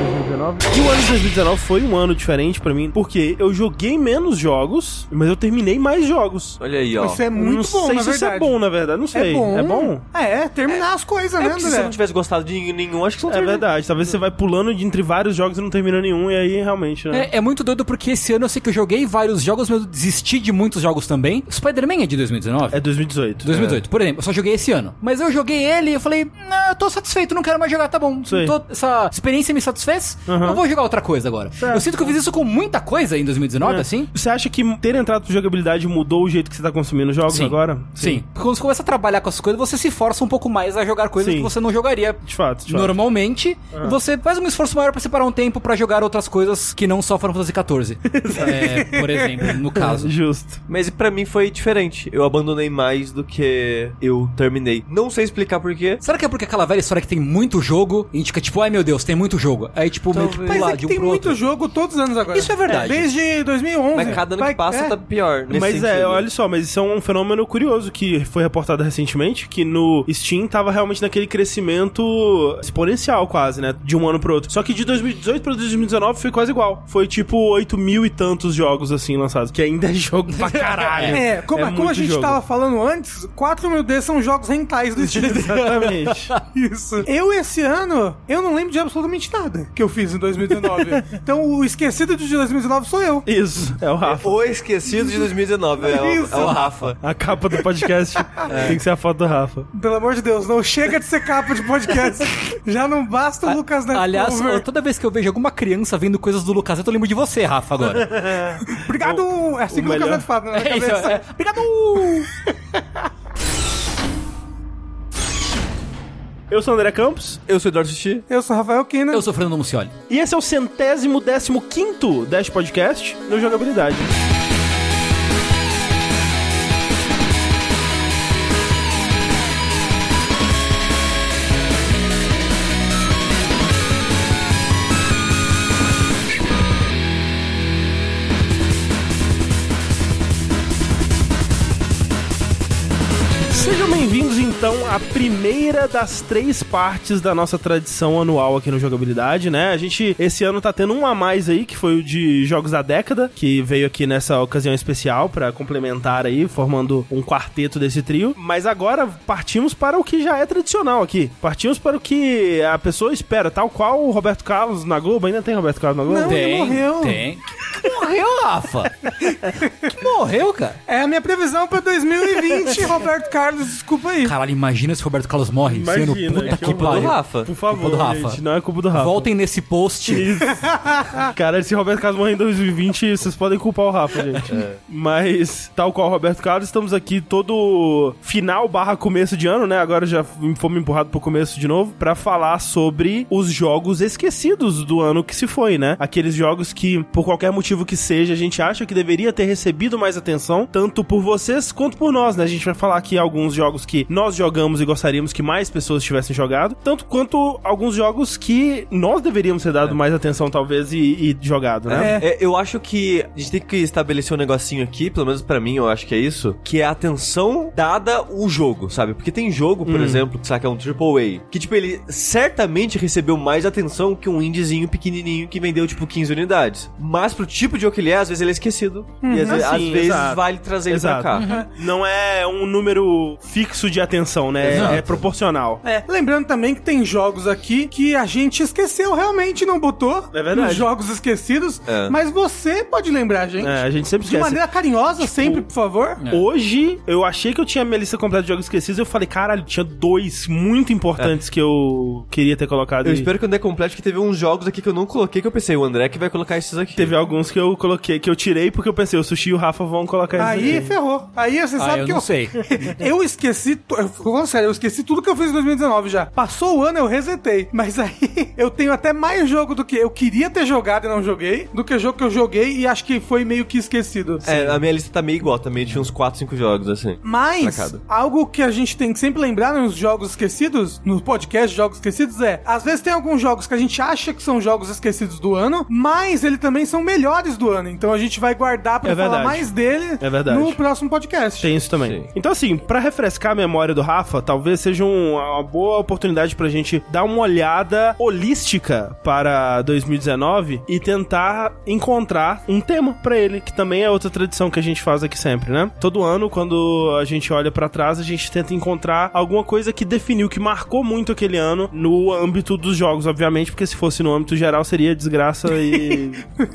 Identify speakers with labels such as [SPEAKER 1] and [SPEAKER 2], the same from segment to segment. [SPEAKER 1] E o ano de 2019 foi um ano diferente pra mim, porque eu joguei menos jogos, mas eu terminei mais jogos.
[SPEAKER 2] Olha aí, ó.
[SPEAKER 3] Isso é
[SPEAKER 1] não
[SPEAKER 3] muito bom,
[SPEAKER 1] sei
[SPEAKER 3] na
[SPEAKER 1] se isso é
[SPEAKER 3] verdade.
[SPEAKER 1] bom, na verdade. Não sei. É bom?
[SPEAKER 3] É, terminar as coisas,
[SPEAKER 2] É
[SPEAKER 3] né,
[SPEAKER 2] porque se você não
[SPEAKER 3] André?
[SPEAKER 2] tivesse gostado de nenhum, acho que você não
[SPEAKER 1] É
[SPEAKER 2] teria-
[SPEAKER 1] verdade. Talvez você vai pulando de- entre vários jogos e não termina nenhum, e aí realmente, né?
[SPEAKER 4] É, é muito doido porque esse ano eu sei que eu joguei vários jogos, mas eu desisti de muitos jogos também. Spider-Man é de 2019?
[SPEAKER 1] É 2018.
[SPEAKER 4] 2018, por exemplo, eu só joguei esse ano. Mas eu joguei ele e eu falei, não, eu tô satisfeito, não quero mais jogar, tá bom.
[SPEAKER 1] Sei.
[SPEAKER 4] Tô- essa experiência me satisfez,
[SPEAKER 1] Aham.
[SPEAKER 4] eu vou jogar outra coisa agora. Eu sinto que eu fiz isso com muita coisa em 2019,
[SPEAKER 1] É.
[SPEAKER 4] assim.
[SPEAKER 1] Você acha que ter entrado pro jogabilidade mudou o jeito que você tá consumindo jogos
[SPEAKER 4] Sim.
[SPEAKER 1] agora?
[SPEAKER 4] Sim. Quando você começa a trabalhar com essas coisas, você se força um pouco mais a jogar coisas
[SPEAKER 1] Sim.
[SPEAKER 4] que você não jogaria
[SPEAKER 1] De fato, de fato.
[SPEAKER 4] normalmente, você faz um esforço maior pra separar um tempo pra jogar outras coisas que não só Final Fantasy XIV. é, por exemplo, no caso.
[SPEAKER 1] Justo.
[SPEAKER 2] Mas pra mim foi diferente. Eu abandonei mais do que eu terminei. Não sei explicar porquê.
[SPEAKER 4] Será que é porque aquela velha história que tem muito jogo e a gente fica tipo, ai meu Deus, tem muito jogo. Aí tipo, meio que
[SPEAKER 2] Talvez.
[SPEAKER 4] pula
[SPEAKER 3] Mas é
[SPEAKER 4] de
[SPEAKER 3] que
[SPEAKER 4] um
[SPEAKER 3] tem
[SPEAKER 4] pro
[SPEAKER 3] muito
[SPEAKER 4] outro.
[SPEAKER 3] jogo todos os anos agora.
[SPEAKER 4] Isso é verdade.
[SPEAKER 3] Desde 2011.
[SPEAKER 2] Mas cada ano que
[SPEAKER 3] Vai-
[SPEAKER 2] passa
[SPEAKER 3] é.
[SPEAKER 2] tá pior. nesse
[SPEAKER 1] mas é,
[SPEAKER 2] sentido.
[SPEAKER 1] olha só, mas isso é um fenômeno curioso que foi reportado recentemente, que no Steam tava realmente naquele crescimento exponencial quase, né? De um ano pro outro. Só que de 2018 pra 2019 foi quase igual. Foi tipo 8 mil e tantos jogos assim lançados, que ainda é jogo pra caralho.
[SPEAKER 3] É, como, como
[SPEAKER 1] muito
[SPEAKER 3] a gente
[SPEAKER 1] jogo.
[SPEAKER 3] tava falando antes, 4 mil desses são jogos rentais do Steam.
[SPEAKER 1] Exatamente.
[SPEAKER 3] Isso. Eu, esse ano, eu não lembro de absolutamente nada que eu fiz em 2019. então, o esquecido de 2019 sou eu.
[SPEAKER 1] Isso, é o Rafa.
[SPEAKER 2] O esquecido de 2019 é, o,
[SPEAKER 3] Isso.
[SPEAKER 2] é o Rafa.
[SPEAKER 1] A capa do podcast
[SPEAKER 2] É.
[SPEAKER 1] tem que ser a foto do Rafa.
[SPEAKER 3] Pelo amor de Deus, não chega de ser capa de podcast. Já não basta o Lucas Neto.
[SPEAKER 4] Aliás,
[SPEAKER 3] Cover.
[SPEAKER 4] toda vez que eu vejo alguma criança vendo coisas do Lucas, Neto, eu lembro de você, Rafa, agora.
[SPEAKER 3] obrigado. é assim
[SPEAKER 1] o
[SPEAKER 3] que o Lucas
[SPEAKER 1] melhor-
[SPEAKER 3] Neto fala, né?
[SPEAKER 4] é isso,
[SPEAKER 3] cabeça.
[SPEAKER 4] é. Obrigado!
[SPEAKER 1] Eu sou o André Campos.
[SPEAKER 2] Eu sou o Eduardo Sushi.
[SPEAKER 3] Eu sou o Rafael Kina.
[SPEAKER 4] é, Eu um sou Fernando Mucioli.
[SPEAKER 1] E esse é o centésimo décimo quinto Dash Podcast no Jogabilidade. Sejam bem-vindos então à primeira das três partes da nossa tradição anual aqui no Jogabilidade, né? A gente esse ano tá tendo um a mais aí, que foi o de jogos da década, que veio aqui nessa ocasião especial pra complementar aí, formando um quarteto desse trio. Mas agora partimos para o que já é tradicional aqui. Partimos para o que a pessoa espera, tal qual o Roberto Carlos na Globo. Ainda tem Roberto Carlos na Globo?
[SPEAKER 3] Não, ele morreu.
[SPEAKER 4] tem. Que morreu, Rafa? que morreu, cara?
[SPEAKER 3] É a minha previsão pra 2020, Roberto Carlos, desculpa aí.
[SPEAKER 4] Caralho, imagina se o Roberto Carlos morre. Imagina, puta
[SPEAKER 1] é
[SPEAKER 4] que,
[SPEAKER 1] culpa do
[SPEAKER 4] pariu.
[SPEAKER 2] Rafa.
[SPEAKER 1] Por favor,
[SPEAKER 4] Culpa do Rafa.
[SPEAKER 1] gente, não é culpa do Rafa.
[SPEAKER 4] Voltem nesse post.
[SPEAKER 1] Cara, se Roberto Carlos morrer em 2020, vocês podem culpar o Rafa, gente. Mas, tal qual o Roberto Carlos, estamos aqui todo final barra começo de ano, né? Agora já fomos empurrado pro começo de novo, pra falar sobre os jogos esquecidos do ano que se foi, né? Aqueles jogos que, por qualquer motivo que seja, a gente acha que deveria ter recebido mais atenção, tanto por vocês quanto por nós, né? A gente vai falar aqui alguns jogos que nós jogamos e gostaríamos que mais pessoas tivessem jogado, tanto quanto alguns jogos que nós deveríamos ter dado mais atenção, talvez, e, e jogado, né?
[SPEAKER 2] É, eu acho que a gente tem que estabelecer um negocinho aqui, pelo menos pra mim, eu acho que é isso, que é a atenção dada o jogo, sabe? Porque tem jogo,
[SPEAKER 1] Hum.
[SPEAKER 2] por exemplo, que saca é um AAA, que tipo, ele certamente recebeu mais atenção que um indiezinho pequenininho que vendeu tipo 15 unidades. Mas pro tipo de jogo que ele é, às vezes ele é esquecido. E às, ve-
[SPEAKER 1] Assim,
[SPEAKER 2] às vezes
[SPEAKER 1] exato.
[SPEAKER 2] vale trazer
[SPEAKER 1] Exato. Uhum.
[SPEAKER 2] ele pra cá.
[SPEAKER 1] Não é um número fixo de atenção, né?
[SPEAKER 4] Exato.
[SPEAKER 1] É proporcional.
[SPEAKER 3] É, Lembrando também que tem jogos aqui que a gente esqueceu, realmente não botou.
[SPEAKER 1] É verdade.
[SPEAKER 3] Nos jogos esquecidos.
[SPEAKER 2] É.
[SPEAKER 3] Mas você pode lembrar, gente.
[SPEAKER 1] É, a gente sempre
[SPEAKER 3] De
[SPEAKER 1] esquece. Tipo,
[SPEAKER 3] maneira carinhosa, sempre, por favor.
[SPEAKER 4] É.
[SPEAKER 1] Hoje, eu achei que eu tinha minha lista completa de jogos esquecidos. Eu falei, caralho, tinha dois muito importantes que eu queria ter colocado.
[SPEAKER 2] Eu
[SPEAKER 1] e
[SPEAKER 2] espero que o André complete, que teve uns jogos aqui que eu não coloquei, que eu pensei, o André que vai colocar esses aqui.
[SPEAKER 1] Teve alguns que eu coloquei, que eu tirei, porque eu pensei, o Sushi e o Rafa vão colocar esses
[SPEAKER 3] Aí
[SPEAKER 1] aqui.
[SPEAKER 3] ferrou. Aí você
[SPEAKER 4] É. Ah,
[SPEAKER 3] sabe
[SPEAKER 4] eu
[SPEAKER 3] que
[SPEAKER 4] não sei.
[SPEAKER 3] Eu esqueci, tu- eu, falando sério, eu esqueci tudo que eu fiz em 2019 já. Passou o ano, eu resetei. Mas aí eu tenho até mais jogo do que eu queria ter jogado e não joguei, do que jogo que eu joguei e acho que foi meio que esquecido.
[SPEAKER 2] É, a minha lista tá meio igual, tá meio de uns 4, 5 jogos, assim.
[SPEAKER 3] Mas
[SPEAKER 2] Sacado.
[SPEAKER 3] algo que a gente tem que sempre lembrar nos jogos esquecidos, no podcast Jogos Esquecidos, é às vezes tem alguns jogos que a gente acha que são jogos esquecidos do ano, mas eles também são melhores do ano. Então a gente vai guardar pra
[SPEAKER 1] É
[SPEAKER 3] falar
[SPEAKER 1] verdade.
[SPEAKER 3] mais dele
[SPEAKER 1] É verdade.
[SPEAKER 3] no próximo podcast.
[SPEAKER 1] Tem isso também.
[SPEAKER 2] Sim.
[SPEAKER 1] Então, assim, pra refrescar a memória do Rafa, talvez seja um- uma boa oportunidade pra gente dar uma olhada holística para 2019 e tentar encontrar um tema pra ele, que também é outra tradição que a gente faz aqui sempre, né? Todo ano, quando a gente olha pra trás, a gente tenta encontrar alguma coisa que definiu, que marcou muito aquele ano no âmbito dos jogos, obviamente, porque se fosse no âmbito geral seria desgraça e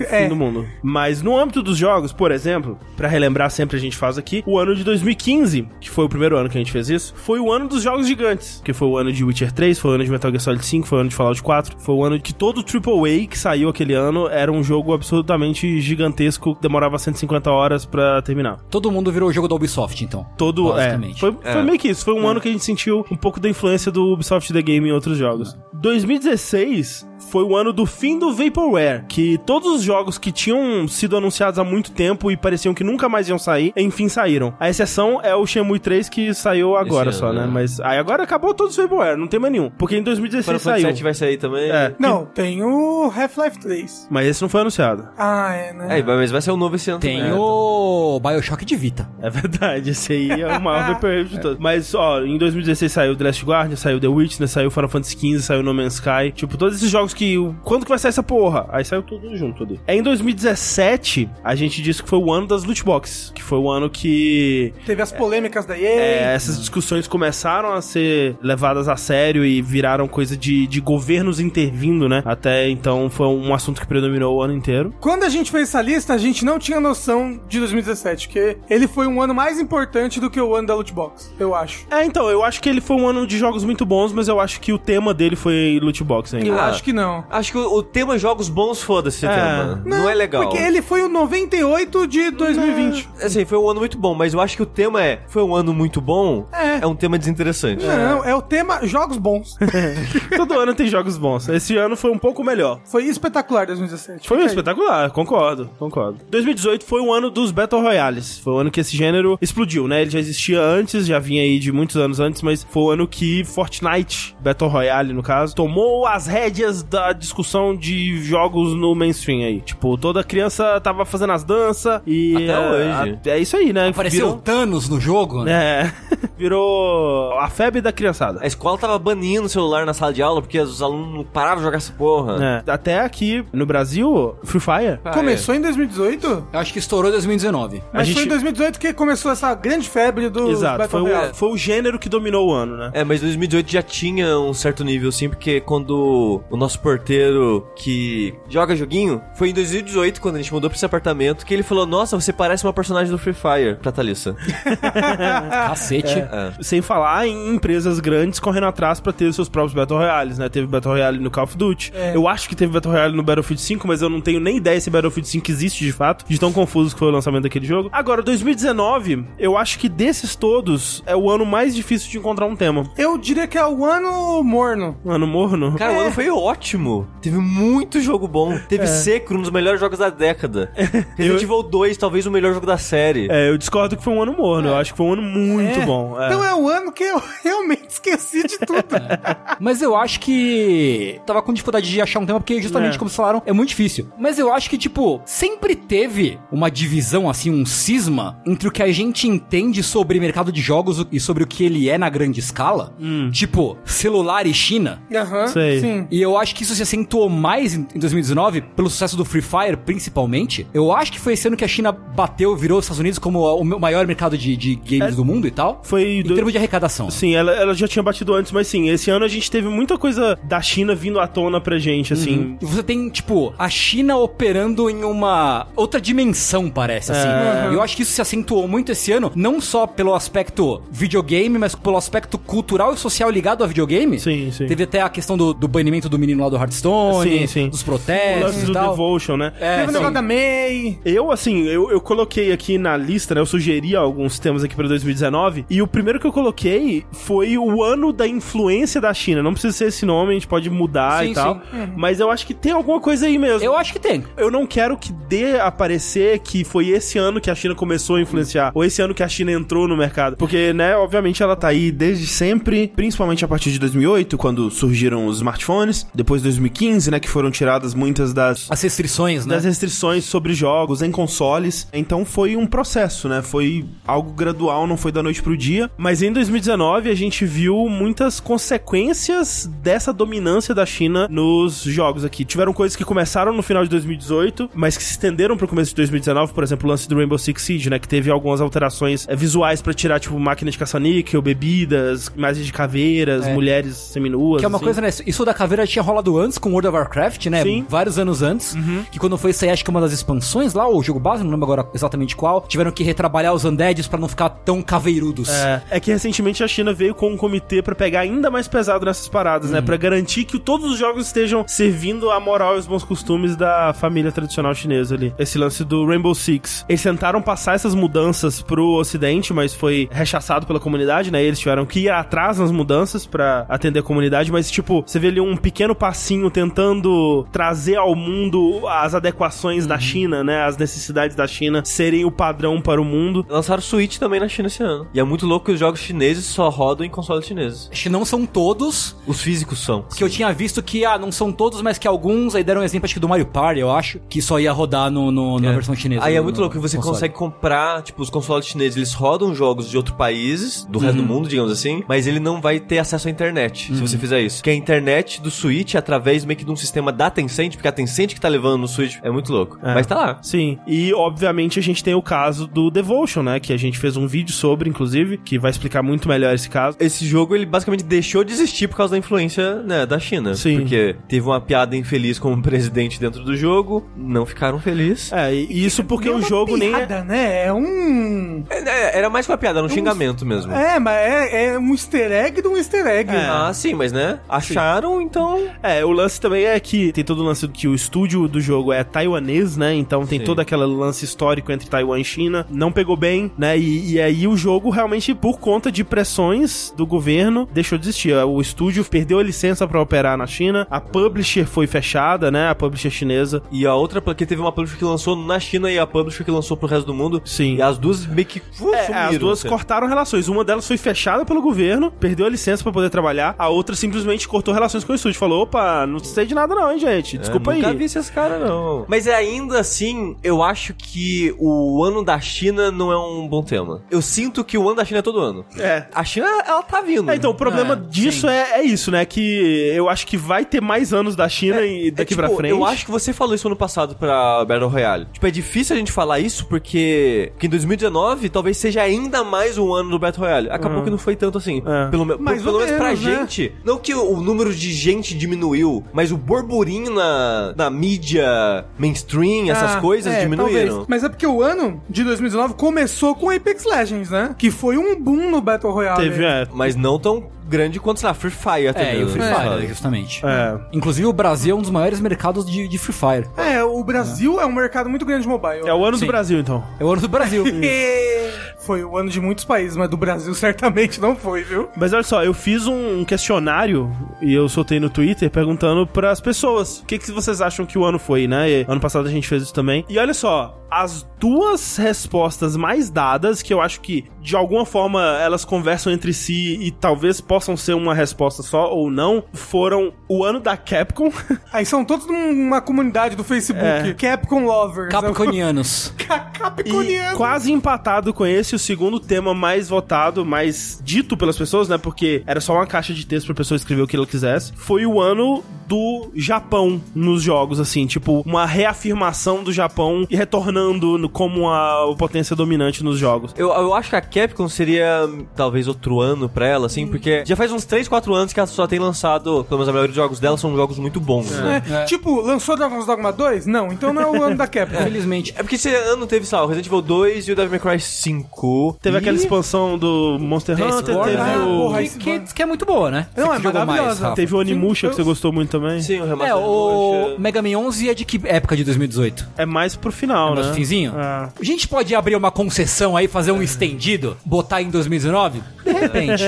[SPEAKER 1] fim do mundo. Mas no âmbito dos jogos, por exemplo, pra relembrar sempre a gente faz aqui, o ano de 2015, que foi o primeiro ano que a gente fez isso, foi o ano dos jogos gigantes, que foi o ano de Witcher 3, foi o ano de Metal Gear Solid 5, foi o ano de Fallout 4, foi o ano que todo o AAA que saiu aquele ano era um jogo absolutamente gigantesco, que demorava 150 horas pra terminar.
[SPEAKER 4] Todo mundo virou o jogo da Ubisoft, então.
[SPEAKER 1] Todo. É,
[SPEAKER 4] Basicamente.
[SPEAKER 1] foi, foi meio que isso. Foi um ano que a gente sentiu um pouco da influência do Ubisoft The Game em outros jogos. 2016 foi o ano do fim do Vaporware, que todos os jogos que tinham sido anunciados há muito tempo e pareciam que nunca mais iam sair, enfim saíram. A exceção é o Shenmue 3 que saiu agora
[SPEAKER 2] Esse
[SPEAKER 1] só,
[SPEAKER 2] ano,
[SPEAKER 1] né?
[SPEAKER 2] né?
[SPEAKER 1] Mas aí agora acabou todos os Vaporware, não tem mais nenhum. Porque em 2016
[SPEAKER 2] Final Fantasy
[SPEAKER 1] saiu.
[SPEAKER 2] VII vai sair também.
[SPEAKER 1] É.
[SPEAKER 3] Não, tem o Half-Life 3.
[SPEAKER 1] Mas esse não foi anunciado.
[SPEAKER 3] Ah, é, né?
[SPEAKER 2] É, mas vai ser um novo esse ano
[SPEAKER 4] Tem
[SPEAKER 2] também.
[SPEAKER 4] o Bioshock de Vita.
[SPEAKER 1] É verdade, esse aí é o maior vaporwave de todos. Mas, ó, em 2016 saiu The Last Guardian, saiu The Witness, saiu Final Fantasy XV, saiu No Man's Sky. Tipo, todos esses jogos que... o- Quando que vai sair essa porra? Aí saiu tudo junto ali. É em 2017, a gente disse que foi o ano das loot boxes. Que foi o ano que...
[SPEAKER 3] Teve as polêmicas da EA.
[SPEAKER 1] é, essas discussões começaram a ser levadas a sério e viraram coisa de, de governos intervindo, né? Até então foi um assunto que predominou o ano inteiro.
[SPEAKER 3] Quando a gente fez essa lista, a gente não tinha noção de 2017, que ele foi um ano mais importante do que o ano da loot box, eu acho.
[SPEAKER 1] É, então, eu acho que ele foi um ano de jogos muito bons, mas eu acho que o tema dele foi loot box ainda.
[SPEAKER 3] Eu
[SPEAKER 2] Ah.
[SPEAKER 3] acho que não.
[SPEAKER 2] Acho que o, o tema jogos bons, foda-se esse
[SPEAKER 1] É.
[SPEAKER 2] tema. Não, é legal.
[SPEAKER 3] Porque ele foi o 98 de 2020.
[SPEAKER 2] Assim, foi um ano muito bom, mas eu acho que o tema é. Foi um ano muito bom?
[SPEAKER 3] É.
[SPEAKER 2] É um tema desinteressante.
[SPEAKER 3] Não, é o tema jogos bons.
[SPEAKER 1] Todo ano tem jogos bons. Esse ano foi um pouco melhor.
[SPEAKER 3] Foi espetacular 2017.
[SPEAKER 1] Foi
[SPEAKER 3] Fica aí.
[SPEAKER 1] espetacular, concordo, concordo. 2018 foi o ano dos Battle Royales. Foi o ano que esse gênero explodiu, né? Ele já existia antes, já vinha aí de muitos anos antes, mas foi o ano que Fortnite, Battle Royale no caso, tomou as rédeas da discussão de jogos no mainstream aí. Tipo, toda criança tava fazendo as danças e.
[SPEAKER 2] Até
[SPEAKER 1] é,
[SPEAKER 2] hoje.
[SPEAKER 1] a- É isso aí, né?
[SPEAKER 4] Apareceu o
[SPEAKER 1] Virou,
[SPEAKER 4] Thanos no jogo, né?
[SPEAKER 1] é, virou a febre da criançada.
[SPEAKER 2] A escola tava banindo o celular na sala de aula porque os alunos não pararam de jogar essa porra.
[SPEAKER 1] É. Até aqui no Brasil, Free Fire.
[SPEAKER 2] Ah,
[SPEAKER 3] Começou em 2018?
[SPEAKER 4] Eu acho que estourou em 2019.
[SPEAKER 1] A
[SPEAKER 3] Mas
[SPEAKER 1] gente-
[SPEAKER 3] foi em 2018 que começou essa grande febre do
[SPEAKER 1] Exato, foi o,
[SPEAKER 3] Royale.
[SPEAKER 1] foi o gênero que dominou o ano, né?
[SPEAKER 2] É, mas 2018 já tinha um certo nível, sim, porque quando o nosso porteiro que joga joguinho, foi em 2018, quando a gente mudou pra esse apartamento, que ele falou, nossa, você parece uma personagem do Free Fire, pra Thalissa.
[SPEAKER 1] Ah,
[SPEAKER 4] Cacete.
[SPEAKER 2] É.
[SPEAKER 1] Sem falar em empresas grandes correndo atrás pra ter os seus próprios Battle Royales, né? Teve Battle Royale no Call of Duty. Eu acho que teve Battle Royale no Battlefield 5, mas eu não tenho nem ideia se Battlefield 5 existe de fato, de tão confuso que foi o lançamento daquele jogo. Agora, 2019, eu acho que desses todos é o ano mais difícil de encontrar um tema.
[SPEAKER 3] Eu diria que é o ano morno.
[SPEAKER 1] Um ano morno.
[SPEAKER 2] Cara, o ano foi ótimo. Teve muito jogo bom.
[SPEAKER 1] É.
[SPEAKER 2] Teve Sekiro, um dos melhores jogos da década. Resident Evil 2, talvez o melhor jogo da série.
[SPEAKER 1] É, eu discordo que foi um ano morno. Eu acho que foi um ano muito bom. É.
[SPEAKER 3] Então é o ano que eu realmente esqueci de tudo.
[SPEAKER 4] Mas eu acho que. Tava com dificuldade de achar um tema, porque justamente
[SPEAKER 1] É.
[SPEAKER 4] como vocês falaram, é muito difícil. Mas eu acho que, tipo, sempre teve uma divisão, assim, um cisma entre o que a gente entende sobre mercado de jogos e sobre o que ele é na grande escala.
[SPEAKER 1] Hum.
[SPEAKER 4] Tipo, celular e China.
[SPEAKER 3] Aham,
[SPEAKER 1] Sei.
[SPEAKER 3] sim.
[SPEAKER 4] E eu acho que isso se acentuou mais em em 2019, pelo sucesso do Free Fire, principalmente. Eu acho que foi esse ano que a China bateu, virou os Estados Unidos como o maior mercado de, de games do mundo e tal.
[SPEAKER 1] É. Foi
[SPEAKER 4] Em
[SPEAKER 1] do-
[SPEAKER 4] termos de arrecadação.
[SPEAKER 1] Sim, ela, ela já tinha batido antes, mas sim, esse ano a gente teve muita coisa da China vindo à tona pra gente, assim.
[SPEAKER 4] E Você tem, tipo, a China operando em uma outra dimensão, parece, assim.
[SPEAKER 1] É.
[SPEAKER 4] E eu acho que isso se acentuou muito esse ano, não só pelo aspecto videogame, mas pelo aspecto cultural e social ligado a videogame.
[SPEAKER 1] Sim, sim.
[SPEAKER 4] Teve até a questão do, do banimento do menino lá do Hearthstone,
[SPEAKER 1] Sim, sim.
[SPEAKER 4] dos
[SPEAKER 1] o
[SPEAKER 4] protestos
[SPEAKER 1] lance
[SPEAKER 4] e
[SPEAKER 1] do
[SPEAKER 4] É, tal.
[SPEAKER 1] Devotion, né?
[SPEAKER 4] É,
[SPEAKER 3] Teve o
[SPEAKER 4] sim.
[SPEAKER 3] negócio da May.
[SPEAKER 1] Eu, assim, eu, eu coloquei aqui na lista, né? Eu sugeri alguns temas aqui pra 2019. E o primeiro que eu coloquei foi o ano da influência da China. Não precisa ser esse nome, a gente pode mudar
[SPEAKER 4] Sim,
[SPEAKER 1] e tal.
[SPEAKER 4] sim.
[SPEAKER 1] Mas eu acho que tem alguma coisa aí mesmo.
[SPEAKER 4] Eu acho que tem.
[SPEAKER 1] Eu não quero que dê a aparecer que foi esse ano que a China começou a influenciar, ou esse ano que a China entrou no mercado. Porque, né, obviamente ela tá aí desde sempre, principalmente a partir de 2008, quando surgiram os smartphones, depois de 2015, né? Que foram tiradas muitas das
[SPEAKER 4] As restrições, né?
[SPEAKER 1] das restrições sobre jogos em consoles. Então foi um processo, né? Foi algo gradual, não foi da noite pro dia. Mas em 2019 a gente viu muitas consequências dessa dominância da China nos jogos aqui. Tiveram coisas que começaram no final de 2018, mas que se estenderam pro começo de 2019, por exemplo, o lance do Rainbow Six Siege, né, que teve algumas alterações eh, visuais pra tirar tipo máquina de caça-níquel, bebidas, imagens de caveiras,
[SPEAKER 4] É.
[SPEAKER 1] mulheres seminuas.
[SPEAKER 4] Que é uma
[SPEAKER 1] assim.
[SPEAKER 4] coisa, né? Isso da caveira tinha rolado antes com World of Warcraft, né?
[SPEAKER 1] Sim.
[SPEAKER 4] Vários anos antes.
[SPEAKER 2] Uhum.
[SPEAKER 4] Que quando foi sair, acho que uma das expansões lá, o jogo base, não lembro agora exatamente qual, tiveram que retrabalhar os undeads pra não ficar tão caveirudos.
[SPEAKER 1] É, é que recentemente a China veio com um comitê pra pegar ainda mais pesado nessas paradas, né? Pra garantir que todos os jogos estejam servindo à moral e aos bons costumes da família tradicional chinesa ali. Esse lance do Rainbow Six. Eles tentaram passar essas mudanças pro ocidente, mas foi rechaçado pela comunidade, né? Eles tiveram que ir atrás nas mudanças pra atender a comunidade, mas tipo, você vê ali um pequeno passinho tentando trazer ao mundo as adequações da China, né? As necessidades da China serem o padrão para o mundo.
[SPEAKER 2] Lançaram Switch também na China esse ano. E é muito louco que os jogos chineses só rodam em consoles chineses.
[SPEAKER 4] Acho que não são todos,
[SPEAKER 2] Os físicos são.
[SPEAKER 4] porque eu tinha visto que, ah, não são todos, mas que alguns, aí deram um exemplo, acho que do Mario Party, eu acho, que só ia rodar no, no- na
[SPEAKER 2] É.
[SPEAKER 4] versão chinesa.
[SPEAKER 2] Aí é
[SPEAKER 4] no-
[SPEAKER 2] muito
[SPEAKER 4] no
[SPEAKER 2] louco que você
[SPEAKER 4] console.
[SPEAKER 2] consegue comprar, tipo, os consoles chineses, eles rodam jogos de outros países, do
[SPEAKER 1] Uhum.
[SPEAKER 2] resto do mundo, digamos assim, mas ele não vai ter acesso à internet, se você fizer isso. Que a internet do Switch é através meio que de um sistema da Tencent, porque a Tencent que tá levando no Switch é muito louco.
[SPEAKER 1] É.
[SPEAKER 2] Mas tá lá.
[SPEAKER 1] Sim. E, obviamente, a gente tem o caso do Devotion, né? Que a gente fez um vídeo sobre, inclusive, que vai explicar muito melhor esse caso.
[SPEAKER 2] Esse jogo, ele basicamente deixou de existir por causa da influência, né, da China.
[SPEAKER 1] Sim.
[SPEAKER 2] Porque teve uma piada infeliz com o presidente dentro do jogo, não ficaram felizes.
[SPEAKER 1] É, e isso porque
[SPEAKER 3] Nem
[SPEAKER 1] o
[SPEAKER 3] uma
[SPEAKER 1] jogo nem. é-
[SPEAKER 3] piada, né? É um...
[SPEAKER 2] É, Era mais que uma piada, era um xingamento mesmo.
[SPEAKER 3] É, mas é, é um easter egg de um easter egg.
[SPEAKER 2] Ah, sim, mas né? Acharam, então.
[SPEAKER 1] É, o lance também é que tem todo o lance do que o estúdio do jogo é taiwanês, né? Então tem
[SPEAKER 2] Sim.
[SPEAKER 1] todo aquele lance histórico entre Taiwan e China. Não pegou bem, né? E, e aí o jogo realmente, por conta de pressões do governo, deixou de existir. O estúdio perdeu a licença pra operar na China. A publisher foi fechada, né? A publisher chinesa.
[SPEAKER 2] E a outra, porque teve uma publisher que lançou na China e a publisher que lançou pro resto do mundo.
[SPEAKER 1] Sim.
[SPEAKER 2] E as duas meio que uh,
[SPEAKER 1] É,
[SPEAKER 2] sumiram,
[SPEAKER 1] as duas
[SPEAKER 2] assim.
[SPEAKER 1] cortaram relações. Uma delas foi fechada pelo governo, perdeu a licença pra poder trabalhar. A outra simplesmente cortou relações com o estúdio. Falou: opa, não sei de nada, não, hein, gente. Desculpa
[SPEAKER 2] É,
[SPEAKER 1] aí.
[SPEAKER 2] Nunca vi esses caras, não. Mas ainda assim, eu acho que o ano da China não é um bom tema. Eu sinto que o ano da China é todo ano.
[SPEAKER 1] É.
[SPEAKER 2] A China, ela tá vindo.
[SPEAKER 1] É, então, o problema
[SPEAKER 4] É,
[SPEAKER 1] disso
[SPEAKER 4] sim.
[SPEAKER 1] é, é isso, né? Que eu acho que vai ter mais anos da China e daqui
[SPEAKER 2] tipo,
[SPEAKER 1] pra frente.
[SPEAKER 2] Eu acho que você falou isso ano passado pra Battle Royale. Tipo, é difícil a gente falar isso porque, porque em 2019 talvez seja ainda mais um ano do Battle Royale. Acabou que não foi tanto assim.
[SPEAKER 1] É.
[SPEAKER 2] Pelo, me-
[SPEAKER 3] Uhum. Mais
[SPEAKER 2] pelo
[SPEAKER 3] ou
[SPEAKER 2] menos pra
[SPEAKER 3] menos, né?
[SPEAKER 2] gente. Não que o o número de gente diminuiu, mas o burburinho na, na mídia mainstream, essas
[SPEAKER 3] Ah,
[SPEAKER 2] coisas
[SPEAKER 3] é,
[SPEAKER 2] diminuíram.
[SPEAKER 3] talvez. Mas é porque o ano de 2019 começou com Apex Legends, né? Que foi um boom no Battle Royale.
[SPEAKER 1] Teve, é.
[SPEAKER 2] Mas não tão grande quanto, sei lá, Free Fire até
[SPEAKER 4] É, e o
[SPEAKER 2] mesmo,
[SPEAKER 4] Free
[SPEAKER 2] né?
[SPEAKER 4] Fire, justamente.
[SPEAKER 1] É.
[SPEAKER 4] Inclusive, o Brasil é um dos maiores mercados de, de Free Fire.
[SPEAKER 3] É, o Brasil é. um mercado muito grande de mobile.
[SPEAKER 1] É o ano
[SPEAKER 4] Sim.
[SPEAKER 1] do Brasil, então.
[SPEAKER 4] É o ano do Brasil.
[SPEAKER 3] Foi o ano de muitos países, mas do Brasil certamente não foi, viu?
[SPEAKER 1] Mas olha só, eu fiz um questionário e eu soltei no Twitter perguntando pras pessoas o que, que vocês acham que o ano foi, né? E ano passado a gente fez isso também. E olha só, as duas respostas mais dadas, que eu acho que de alguma forma elas conversam entre si e talvez possam ser uma resposta só ou não, foram o ano da Capcom.
[SPEAKER 3] Aí são todos numa comunidade do Facebook,
[SPEAKER 1] É.
[SPEAKER 3] Capcom Lovers. é
[SPEAKER 4] Capconianos.
[SPEAKER 3] Ca-
[SPEAKER 1] E
[SPEAKER 3] Capconiano.
[SPEAKER 1] quase empatado com esse, o segundo tema mais votado, mais dito pelas pessoas, né? Porque era só uma caixa de texto pra pessoa escrever o que ela quisesse. Foi o ano do Japão nos jogos, assim, tipo, uma reafirmação do Japão e retornando no- como a potência dominante nos jogos.
[SPEAKER 2] Eu, eu acho que a Capcom seria hum, talvez outro ano pra ela, assim, porque já faz uns 3, 4 anos que ela só tem lançado, pelo menos a maioria dos jogos dela são jogos muito bons, né?
[SPEAKER 3] É, Tipo, lançou Dragon's Dogma 2? Não, então não é o ano da Capcom.
[SPEAKER 4] Infelizmente.
[SPEAKER 2] É porque esse ano teve, sabe, o Resident Evil 2 e o Devil May Cry 5.
[SPEAKER 1] Teve
[SPEAKER 2] E-
[SPEAKER 1] aquela expansão do Monster Hunter,
[SPEAKER 4] Bloodborne,
[SPEAKER 1] teve
[SPEAKER 3] ah,
[SPEAKER 1] o.
[SPEAKER 3] porra,
[SPEAKER 4] que-
[SPEAKER 3] esse
[SPEAKER 4] né? que,
[SPEAKER 3] Bloodborne.
[SPEAKER 4] que é muito boa, né?
[SPEAKER 3] Não,
[SPEAKER 4] Você
[SPEAKER 3] é
[SPEAKER 4] que jogou mais,
[SPEAKER 3] maravilhosa.
[SPEAKER 4] Rafa.
[SPEAKER 1] Teve o Onimusha,
[SPEAKER 3] Sim,
[SPEAKER 1] que você
[SPEAKER 3] eu-
[SPEAKER 1] gostou muito também.
[SPEAKER 2] Sim, o remaster
[SPEAKER 4] É, o
[SPEAKER 2] do-
[SPEAKER 4] Mega Man 11 é de que época de 2018?
[SPEAKER 1] É mais pro final,
[SPEAKER 4] É mais
[SPEAKER 1] né?
[SPEAKER 4] pro finzinho?
[SPEAKER 1] É.
[SPEAKER 4] A gente pode abrir uma concessão aí, fazer um estendido querido, botar em 2019? De repente.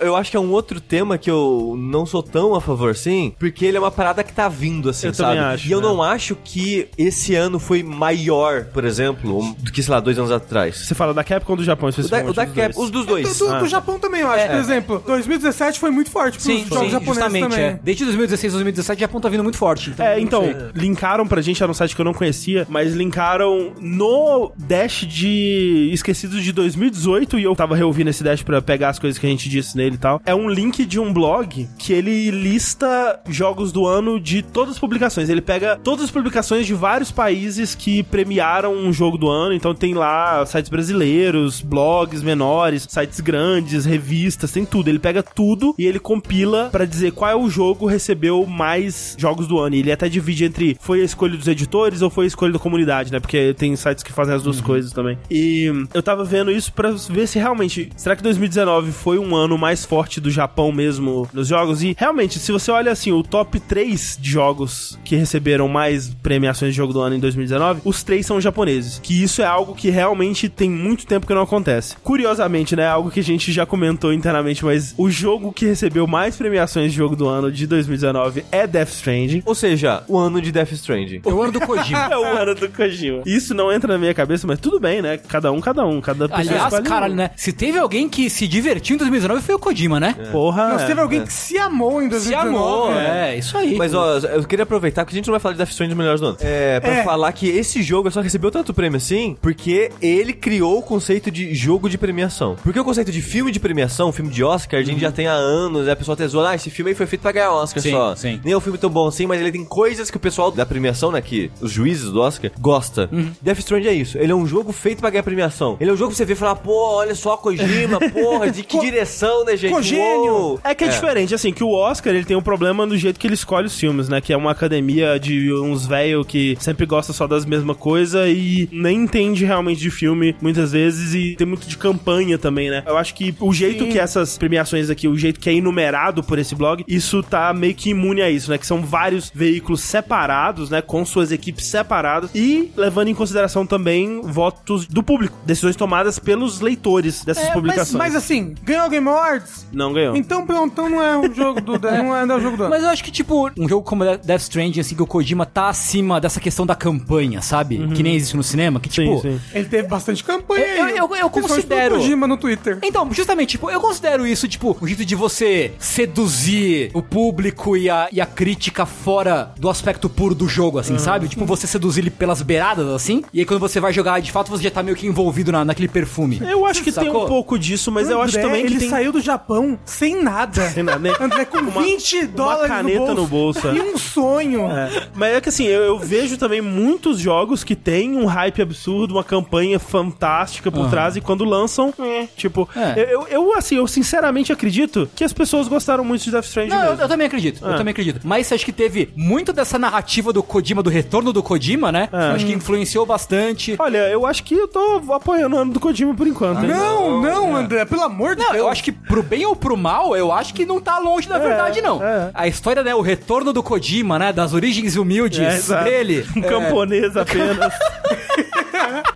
[SPEAKER 2] Eu acho que é um outro tema que eu não sou tão a favor, assim, porque ele é uma parada que tá vindo, assim,
[SPEAKER 1] Eu
[SPEAKER 2] sabe?
[SPEAKER 1] também acho,
[SPEAKER 2] e eu
[SPEAKER 1] né?
[SPEAKER 2] não acho que esse ano foi maior, por exemplo, um, do que, sei lá, dois anos atrás.
[SPEAKER 1] Você fala da Capcom ou do Japão?
[SPEAKER 2] O da, o da Cap, os dos dois.
[SPEAKER 3] Do,
[SPEAKER 1] Ah.
[SPEAKER 3] do Japão também, É, eu acho. Por exemplo, 2017 foi muito forte pros
[SPEAKER 4] Sim,
[SPEAKER 3] jogos
[SPEAKER 4] sim,
[SPEAKER 3] japoneses
[SPEAKER 4] justamente.
[SPEAKER 3] também.
[SPEAKER 4] É. Desde 2016, 2017, Japão tá vindo muito forte. Então,
[SPEAKER 1] É, então, linkaram pra gente, era um site que eu não conhecia, mas linkaram no Dash de Esquecidos de 2018, e eu tava reouvindo esse Dash pra pegar as coisas que a gente disse nele e tal. É um link de um blog que ele lista jogos do ano de todas as publicações. Ele pega todas as publicações de vários países que premiaram um jogo do ano, então tem lá sites brasileiros, blogs menores, sites grandes, revistas, tem tudo. Ele pega tudo e ele compila pra dizer qual é o jogo que recebeu mais jogos do ano. E ele até divide entre foi a escolha dos editores ou foi a escolha da comunidade, né? Porque tem sites que fazem as duas coisas também. E eu tava vendo isso pra ver se realmente, será que 2019 foi um ano mais forte do Japão mesmo nos jogos? E realmente, se você olha assim, o top 3 de jogos que receberam mais premiações de jogo do ano em 2019, os três são japoneses. Que isso é algo que realmente tem muito tempo que não acontece. Curiosamente, né? Algo que a gente já comentou internamente, mas o jogo que recebeu mais premiações de jogo do ano de 2019 é Death Stranding.
[SPEAKER 2] Ou seja, o ano de Death Stranding.
[SPEAKER 4] é o ano do Kojima.
[SPEAKER 1] É o ano do Kojima. Isso não entra na minha cabeça, mas tudo bem, né? Cada um, cada um. Cada pessoa
[SPEAKER 4] Aliás,
[SPEAKER 1] escolhe um.
[SPEAKER 4] caralho, né? Se teve alguém que se divertiu em 2019 foi o Kojima, né?
[SPEAKER 1] Porra.
[SPEAKER 3] Não, se teve
[SPEAKER 1] é.
[SPEAKER 3] alguém que se amou em
[SPEAKER 4] Se
[SPEAKER 3] 2019.
[SPEAKER 4] amou,
[SPEAKER 3] né?
[SPEAKER 4] é, isso aí.
[SPEAKER 2] Mas ó, eu queria aproveitar que a gente não vai falar de Death Stranding melhores do ano. É, pra
[SPEAKER 3] É.
[SPEAKER 2] falar que esse jogo só recebeu tanto prêmio assim porque ele criou o conceito de jogo de premiação. Porque o conceito de filme de premiação, filme de Oscar, a gente já tem há anos, né? A pessoa até zoa, ah, esse filme aí foi feito pra ganhar Oscar
[SPEAKER 4] Sim,
[SPEAKER 2] só.
[SPEAKER 4] sim.
[SPEAKER 2] Nem é um filme tão bom assim, mas ele tem coisas que o pessoal da premiação, né, que os juízes do Oscar, gosta. Death Stranding é isso. Ele é um jogo feito pra ganhar premiação. Ele é um jogo que você vê e fala, pô, olha só Kojima, porra, de que
[SPEAKER 3] Co-
[SPEAKER 2] direção, né, gente?
[SPEAKER 3] Cogênio!
[SPEAKER 2] Uou!
[SPEAKER 1] É que é, diferente, assim, que o Oscar, ele tem um problema no jeito que ele escolhe os filmes, né? Que é uma academia de uns velho que sempre gosta só das mesmas coisas e nem entende realmente de filme, muitas vezes, e tem muito de campanha também, né? Eu acho que o jeito que essas premiações aqui, o jeito que é enumerado por esse blog, isso tá meio que imune a isso, né? Que são vários veículos separados, né? Com suas equipes separadas e levando em consideração também votos do público, decisões tomadas pelos leitores dessas
[SPEAKER 3] É, mas,
[SPEAKER 1] publicações.
[SPEAKER 3] mas assim, ganhou o Game Awards?
[SPEAKER 1] Não ganhou.
[SPEAKER 3] Então pronto, então não é um jogo do não é, não é o jogo do ano.
[SPEAKER 4] Mas eu acho que, tipo, um jogo como Death Stranding, assim, que o Kojima tá acima dessa questão da campanha, sabe? Que nem existe no cinema, que, tipo...
[SPEAKER 1] Uhum. sim.
[SPEAKER 3] Ele teve bastante campanha
[SPEAKER 4] Eu-
[SPEAKER 3] aí, né?
[SPEAKER 4] eu- eu- eu
[SPEAKER 3] principalmente do
[SPEAKER 4] considero-
[SPEAKER 3] Kojima no Twitter.
[SPEAKER 4] Então, justamente, tipo, eu considero isso, tipo, um jeito de você seduzir o público e a, e a crítica fora do aspecto puro do jogo,
[SPEAKER 1] Uhum.
[SPEAKER 4] assim, sabe? Tipo, você seduzir ele pelas beiradas, assim, e aí quando você vai jogar, de fato, você já tá meio que envolvido na, naquele perfume.
[SPEAKER 1] Eu acho que tem
[SPEAKER 4] Sacou?
[SPEAKER 1] um pouco disso, mas eu acho
[SPEAKER 3] André,
[SPEAKER 1] também que
[SPEAKER 3] ele
[SPEAKER 1] tem...
[SPEAKER 3] saiu do Japão sem nada.
[SPEAKER 1] Sem nada, né?
[SPEAKER 3] André com
[SPEAKER 1] Uma-
[SPEAKER 3] 20 dólares
[SPEAKER 1] caneta no bolso, é.
[SPEAKER 3] e um sonho.
[SPEAKER 1] É. Mas é que assim, eu, eu vejo também muitos jogos que tem um hype absurdo, uma campanha fantástica por trás, e quando lançam, é, tipo,
[SPEAKER 4] É.
[SPEAKER 1] eu- eu, eu, assim, eu sinceramente acredito que as pessoas gostaram muito de Death Stranding
[SPEAKER 4] Não, eu,
[SPEAKER 1] mesmo. É.
[SPEAKER 4] eu também acredito, eu também acredito. Mas acho que teve muito dessa narrativa do Kojima, do retorno do Kojima, né? Acho que influenciou bastante.
[SPEAKER 1] É. Olha, eu acho que eu tô apoiando o ano do Kojima por enquanto. hein?
[SPEAKER 3] Não, não, André, pelo amor de
[SPEAKER 4] Não,
[SPEAKER 3] Deus.
[SPEAKER 4] eu acho que pro bem ou pro mal, eu acho que não tá longe da verdade, não.
[SPEAKER 1] é.
[SPEAKER 4] A história, né, o retorno do Kojima, né, das origens
[SPEAKER 1] É,
[SPEAKER 4] humildes
[SPEAKER 1] exato.
[SPEAKER 4] dele,
[SPEAKER 1] Um camponês apenas.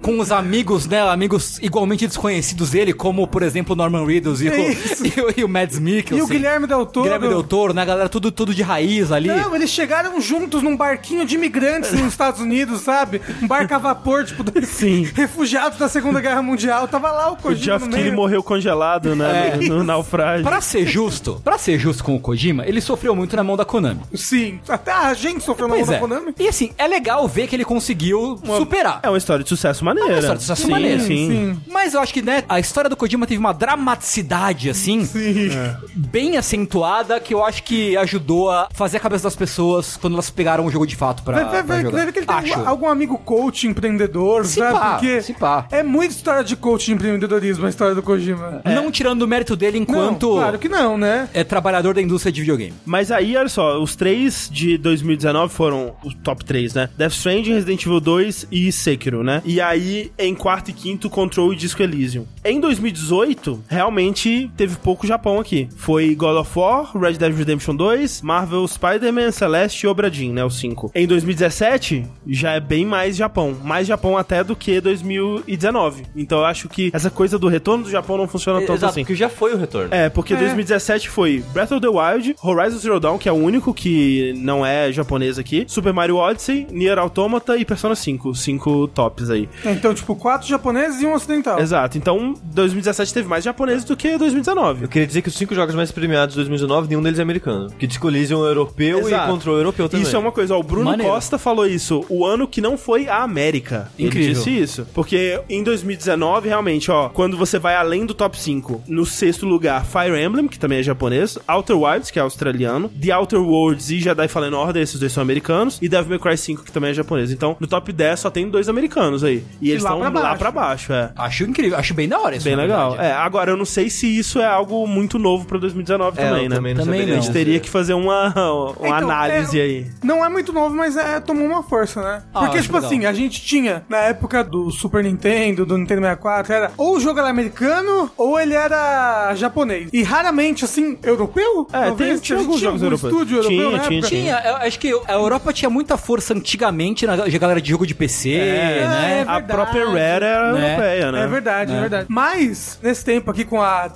[SPEAKER 4] com os amigos, né, amigos igualmente desconhecidos dele, como, por exemplo, o Norman Reedus e, o,
[SPEAKER 3] Isso.
[SPEAKER 4] e, o- e o Mads Mikkelsen.
[SPEAKER 3] E o
[SPEAKER 1] assim,
[SPEAKER 3] Guilherme Del Toro.
[SPEAKER 4] Guilherme Del Toro, né, galera, tudo, tudo de raiz ali.
[SPEAKER 3] Não, eles chegaram juntos num barquinho de imigrantes nos Estados Unidos, sabe? Um barco a vapor, tipo, dois
[SPEAKER 1] Sim.
[SPEAKER 3] refugiados da Segunda Guerra Mundial. Tava lá o
[SPEAKER 1] o
[SPEAKER 3] Kojima
[SPEAKER 1] Jeff
[SPEAKER 3] no
[SPEAKER 1] Kelly
[SPEAKER 3] meio.
[SPEAKER 1] morreu congelado, né, no, no naufrágio.
[SPEAKER 4] É. Pra ser justo, pra ser justo com o Kojima, ele sofreu muito na mão da Konami.
[SPEAKER 3] Sim, até a gente sofreu na mão
[SPEAKER 4] Pois
[SPEAKER 3] da
[SPEAKER 4] é.
[SPEAKER 3] Konami.
[SPEAKER 4] E assim, é legal ver que ele conseguiu superar.
[SPEAKER 1] É uma história de sucesso maneira.
[SPEAKER 4] É uma história de sucesso
[SPEAKER 1] sim,
[SPEAKER 4] maneira.
[SPEAKER 1] Sim,
[SPEAKER 4] Mas eu acho que, né, a história do Kojima teve uma dramaticidade, assim, bem acentuada, que eu acho que ajudou a fazer a cabeça das pessoas quando elas pegaram o jogo de fato pra,
[SPEAKER 3] Vai, vai,
[SPEAKER 4] pra
[SPEAKER 3] vai,
[SPEAKER 4] jogar.
[SPEAKER 3] deve que ele tem
[SPEAKER 4] acho.
[SPEAKER 3] algum, algum amigo coach empreendedor,
[SPEAKER 4] Se
[SPEAKER 3] sabe?
[SPEAKER 4] pá,
[SPEAKER 3] Porque
[SPEAKER 4] se pá.
[SPEAKER 3] é muita história de coach e empreendedorismo a história do Kojima.
[SPEAKER 4] É. Não tirando o mérito dele enquanto
[SPEAKER 3] É. Não, claro que não, né?
[SPEAKER 4] é trabalhador da indústria de videogame.
[SPEAKER 1] Mas aí, olha só, os três de 2019 foram o top 3, né? Death Stranding, Resident Evil 2 e Sekiro, né? né? E aí, em quarto e quinto, Control e Disco Elysium. Em 2018, realmente teve pouco Japão aqui. Foi God of War, Red Dead Redemption 2, Marvel, Spider-Man, Celeste e Obradin, né? O 5. Em 2017, já é bem mais Japão. Mais Japão até do que 2019. Então eu acho que essa coisa do retorno do Japão não funciona tanto
[SPEAKER 2] Exato,
[SPEAKER 1] assim.
[SPEAKER 2] porque já foi o retorno.
[SPEAKER 1] É, porque
[SPEAKER 3] É.
[SPEAKER 1] 2017 foi Breath of the Wild, Horizon Zero Dawn, que é o único que não é japonês aqui, Super Mario Odyssey, Nier Automata e Persona 5. Cinco tops aí.
[SPEAKER 3] Então, tipo, quatro japoneses e um ocidental.
[SPEAKER 1] Exato. Então, 2017 teve mais japoneses do que
[SPEAKER 2] Eu
[SPEAKER 1] 2019.
[SPEAKER 2] queria dizer que os cinco jogos mais premiados de 2019, nenhum deles é americano. Que Disco Elysium é europeu
[SPEAKER 1] Exato.
[SPEAKER 2] e Control é europeu também.
[SPEAKER 1] Isso é uma coisa, ó, o Bruno
[SPEAKER 4] Maneiro.
[SPEAKER 1] Costa falou isso, o ano que não foi a América. Ele
[SPEAKER 4] Incrível.
[SPEAKER 1] disse isso. Porque em 2019, realmente, ó, quando você vai além do top 5, no sexto lugar, Fire Emblem, que também é japonês, Outer Wilds, que é australiano, The Outer Worlds e Jedi Fallen Order, esses dois são americanos, e Devil May Cry 5, que também é japonês. Então, no top 10 só tem dois americanos aí. E eles
[SPEAKER 3] lá
[SPEAKER 1] estão
[SPEAKER 3] pra
[SPEAKER 1] lá
[SPEAKER 3] baixo.
[SPEAKER 1] pra baixo, é.
[SPEAKER 4] Acho incrível, acho bem da hora isso.
[SPEAKER 1] Bem
[SPEAKER 4] na
[SPEAKER 1] legal.
[SPEAKER 4] verdade.
[SPEAKER 1] É, agora eu não sei se isso é algo muito novo pra 2019
[SPEAKER 2] É, eu
[SPEAKER 1] também, né?
[SPEAKER 2] Também não
[SPEAKER 4] Também
[SPEAKER 2] saberia
[SPEAKER 4] não.
[SPEAKER 1] A gente
[SPEAKER 2] dizer.
[SPEAKER 1] teria que fazer uma, uma
[SPEAKER 3] Então,
[SPEAKER 1] análise
[SPEAKER 3] é,
[SPEAKER 1] aí.
[SPEAKER 3] Não é muito novo, mas é, tomou uma força, né?
[SPEAKER 4] Ah,
[SPEAKER 3] Porque,
[SPEAKER 4] acho
[SPEAKER 3] tipo
[SPEAKER 4] legal.
[SPEAKER 3] assim, a gente tinha, na época do Super Nintendo, do Nintendo 64, era ou o jogo era americano ou ele era japonês. E raramente, assim, europeu?
[SPEAKER 1] É, tem-
[SPEAKER 3] Talvez,
[SPEAKER 1] tinha alguns
[SPEAKER 3] tinha
[SPEAKER 1] jogos
[SPEAKER 3] algum
[SPEAKER 1] europeus.
[SPEAKER 3] estúdio europeu
[SPEAKER 1] Tinha,
[SPEAKER 3] na época?
[SPEAKER 1] tinha,
[SPEAKER 4] Tinha, eu acho que a Europa tinha muita força antigamente na na galera de jogo de PC, né?
[SPEAKER 3] é
[SPEAKER 1] a
[SPEAKER 3] verdade.
[SPEAKER 1] própria Rare era
[SPEAKER 4] Né?
[SPEAKER 1] europeia, né?
[SPEAKER 3] É verdade, é. verdade. Mas, nesse tempo aqui, com a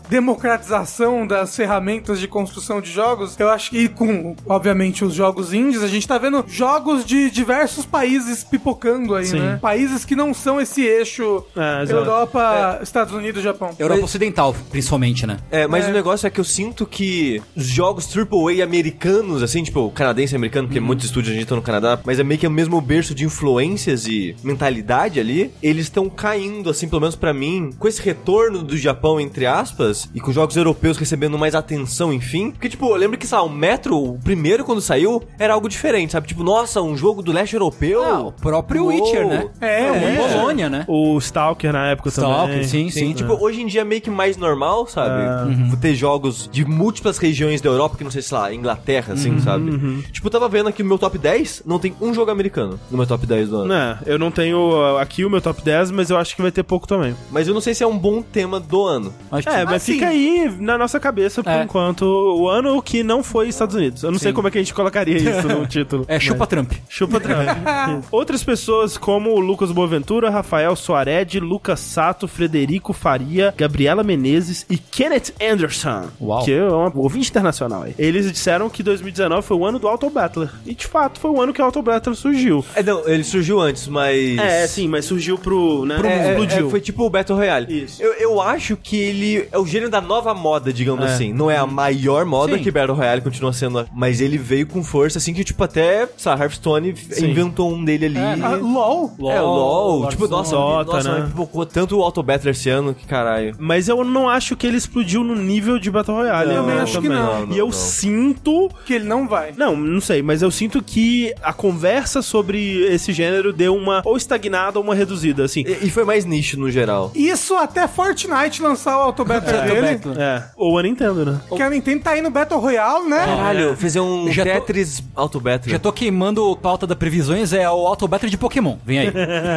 [SPEAKER 3] democratização das ferramentas de construção de jogos, eu acho que, e com, obviamente, os jogos indies, a gente tá vendo jogos de diversos países pipocando aí,
[SPEAKER 1] Sim.
[SPEAKER 3] né? Países que não são esse eixo
[SPEAKER 1] É, exato.
[SPEAKER 3] Europa, Estados Unidos, Japão.
[SPEAKER 4] Europa Ocidental, principalmente, né?
[SPEAKER 2] É, mas o negócio é que eu sinto que os jogos AAA americanos, assim, tipo, canadense e americano,
[SPEAKER 4] Uhum.
[SPEAKER 2] porque muitos estúdios a gente tá no Canadá, mas é meio que o mesmo berço de influências e mentalidade ali, eles estão caindo, assim, pelo menos pra mim, com esse retorno do Japão, entre aspas, e com os jogos europeus recebendo mais atenção, enfim. Porque, tipo, eu lembro que, sei lá, o Metro, o primeiro quando saiu, era algo diferente, sabe? Tipo, nossa, um jogo do leste europeu.
[SPEAKER 4] Ah, o próprio Witcher, né?
[SPEAKER 3] É,
[SPEAKER 4] o
[SPEAKER 3] é.
[SPEAKER 4] Bolônia, né?
[SPEAKER 1] O Stalker na época também. Né?
[SPEAKER 4] Stalker,
[SPEAKER 2] Sim,
[SPEAKER 4] sim, sim.
[SPEAKER 2] tipo, hoje em dia é meio que mais normal, sabe?
[SPEAKER 1] É.
[SPEAKER 2] Tipo, Ter jogos de múltiplas regiões da Europa, que não sei, sei lá, Inglaterra,
[SPEAKER 1] Uhum.
[SPEAKER 2] assim, sabe? Tipo, eu tava vendo aqui o meu top 10, não tem um jogo americano no meu top 10 do ano.
[SPEAKER 1] Né, eu não tenho uh, aqui o meu top 10, mas eu acho que vai ter pouco também.
[SPEAKER 2] Mas eu não sei se é um bom tema do ano.
[SPEAKER 4] Acho que-
[SPEAKER 1] É, mas
[SPEAKER 3] Assim.
[SPEAKER 1] fica aí na nossa cabeça por
[SPEAKER 4] É.
[SPEAKER 1] enquanto o ano que não foi Estados Unidos. Eu não sei como é que a gente colocaria isso no título.
[SPEAKER 4] é, chupa Trump.
[SPEAKER 1] Chupa Trump. Outras pessoas como o Lucas Boaventura, Rafael Soared, Lucas Sato, Frederico Faria, Gabriela Menezes e Kenneth Anderson,
[SPEAKER 4] Uau.
[SPEAKER 1] que é um ouvinte internacional. aí. Eles disseram que 2019 foi o ano do Auto Battler. E de fato foi o ano que o Auto Battler surgiu.
[SPEAKER 2] É, não, ele surgiu antes, mas.
[SPEAKER 1] É, sim, mas surgiu pro. Né,
[SPEAKER 2] Pro- é,
[SPEAKER 1] explodiu.
[SPEAKER 2] é, foi tipo o Battle Royale.
[SPEAKER 1] Isso.
[SPEAKER 2] Eu, eu acho que ele é o gênio da nova moda, digamos
[SPEAKER 1] É.
[SPEAKER 2] assim. Não é a maior moda
[SPEAKER 4] Sim.
[SPEAKER 2] que Battle Royale continua sendo, mas ele veio com força, assim, que tipo até, sabe, Hearthstone
[SPEAKER 1] Sim.
[SPEAKER 2] inventou um dele ali.
[SPEAKER 3] Ah, LOL?
[SPEAKER 2] é, o LOL.
[SPEAKER 4] LOL,
[SPEAKER 2] tipo, nossa,
[SPEAKER 1] Dota,
[SPEAKER 2] nossa,
[SPEAKER 1] né?
[SPEAKER 2] mas pipocou tanto o Auto Battler esse ano que caralho.
[SPEAKER 1] Mas eu não acho que ele explodiu no nível de Battle Royale.
[SPEAKER 2] Não,
[SPEAKER 1] eu
[SPEAKER 2] também
[SPEAKER 3] acho que não.
[SPEAKER 1] E eu
[SPEAKER 2] Não, não.
[SPEAKER 1] sinto.
[SPEAKER 3] Que ele não vai.
[SPEAKER 1] Não, não sei, mas eu sinto que a conversa sobre esse gênero deu uma ou estagnada ou uma reduzida, assim.
[SPEAKER 2] E, e foi mais nicho no geral.
[SPEAKER 3] Isso até Fortnite lançar o Auto Battle dele.
[SPEAKER 1] É, ou a Nintendo, né?
[SPEAKER 3] Porque a Nintendo tá aí no Battle Royale, né?
[SPEAKER 2] Caralho, fazer um
[SPEAKER 4] Já tô-
[SPEAKER 2] Tetris Auto Battler.
[SPEAKER 4] Já tô queimando pauta da previsões, é o Auto Battle de Pokémon. Vem aí.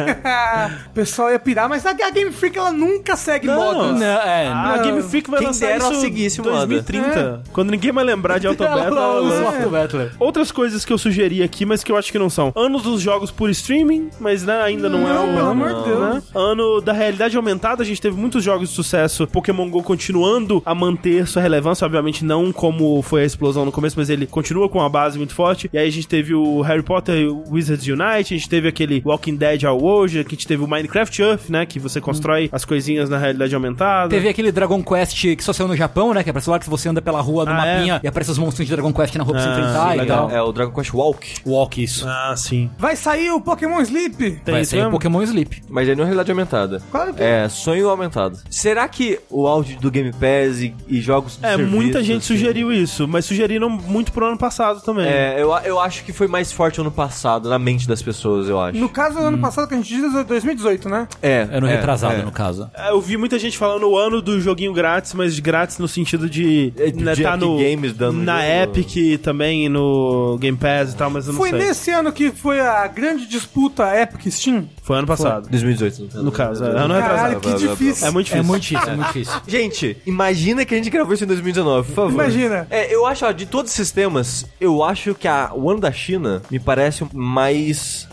[SPEAKER 3] O pessoal ia pirar, mas a a Game Freak ela nunca segue
[SPEAKER 1] Não,
[SPEAKER 3] modas.
[SPEAKER 4] Não, é,
[SPEAKER 1] Ah, a
[SPEAKER 3] não.
[SPEAKER 1] Game Freak vai
[SPEAKER 2] Quem
[SPEAKER 1] lançar
[SPEAKER 2] dera ela
[SPEAKER 1] isso
[SPEAKER 2] seguisse,
[SPEAKER 1] em 2030. Quando ninguém vai lembrar de Auto Battle, ela
[SPEAKER 4] Os
[SPEAKER 1] lança.
[SPEAKER 4] Auto Battler.
[SPEAKER 1] Outras coisas que eu sugeri aqui, mas que eu acho que não são. Anos dos jogos por streaming, mas né, ainda não, é
[SPEAKER 3] Não,
[SPEAKER 1] o
[SPEAKER 3] pelo
[SPEAKER 1] ano,
[SPEAKER 3] amor de Deus.
[SPEAKER 1] né? Ano da realidade aumentada, a gente teve muitos jogos de sucesso. Pokémon GO continuando a manter sua relevância, obviamente não como foi a explosão no começo, mas ele continua com uma base muito forte. E aí a gente teve o Harry Potter e o Wizards Unite, a gente teve aquele Walking Dead ao hoje, que a gente teve o Minecraft Earth, né, que você
[SPEAKER 3] Hum.
[SPEAKER 1] constrói as coisinhas na realidade aumentada.
[SPEAKER 4] Teve aquele Dragon Quest que só saiu no Japão, né? Que é pra celular que você anda pela rua no
[SPEAKER 1] Ah, é?
[SPEAKER 4] mapinha e aparece os monstros de Dragon Quest na rua pra você
[SPEAKER 1] Ah,
[SPEAKER 4] enfrentar e
[SPEAKER 1] legal.
[SPEAKER 4] tal.
[SPEAKER 2] É o Dragon Quest Walk.
[SPEAKER 4] Walk, isso.
[SPEAKER 1] Ah, sim.
[SPEAKER 3] Vai sair o Pokémon Sleep.
[SPEAKER 1] Tem
[SPEAKER 4] Vai
[SPEAKER 1] isso
[SPEAKER 4] sair o
[SPEAKER 1] mesmo?
[SPEAKER 4] Pokémon Sleep.
[SPEAKER 2] Mas ele não é realidade aumentada.
[SPEAKER 3] Claro que
[SPEAKER 2] É, sonho aumentado. Será que o áudio do Game Pass e, e jogos de
[SPEAKER 1] É,
[SPEAKER 2] serviço,
[SPEAKER 1] muita gente
[SPEAKER 2] assim,
[SPEAKER 1] sugeriu isso, mas sugeriram muito pro ano passado também.
[SPEAKER 2] É, eu, a- eu acho que foi mais forte ano passado, na mente das pessoas, eu acho.
[SPEAKER 3] No caso do
[SPEAKER 1] Hum.
[SPEAKER 3] ano passado que a gente diz é 2018, né?
[SPEAKER 2] É,
[SPEAKER 4] Era no
[SPEAKER 2] é,
[SPEAKER 4] retrasado,
[SPEAKER 2] é.
[SPEAKER 4] no caso.
[SPEAKER 1] Eu vi muita gente falando o ano do joguinho grátis, mas grátis no sentido de. né, tá
[SPEAKER 2] É, de Epic Games dando
[SPEAKER 1] Na
[SPEAKER 2] jogo.
[SPEAKER 1] Epic também, no Game Pass e tal, mas eu não
[SPEAKER 3] Foi
[SPEAKER 1] sei.
[SPEAKER 3] nesse ano que foi a grande disputa Epic Steam? ano?
[SPEAKER 1] Foi ano passado.
[SPEAKER 2] 2018, não tem
[SPEAKER 1] No caso, é. Ano
[SPEAKER 3] Caralho,
[SPEAKER 1] retrasado.
[SPEAKER 3] que difícil.
[SPEAKER 1] É muito difícil.
[SPEAKER 4] É muito difícil, é muito difícil.
[SPEAKER 2] Gente, imagina que a gente gravou isso em 2019, por favor.
[SPEAKER 3] Imagina.
[SPEAKER 2] É, eu acho, ó, de todos os sistemas, eu acho que a One da China me parece mais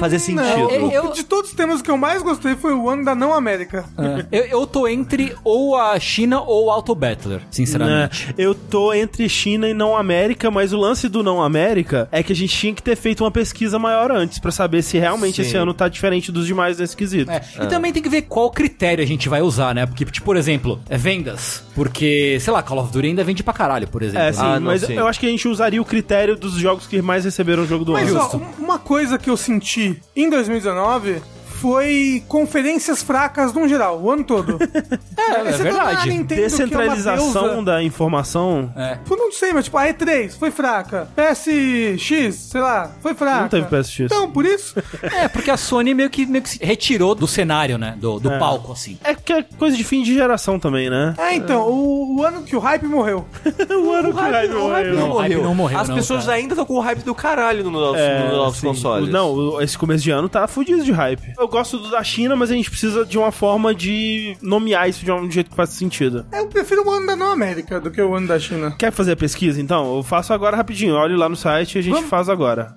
[SPEAKER 2] fazer sentido.
[SPEAKER 3] Não,
[SPEAKER 4] Eu-
[SPEAKER 3] o-
[SPEAKER 4] eu-
[SPEAKER 3] De todos os temas que eu mais gostei foi o ano da não América.
[SPEAKER 4] Eu, É. eu tô entre ou a China ou o Auto Battler,
[SPEAKER 1] Né?
[SPEAKER 4] sinceramente.
[SPEAKER 1] Eu tô entre China e não América, mas o lance do não América é que a gente tinha que ter feito uma pesquisa maior antes pra saber se realmente
[SPEAKER 2] Sim.
[SPEAKER 1] esse ano tá diferente dos demais nesse quesito.
[SPEAKER 4] É, E também tem que ver qual critério a gente vai usar, né? Porque, tipo, por exemplo, é vendas. Porque, sei lá, Call of Duty ainda vende pra caralho, por exemplo.
[SPEAKER 1] É, sim,
[SPEAKER 2] Ah, não,
[SPEAKER 1] mas
[SPEAKER 2] sim.
[SPEAKER 1] eu acho que a gente usaria o critério dos jogos que mais receberam o jogo do
[SPEAKER 3] Mas
[SPEAKER 1] ano.
[SPEAKER 3] ó, um- uma coisa que eu senti em 2019 foi conferências fracas num geral, o ano todo.
[SPEAKER 4] é,
[SPEAKER 3] Exceto na
[SPEAKER 4] verdade.
[SPEAKER 3] Nintendo, que é uma
[SPEAKER 1] Descentralização
[SPEAKER 3] deusa.
[SPEAKER 1] da informação.
[SPEAKER 4] É.
[SPEAKER 3] Eu não sei, mas tipo, a E3 foi fraca. PSX, sei lá, foi fraca.
[SPEAKER 1] Não teve PSX.
[SPEAKER 3] Então, por isso,
[SPEAKER 4] É, porque a Sony meio que, meio que se retirou do cenário, né? Do, do palco, assim.
[SPEAKER 1] É que é coisa de fim de geração também, né?
[SPEAKER 3] É, então, o, o ano que o hype morreu.
[SPEAKER 1] o É um ano que vai
[SPEAKER 4] não morreu. hype não morreu,
[SPEAKER 2] As
[SPEAKER 4] não,
[SPEAKER 2] pessoas
[SPEAKER 4] cara.
[SPEAKER 2] ainda estão com o hype do caralho no nosso, nos nossos consoles.
[SPEAKER 1] É, Não, o- esse começo de ano tá fudido de hype. Eu gosto do da China, mas a gente precisa de uma forma de nomear isso de um jeito que faça sentido.
[SPEAKER 3] Eu prefiro o ano da não América do que o ano da China.
[SPEAKER 1] Quer fazer a pesquisa, então? Eu faço agora rapidinho. Olhe lá no site e a gente
[SPEAKER 3] Vamos.
[SPEAKER 1] faz agora.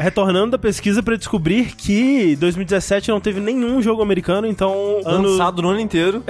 [SPEAKER 1] Retornando da pesquisa pra descobrir que 2017 não teve nenhum jogo americano, então ano
[SPEAKER 2] Lançado no ano inteiro.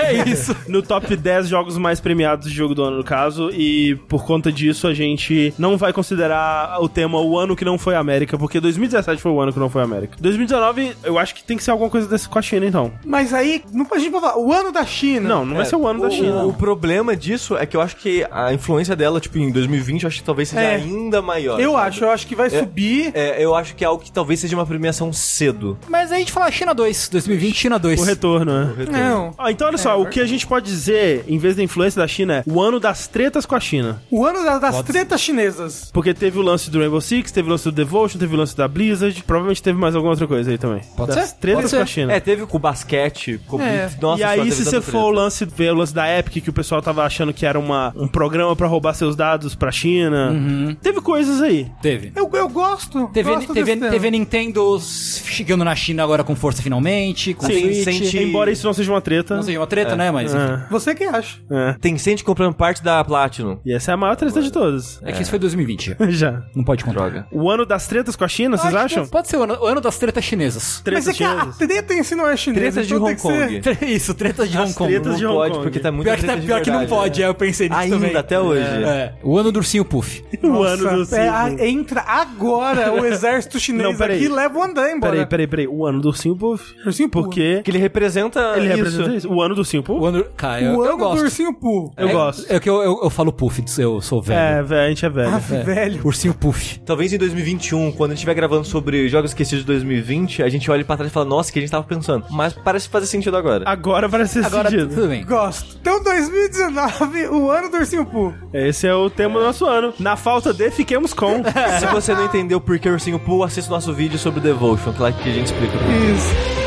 [SPEAKER 1] é isso. No top 10 jogos mais premiados de jogo do ano, no caso. E por conta disso, a gente não vai considerar o tema o ano que não foi a América, porque 2017 foi o ano que não foi a América. 2019, eu acho que tem que ser alguma coisa desse com a China, então.
[SPEAKER 3] Mas aí, não pode a gente pode falar, o ano da China.
[SPEAKER 1] Não, não vai ser o ano da China.
[SPEAKER 2] É, O, o problema disso é que eu acho que a influência dela, tipo, em 2020, eu acho que talvez seja
[SPEAKER 3] É.
[SPEAKER 2] ainda maior.
[SPEAKER 3] Eu
[SPEAKER 2] sabe?
[SPEAKER 3] acho, eu acho que vai
[SPEAKER 2] É.
[SPEAKER 3] subir.
[SPEAKER 2] É, eu acho que é algo que talvez seja uma premiação cedo.
[SPEAKER 4] Mas aí a gente fala China 2, 2020, China 2.
[SPEAKER 1] O retorno, né?
[SPEAKER 3] Não,
[SPEAKER 1] Ah, então, olha só, o que a gente pode dizer, em vez da influência da China, é o ano das tretas com a China.
[SPEAKER 3] o ano da- das tretas chinesas.
[SPEAKER 1] Porque teve o lance do Rainbow Six, teve o lance do Devotion, teve o lance da Blizzard, provavelmente teve mais alguma outra coisa aí também.
[SPEAKER 4] Pode
[SPEAKER 1] das
[SPEAKER 4] ser?
[SPEAKER 1] tretas
[SPEAKER 4] Pode
[SPEAKER 1] com a
[SPEAKER 4] ser.
[SPEAKER 1] China.
[SPEAKER 2] É, teve com o basquete, com...
[SPEAKER 3] É.
[SPEAKER 2] Nossa,
[SPEAKER 1] e aí,
[SPEAKER 2] teve
[SPEAKER 1] se você
[SPEAKER 2] tanta
[SPEAKER 1] for o
[SPEAKER 2] treta.
[SPEAKER 1] lance, ver o lance da Epic, que o pessoal tava achando que era uma, um programa pra roubar seus dados pra China. Teve coisas aí.
[SPEAKER 4] Teve.
[SPEAKER 3] Eu, eu gosto.
[SPEAKER 4] TV,
[SPEAKER 3] gosto
[SPEAKER 4] TV,
[SPEAKER 3] desse tema.
[SPEAKER 4] TV Nintendo chegando na China agora com força finalmente, com
[SPEAKER 2] Sim,
[SPEAKER 4] Switch.
[SPEAKER 2] sente-
[SPEAKER 1] Embora isso não seja uma treta.
[SPEAKER 4] Não seja uma treta, né? Mas. enfim.
[SPEAKER 1] É,
[SPEAKER 3] Você que acha.
[SPEAKER 1] é.
[SPEAKER 2] Tem gente comprando parte da Platinum.
[SPEAKER 1] E essa é a maior treta de todas.
[SPEAKER 4] É que isso foi 2020.
[SPEAKER 1] Já.
[SPEAKER 4] Não pode contar.
[SPEAKER 2] Droga.
[SPEAKER 1] O ano das tretas com a China, vocês acham?
[SPEAKER 4] Pode ser o ano, o ano das tretas chinesas.
[SPEAKER 3] Mas
[SPEAKER 1] Tretas
[SPEAKER 3] é que a
[SPEAKER 1] chinesas.
[SPEAKER 3] treta em si não é chinesa.
[SPEAKER 2] Tretas de
[SPEAKER 3] então
[SPEAKER 2] Hong
[SPEAKER 3] tem que ser-
[SPEAKER 2] Kong.
[SPEAKER 4] Isso, tretas de Hong Kong.
[SPEAKER 1] tretas
[SPEAKER 2] Não
[SPEAKER 1] de Hong
[SPEAKER 2] pode,
[SPEAKER 1] Kong.
[SPEAKER 2] porque tá muito
[SPEAKER 4] Pior, que, tá- pior que não pode, é. eu pensei nisso
[SPEAKER 2] né? Ainda,
[SPEAKER 4] também.
[SPEAKER 2] até hoje.
[SPEAKER 4] É. O ano do ursinho Puff.
[SPEAKER 1] O
[SPEAKER 3] Nossa,
[SPEAKER 1] ano do
[SPEAKER 3] é,
[SPEAKER 1] ursinho.
[SPEAKER 3] a- entra agora o exército
[SPEAKER 1] Não,
[SPEAKER 3] chinês
[SPEAKER 1] peraí.
[SPEAKER 3] aqui e leva o André embora.
[SPEAKER 1] Peraí, peraí, peraí. O ano do ursinho puff.
[SPEAKER 3] Ursinho Puff.
[SPEAKER 1] Porque
[SPEAKER 2] Que ele representa
[SPEAKER 1] ele
[SPEAKER 2] isso.
[SPEAKER 1] representa isso. O ano do ursinho
[SPEAKER 4] O
[SPEAKER 1] puff?
[SPEAKER 4] ano. Cara, eu,
[SPEAKER 3] O
[SPEAKER 4] eu
[SPEAKER 3] ano do
[SPEAKER 4] gosto.
[SPEAKER 3] ursinho Poo.
[SPEAKER 1] Eu
[SPEAKER 4] É-
[SPEAKER 1] gosto.
[SPEAKER 4] É que eu, eu, eu falo Puff, eu sou
[SPEAKER 1] É,
[SPEAKER 4] velho.
[SPEAKER 1] velho, a gente é velho.
[SPEAKER 3] Aff, Ah, velho.
[SPEAKER 4] Ursinho Puff.
[SPEAKER 2] Talvez em 2021, quando a gente estiver gravando sobre jogos esquecidos de 2020, a gente olha pra trás e fala, nossa, o que a gente tava pensando. Mas parece fazer sentido agora.
[SPEAKER 1] Agora vai ser
[SPEAKER 4] Agora
[SPEAKER 1] sentido.
[SPEAKER 4] tudo bem.
[SPEAKER 3] Gosto. Então 2019, o ano do ursinho Poo.
[SPEAKER 1] Esse é o tema do nosso ano. Na falta de, fiquemos com.
[SPEAKER 2] Se você não entendeu por que o ursinho Poo, assista o nosso vídeo sobre Devotion, que é lá que a gente explica.
[SPEAKER 3] Isso.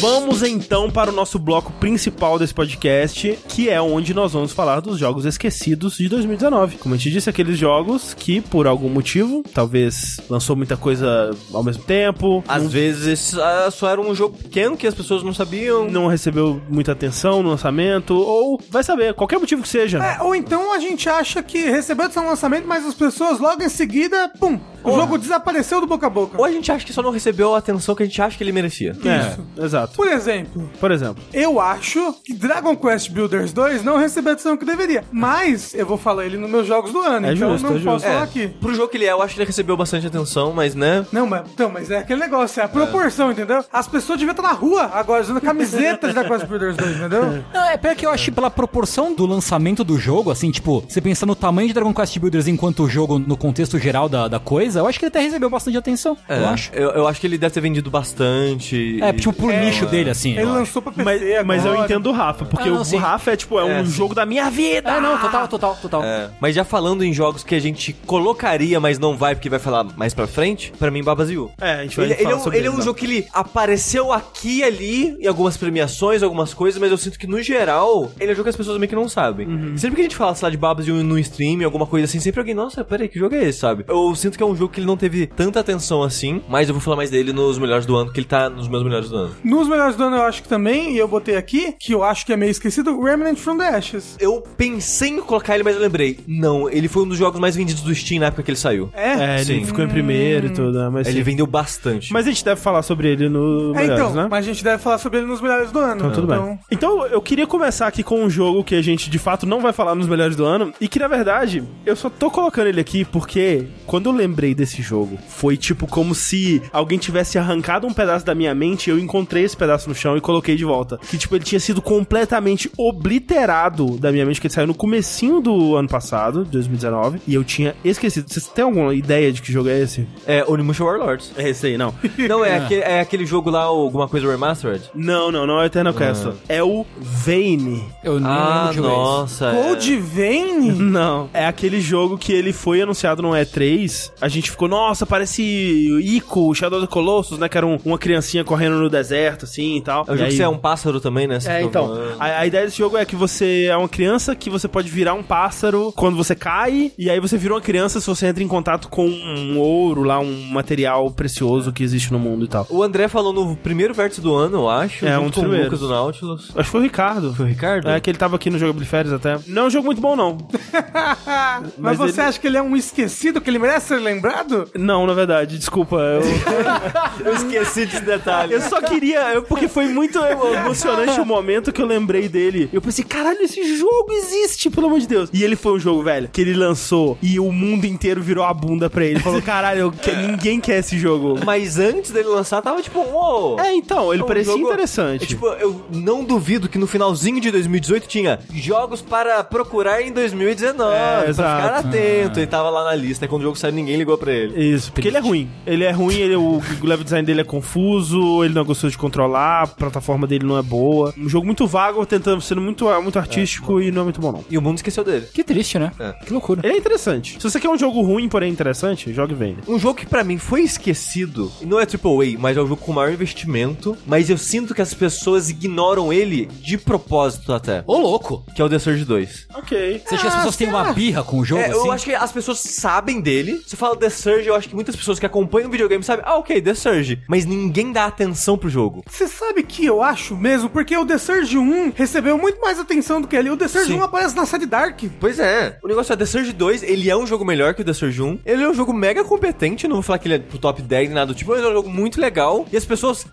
[SPEAKER 1] Vamos então para o nosso bloco principal desse podcast, que é onde nós vamos falar dos jogos esquecidos de 2019. Como a gente disse, aqueles jogos que, por algum motivo, talvez lançou muita coisa ao mesmo tempo,
[SPEAKER 2] Às vezes ah, só era um jogo pequeno que as pessoas não sabiam.
[SPEAKER 1] não recebeu muita atenção no lançamento, ou vai saber, qualquer motivo que seja.
[SPEAKER 3] É, ou então a gente acha que recebeu seu lançamento, mas as pessoas logo em seguida, pum, O jogo desapareceu do boca a boca.
[SPEAKER 2] Ou a gente acha que só não recebeu a atenção que a gente acha que ele merecia.
[SPEAKER 1] É, exato.
[SPEAKER 3] Por exemplo,
[SPEAKER 1] Por exemplo,
[SPEAKER 3] eu acho que Dragon Quest Builders 2 não recebeu a atenção que deveria. Mas eu vou falar ele nos meus jogos do ano,
[SPEAKER 1] É
[SPEAKER 3] então
[SPEAKER 1] justo,
[SPEAKER 3] eu não
[SPEAKER 1] é
[SPEAKER 3] posso
[SPEAKER 1] justo.
[SPEAKER 3] falar
[SPEAKER 2] É,
[SPEAKER 3] aqui.
[SPEAKER 2] pro jogo que ele é, eu acho que ele recebeu bastante atenção, mas né...
[SPEAKER 3] Não, mas, então, mas é aquele negócio, é a proporção, entendeu? As pessoas deviam estar na rua agora usando camisetas da Quest Builders 2, entendeu?
[SPEAKER 4] Não, é pior que eu acho que pela proporção do lançamento do jogo, assim, tipo, você pensando no tamanho de Dragon Quest Builders enquanto jogo no contexto geral da, da coisa, eu acho que ele até recebeu bastante atenção.
[SPEAKER 2] É.
[SPEAKER 4] Eu acho.
[SPEAKER 2] Eu, eu acho que ele deve ter vendido bastante.
[SPEAKER 4] É,
[SPEAKER 2] e-
[SPEAKER 4] tipo, pro nicho dele, assim.
[SPEAKER 3] Ele
[SPEAKER 4] eu
[SPEAKER 3] lançou pra PC
[SPEAKER 1] mas,
[SPEAKER 3] agora.
[SPEAKER 1] mas eu entendo o Rafa, porque
[SPEAKER 4] Ah, não,
[SPEAKER 1] o
[SPEAKER 4] sim.
[SPEAKER 1] Rafa é tipo, é,
[SPEAKER 2] É,
[SPEAKER 1] um
[SPEAKER 2] sim.
[SPEAKER 1] jogo da minha vida.
[SPEAKER 4] acho. É, não, total, total, total.
[SPEAKER 2] É, Mas já falando em jogos que a gente colocaria, mas não vai porque vai falar mais pra frente, pra mim, Babas Yu.
[SPEAKER 1] É, a gente vai
[SPEAKER 2] Ele, ele
[SPEAKER 1] falar
[SPEAKER 2] é um,
[SPEAKER 1] sobre né?
[SPEAKER 2] ele é um
[SPEAKER 1] não.
[SPEAKER 2] jogo que ele apareceu aqui e ali, em algumas premiações, algumas coisas, mas eu sinto que no geral, ele é um jogo que as pessoas meio que não sabem.
[SPEAKER 1] Uhum.
[SPEAKER 2] Sempre que a gente fala, sei lá, de Babas Yu no stream, alguma coisa assim, sempre alguém, nossa, peraí, que jogo é esse, sabe? Eu sinto que é um jogo que ele não teve tanta atenção assim, mas eu vou falar mais dele nos melhores do ano, que ele tá nos meus melhores do ano.
[SPEAKER 3] Nos melhores do ano eu acho que também, e eu botei aqui, que eu acho que é meio esquecido, Remnant from the Ashes.
[SPEAKER 2] Eu pensei em colocar ele, mas eu lembrei. Não, ele foi um dos jogos mais vendidos do Steam na época que ele saiu.
[SPEAKER 1] É, ele
[SPEAKER 2] Sim.
[SPEAKER 1] ficou em primeiro e tudo, né? Mas,
[SPEAKER 2] Ele
[SPEAKER 1] sim.
[SPEAKER 2] vendeu bastante.
[SPEAKER 1] mas a gente deve falar sobre ele no
[SPEAKER 3] É,
[SPEAKER 1] Melhores,
[SPEAKER 3] então,
[SPEAKER 1] né?
[SPEAKER 3] mas a gente deve falar sobre ele nos melhores do ano.
[SPEAKER 1] Então, tudo bem. Então, eu queria começar aqui com um jogo que a gente de fato não vai falar nos melhores do ano. E que na verdade, eu só tô colocando ele aqui porque quando eu lembrei desse jogo, foi tipo como se alguém tivesse arrancado um pedaço da minha mente. Eu encontrei esse pedaço no chão e coloquei de volta. Que tipo, ele tinha sido completamente obliterado da minha mente, que ele saiu no comecinho do ano passado, 2019. E eu tinha esquecido. Vocês têm alguma ideia de que jogo é esse?
[SPEAKER 2] É, Onimusha Warlords.
[SPEAKER 1] É esse aí, não.
[SPEAKER 2] Não, é, aquele, é aquele jogo lá, alguma coisa remastered?
[SPEAKER 1] Não, não, não é o Eternal Castle. É o Vane.
[SPEAKER 4] Eu nem lembro
[SPEAKER 2] Ah,
[SPEAKER 4] de jogar isso.
[SPEAKER 2] nossa. é.
[SPEAKER 3] Cold Vein?
[SPEAKER 1] Não. É aquele jogo que ele foi anunciado no E3. A gente ficou, nossa, parece Ico, Shadow of the Colossus, né? Que era um- uma criancinha correndo no deserto, assim e tal.
[SPEAKER 2] É um
[SPEAKER 1] E
[SPEAKER 2] jogo que
[SPEAKER 1] aí-
[SPEAKER 2] você é um pássaro também, né? Você
[SPEAKER 1] É,
[SPEAKER 2] fica
[SPEAKER 1] então.
[SPEAKER 2] voando.
[SPEAKER 1] A, a ideia desse jogo é que você é uma criança que você pode virar um pássaro quando você cai, e aí você vira uma criança se você entra em contato com um ouro lá, um material precioso que existe no mundo e tal.
[SPEAKER 2] O André falou no primeiro vértice do ano, eu acho.
[SPEAKER 1] É,
[SPEAKER 2] junto
[SPEAKER 1] um dos
[SPEAKER 2] com o
[SPEAKER 1] primeiros.
[SPEAKER 2] Lucas do Nautilus.
[SPEAKER 1] Acho que foi o Ricardo.
[SPEAKER 2] Foi o Ricardo?
[SPEAKER 1] É, que ele tava aqui no jogo Férias até. Não é um jogo muito bom, não.
[SPEAKER 3] Mas,
[SPEAKER 1] Mas
[SPEAKER 3] você
[SPEAKER 1] ele-
[SPEAKER 3] acha que ele é um esquecido, que ele merece ser lembrado?
[SPEAKER 1] Não, na verdade, desculpa. Eu...
[SPEAKER 2] Eu esqueci desse detalhe.
[SPEAKER 1] Eu só queria, eu- porque foi muito emocionante o momento que eu lembrei dele. Eu pensei, caralho, esse jogo existe, pelo amor de Deus. E ele foi um jogo, velho, que ele lançou e o mundo inteiro virou a bunda pra ele. Falou, caralho, eu que- ninguém quer esse jogo.
[SPEAKER 2] Mas antes dele lançar, tava tipo, uou.
[SPEAKER 1] É, então, ele
[SPEAKER 2] Um
[SPEAKER 1] parecia
[SPEAKER 2] jogo-
[SPEAKER 1] interessante.
[SPEAKER 2] É, tipo, eu não duvido que no finalzinho de 2018 tinha jogos para procurar em 2019.
[SPEAKER 1] É,
[SPEAKER 2] pra
[SPEAKER 1] exato.
[SPEAKER 2] ficar atento. E tava lá na lista. E quando o jogo saiu, ninguém ligou pra ele.
[SPEAKER 1] Isso, porque ele é ruim. Ele é ruim, ele, o o level design dele é confuso, ele não gostou de controlar, a plataforma dele não é boa. Um jogo muito vago, tentando sendo muito, muito artístico e não é muito bom, não.
[SPEAKER 2] E o mundo esqueceu dele.
[SPEAKER 4] Que triste, né?
[SPEAKER 2] É.
[SPEAKER 4] Que loucura.
[SPEAKER 1] Ele é interessante. Se você quer um jogo ruim, porém interessante, jogue Vayne.
[SPEAKER 2] Um jogo que pra mim foi esquecido, e não é AAA, mas é o jogo com maior investimento, mas eu sinto que as pessoas ignoram ele de propósito até.
[SPEAKER 4] Ô, louco.
[SPEAKER 2] Que é o The Surge 2.
[SPEAKER 1] Ok.
[SPEAKER 4] Você acha que as pessoas têm uma birra com o jogo,
[SPEAKER 2] É,
[SPEAKER 4] assim?
[SPEAKER 2] eu acho que as pessoas sabem dele. Você fala The Surge, eu acho que muitas pessoas que acompanham o videogame sabem, ah, ok, The Surge. Mas ninguém dá atenção pro jogo.
[SPEAKER 3] Você sabe que eu acho mesmo? Porque o The Surge 1 recebeu muito mais atenção do que ele. O The Surge
[SPEAKER 2] Sim.
[SPEAKER 3] 1 aparece na série Dark.
[SPEAKER 2] Pois é. O negócio é The Surge 2, ele é um jogo melhor que o The Surge 1. Ele é um jogo mega competente, não vou falar que ele é pro top 10 nem nada do tipo, mas é um jogo muito legal. E as pessoas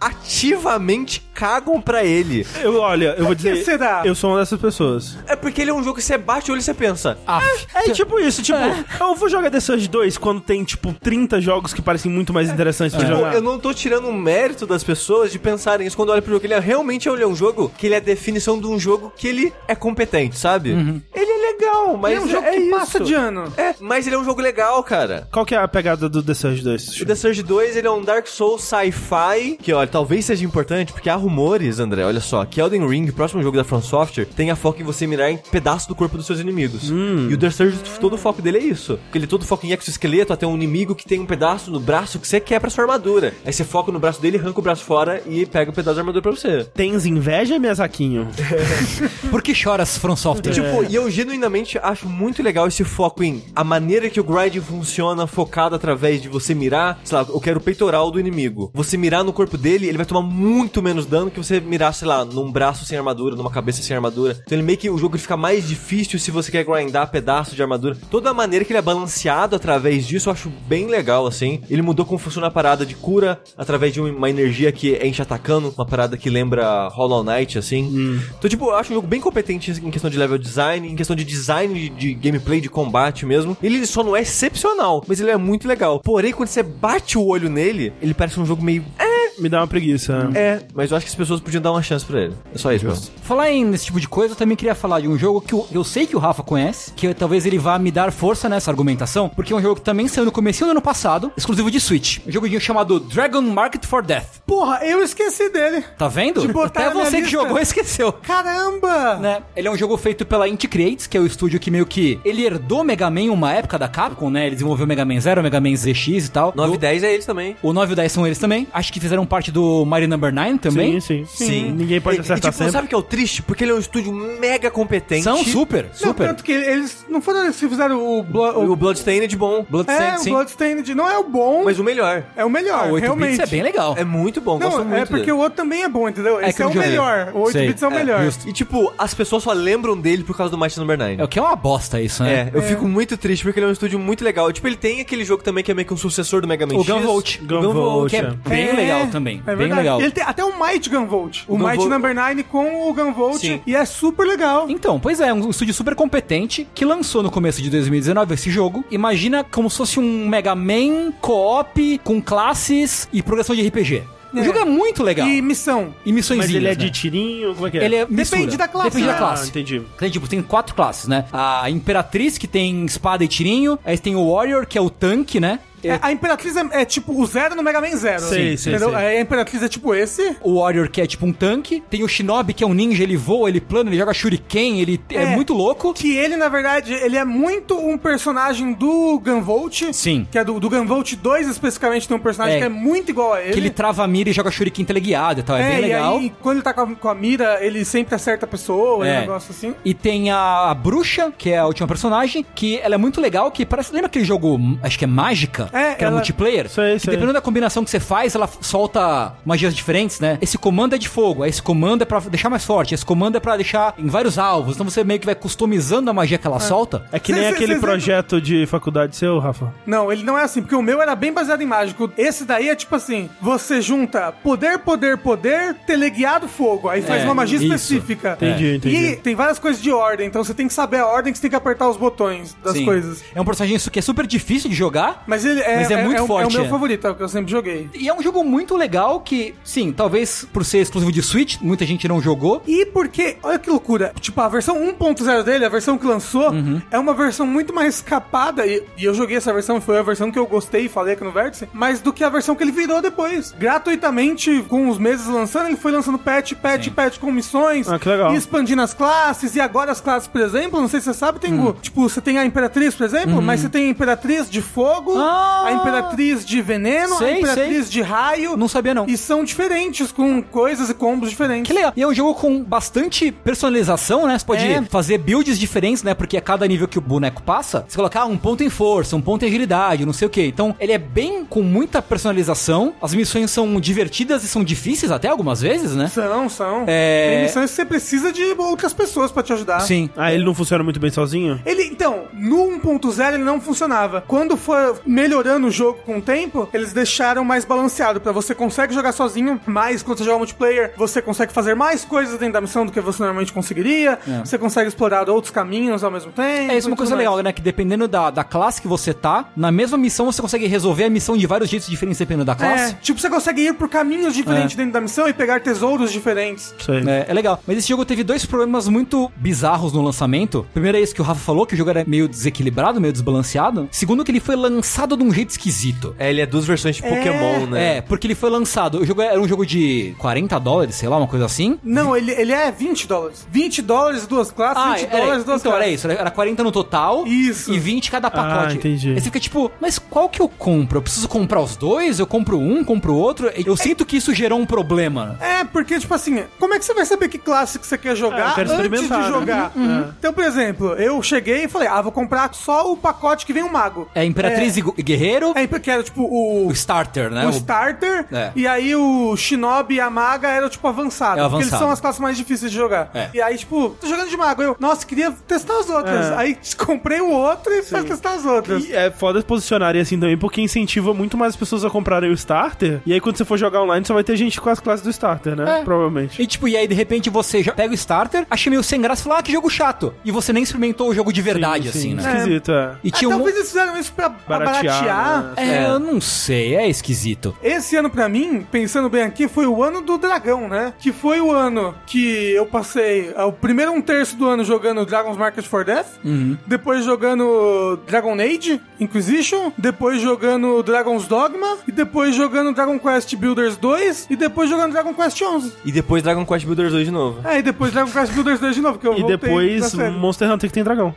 [SPEAKER 2] ativamente cagam pra ele.
[SPEAKER 1] Eu, olha, eu vou
[SPEAKER 3] que
[SPEAKER 1] dizer.
[SPEAKER 3] será?
[SPEAKER 1] Eu sou uma dessas pessoas.
[SPEAKER 2] É porque ele é um jogo que você bate o olho e você pensa.
[SPEAKER 4] Ah,
[SPEAKER 1] É tipo isso, tipo, eu vou jogar The Surge 2 quando tem, tipo, 30 jogos que parecem muito mais interessantes pra
[SPEAKER 2] Tipo,
[SPEAKER 1] jogar.
[SPEAKER 2] eu não tô tirando o mérito das pessoas de pensarem isso quando olham pro jogo. Ele é realmente ele é um jogo que ele é a definição de um jogo que ele é competente, sabe? Ele é legal, mas
[SPEAKER 3] Uhum. Ele é um jogo
[SPEAKER 2] é
[SPEAKER 3] que
[SPEAKER 2] isso.
[SPEAKER 3] passa de ano.
[SPEAKER 2] É, mas ele é um jogo legal, cara.
[SPEAKER 1] Qual que é a pegada do The Surge 2?
[SPEAKER 2] O The Surge 2, ele é um Dark Souls sci-fi, que olha, talvez seja importante, porque há rumores, André, olha só, que Elden Ring, o próximo jogo da From Software, tem a foco em você mirar em pedaço do corpo dos seus inimigos. E o The Surge, todo o foco dele é isso. Porque ele é todo foco em exoesqueleto, até um inimigo que tem um pedaço no braço que você quebra sua armadura. Aí você foca no braço dele, arranca o braço fora e pega o pedaço da armadura pra você.
[SPEAKER 1] Tens inveja, Miyazakinho?
[SPEAKER 4] por que choras, From Software?
[SPEAKER 2] Tipo, e eu genuinamente genuinamente acho muito legal esse foco em a maneira que o grinding funciona, focado através de você mirar, sei lá, eu quero o peitoral do inimigo. Você mirar no corpo dele, ele vai tomar muito menos dano que você mirar, sei lá, num braço sem armadura, numa cabeça sem armadura. Então ele meio que o jogo fica mais difícil se você quer grindar pedaço de armadura. Toda a maneira que ele é balanceado através disso, eu acho bem legal, assim. Ele mudou como funciona a parada de cura através de uma energia que enche atacando, uma parada que lembra Hollow Knight, assim.
[SPEAKER 1] Hum.
[SPEAKER 2] Então, tipo, eu acho um jogo bem competente em questão de level design, em questão de design de, de gameplay, de combate mesmo. Ele só não é excepcional, mas ele é muito legal. Porém, quando você bate o olho nele, ele parece um jogo meio. É,
[SPEAKER 1] Me dá uma preguiça. né?
[SPEAKER 2] é. Mas eu acho que as pessoas podiam dar uma chance pra ele. É só isso, mesmo.
[SPEAKER 4] Falar em nesse tipo de coisa, eu também queria falar de um jogo que eu, eu sei que o Rafa conhece, que eu- talvez ele vá me dar força nessa argumentação, porque é um jogo que também saiu no comecinho do ano passado, exclusivo de Switch. Um joguinho chamado Dragon Market for Death.
[SPEAKER 3] Porra, eu esqueci dele.
[SPEAKER 4] Tá vendo?
[SPEAKER 3] De botar
[SPEAKER 4] Até
[SPEAKER 3] na minha
[SPEAKER 4] você que
[SPEAKER 3] lista.
[SPEAKER 4] jogou esqueceu.
[SPEAKER 3] Caramba!
[SPEAKER 4] Né? Ele é um jogo feito pela Inti Creates, que é o estúdio que meio que ele herdou Mega Man uma época da Capcom, né? Ele desenvolveu Mega Man Zero, Mega Man ZX e tal.
[SPEAKER 2] 9 e
[SPEAKER 4] Do-
[SPEAKER 2] 10 é eles também.
[SPEAKER 4] O 9 e o 10 são eles também. Acho que fizeram parte do Mario Number 9 também.
[SPEAKER 1] Sim, sim.
[SPEAKER 2] Sim.
[SPEAKER 1] Ninguém pode
[SPEAKER 2] E- e,
[SPEAKER 1] acertar
[SPEAKER 2] tipo,
[SPEAKER 1] sempre.
[SPEAKER 2] sabe o que é o triste? Porque ele é um estúdio mega competente.
[SPEAKER 4] São super,
[SPEAKER 3] Não,
[SPEAKER 4] super.
[SPEAKER 3] tanto que eles. Não foram eles que fizeram o. Blo-
[SPEAKER 2] O
[SPEAKER 3] o-
[SPEAKER 2] Bloodstained bom.
[SPEAKER 3] é,
[SPEAKER 4] Bloodstained,
[SPEAKER 3] o
[SPEAKER 4] sim.
[SPEAKER 3] Bloodstained não é o bom,
[SPEAKER 2] Mas o melhor.
[SPEAKER 3] é o melhor,
[SPEAKER 4] o 8
[SPEAKER 3] realmente.
[SPEAKER 4] bits é bem legal.
[SPEAKER 2] É muito bom,
[SPEAKER 3] Não,
[SPEAKER 2] gosto muito.
[SPEAKER 3] é porque
[SPEAKER 2] dele.
[SPEAKER 3] o outro também é bom, entendeu?
[SPEAKER 4] É
[SPEAKER 3] Esse
[SPEAKER 4] que
[SPEAKER 3] é
[SPEAKER 4] eu
[SPEAKER 3] o
[SPEAKER 4] joguei.
[SPEAKER 3] melhor. O 8
[SPEAKER 4] Sei.
[SPEAKER 3] bits é o
[SPEAKER 4] É,
[SPEAKER 3] melhor.
[SPEAKER 4] justo.
[SPEAKER 2] E tipo, as pessoas só lembram dele por causa do Mighty Number 9.
[SPEAKER 4] É o que é uma bosta isso, né?
[SPEAKER 2] É, eu fico muito triste porque ele é um estúdio muito legal. Tipo, ele tem aquele jogo também que é meio que um sucessor do Mega Man
[SPEAKER 4] O
[SPEAKER 2] X.
[SPEAKER 4] Gunvolt.
[SPEAKER 1] Gunvolt,
[SPEAKER 4] que é
[SPEAKER 1] é.
[SPEAKER 4] bem
[SPEAKER 3] É,
[SPEAKER 4] legal também.
[SPEAKER 3] é
[SPEAKER 4] bem
[SPEAKER 3] verdade.
[SPEAKER 4] legal.
[SPEAKER 3] Ele tem até o Might Gunvolt. O,
[SPEAKER 2] O
[SPEAKER 3] Might
[SPEAKER 2] Gunvolt-
[SPEAKER 3] Number 9 com o Gunvolt.
[SPEAKER 2] Sim.
[SPEAKER 3] E é super legal.
[SPEAKER 4] Então, pois é, um estúdio super competente que lançou no começo de 2019 esse jogo. Imagina como se fosse um Mega Man co-op com classes e progressão de RPG.
[SPEAKER 3] É.
[SPEAKER 4] O jogo é muito legal.
[SPEAKER 3] E
[SPEAKER 4] E,
[SPEAKER 3] missão.
[SPEAKER 4] missõezinhas,
[SPEAKER 1] Mas ele é
[SPEAKER 4] né?
[SPEAKER 1] de tirinho? Como é que é?
[SPEAKER 4] Ele é mistura.
[SPEAKER 3] Depende da classe,
[SPEAKER 4] Depende
[SPEAKER 3] né?
[SPEAKER 4] da classe.
[SPEAKER 1] Ah, entendi.
[SPEAKER 4] Tem, tipo, tem quatro classes, né? A Imperatriz, que tem espada e tirinho. Aí tem o Warrior, que é o tanque, né?
[SPEAKER 3] É, a Imperatriz é, é tipo o zero no Mega Man Zero. assim,
[SPEAKER 1] Sei, sei,
[SPEAKER 3] entendeu?
[SPEAKER 1] sei.
[SPEAKER 3] Aí A Imperatriz é tipo esse.
[SPEAKER 4] O Warrior, que é tipo um tanque. Tem o Shinobi, que é um ninja, ele voa, ele plana, ele joga shuriken, ele é,
[SPEAKER 3] É.
[SPEAKER 4] muito louco.
[SPEAKER 3] Que ele, na verdade, ele é muito um personagem do Gunvolt.
[SPEAKER 4] Sim.
[SPEAKER 3] Que é do, do Gunvolt 2, especificamente, tem um personagem
[SPEAKER 4] É.
[SPEAKER 3] que é muito igual a ele.
[SPEAKER 4] Que ele trava a mira e joga shuriken teleguiado e tal. É, bem legal.
[SPEAKER 3] e aí, quando ele tá com a, com a mira, ele sempre acerta a pessoa, é.
[SPEAKER 4] É.
[SPEAKER 3] um negócio assim.
[SPEAKER 4] E tem a, a bruxa, que é a última personagem, que ela é muito legal, que parece. Lembra aquele jogo, hum, acho que é Mágica?
[SPEAKER 3] É,
[SPEAKER 4] que era
[SPEAKER 3] ela-
[SPEAKER 4] multiplayer?
[SPEAKER 1] Sei,
[SPEAKER 4] que
[SPEAKER 1] sei.
[SPEAKER 4] dependendo da combinação que você faz, ela f- solta magias diferentes, né? Esse comando é de fogo, aí esse comando é pra deixar mais forte, esse comando é pra deixar em vários alvos. Então você meio que vai customizando a magia que ela solta.
[SPEAKER 1] É que
[SPEAKER 3] Cê-
[SPEAKER 1] nem
[SPEAKER 3] cê-
[SPEAKER 1] aquele
[SPEAKER 3] cê-
[SPEAKER 1] projeto de faculdade seu, Rafa.
[SPEAKER 3] Não, ele não é assim, porque o meu era bem baseado em mágico. Esse daí é tipo assim: você junta poder, poder, poder, teleguiado, fogo. Aí faz
[SPEAKER 4] É,
[SPEAKER 3] uma magia
[SPEAKER 4] isso.
[SPEAKER 3] específica.
[SPEAKER 1] Entendi,
[SPEAKER 3] É. E
[SPEAKER 1] entendi.
[SPEAKER 3] tem várias coisas de ordem, então você tem que saber a ordem que você tem que apertar os botões das
[SPEAKER 4] Sim.
[SPEAKER 3] coisas.
[SPEAKER 4] É um personagem isso que é super difícil de jogar.
[SPEAKER 3] Mas ele é,
[SPEAKER 4] Mas é muito
[SPEAKER 3] o-
[SPEAKER 4] forte,
[SPEAKER 3] É o meu
[SPEAKER 4] é.
[SPEAKER 3] favorito, é o que eu sempre joguei.
[SPEAKER 4] E é um jogo muito legal que, sim, talvez por ser exclusivo de Switch, muita gente não jogou.
[SPEAKER 3] E porque, olha que loucura, tipo, a versão 1.0 dele, a versão que lançou,
[SPEAKER 4] Uhum.
[SPEAKER 3] é uma versão muito mais capada, e, e eu joguei essa versão, foi a versão que eu gostei e falei aqui no Vértice, mas do que a versão que ele virou depois. Gratuitamente, com os meses lançando, ele foi lançando patch, patch, patch com missões,
[SPEAKER 1] Ah, que legal.
[SPEAKER 3] e expandindo as classes, e agora as classes, por exemplo, não sei se você sabe, tem,
[SPEAKER 4] Hum.
[SPEAKER 3] o- tipo, você tem a Imperatriz, por exemplo, mas você tem a Imperatriz de Fogo,
[SPEAKER 4] Uhum. Ah!
[SPEAKER 3] a Imperatriz de Veneno, a
[SPEAKER 4] Sei,
[SPEAKER 3] Imperatriz de Raio,
[SPEAKER 4] Não sabia, não.
[SPEAKER 3] e são diferentes, com coisas e combos diferentes.
[SPEAKER 4] Que legal. E é um jogo com bastante personalização, né? Você pode
[SPEAKER 3] É.
[SPEAKER 4] fazer builds diferentes, né? Porque a cada nível que o boneco passa, você colocar um ponto em força, um ponto em agilidade, não sei o quê. Então, ele é bem com muita personalização. As missões são divertidas e são difíceis até algumas vezes, né?
[SPEAKER 3] São, são.
[SPEAKER 4] É.
[SPEAKER 3] Tem missões que você precisa de outras pessoas pra te ajudar.
[SPEAKER 4] Sim.
[SPEAKER 1] Ah, ele não funciona muito bem sozinho?
[SPEAKER 3] Ele, então, no 1.0 ele não funcionava. Quando foi melhorando o jogo com o tempo, eles deixaram mais balanceado. Pra você consegue jogar sozinho, mas quando você joga multiplayer, você consegue fazer mais coisas dentro da missão do que você normalmente conseguiria. Você consegue explorar outros caminhos ao mesmo tempo.
[SPEAKER 4] É isso é
[SPEAKER 3] e
[SPEAKER 4] uma
[SPEAKER 3] tudo
[SPEAKER 4] coisa
[SPEAKER 3] mais.
[SPEAKER 4] legal, né? Que dependendo da, da classe que você tá, na mesma missão você consegue resolver a missão de vários jeitos diferentes dependendo da
[SPEAKER 3] É,
[SPEAKER 4] classe.
[SPEAKER 3] tipo, você consegue ir por caminhos diferentes dentro da missão e pegar tesouros diferentes.
[SPEAKER 1] Sei.
[SPEAKER 4] É, é legal. Mas esse jogo teve dois problemas muito bizarros no lançamento. Primeiro é isso que o Rafa falou, que o jogo era meio desequilibrado, meio desbalanceado. Segundo, que ele foi lançado de um um jeito esquisito.
[SPEAKER 2] É, ele é duas versões de Pokémon, né?
[SPEAKER 4] É, porque ele foi lançado. O jogo era um jogo de 40 dólares, sei lá, uma coisa assim.
[SPEAKER 3] Não, ele, ele é 20 dólares. 20 dólares, duas classes, 20
[SPEAKER 4] era,
[SPEAKER 3] dólares,
[SPEAKER 4] então
[SPEAKER 3] duas
[SPEAKER 4] era
[SPEAKER 3] classes.
[SPEAKER 4] isso, era 40 no total
[SPEAKER 3] Isso.
[SPEAKER 4] e 20 cada pacote.
[SPEAKER 1] entendi.
[SPEAKER 4] Aí você fica tipo, mas qual que eu compro? Eu preciso comprar os dois? Eu compro um, compro outro? Eu sinto que isso gerou um problema.
[SPEAKER 3] É, porque, tipo assim, como é que você vai saber que classe que você quer
[SPEAKER 1] É, eu
[SPEAKER 3] jogar
[SPEAKER 1] quero
[SPEAKER 3] antes
[SPEAKER 1] experimentar,
[SPEAKER 3] de
[SPEAKER 1] né?
[SPEAKER 3] jogar?
[SPEAKER 4] É.
[SPEAKER 3] Então, por exemplo, eu cheguei e falei, ah, vou comprar só o pacote que vem o mago.
[SPEAKER 4] É Imperatriz e Gu- e Guerreiro,
[SPEAKER 3] É, porque era, tipo, o...
[SPEAKER 4] o starter, né?
[SPEAKER 3] o
[SPEAKER 4] O-
[SPEAKER 3] starter,
[SPEAKER 4] É.
[SPEAKER 3] e aí o Shinobi e a Maga eram, tipo, avançados.
[SPEAKER 4] É o
[SPEAKER 3] Porque eles
[SPEAKER 4] avançado.
[SPEAKER 3] são as classes mais difíceis de jogar.
[SPEAKER 4] É.
[SPEAKER 3] E aí, tipo, tô jogando de Mago. Eu, nossa, queria testar as outras.
[SPEAKER 1] É.
[SPEAKER 3] Aí comprei o outro e fui testar as outras.
[SPEAKER 1] E é foda se posicionarem assim também, porque incentiva muito mais as pessoas a comprarem o starter. E aí, quando você for jogar online, só vai ter gente com as classes do starter, né?
[SPEAKER 4] É.
[SPEAKER 1] Provavelmente.
[SPEAKER 4] E tipo, e aí de repente você já pega o starter, achei meio sem graça e fala, ah, que jogo chato. E você nem experimentou o jogo de verdade,
[SPEAKER 1] Sim,
[SPEAKER 4] assim, né?
[SPEAKER 1] Esquisito, é.
[SPEAKER 4] E
[SPEAKER 3] Ah,
[SPEAKER 4] tinha um.
[SPEAKER 3] Talvez eles fizeram isso pra pra baratear.
[SPEAKER 1] Baratear, né?
[SPEAKER 4] É, eu não sei, é esquisito.
[SPEAKER 3] Esse ano pra mim, pensando bem aqui, foi o ano do dragão, né? Que foi o ano que eu passei ah, o primeiro um terço do ano jogando Dragon's Market for Death,
[SPEAKER 1] Uhum.
[SPEAKER 3] depois jogando Dragon Age Inquisition, depois jogando Dragon's Dogma e depois jogando Dragon Quest Builders 2 e depois jogando Dragon Quest 11.
[SPEAKER 2] E depois Dragon Quest Builders 2 de novo.
[SPEAKER 3] É, e depois Dragon Quest Builders 2 de novo, que eu
[SPEAKER 1] E
[SPEAKER 3] voltei pra
[SPEAKER 1] depois,
[SPEAKER 3] série.
[SPEAKER 1] Monster Hunter que tem dragão.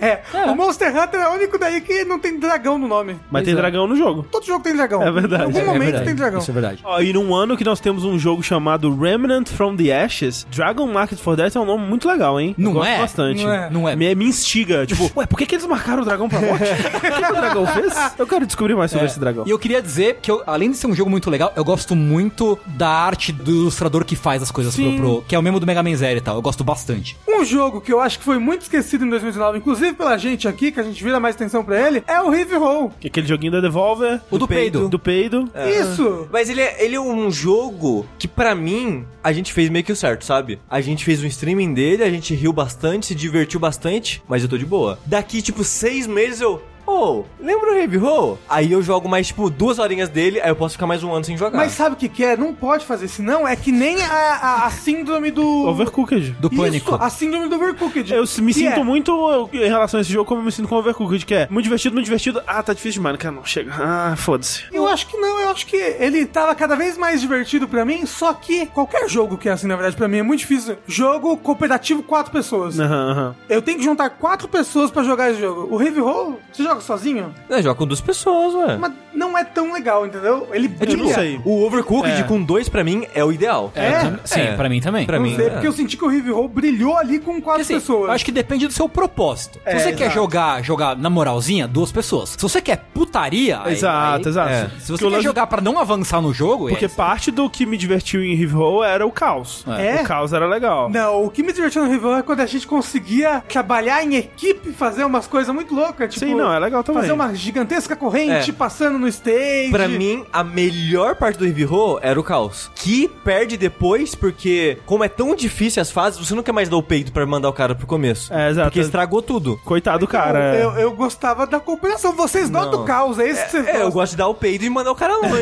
[SPEAKER 3] É,
[SPEAKER 4] É.
[SPEAKER 3] o Monster Hunter é o único daí que não tem dragão no nome.
[SPEAKER 1] Mas tem
[SPEAKER 4] é.
[SPEAKER 1] dragão no jogo.
[SPEAKER 3] Todo jogo tem dragão.
[SPEAKER 1] É verdade.
[SPEAKER 3] Em algum
[SPEAKER 1] É
[SPEAKER 3] momento
[SPEAKER 4] verdade,
[SPEAKER 3] tem dragão.
[SPEAKER 4] Isso é verdade.
[SPEAKER 1] Ó, e num ano que nós temos um jogo chamado Remnant from the Ashes, Dragon Market for Death é um nome muito legal, hein? Eu
[SPEAKER 4] Não
[SPEAKER 1] gosto
[SPEAKER 4] é?
[SPEAKER 1] bastante.
[SPEAKER 3] Não é?
[SPEAKER 4] Não é?
[SPEAKER 1] Me, me instiga, tipo, ué, por que, que eles marcaram o dragão pra morte? o que, que o dragão fez? Eu quero descobrir mais sobre
[SPEAKER 4] É.
[SPEAKER 1] esse dragão.
[SPEAKER 4] E eu queria dizer que, eu, além de ser um jogo muito legal, eu gosto muito da arte do ilustrador que faz as coisas pro,
[SPEAKER 3] Sim.
[SPEAKER 4] pro- Que é o mesmo do Mega Man Zero e tal. Eu gosto bastante.
[SPEAKER 3] Um jogo que eu acho que foi muito esquecido em 2019, inclusive pela gente aqui, que a gente vira mais atenção pra ele, é o River Roll.
[SPEAKER 1] Aquele joguinho da Devolver.
[SPEAKER 4] O É. do peido.
[SPEAKER 1] Do peido.
[SPEAKER 3] Isso!
[SPEAKER 2] Mas ele é, ele é um jogo que, pra mim, a gente fez meio que o certo, sabe? A gente fez um streaming dele, a gente riu bastante, se divertiu bastante, mas eu tô de boa. Daqui, tipo, seis meses eu. Ô, lembra o Heavy Roll? Aí eu jogo mais, tipo, duas horinhas dele, aí eu posso ficar mais um ano sem
[SPEAKER 1] Ah.
[SPEAKER 2] jogar.
[SPEAKER 3] Mas sabe o que, que é? Não pode fazer, senão é que nem a, a- a síndrome do.
[SPEAKER 1] Overcooked.
[SPEAKER 4] Do
[SPEAKER 3] Isso,
[SPEAKER 4] Pânico.
[SPEAKER 3] a síndrome do Overcooked.
[SPEAKER 1] Eu me
[SPEAKER 3] Que
[SPEAKER 1] sinto
[SPEAKER 3] é,
[SPEAKER 1] muito eu, em relação a esse jogo como eu me sinto com o Overcooked, que é muito divertido, muito divertido. Ah, tá difícil demais, cara. Não chega. Ah, foda-se.
[SPEAKER 3] Eu acho que não, eu acho que ele tava cada vez mais divertido pra mim, só que qualquer jogo que é assim, na verdade, pra mim é muito difícil. Jogo cooperativo quatro pessoas.
[SPEAKER 1] Aham, aham.
[SPEAKER 3] Eu tenho que juntar quatro pessoas pra jogar esse jogo. O Heavy Roll, você joga sozinho?
[SPEAKER 2] É, joga com duas pessoas, ué.
[SPEAKER 3] Mas não é tão legal, entendeu? Ele
[SPEAKER 1] Eu
[SPEAKER 3] brilha.
[SPEAKER 1] não sei.
[SPEAKER 2] O Overcooked
[SPEAKER 1] É.
[SPEAKER 2] com dois, pra mim, é o ideal.
[SPEAKER 3] É?
[SPEAKER 4] tam- Sim,
[SPEAKER 2] É.
[SPEAKER 4] pra mim também.
[SPEAKER 2] Pra
[SPEAKER 3] Não
[SPEAKER 2] mim,
[SPEAKER 3] sei,
[SPEAKER 2] é.
[SPEAKER 3] porque eu senti que o River Roll brilhou ali com quatro
[SPEAKER 4] Porque, assim,
[SPEAKER 3] pessoas.
[SPEAKER 4] eu acho que depende do seu propósito. Se
[SPEAKER 3] É,
[SPEAKER 4] você quer
[SPEAKER 3] exato.
[SPEAKER 4] jogar, jogar na moralzinha, duas pessoas. Se você quer putaria, aí-
[SPEAKER 1] Exato,
[SPEAKER 4] aí-
[SPEAKER 1] exato.
[SPEAKER 2] é.
[SPEAKER 4] Se
[SPEAKER 1] Porque
[SPEAKER 4] você
[SPEAKER 1] o
[SPEAKER 4] quer
[SPEAKER 1] lance-
[SPEAKER 4] jogar pra não avançar no jogo,
[SPEAKER 1] Porque
[SPEAKER 4] é-
[SPEAKER 1] parte do que me divertiu em River Roll era o caos.
[SPEAKER 3] É.
[SPEAKER 1] O caos era legal.
[SPEAKER 3] Não, o que me divertiu no River Roll é quando a gente conseguia trabalhar em equipe, fazer umas coisas muito loucas. Tipo,
[SPEAKER 1] Sim, não, é legal também.
[SPEAKER 3] Fazer uma gigantesca corrente
[SPEAKER 2] É.
[SPEAKER 3] passando no stage.
[SPEAKER 2] Pra mim, a melhor parte do Heavy Roll era o caos. Que perde depois, porque, como é tão difícil as fases, você não quer mais dar o peito pra mandar o cara pro começo.
[SPEAKER 1] É, exato.
[SPEAKER 2] Porque estragou tudo.
[SPEAKER 1] Coitado do cara. é.
[SPEAKER 3] Eu, eu gostava da cooperação. Vocês
[SPEAKER 2] Não.
[SPEAKER 3] notam o caos, é isso que vocês
[SPEAKER 2] É, eu
[SPEAKER 3] gostam.
[SPEAKER 2] gosto de dar o peido e mandar o cara longe.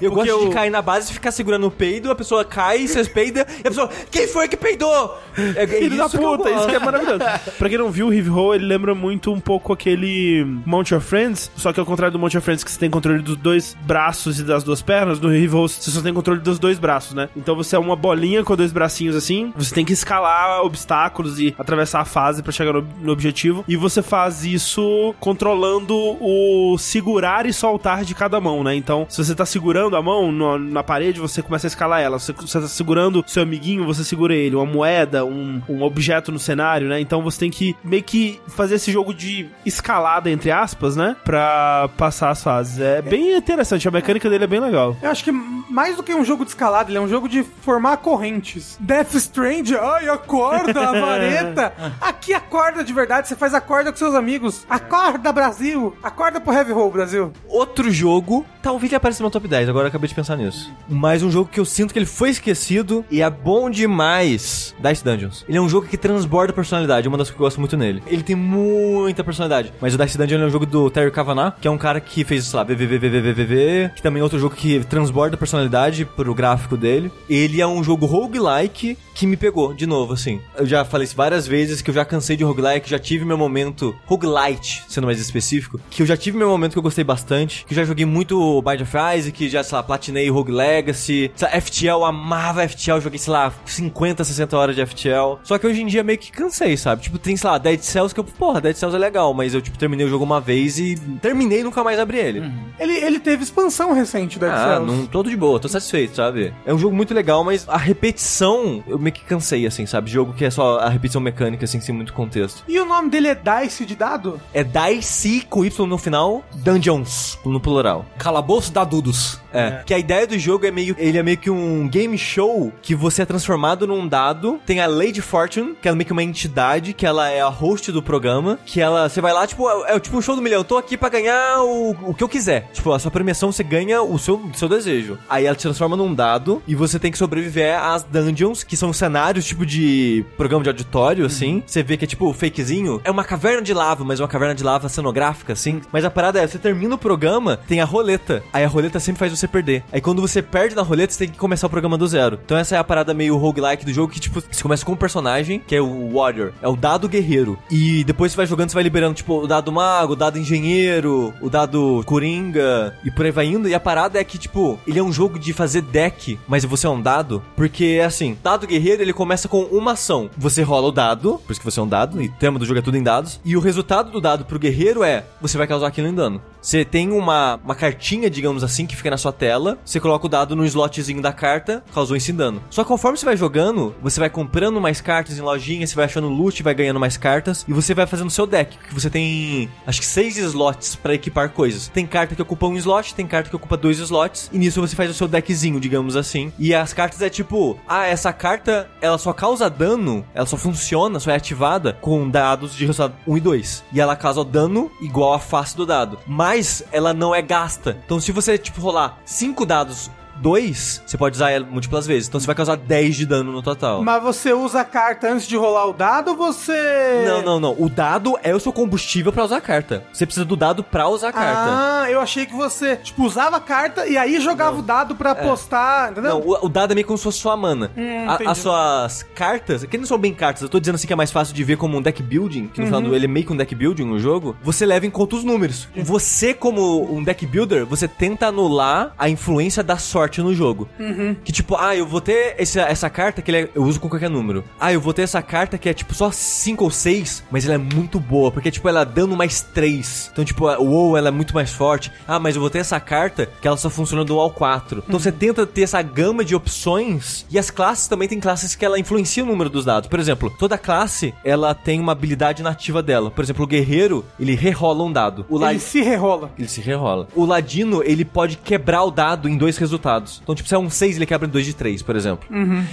[SPEAKER 2] Eu
[SPEAKER 1] Porque
[SPEAKER 2] gosto
[SPEAKER 1] eu-
[SPEAKER 2] de cair na base e ficar segurando o peido, a pessoa cai, vocês peidam, e a pessoa, quem foi que peidou? É, é
[SPEAKER 1] Filho da
[SPEAKER 2] que eu
[SPEAKER 1] puta, isso
[SPEAKER 2] gosto.
[SPEAKER 1] que é maravilhoso. pra quem não viu, o Heave Ho, ele lembra muito um pouco aquele Mount of Friends, só que ao contrário do Mount of Friends, que você tem controle dos dois braços e das duas pernas, no Heave Ho você só tem controle dos dois braços, né? Então você é uma bolinha com dois bracinhos assim, você tem que escalar obstáculos e atravessar a fase pra chegar no, no objetivo, e você faz isso controlando o segurar e soltar de cada mão, né? Então, se você tá segurando a mão no- na parede, você começa a escalar ela. Se você tá segurando seu amiguinho, você segura ele. Uma moeda, um, um objeto no cenário, né? Então você tem que meio que fazer esse jogo de escalada, entre aspas, né? Pra passar as fases. É bem interessante, a mecânica dele é bem legal.
[SPEAKER 3] Eu acho que mais do que um jogo de escalada, ele é um jogo de formar correntes. Death Strange, ai, acorda, a vareta. Aqui acorda de verdade, você faz acorda com seus amigos. Acorda, Brasil. Acorda pro Heavy Roll, Brasil.
[SPEAKER 2] Outro jogo, tá um talvez ele apareça no meu top 10, agora eu acabei de pensar nisso. Mas um jogo que eu sinto que ele foi esquecido e é bom demais, Dice Dungeons. Ele é um jogo que transborda personalidade, é uma das coisas que eu gosto muito nele. Ele tem muita personalidade, mas o Dice Dungeon Legion é um jogo do Terry Kavanagh, que é um cara que fez, sei lá, VVVVVVV, que também é outro jogo que transborda personalidade pro gráfico dele. Ele é um jogo roguelike que me pegou, de novo, assim. Eu já falei isso várias vezes, que eu já cansei de roguelike, já tive meu momento roguelite, sendo mais específico, que eu já tive meu momento que eu gostei bastante, que eu já joguei muito Bind of Isaac, já, sei lá, platinei Rogue Legacy, sei lá, FTL, eu amava FTL, joguei, sei lá, 50, 60 horas de FTL. Só que hoje em dia meio que cansei, sabe? Tipo, tem, sei lá, Dead Cells que eu, porra, Dead Cells é legal, mas eu, tipo, terminei o jogo uma vez e terminei e nunca mais abri ele.
[SPEAKER 3] Ele, ele teve expansão recente da
[SPEAKER 2] Ah,
[SPEAKER 3] Cells.
[SPEAKER 2] não, todo de boa, tô satisfeito, sabe? É um jogo muito legal, mas a repetição, eu meio que cansei, assim, sabe? Jogo que é só a repetição mecânica, assim, sem muito contexto.
[SPEAKER 3] E o nome dele é Dice de dado?
[SPEAKER 2] É Dice com Y no final, Dungeons, no plural.
[SPEAKER 4] Calabouço da Dudos.
[SPEAKER 2] É. Que a ideia do jogo é meio. Ele é meio que um game show que você é transformado num dado. Tem a Lady Fortune, que é meio que uma entidade, que ela é a host do programa. Que ela. Você vai lá, tipo, é, é tipo um show do milhão. Eu tô aqui pra ganhar o, o que eu quiser. Tipo, a sua premiação você ganha o seu, o seu desejo. Aí ela te transforma num dado e você tem que sobreviver às dungeons, que são cenários tipo de programa de auditório, assim. Você vê que é tipo fakezinho. É uma caverna de lava, mas uma caverna de lava cenográfica, assim. Mas a parada é, você termina o programa, tem a roleta. Aí a roleta sempre faz você perder. Aí quando você perde na roleta, você tem que começar o programa do zero. Então essa é a parada meio roguelike do jogo, que tipo, você começa com um personagem, que é o Warrior. É o dado guerreiro. E depois você vai jogando, você vai liberando, tipo, o dado mago, o dado engenheiro, o dado coringa, e por aí vai indo. E a parada é que, tipo, ele é um jogo de fazer deck, mas você é um dado. Porque, assim, dado guerreiro, ele começa com uma ação. Você rola o dado, por isso que você é um dado, e o tema do jogo é tudo em dados. E o resultado do dado pro guerreiro é, você vai causar aquilo em dano. Você tem uma, uma cartinha, digamos assim, que fica na sua tela. Você coloca o dado no slotzinho da carta, causou esse dano. Só que conforme você vai jogando, você vai comprando mais cartas em lojinha, você vai achando loot, vai ganhando mais cartas. E você vai fazendo seu deck, que você tem acho que seis slots pra equipar coisas. Tem carta que ocupa um slot, tem carta que ocupa dois slots. E nisso você faz o seu deckzinho, digamos assim. E as cartas é tipo: ah, essa carta ela só causa dano, ela só funciona, só é ativada com dados de resultado 1 e 2. E ela causa dano igual à face do dado. Mas ela não é gasta. Então se você, tipo, rolar cinco dados. 2, você pode usar ela múltiplas vezes. Então você vai causar 10 de dano no total.
[SPEAKER 3] Mas você usa a carta antes de rolar o dado ou você.
[SPEAKER 2] Não, não, não. O dado é o seu combustível pra usar a carta. Você precisa do dado pra usar a é carta.
[SPEAKER 3] Ah, eu achei que você, tipo, usava a carta e aí jogava o dado pra apostar,
[SPEAKER 2] É. Não,
[SPEAKER 3] entendeu?
[SPEAKER 2] o, o dado é meio como se fosse sua mana.
[SPEAKER 3] Hum,
[SPEAKER 2] A-
[SPEAKER 3] entendi.
[SPEAKER 2] as suas cartas, que não são bem cartas, eu tô dizendo assim que é mais fácil de ver como um deck building, que no final do-
[SPEAKER 3] Uhum.
[SPEAKER 2] ele é meio que um deck building no jogo, você leva em conta os números. Você, como um deck builder, você tenta anular a influência da sorte no jogo.
[SPEAKER 3] Uhum.
[SPEAKER 2] Que tipo, ah, eu vou ter esse- essa carta que ele é- eu uso com qualquer número. Ah, eu vou ter essa carta que é tipo só 5 ou 6, mas ela é muito boa, porque tipo, ela dá dano mais 3. Então, tipo, a- uou, ela é muito mais forte. Ah, mas eu vou ter essa carta que ela só funciona do ao 4. Então você tenta ter essa gama de opções e as classes também tem classes que ela influencia o número dos dados. Por exemplo, toda classe, ela tem uma habilidade nativa dela. Por exemplo, o guerreiro, ele rerola um dado. O
[SPEAKER 3] Ele
[SPEAKER 2] Lai-
[SPEAKER 3] se rerola.
[SPEAKER 2] ele se rerola. O Ladino, ele pode quebrar o dado em dois resultados. Então, tipo, se é um 6, ele quebra em 2 de 3, por exemplo.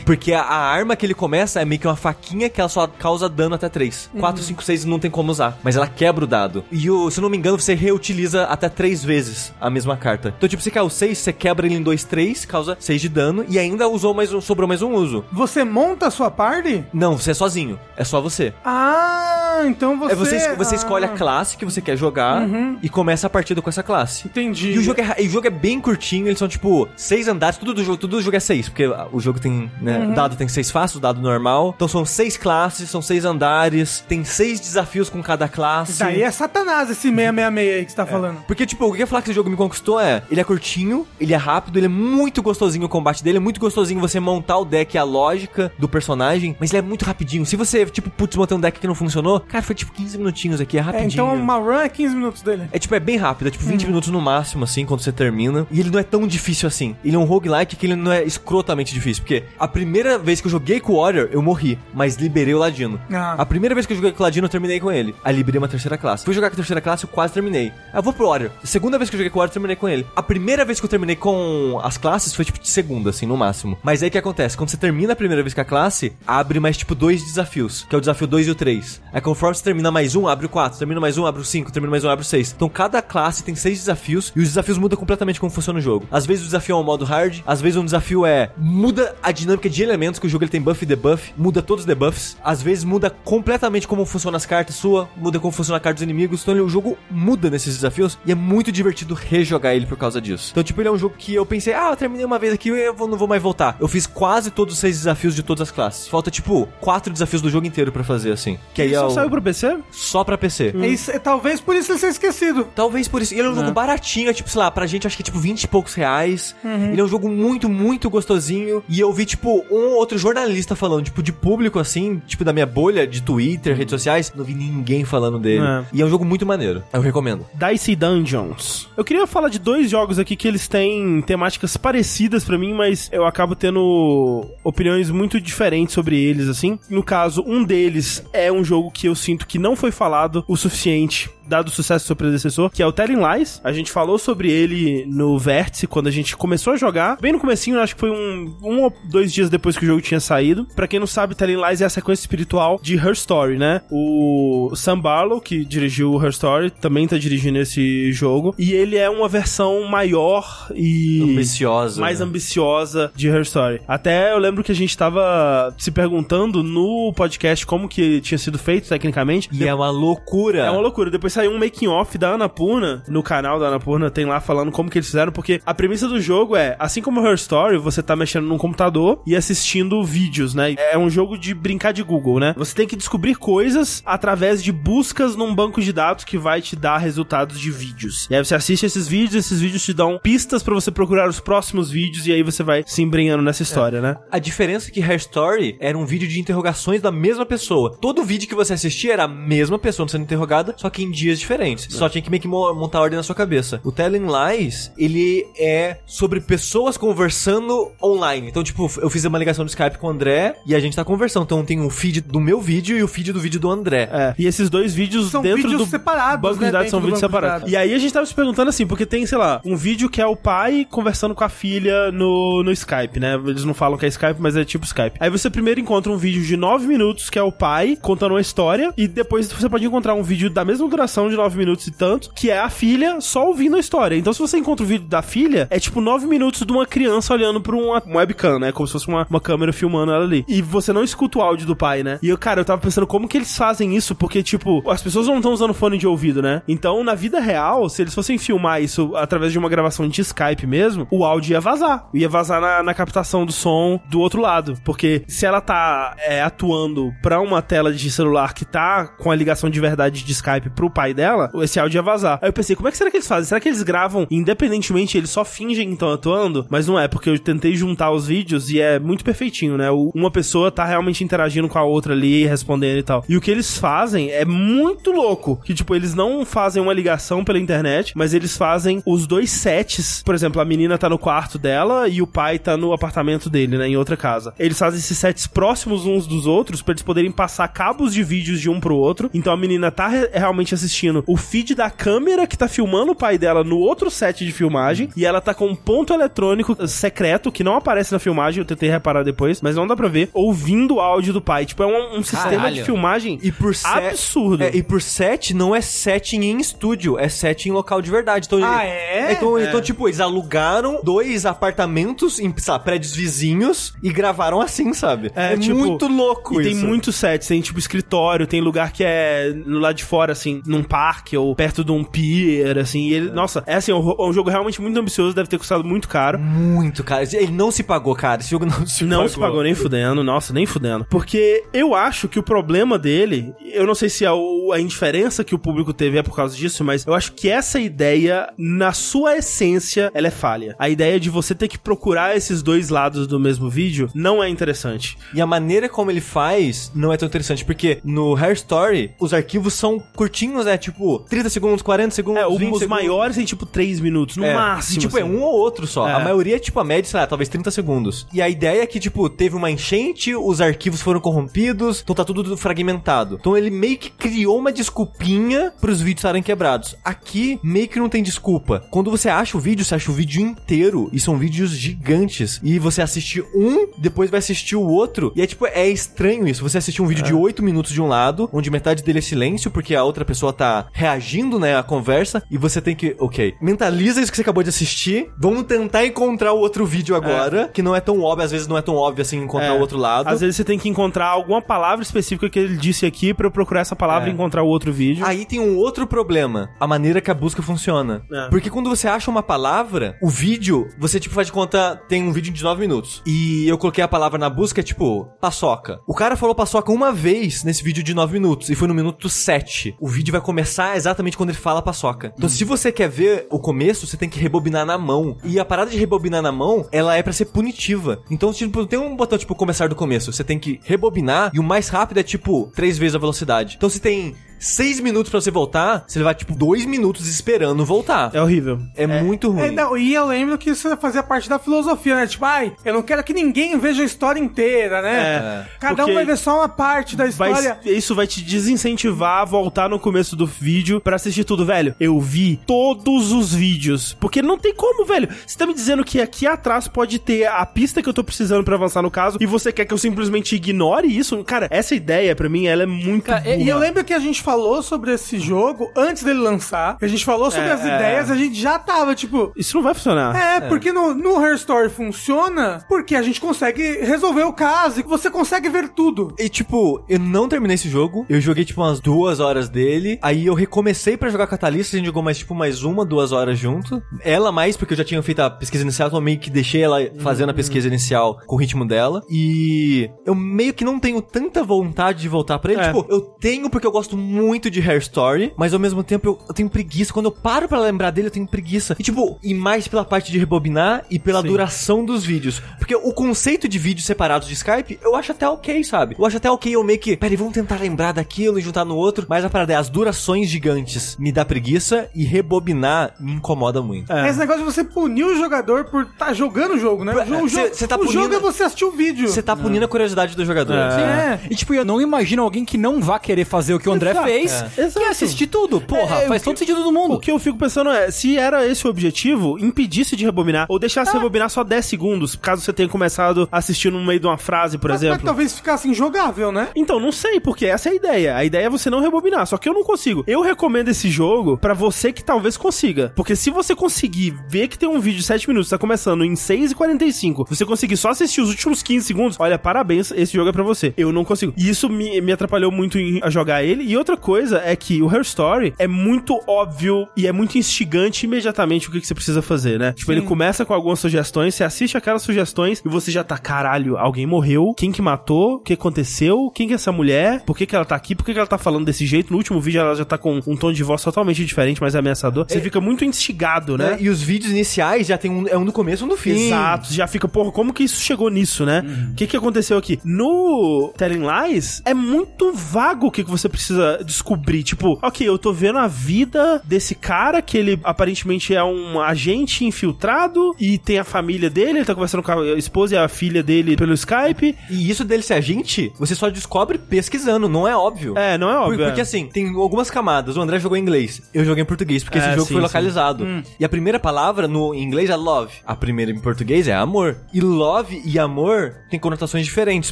[SPEAKER 2] Porque a, a arma que ele começa é meio que uma faquinha que ela só causa dano até 3. 4, 5, 6 não tem como usar. Mas ela quebra o dado. E o- se eu não me engano, você reutiliza até 3 vezes a mesma carta. Então, tipo, se quer o 6, você quebra ele em 2, 3, causa 6 de dano e ainda usou mais um, sobrou mais um uso.
[SPEAKER 3] Você monta a sua party?
[SPEAKER 2] Não, você é sozinho. É só você.
[SPEAKER 3] Ah, então você.
[SPEAKER 2] É você, es- você
[SPEAKER 3] ah, Uhum.
[SPEAKER 2] escolhe a classe que você quer jogar e começa a partida com essa classe.
[SPEAKER 3] Entendi.
[SPEAKER 2] E o jogo é, ra- e o jogo é bem curtinho, eles são tipo seis andares, tudo do jogo, tudo do jogo é seis, porque ah, o jogo tem, né,
[SPEAKER 3] Uhum.
[SPEAKER 2] o dado tem seis faces, o dado normal. Então são seis classes, são seis andares, tem seis desafios com cada classe.
[SPEAKER 3] Isso aí é Satanás, esse 666 aí que você tá falando.
[SPEAKER 2] Porque, tipo, o que eu ia falar que esse jogo me conquistou é: ele é curtinho, ele é rápido, ele é muito gostosinho o combate dele, é muito gostosinho você montar o deck, a lógica do personagem, mas ele é muito rapidinho. Se você, tipo, putz, montei um deck que não funcionou, cara, foi tipo 15 minutinhos aqui, é
[SPEAKER 3] É,
[SPEAKER 2] rapidinho.
[SPEAKER 3] então uma run é 15 minutos dele.
[SPEAKER 2] É tipo, é bem rápido, é tipo 20 minutos no máximo, assim, quando você termina. E ele não é tão difícil assim. Ele é um roguelike que ele não é escrotamente difícil. Porque a primeira vez que eu joguei com o Warrior, eu morri, mas liberei o Ladino.
[SPEAKER 3] Ah.
[SPEAKER 2] A primeira vez que eu joguei com o Ladino, eu terminei com ele. Aí liberei uma terceira classe. Fui jogar com a terceira classe, eu quase terminei. Aí eu vou pro Warrior. A segunda vez que eu joguei com o Warrior, eu terminei com ele. A primeira vez que eu terminei com as classes foi tipo de segunda, assim, no máximo. Mas aí o que acontece? Quando você termina a primeira vez com a classe, abre mais tipo dois desafios, que é o desafio 2 e o 3. Aí quando Conforme você termina mais um, abre o 4, termina mais um, abre o 5, termina mais um, abre o 6. Então cada classe tem seis desafios e os desafios mudam completamente como funciona o jogo. Às vezes o desafio é um modo hard, às vezes um desafio é muda a dinâmica de elementos que o jogo ele tem buff e debuff, muda todos os debuffs, às vezes muda completamente como funciona as cartas sua, muda como funciona a carta dos inimigos. Então ele, o jogo muda nesses desafios e é muito divertido rejogar ele por causa disso. Então, tipo, ele é um jogo que eu pensei, ah, eu terminei uma vez aqui, eu vou- não vou mais voltar. Eu fiz quase todos os seis desafios de todas as classes. Falta, tipo, quatro desafios do jogo inteiro pra fazer, assim. Que aí é
[SPEAKER 1] Isso
[SPEAKER 2] o-
[SPEAKER 1] saiu pro PC?
[SPEAKER 2] só pra PC.
[SPEAKER 3] É isso, é, talvez por isso ele seja esquecido.
[SPEAKER 2] Talvez por isso. Ele é um jogo baratinho, é tipo, sei lá, pra gente acho que é tipo 20 e poucos reais.
[SPEAKER 1] Uhum.
[SPEAKER 2] Ele é um jogo muito, muito gostosinho. E eu vi, tipo, um ou outro jornalista falando, tipo, de público assim, tipo da minha bolha de Twitter, redes sociais. Não vi ninguém falando dele.
[SPEAKER 1] É.
[SPEAKER 2] E é um jogo muito maneiro. Eu recomendo.
[SPEAKER 1] Dicey Dungeons. Eu queria falar de dois jogos aqui que eles têm temáticas parecidas pra mim, mas eu acabo tendo opiniões muito diferentes sobre eles, assim. No caso, um deles é um jogo que eu sinto que não foi falado o suficiente. Dado o sucesso do seu predecessor, que é o Telling Lies. A gente falou sobre ele no Vértice, quando a gente começou a jogar. Bem no comecinho, acho que foi um, um ou dois dias depois que o jogo tinha saído. Pra quem não sabe, Telling Lies é a sequência espiritual de Her Story, né? O Sam Barlow, que dirigiu Her Story, também tá dirigindo esse jogo. E ele é uma versão maior e...
[SPEAKER 2] Ambiciosa.
[SPEAKER 1] Mais
[SPEAKER 2] né?
[SPEAKER 1] ambiciosa de Her Story. Até eu lembro que a gente tava se perguntando no podcast como que tinha sido feito tecnicamente.
[SPEAKER 2] E é uma loucura.
[SPEAKER 1] É uma loucura. Depois saiu um making off da Anapurna, no canal da Anapurna, tem lá falando como que eles fizeram, porque a premissa do jogo é, assim como Her Story, você tá mexendo num computador e assistindo vídeos, né? É um jogo de brincar de Google, né? Você tem que descobrir coisas através de buscas num banco de dados que vai te dar resultados de vídeos. E aí você assiste esses vídeos, esses vídeos te dão pistas pra você procurar os próximos vídeos e aí você vai se embrenhando nessa história, né?
[SPEAKER 2] A diferença é que Hair Story era um vídeo de interrogações da mesma pessoa. Todo vídeo que você assistia era a mesma pessoa sendo interrogada, só que em dias diferentes. Só tinha que meio que mo- montar a ordem na sua cabeça. O Telling Lies, ele é sobre pessoas conversando online. Então, tipo, eu fiz uma ligação no Skype com o André e a gente tá conversando. Então tem o feed do meu vídeo e o feed do vídeo do André.
[SPEAKER 1] É, e esses dois vídeos
[SPEAKER 3] São
[SPEAKER 1] dentro
[SPEAKER 3] vídeos
[SPEAKER 1] do
[SPEAKER 3] separados,
[SPEAKER 1] banco
[SPEAKER 3] né,
[SPEAKER 1] de dados
[SPEAKER 3] dentro
[SPEAKER 1] são
[SPEAKER 3] do
[SPEAKER 1] vídeos
[SPEAKER 3] banco de
[SPEAKER 1] separados.
[SPEAKER 3] dados.
[SPEAKER 1] E aí a gente tava se perguntando assim, porque tem, sei lá, um vídeo que é o pai conversando com a filha no, no Skype, né? Eles não falam que é Skype, mas é tipo Skype. Aí você primeiro encontra um vídeo de 9 minutos que é o pai contando uma história e depois você pode encontrar um vídeo da mesma duração de 9 minutos e tanto, que é a filha só ouvindo a história. Então se você encontra o vídeo da filha, é tipo 9 minutos de uma criança olhando pra uma uma webcam, né? Como se fosse uma, uma câmera filmando ela ali. E você não escuta o áudio do pai, né? E eu, cara, eu tava pensando como que eles fazem isso, porque, tipo, as pessoas não estão usando fone de ouvido, né? Então, na vida real, se eles fossem filmar isso através de uma gravação de Skype mesmo, o áudio ia vazar. Ia vazar na, na captação do som do outro lado. Porque se ela tá é, atuando pra uma tela de celular que tá com a ligação de verdade de Skype pro pai dela, esse áudio ia vazar. Aí eu pensei, como é que será que eles fazem? Será que eles gravam independentemente, eles só fingem que estão atuando? Mas não é, porque eu tentei juntar os vídeos e é muito perfeitinho, né? O- Uma pessoa tá realmente interagindo com a outra ali, respondendo e tal. E o que eles fazem é muito louco. Que, tipo, eles não fazem uma ligação pela internet, mas eles fazem os dois sets. Por exemplo, a menina tá no quarto dela e o pai tá no apartamento dele, né? Em outra casa. Eles fazem esses sets próximos uns dos outros pra eles poderem passar cabos de vídeos de um pro outro. Então a menina tá re- realmente assistindo o feed da câmera que tá filmando o pai dela no outro set de filmagem. E ela tá com um ponto eletrônico eh, secreto que não aparece na filmagem. Eu tentei reparar depois, mas não dá pra ver. Ouvindo o áudio do pai. Tipo, é um, um sistema de
[SPEAKER 4] Caralho.
[SPEAKER 1] filmagem
[SPEAKER 2] E por se-
[SPEAKER 1] absurdo.
[SPEAKER 2] É, e por set não é setting em estúdio, é setting em local de verdade. Então,
[SPEAKER 3] Ah, é?
[SPEAKER 2] Então, então, tipo, eles alugaram dois apartamentos em sei lá, prédios vizinhos e gravaram assim, sabe?
[SPEAKER 1] É, tipo,
[SPEAKER 2] muito louco
[SPEAKER 1] E
[SPEAKER 2] isso.
[SPEAKER 1] tem muitos sets, tem tipo escritório, tem lugar que é no lado de fora, assim, num parque ou perto de um pier, assim. E ele, Nossa, é assim, é um, ro- é um jogo realmente muito ambicioso, deve ter custado muito caro.
[SPEAKER 2] Hum, Muito, cara. Ele não se pagou, cara. Esse jogo não se
[SPEAKER 1] não
[SPEAKER 2] pagou.
[SPEAKER 1] se pagou nem fudendo, nossa, nem fudendo. Porque eu acho que o problema dele, eu não sei se a, a indiferença que o público teve é por causa disso, mas eu acho que essa ideia, na sua essência, ela é falha. A ideia de você ter que procurar esses dois lados do mesmo vídeo não é interessante.
[SPEAKER 2] E a maneira como ele faz não é tão interessante, porque no Hair Story, os arquivos são curtinhos, né? é tipo 30 segundos, 40 segundos,
[SPEAKER 1] É, o-
[SPEAKER 2] 20
[SPEAKER 1] os
[SPEAKER 2] segundos.
[SPEAKER 1] maiores tem tipo 3 minutos, no
[SPEAKER 2] É.
[SPEAKER 1] máximo.
[SPEAKER 2] E, tipo, é
[SPEAKER 1] assim.
[SPEAKER 2] um ou outro só.
[SPEAKER 1] É.
[SPEAKER 2] A maioria, tipo, a média, sei lá, talvez 30 segundos. E a ideia é que, tipo, teve uma enchente, os arquivos foram corrompidos, então tá tudo fragmentado. Então ele meio que criou uma desculpinha pros vídeos estarem quebrados. Aqui, meio que não tem desculpa. Quando você acha o vídeo, você acha o vídeo inteiro. E são vídeos gigantes. E você assiste um, depois vai assistir o outro. E é, tipo, é estranho isso. Você assistir um vídeo
[SPEAKER 1] É.
[SPEAKER 2] de 8 minutos de um lado, onde metade dele é silêncio, porque a outra pessoa tá reagindo, né, à conversa, e você tem que, ok, mentaliza isso que você acabou de assistir, vamos tentar encontrar o outro vídeo agora, que não é tão óbvio, às vezes não é tão óbvio assim encontrar
[SPEAKER 1] É.
[SPEAKER 2] o outro lado.
[SPEAKER 1] Às vezes você tem que encontrar alguma palavra específica que ele disse aqui pra eu procurar essa
[SPEAKER 2] É.
[SPEAKER 1] palavra e encontrar o outro vídeo.
[SPEAKER 2] Aí tem um outro problema, a maneira que a busca funciona.
[SPEAKER 1] É.
[SPEAKER 2] Porque quando você acha uma palavra, o vídeo, você tipo faz de conta, tem um vídeo de 9 minutos. E eu coloquei a palavra na busca, tipo, paçoca. O cara falou paçoca uma vez nesse vídeo de 9 minutos, e foi no minuto 7. O vídeo vai começar exatamente quando ele fala paçoca. Então se você quer ver o começo, você tem que rebobinar na mão. E a parada de rebobinar na mão, ela é pra ser punitiva. Então, tipo, não tem um botão tipo começar do começo. Você tem que rebobinar, e o mais rápido é tipo, três vezes a velocidade. Então se tem... 6 minutos pra você voltar, você levar tipo 2 minutos esperando voltar.
[SPEAKER 1] É horrível.
[SPEAKER 2] É, muito ruim.
[SPEAKER 3] É, não, e eu lembro que isso fazia parte da filosofia, né? Tipo, ai, eu não quero que ninguém veja a história inteira, né?
[SPEAKER 1] É,
[SPEAKER 3] Cada
[SPEAKER 1] porque
[SPEAKER 3] um vai ver só uma parte da
[SPEAKER 1] Vai,
[SPEAKER 3] história.
[SPEAKER 1] isso vai te desincentivar a voltar no começo do vídeo pra assistir tudo, velho. Eu vi todos os vídeos. Porque não tem como, velho. Você tá me dizendo que aqui atrás pode ter a pista que eu tô precisando pra avançar no caso e você quer que eu simplesmente ignore isso? Cara, essa ideia pra mim ela é muito
[SPEAKER 3] Cara, e-
[SPEAKER 1] burra.
[SPEAKER 3] e eu lembro que a gente falou sobre esse jogo antes dele lançar. A gente falou sobre
[SPEAKER 1] É,
[SPEAKER 3] as
[SPEAKER 1] é.
[SPEAKER 3] ideias, a gente já tava, tipo.
[SPEAKER 1] Isso não vai funcionar.
[SPEAKER 3] É, porque no, no Her Story funciona porque a gente consegue resolver o caso e você consegue ver tudo.
[SPEAKER 2] E tipo, eu não terminei esse jogo. Eu joguei tipo umas duas horas dele. Aí eu recomecei pra jogar Catalyst. A gente jogou mais tipo mais uma, duas horas junto. Ela mais, porque eu já tinha feito a pesquisa inicial. Então eu meio que deixei ela fazendo a pesquisa inicial com o ritmo dela. E eu meio que não tenho tanta vontade de voltar pra ele.
[SPEAKER 1] É.
[SPEAKER 2] Tipo, eu tenho porque eu gosto muito de Hair Story. Mas ao mesmo tempo eu, eu tenho preguiça. Quando eu paro pra lembrar dele, eu tenho preguiça. E tipo, e mais pela parte de rebobinar e pela
[SPEAKER 1] Sim.
[SPEAKER 2] duração duração dos vídeos. Porque o conceito de vídeos separados de Skype, eu acho até ok, sabe? Eu acho até ok eu meio que, peraí, vamos tentar lembrar daquilo e juntar no outro. Mas a parada é, as durações gigantes me dá preguiça e rebobinar me incomoda muito.
[SPEAKER 1] É.
[SPEAKER 3] Esse negócio de você punir o jogador por estar jogando o jogo, né? O, jo- o
[SPEAKER 2] Cê-
[SPEAKER 3] jogo-
[SPEAKER 2] cê tá
[SPEAKER 3] o jogo
[SPEAKER 2] punindo-
[SPEAKER 3] é você assistir o vídeo.
[SPEAKER 2] Você tá punindo a curiosidade do jogador.
[SPEAKER 1] É.
[SPEAKER 3] Sim, é.
[SPEAKER 4] E tipo, eu não imagino alguém que não vá querer fazer o que o André
[SPEAKER 1] Exato,
[SPEAKER 4] fez
[SPEAKER 1] é.
[SPEAKER 4] e
[SPEAKER 1] Exato.
[SPEAKER 4] assistir tudo. Porra,
[SPEAKER 1] É, é,
[SPEAKER 4] faz
[SPEAKER 1] o
[SPEAKER 4] todo sentido do mundo.
[SPEAKER 3] Tipo,
[SPEAKER 1] O que eu fico pensando é, se era esse o objetivo, impedisse de rebobinar, ou deixasse
[SPEAKER 3] É.
[SPEAKER 1] rebobinar só 10 segundos, caso você tenha começado assistindo no meio de uma frase, por
[SPEAKER 3] Mas como é que
[SPEAKER 1] exemplo.
[SPEAKER 3] talvez ficasse injogável, né?
[SPEAKER 1] Então, não sei, porque essa é a ideia. A ideia é você não rebobinar, só que eu não consigo. Eu recomendo esse jogo pra você que talvez consiga. Porque se você conseguir ver que tem um vídeo de 7 minutos, tá começando em 6 e 45, você conseguir só assistir os últimos 15 segundos, olha, parabéns, esse jogo é pra você. Eu não consigo. E isso me, me atrapalhou muito em a jogar ele. E outra coisa é que o Her Story é muito óbvio e é muito instigante imediatamente o que, que você precisa fazer, né? Tipo, ele começa com algumas sugestões, você assiste aquelas sugestões e você já tá, caralho, alguém morreu, quem que matou, o que aconteceu, quem que é essa mulher, por que que ela tá aqui, por que que ela tá falando desse jeito. No último vídeo ela já tá com um tom de voz totalmente diferente, mais ameaçador. Você fica muito instigado, né?
[SPEAKER 2] Né? E os vídeos iniciais já tem um, é um do começo e um do fim.
[SPEAKER 1] Exato, já fica, porra, como que isso chegou nisso, né? O
[SPEAKER 2] Uhum.
[SPEAKER 1] que, que aconteceu aqui? No Telling Lies, é muito vago o que, que você precisa descobrir. Tipo, ok, eu tô vendo a vida desse cara, que ele aparentemente é um agente infiltrado e tem a família dele, ele tá conversando com a esposa e a filha dele pelo Skype.
[SPEAKER 2] E isso dele ser agente, você só descobre pesquisando, não é óbvio.
[SPEAKER 1] É, não é
[SPEAKER 2] Por-
[SPEAKER 1] óbvio.
[SPEAKER 2] Porque
[SPEAKER 1] é.
[SPEAKER 2] assim, tem algumas camadas. O André jogou em inglês, eu joguei em português, porque
[SPEAKER 1] É,
[SPEAKER 2] esse jogo
[SPEAKER 1] sim, Hum.
[SPEAKER 2] foi
[SPEAKER 1] sim.
[SPEAKER 2] localizado. E a primeira palavra no em inglês é love. A primeira em português é amor. E love e amor tem conotações diferentes,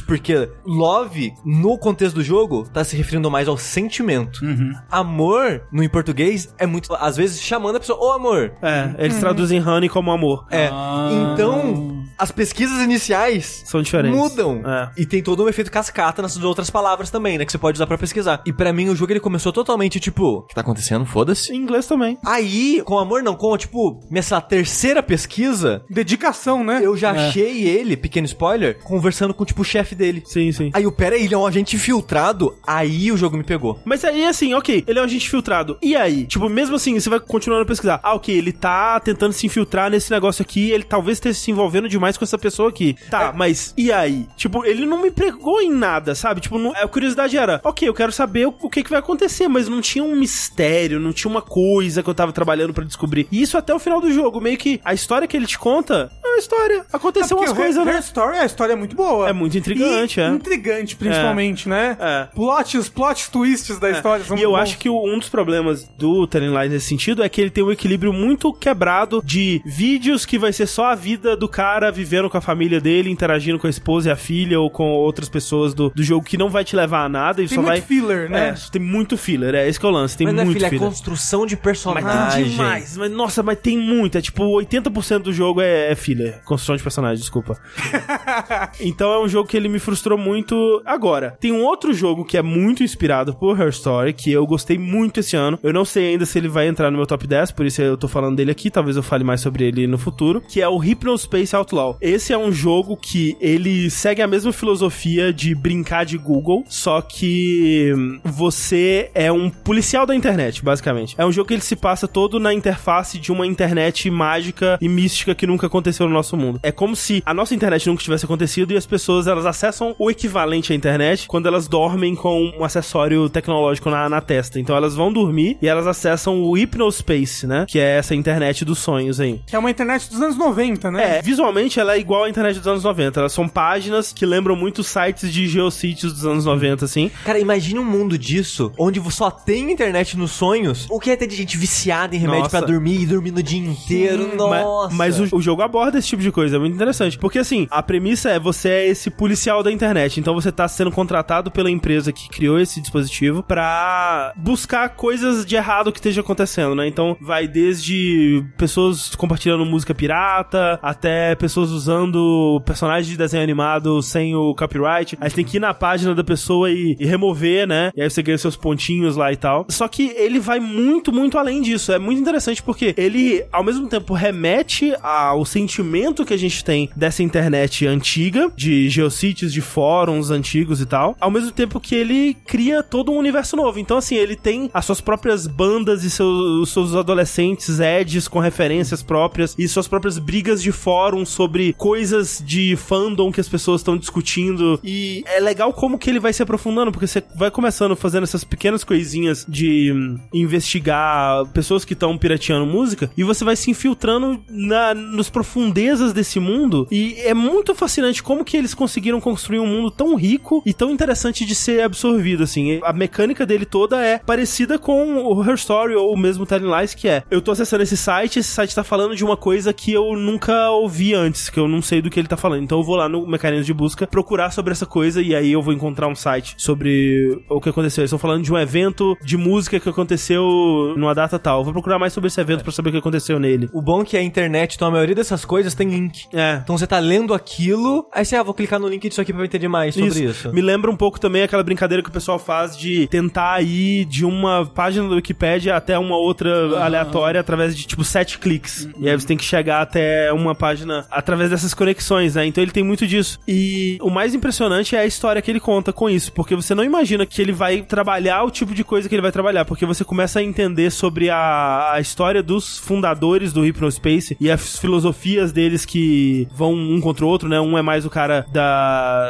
[SPEAKER 2] porque love, no contexto do jogo, tá se referindo mais ao sentimento.
[SPEAKER 1] Uhum.
[SPEAKER 2] Amor, no em português, é muito, às vezes, chamando a pessoa, ô amor.
[SPEAKER 1] É, eles traduzem honey como amor.
[SPEAKER 2] É.
[SPEAKER 4] Ah.
[SPEAKER 2] Então, as pesquisas iniciais
[SPEAKER 1] São diferentes.
[SPEAKER 2] mudam.
[SPEAKER 1] É.
[SPEAKER 2] E tem todo um efeito cascata nessas outras palavras também, né? Que você pode usar pra pesquisar. E pra mim, o jogo ele começou totalmente tipo: O que tá acontecendo? Foda-se.
[SPEAKER 1] Em inglês também.
[SPEAKER 2] Aí, com amor não, com tipo, minha sei lá, terceira pesquisa,
[SPEAKER 3] Dedicação, né?
[SPEAKER 2] eu já
[SPEAKER 1] É.
[SPEAKER 2] achei ele, pequeno spoiler, conversando com tipo o chefe dele.
[SPEAKER 1] Sim, sim.
[SPEAKER 2] Aí o pera, ele é um agente infiltrado. Aí o jogo me pegou.
[SPEAKER 1] Mas aí, assim, ok, ele é um agente filtrado. E aí? Tipo, mesmo assim, você vai continuando a pesquisar. Ah, ok, ele tá tentando se infiltrar nesse negócio aqui, ele talvez esteja se envolvendo demais com essa pessoa aqui. Tá,
[SPEAKER 3] É.
[SPEAKER 1] mas e aí? Tipo, ele não me pregou em nada, sabe? Tipo, não- a curiosidade era, ok, eu quero saber o, o que, que vai acontecer, mas não tinha um mistério, não tinha uma coisa que eu tava trabalhando pra descobrir. E isso até o final do jogo, meio que a história que ele te conta é uma história. Aconteceu
[SPEAKER 3] É
[SPEAKER 1] umas
[SPEAKER 3] porque o Her-
[SPEAKER 1] coisas, né?
[SPEAKER 3] Her Story, a história é muito boa.
[SPEAKER 1] É muito intrigante,
[SPEAKER 3] E
[SPEAKER 1] é.
[SPEAKER 3] Intrigante, principalmente, né?
[SPEAKER 1] É.
[SPEAKER 3] Plots, plots twists da história são
[SPEAKER 1] E eu
[SPEAKER 3] muito
[SPEAKER 1] acho que o- um dos problemas do Telling Lies nesse sentido é que ele tem um equilíbrio muito quebrado de vídeos que vai ser só a vida do cara vivendo com a família dele, interagindo com a esposa e a filha ou com outras pessoas do, do jogo que não vai te levar a nada e
[SPEAKER 3] Tem
[SPEAKER 1] só
[SPEAKER 3] muito
[SPEAKER 1] vai...
[SPEAKER 3] filler, né?
[SPEAKER 1] É, tem muito filler, é esse que é o lance, tem
[SPEAKER 2] Mas não é,
[SPEAKER 1] muito
[SPEAKER 2] filha, é
[SPEAKER 1] filler.
[SPEAKER 2] construção de personagem.
[SPEAKER 1] Mas tem demais, mas nossa, mas tem muito. É tipo 80% do jogo é, é filler. Construção de personagem, desculpa. então é um jogo que ele me frustrou muito agora. Tem um outro jogo que é muito inspirado por Her Story, que eu gostei muito esse ano. Eu não sei ainda se ele vai entrar no meu top 10, por isso eu tô falando dele aqui, talvez eu fale mais sobre ele no futuro, que é o Hypnospace Outlaw. Esse é um jogo que ele segue a mesma filosofia de brincar de Google, só que hum, você é um policial da internet, basicamente. É um jogo que ele se passa todo na interface de uma internet mágica e mística que nunca aconteceu no nosso mundo. É como se a nossa internet nunca tivesse acontecido e as pessoas elas acessam o equivalente à internet quando elas dormem com um acessório tecnológico na, na testa. Então elas vão dormir e elas acessam o Hypnospace, né? Que é essa internet dos sonhos aí.
[SPEAKER 3] Que é uma internet dos anos 90, né?
[SPEAKER 1] É, visualmente ela é igual à internet dos anos 90. Elas são páginas que lembram muito sites de geocities dos anos 90, assim.
[SPEAKER 2] Cara, imagina um mundo disso, onde só tem internet nos sonhos. O que é ter de gente viciada em remédio
[SPEAKER 1] Nossa.
[SPEAKER 2] pra dormir e dormindo o dia inteiro?
[SPEAKER 1] Ma-
[SPEAKER 2] Nossa.
[SPEAKER 1] Mas, o, o jogo aborda esse tipo de coisa, é muito interessante. Porque assim, a premissa é você é esse policial da internet, então você tá sendo contratado pela empresa que criou esse dispositivo pra buscar coisas de errado que esteja acontecendo, né? Então vai desde pessoas compartilhando música pirata até pessoas usando personagens de desenho animado sem o copyright. Aí você tem que ir na página da pessoa e, e remover, né? E aí você ganha seus pontinhos lá e tal. Só que ele vai muito, muito além disso. É muito interessante porque ele, ao mesmo tempo, remete ao sentimento que a gente tem dessa internet antiga, de geocities, de fóruns antigos e tal, ao mesmo tempo que ele cria todo um universo novo. Então, assim, ele tem as suas próprias bandas e seus, os seus adolescentes edges com referências próprias e suas próprias brigas de fórum sobre coisas de fandom que as pessoas estão discutindo. E é legal como que ele vai se aprofundando, porque você vai começando fazendo essas pequenas coisinhas de hum, investigar pessoas que estão pirateando música e você vai se infiltrando na, nos profundezas desse mundo. E é muito fascinante como que eles conseguiram construir um mundo tão rico e tão interessante de ser absorvido, assim. A mecânica dele toda é parecida com o Her Story ou mesmo Telling Lies, que é eu tô acessando esse site, esse site tá falando de uma coisa que eu nunca ouvi antes, que eu não sei do que ele tá falando. Então eu vou lá no mecanismo de busca procurar sobre essa coisa e aí eu vou encontrar um site sobre o que aconteceu. Eles estão falando de um evento de música que aconteceu numa data tal. Eu vou procurar mais sobre esse evento pra saber o que aconteceu nele.
[SPEAKER 2] O bom é que a internet, então a maioria dessas coisas tem link.
[SPEAKER 1] É.
[SPEAKER 2] Então você tá lendo aquilo, aí você, ah, vou clicar no link disso aqui pra eu entender mais sobre isso.
[SPEAKER 1] Me lembra um pouco também aquela brincadeira que o pessoal faz de tentar ir de uma página da Wikipédia até uma outra aleatória através de tipo sete cliques. E aí você tem que chegar até uma página através dessas conexões, né? Então ele tem muito disso. E o mais impressionante é a história que ele conta com isso, porque você não imagina que ele vai trabalhar o tipo de coisa que ele vai trabalhar, porque você começa a entender sobre a, a história dos fundadores do Hypnospace e as filosofias deles que vão um contra o outro, né? Um é mais o cara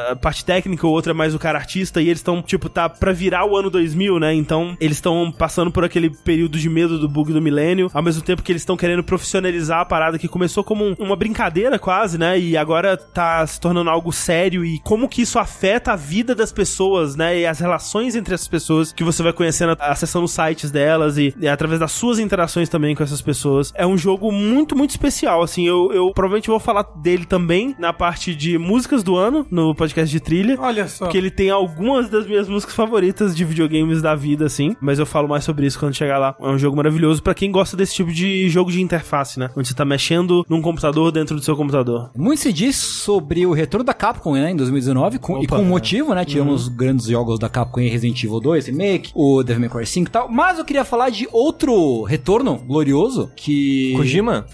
[SPEAKER 1] da parte técnica, o outro é mais o cara artista, e eles estão, tipo, tá pra virar o ano 2000, né? Então, eles estão passando por aquele período de medo do bug do milênio, ao mesmo tempo que eles estão querendo profissionalizar a parada que começou como um- uma brincadeira quase, né? E agora tá se tornando algo sério e como que isso afeta a vida das pessoas, né? E as relações entre as pessoas que você vai conhecendo acessando os sites delas e, e através das suas interações também com essas pessoas. É um jogo muito, muito especial, assim. Eu, eu provavelmente vou falar dele também na parte de músicas do ano, no podcast de trilha.
[SPEAKER 3] Olha só.
[SPEAKER 1] Porque ele tem algumas das minhas músicas favoritas de videogames da vida, assim. Mas eu falo mais sobre isso quando chegar lá. É um jogo maravilhoso pra quem gosta desse tipo de jogo de interface, né? Onde você tá mexendo num computador dentro do seu computador.
[SPEAKER 4] Muito se diz sobre o retorno da Capcom, né, em 2019, com- e
[SPEAKER 1] Opa, é. Uhum.
[SPEAKER 4] com motivo, né? Tivemos grandes jogos da Capcom em Resident Evil 2, Remake, o Devil May Cry 5 e tal. Mas eu queria falar de outro retorno glorioso que.
[SPEAKER 2] Kojima?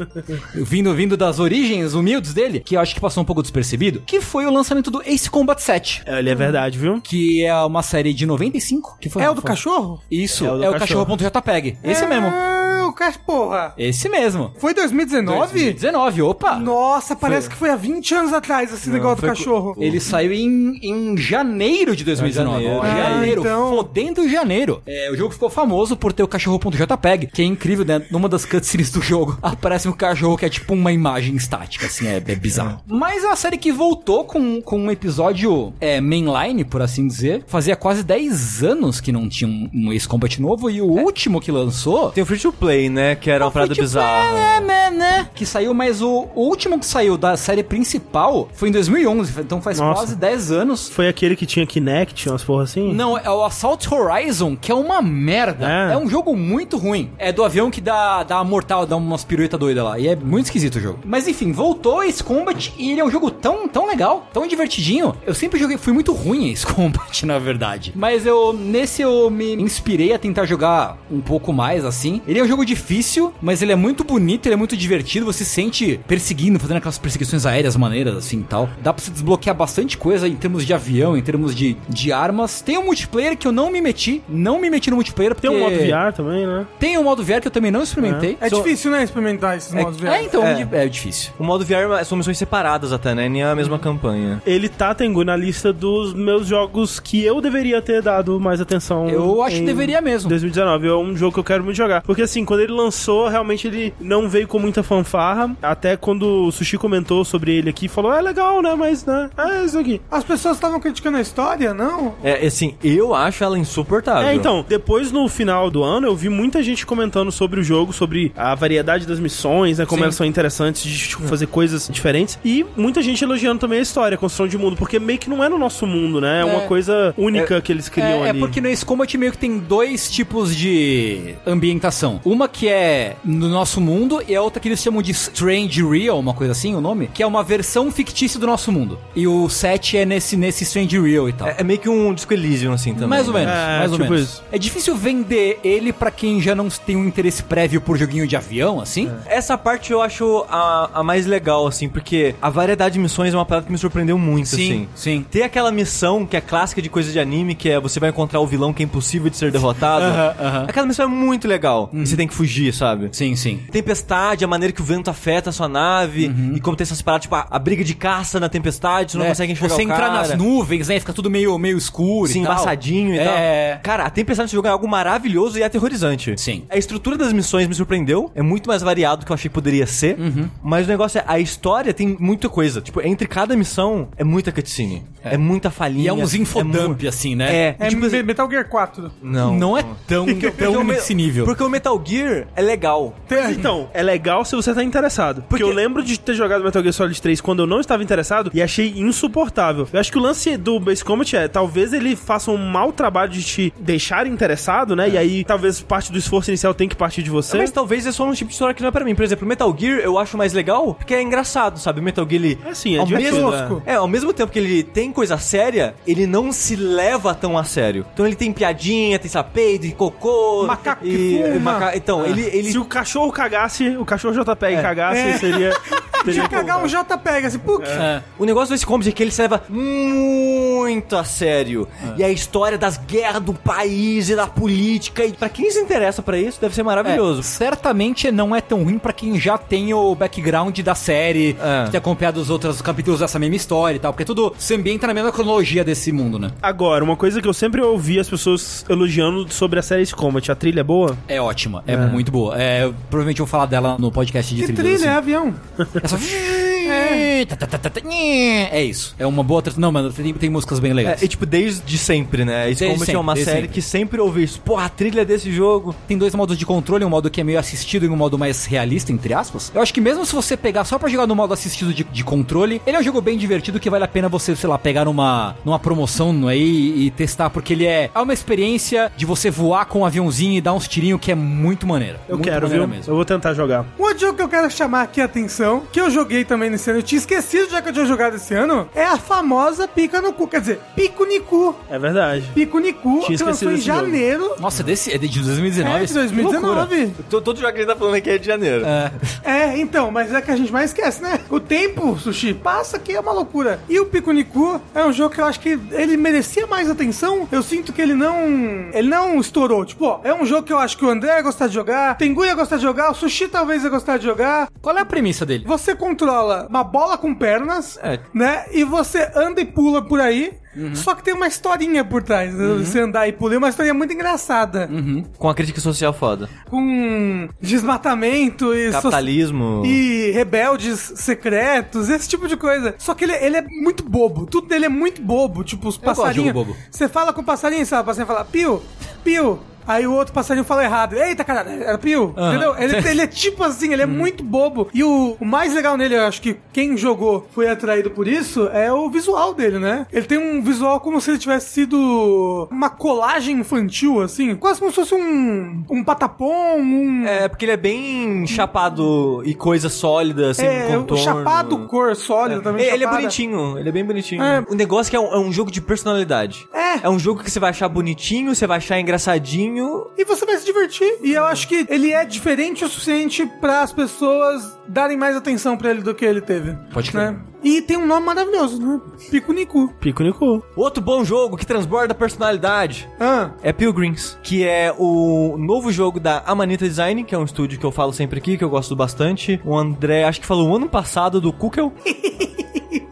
[SPEAKER 4] Vindo, vindo das origens humildes dele, que eu acho que passou um pouco despercebido, que foi o lançamento do Ace Combat 7.
[SPEAKER 1] É, Ele é verdade, viu?
[SPEAKER 4] Que é uma série de 95, que foi...
[SPEAKER 3] É o do
[SPEAKER 4] foi-
[SPEAKER 3] cachorro?
[SPEAKER 4] Isso,
[SPEAKER 1] É
[SPEAKER 4] é
[SPEAKER 1] o
[SPEAKER 4] o,
[SPEAKER 1] do cachorro.
[SPEAKER 4] cachorro.jpg. Esse mesmo.
[SPEAKER 3] É, o cachorro, porra.
[SPEAKER 4] Esse mesmo.
[SPEAKER 3] Foi 2019?
[SPEAKER 4] 19, opa.
[SPEAKER 3] Nossa, parece que foi há 20 anos atrás esse negócio do
[SPEAKER 2] foi co-
[SPEAKER 3] cachorro.
[SPEAKER 4] Ele saiu em, em janeiro de 2019.
[SPEAKER 2] Janeiro.
[SPEAKER 4] Janeiro,
[SPEAKER 3] Ah, então.
[SPEAKER 4] fodendo janeiro. É, o jogo ficou famoso por ter o cachorro.jpg, que é incrível, né? Numa das cutscenes do jogo, aparece um cachorro que é tipo uma imagem estática, assim, é, é
[SPEAKER 3] Ah.
[SPEAKER 4] bizarro. Mas é uma série que voltou com, com um episódio é, mainline, por assim dizer. Fazia quase 10 anos que não tinha um, um ex-combat novo, e o último que lançou...
[SPEAKER 2] Tem o Free to Play, né? Que era uma parada
[SPEAKER 4] Free to
[SPEAKER 2] bizarra.
[SPEAKER 4] É, né, né? Que saiu, mas o, o último que saiu da série principal foi em 2011, então faz
[SPEAKER 1] Nossa.
[SPEAKER 4] quase 10 anos.
[SPEAKER 1] Foi aquele que tinha Kinect, umas porra assim?
[SPEAKER 4] Não, é o Assault Horizon, que é uma merda.
[SPEAKER 1] É.
[SPEAKER 4] É, um jogo muito ruim. É do avião que dá, dá a mortal, dá umas pirueta doida lá. E é muito esquisito o jogo. Mas enfim, voltou esse Combat e ele é um jogo tão, tão legal, tão divertidinho. Eu sempre joguei, fui muito ruim em esse Combat, na verdade. Mas eu, nesse eu me inspirei a tentar jogar um pouco mais, assim. Ele é um jogo difícil, mas ele é muito bonito, ele é muito divertido. Você se sente perseguindo, fazendo aquelas perseguições aéreas maneiras, assim, e tal. Dá pra se desbloquear bastante coisa em termos de avião, em termos de, de armas. Tem um multiplayer que eu não me meti, não me meti no multiplayer, porque...
[SPEAKER 1] Tem um modo VR também, né?
[SPEAKER 4] Tem um modo VR que eu também não experimentei.
[SPEAKER 3] É
[SPEAKER 4] Só-
[SPEAKER 3] difícil, né, experimentar esses
[SPEAKER 4] É,
[SPEAKER 3] modos
[SPEAKER 4] é,
[SPEAKER 3] VR.
[SPEAKER 4] então,
[SPEAKER 2] É.
[SPEAKER 4] é, é difícil.
[SPEAKER 2] O modo VR são missões separadas até, né? Nem é a mesma campanha.
[SPEAKER 1] Ele tá, Tengu, na lista dos meus jogos que eu deveria ter dado mais atenção.
[SPEAKER 4] Eu acho que
[SPEAKER 1] em
[SPEAKER 4] deveria mesmo.
[SPEAKER 1] 2019 é um jogo que eu quero muito jogar. Porque assim, quando ele lançou, realmente ele não veio com muita fanfarra. Até quando o Sushi comentou sobre ele aqui, falou: é legal, né? Mas, né? É isso aqui.
[SPEAKER 3] As pessoas estavam criticando a história, não?
[SPEAKER 2] É, assim, eu acho ela
[SPEAKER 4] Ah,
[SPEAKER 2] insuportável.
[SPEAKER 1] É, então, depois no final do ano eu vi muita gente comentando sobre o jogo, sobre a variedade das missões, né? Como
[SPEAKER 4] Sim. Hum.
[SPEAKER 1] elas são interessantes de tipo, fazer coisas diferentes. E muita gente elogiando também a história, a construção de mundo, porque meio que não é no nosso mundo, né? É uma
[SPEAKER 4] É.
[SPEAKER 1] coisa única que eles criam
[SPEAKER 4] É, é
[SPEAKER 1] ali.
[SPEAKER 4] porque no Ace Combat meio que tem dois tipos de ambientação. Uma que é no nosso mundo e a outra que eles chamam de Strange Real, uma coisa assim, o nome, que é uma versão fictícia do nosso mundo. E o 7 é nesse, nesse Strange Real e tal.
[SPEAKER 2] É, é meio que um Disco Elysium, assim, também.
[SPEAKER 4] mais ou menos,
[SPEAKER 1] É,
[SPEAKER 4] mais ou
[SPEAKER 1] tipo
[SPEAKER 4] menos.
[SPEAKER 1] isso.
[SPEAKER 4] É difícil vender ele pra quem já não tem um interesse prévio por joguinho de avião, assim.
[SPEAKER 1] É.
[SPEAKER 2] Essa parte eu acho a, a mais legal, assim, porque a variedade de missões é uma parada que me surpreendeu muito, assim.
[SPEAKER 4] sim.
[SPEAKER 2] Tem aquela missão que é clássica de coisa de anime, que é você vai encontrar o vilão que é impossível de ser derrotado.
[SPEAKER 4] Aham, Uhum. aham.
[SPEAKER 2] Aquela missão é muito legal. E você tem que fugir, sabe?
[SPEAKER 4] Sim, sim.
[SPEAKER 2] Tempestade, a maneira que o vento afeta a sua nave, e como tem essas paradas, tipo, a, a briga de caça na tempestade, você não
[SPEAKER 4] Uhum. É,
[SPEAKER 2] consegue enxergar
[SPEAKER 4] Você
[SPEAKER 2] o
[SPEAKER 4] entrar
[SPEAKER 2] cara.
[SPEAKER 4] nas nuvens, né? Fica tudo meio, meio escuro
[SPEAKER 2] Sim,
[SPEAKER 4] e tal.
[SPEAKER 2] embaçadinho e
[SPEAKER 4] É.
[SPEAKER 2] tal. Cara, a tempestade nesse jogo é algo maravilhoso e aterrorizante.
[SPEAKER 4] Sim.
[SPEAKER 2] A estrutura das missões me surpreendeu. É muito mais variado do que eu achei que poderia ser.
[SPEAKER 4] Uhum.
[SPEAKER 2] Mas o negócio é, a história tem muita coisa. Tipo, entre cada missão é muita cutscene. É, muita
[SPEAKER 4] E
[SPEAKER 2] falhinha.
[SPEAKER 4] é uns infodump,
[SPEAKER 2] mu-
[SPEAKER 4] assim, né?
[SPEAKER 2] É,
[SPEAKER 3] É
[SPEAKER 2] tipo,
[SPEAKER 3] Me- Metal Gear 4.
[SPEAKER 2] não.
[SPEAKER 4] Não é tão, tão
[SPEAKER 2] me-
[SPEAKER 4] nesse nível.
[SPEAKER 2] Porque o Metal Gear é legal.
[SPEAKER 1] Pois então, é legal se você tá interessado. Porque, eu lembro de ter jogado Metal Gear Solid 3 quando eu não estava interessado e achei insuportável. Eu acho que o lance do Base Combat é, talvez ele faça um mau trabalho de te deixar interessado, né? E aí talvez parte do esforço inicial tem que partir de você.
[SPEAKER 2] Mas talvez é só um tipo de história que não é pra mim. Por exemplo, Metal Gear eu acho mais legal porque é engraçado, sabe? O Metal Gear ele.
[SPEAKER 1] É sim, é
[SPEAKER 2] ao mesmo,
[SPEAKER 1] divertido,
[SPEAKER 2] é, ao mesmo tempo que ele tem coisa séria, ele não se leva tão a sério. Então ele tem piadinha, tem sapeido e cocô.
[SPEAKER 3] Macaco que
[SPEAKER 2] e,
[SPEAKER 3] fuma.
[SPEAKER 2] e maca- Então, ele. ele
[SPEAKER 1] Se o cachorro cagasse, o cachorro JPEG cagasse, seria.
[SPEAKER 3] Tinha
[SPEAKER 1] teria
[SPEAKER 3] que cagar um JPEG, assim, puk.
[SPEAKER 4] É.
[SPEAKER 2] O negócio desse comedy é que ele se leva muito a sério. E a história das guerras do país e da política. E pra quem se interessa pra isso, deve ser maravilhoso.
[SPEAKER 4] É, certamente não é tão ruim pra quem já tem o background da série,
[SPEAKER 2] É.
[SPEAKER 4] que tem acompanhado os outros capítulos dessa mesma história e tal, porque tudo se ambienta na mesma cronologia desse mundo, né?
[SPEAKER 1] Agora, uma coisa que eu sempre ouvi as pessoas elogiando sobre a série Ace Combat, a trilha é boa?
[SPEAKER 4] É ótima, é, muito boa. É, eu provavelmente vou falar dela no podcast de
[SPEAKER 3] Que
[SPEAKER 4] trilhas,
[SPEAKER 3] trilha, é
[SPEAKER 4] assim.
[SPEAKER 3] avião.
[SPEAKER 4] É só- Tá, tá, tá, tá, tá, É isso. É uma boa. tra- Não, mano, tem, tem músicas bem legais.
[SPEAKER 2] É, e tipo, desde sempre, né? Esse
[SPEAKER 4] Desde
[SPEAKER 2] Combat é
[SPEAKER 4] sempre,
[SPEAKER 2] uma
[SPEAKER 4] desde
[SPEAKER 2] série
[SPEAKER 4] sempre.
[SPEAKER 2] que sempre ouve isso. Porra, a trilha desse jogo.
[SPEAKER 4] Tem dois modos de controle, um modo que é meio assistido e um modo mais realista, entre aspas. Eu acho que mesmo se você pegar só pra jogar no modo assistido de, de controle, ele é um jogo bem divertido que vale a pena você, sei lá, pegar numa, numa promoção não é, e, e testar, porque ele é, é uma experiência de você voar com um aviãozinho e dar uns tirinhos que é muito maneiro.
[SPEAKER 1] Eu
[SPEAKER 4] Muito
[SPEAKER 1] quero,
[SPEAKER 4] maneiro
[SPEAKER 1] viu? Eu
[SPEAKER 4] Mesmo.
[SPEAKER 1] vou tentar jogar.
[SPEAKER 3] Um outro jogo que eu quero chamar aqui a atenção, que eu joguei também no esse ano, eu tinha esquecido já que eu tinha jogado esse ano, é a famosa pica no cu. Quer dizer, pico nicu.
[SPEAKER 1] É verdade.
[SPEAKER 3] Pico nicu,
[SPEAKER 1] Tinha
[SPEAKER 3] que
[SPEAKER 1] esquecido
[SPEAKER 3] lançou em
[SPEAKER 1] desse jogo.
[SPEAKER 3] janeiro.
[SPEAKER 4] Nossa, é desse, é de
[SPEAKER 3] É, de
[SPEAKER 4] 2019? Que loucura.
[SPEAKER 3] 2019.
[SPEAKER 2] Todo, todo jogo que a gente tá falando aqui é de janeiro.
[SPEAKER 4] É.
[SPEAKER 3] É, então, mas é que a gente mais esquece, né? O tempo, Sushi, passa que é uma loucura. E o Picunicu é um jogo que eu acho que ele merecia mais atenção. Eu sinto que ele não... Ele não estourou. Tipo, ó, é um jogo que eu acho que o André ia gostar de jogar, o Tengu ia gostar de jogar, o Sushi talvez ia gostar de jogar.
[SPEAKER 4] Qual é a premissa dele?
[SPEAKER 3] Você controla uma bola com pernas,
[SPEAKER 4] É.
[SPEAKER 3] né? E você anda e pula por aí. Só que tem uma historinha por trás. né? Você andar e pular é uma historinha muito engraçada.
[SPEAKER 2] Com a crítica social foda.
[SPEAKER 3] Com desmatamento e... so-
[SPEAKER 2] Capitalismo.
[SPEAKER 4] Hum.
[SPEAKER 3] e rebeldes secretos, esse tipo de coisa. Só que ele, ele é muito bobo. Tudo dele é muito bobo. Tipo, os
[SPEAKER 4] gosto de
[SPEAKER 3] passarinhos.
[SPEAKER 4] jogo bobo.
[SPEAKER 3] Você fala com o passarinho, sabe? O passarinho fala, pio, pio. Aí o outro passarinho fala errado. Eita, caralho, era pio.
[SPEAKER 4] Aham.
[SPEAKER 3] Entendeu? Ele, ele é tipo assim,
[SPEAKER 4] Hum.
[SPEAKER 3] ele é muito bobo. E o, o mais legal nele, eu acho que quem jogou foi atraído por isso, é o visual dele, né? Ele tem um visual como se ele tivesse sido uma colagem infantil, assim. Quase como se fosse um, um patapom, um...
[SPEAKER 2] É, porque ele é bem chapado e coisa sólida, assim,
[SPEAKER 3] É,
[SPEAKER 2] com contorno.
[SPEAKER 3] o chapado cor sólido também.
[SPEAKER 2] Ele, ele é
[SPEAKER 3] chapada.
[SPEAKER 2] bonitinho, ele é bem bonitinho.
[SPEAKER 3] É.
[SPEAKER 2] O negócio é que é um, é um jogo de personalidade.
[SPEAKER 3] É.
[SPEAKER 2] É um jogo que você vai achar bonitinho, você vai achar engraçadinho.
[SPEAKER 3] E você vai se divertir. E eu acho que ele é diferente o suficiente para as pessoas darem mais atenção pra ele do que ele teve.
[SPEAKER 4] Pode crer.
[SPEAKER 3] né? E tem um nome maravilhoso, né? Pico Niku.
[SPEAKER 1] Pico no cu.
[SPEAKER 2] Outro bom jogo que transborda personalidade
[SPEAKER 3] Ah,
[SPEAKER 2] é Pilgrims, que é o novo jogo da Amanita Design, que é um estúdio que eu falo sempre aqui, que eu gosto bastante. O André, acho que falou um ano passado do Kukel.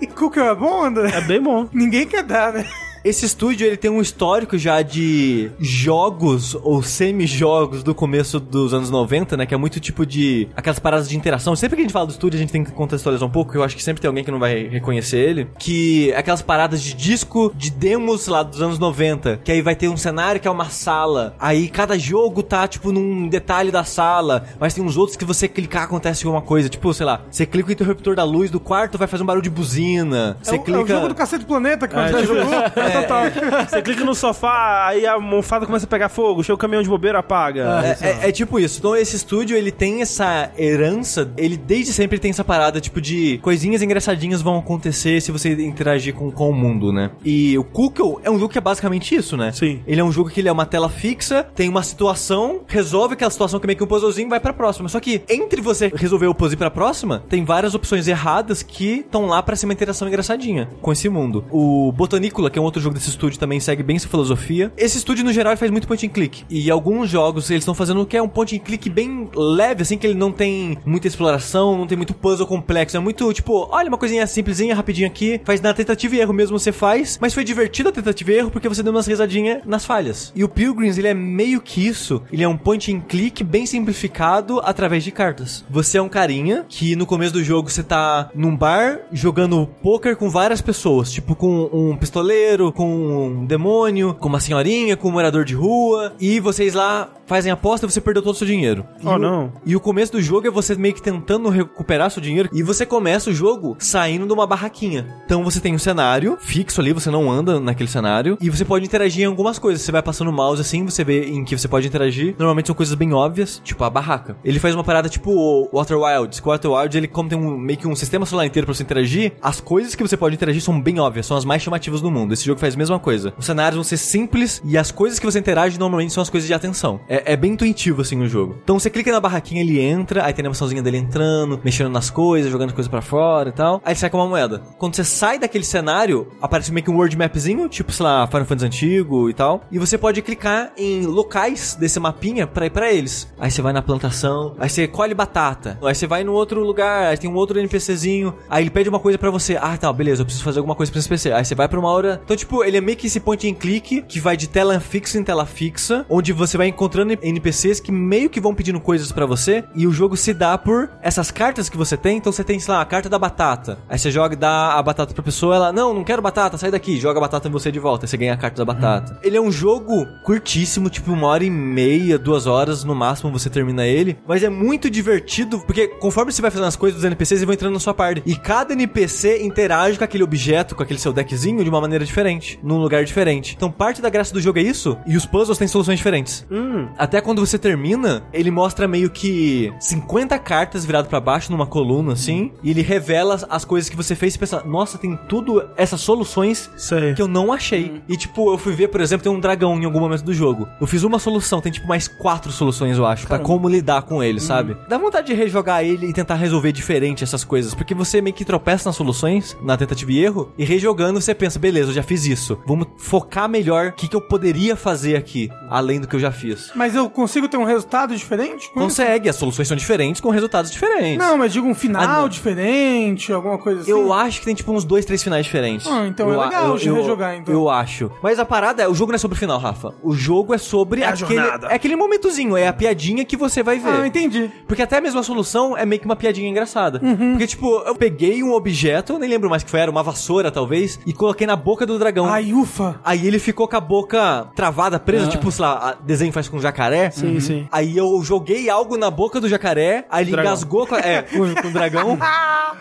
[SPEAKER 3] e Cookie é bom, André?
[SPEAKER 1] É bem bom.
[SPEAKER 3] Ninguém quer dar, né?
[SPEAKER 2] Esse estúdio ele tem um histórico já de jogos ou semi-jogos do começo dos anos 90, né? Que é muito tipo de aquelas paradas de interação. Sempre que a gente fala do estúdio, a gente tem que contextualizar um pouco, que eu acho que sempre tem alguém que não vai reconhecer ele. Que é aquelas paradas de disco de demos lá dos anos 90. Que aí vai ter um cenário que é uma sala. Aí cada jogo tá, tipo, num detalhe da sala. Mas tem uns outros que você clicar acontece alguma coisa. Tipo, sei lá, você clica o interruptor da luz do quarto, vai fazer um barulho de buzina. Você
[SPEAKER 3] é, o,
[SPEAKER 2] clica.
[SPEAKER 3] é o jogo do Cacete Planeta que o
[SPEAKER 1] É,
[SPEAKER 3] André
[SPEAKER 1] tipo-
[SPEAKER 3] jogou.
[SPEAKER 1] É, total. Você clica no sofá, aí a almofada começa a pegar fogo, chega o caminhão de bobeira, apaga.
[SPEAKER 2] É, é- é tipo isso. Então, esse estúdio, ele tem essa herança. Ele desde sempre tem essa parada, tipo, de coisinhas engraçadinhas vão acontecer se você interagir com, com o mundo, né? E o Kukel é um jogo que é basicamente isso, né?
[SPEAKER 1] Sim.
[SPEAKER 2] Ele é um jogo que ele é uma tela fixa, tem uma situação, resolve aquela situação que é meio que um puzzlezinho vai pra próxima. Só que entre você resolver o puzzle e ir pra próxima, tem várias opções erradas que estão lá pra ser uma interação engraçadinha com esse mundo. O Botanicula, que é um outro jogo desse estúdio, também segue bem essa filosofia. Esse estúdio, no geral, ele faz muito point and click. E alguns jogos eles estão fazendo o que é um point and click bem leve, assim, que ele não tem muita exploração, não tem muito puzzle complexo. É muito tipo, olha, uma coisinha simplesinha, rapidinho aqui, faz na tentativa e erro mesmo você faz, mas foi divertido a tentativa e erro porque você deu umas risadinhas nas falhas. E o Pilgrims, ele é meio que isso, ele é um point and click bem simplificado através de cartas. Você é um carinha que no começo do jogo você tá num bar jogando poker com várias pessoas, tipo com um pistoleiro, com um demônio, com uma senhorinha, com um morador de rua, e vocês lá fazem aposta e você perdeu todo o seu dinheiro. E
[SPEAKER 1] Oh,
[SPEAKER 2] o-
[SPEAKER 1] não.
[SPEAKER 2] e o começo do jogo é você meio que tentando recuperar seu dinheiro. E você começa o jogo saindo de uma barraquinha. Então você tem um cenário fixo ali, você não anda naquele cenário. E você pode interagir em algumas coisas. Você vai passando o mouse assim, você vê em que você pode interagir. Normalmente são coisas bem óbvias, tipo a barraca. Ele faz uma parada tipo o Water Wilds. Que o Water Wilds, ele, como tem um, meio que um sistema solar inteiro pra você interagir, as coisas que você pode interagir são bem óbvias, são as mais chamativas do mundo. Esse jogo faz a mesma coisa. Os cenários vão ser simples e as coisas que você interage normalmente são as coisas de atenção. É, é bem intuitivo, assim, o jogo. Então você clica na barraquinha, ele entra, aí tem a animaçãozinha dele entrando, mexendo nas coisas, jogando coisa pra fora e tal. Aí sai com uma moeda. Quando você sai daquele cenário, aparece meio que um world mapzinho, tipo, sei lá, Final Fantasy antigo e tal. E você pode clicar em locais desse mapinha pra ir pra eles. Aí você vai na plantação, aí você colhe batata, aí você vai num outro lugar, aí tem um outro NPCzinho, aí ele pede uma coisa pra você. Ah, tá, beleza, eu preciso fazer alguma coisa pra esse NPC. Aí você vai pra uma hora. Então, tipo, ele é meio que esse point and click que vai de tela fixa em tela fixa, onde você vai encontrando NPCs que meio que vão pedindo coisas pra você, e o jogo se dá por essas cartas que você tem. Então você tem, sei lá, a carta da batata. Aí você joga e dá a batata pra pessoa, ela, não, não quero batata, sai daqui, joga a batata em você de volta. Aí você ganha a carta da batata. Ele é um jogo curtíssimo, tipo uma hora e meia, duas horas no máximo você termina ele, mas é muito divertido, porque conforme você vai fazendo as coisas dos NPCs, eles vão entrando na sua parte. E cada NPC interage com aquele objeto, com aquele seu deckzinho, de uma maneira diferente. diferente, num lugar diferente. Então parte da graça do jogo é isso, e os puzzles têm soluções diferentes.
[SPEAKER 1] Hum.
[SPEAKER 2] Até quando você termina, ele mostra meio que 50 cartas virado pra baixo numa coluna, assim, e ele revela as- as coisas que você fez e pensa, nossa, tem tudo essas soluções
[SPEAKER 1] Sei.
[SPEAKER 2] que eu não achei. E tipo, eu fui ver, por exemplo, tem um dragão em algum momento do jogo. Eu fiz uma solução, tem tipo mais quatro soluções, eu acho, pra como lidar com ele, sabe? Dá vontade de rejogar ele e tentar resolver diferente essas coisas, porque você meio que tropeça nas soluções, na tentativa e erro, e rejogando você pensa, beleza, eu já fiz isso. Vamos focar melhor o que, que eu poderia fazer aqui, além do que eu já fiz.
[SPEAKER 3] Mas eu consigo ter um resultado diferente? com isso?
[SPEAKER 2] Consegue, as soluções são diferentes com resultados diferentes.
[SPEAKER 3] Não, mas digo um
[SPEAKER 2] Ah,
[SPEAKER 3] final
[SPEAKER 2] não.
[SPEAKER 3] diferente, alguma coisa assim.
[SPEAKER 2] Eu acho que tem tipo uns dois, três finais diferentes.
[SPEAKER 3] Ah, então é
[SPEAKER 2] eu, a-
[SPEAKER 3] legal de rejogar, então.
[SPEAKER 2] Eu acho. Mas a parada é, o jogo não é sobre o final, Rafa. O jogo é sobre
[SPEAKER 1] a
[SPEAKER 2] aquele.
[SPEAKER 1] jornada.
[SPEAKER 2] É aquele momentozinho, é a piadinha que você vai ver.
[SPEAKER 3] Ah, entendi.
[SPEAKER 2] Porque até mesmo a solução é meio que uma piadinha engraçada.
[SPEAKER 3] Uhum.
[SPEAKER 2] Porque, tipo, eu peguei um objeto, eu nem lembro mais o que foi, era uma vassoura, talvez, e coloquei na boca do dragão.
[SPEAKER 3] Ai, ufa.
[SPEAKER 2] Aí ele ficou com a boca travada, presa,
[SPEAKER 4] Ah.
[SPEAKER 2] tipo, sei lá, a- desenho faz com jacaré. Uhum.
[SPEAKER 1] Sim, sim.
[SPEAKER 2] Aí eu joguei algo na boca do jacaré, aí ele
[SPEAKER 1] Dragão.
[SPEAKER 2] engasgou com, a- é, com, com o dragão.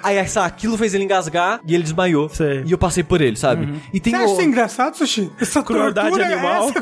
[SPEAKER 2] aí essa, aquilo fez ele engasgar e ele desmaiou.
[SPEAKER 1] Sei. Uhum.
[SPEAKER 2] E eu passei por ele, sabe? E tem
[SPEAKER 3] Você acha isso engraçado, Sushi? Essa
[SPEAKER 1] Crueldade
[SPEAKER 3] tortura, é
[SPEAKER 1] animal.
[SPEAKER 3] Essa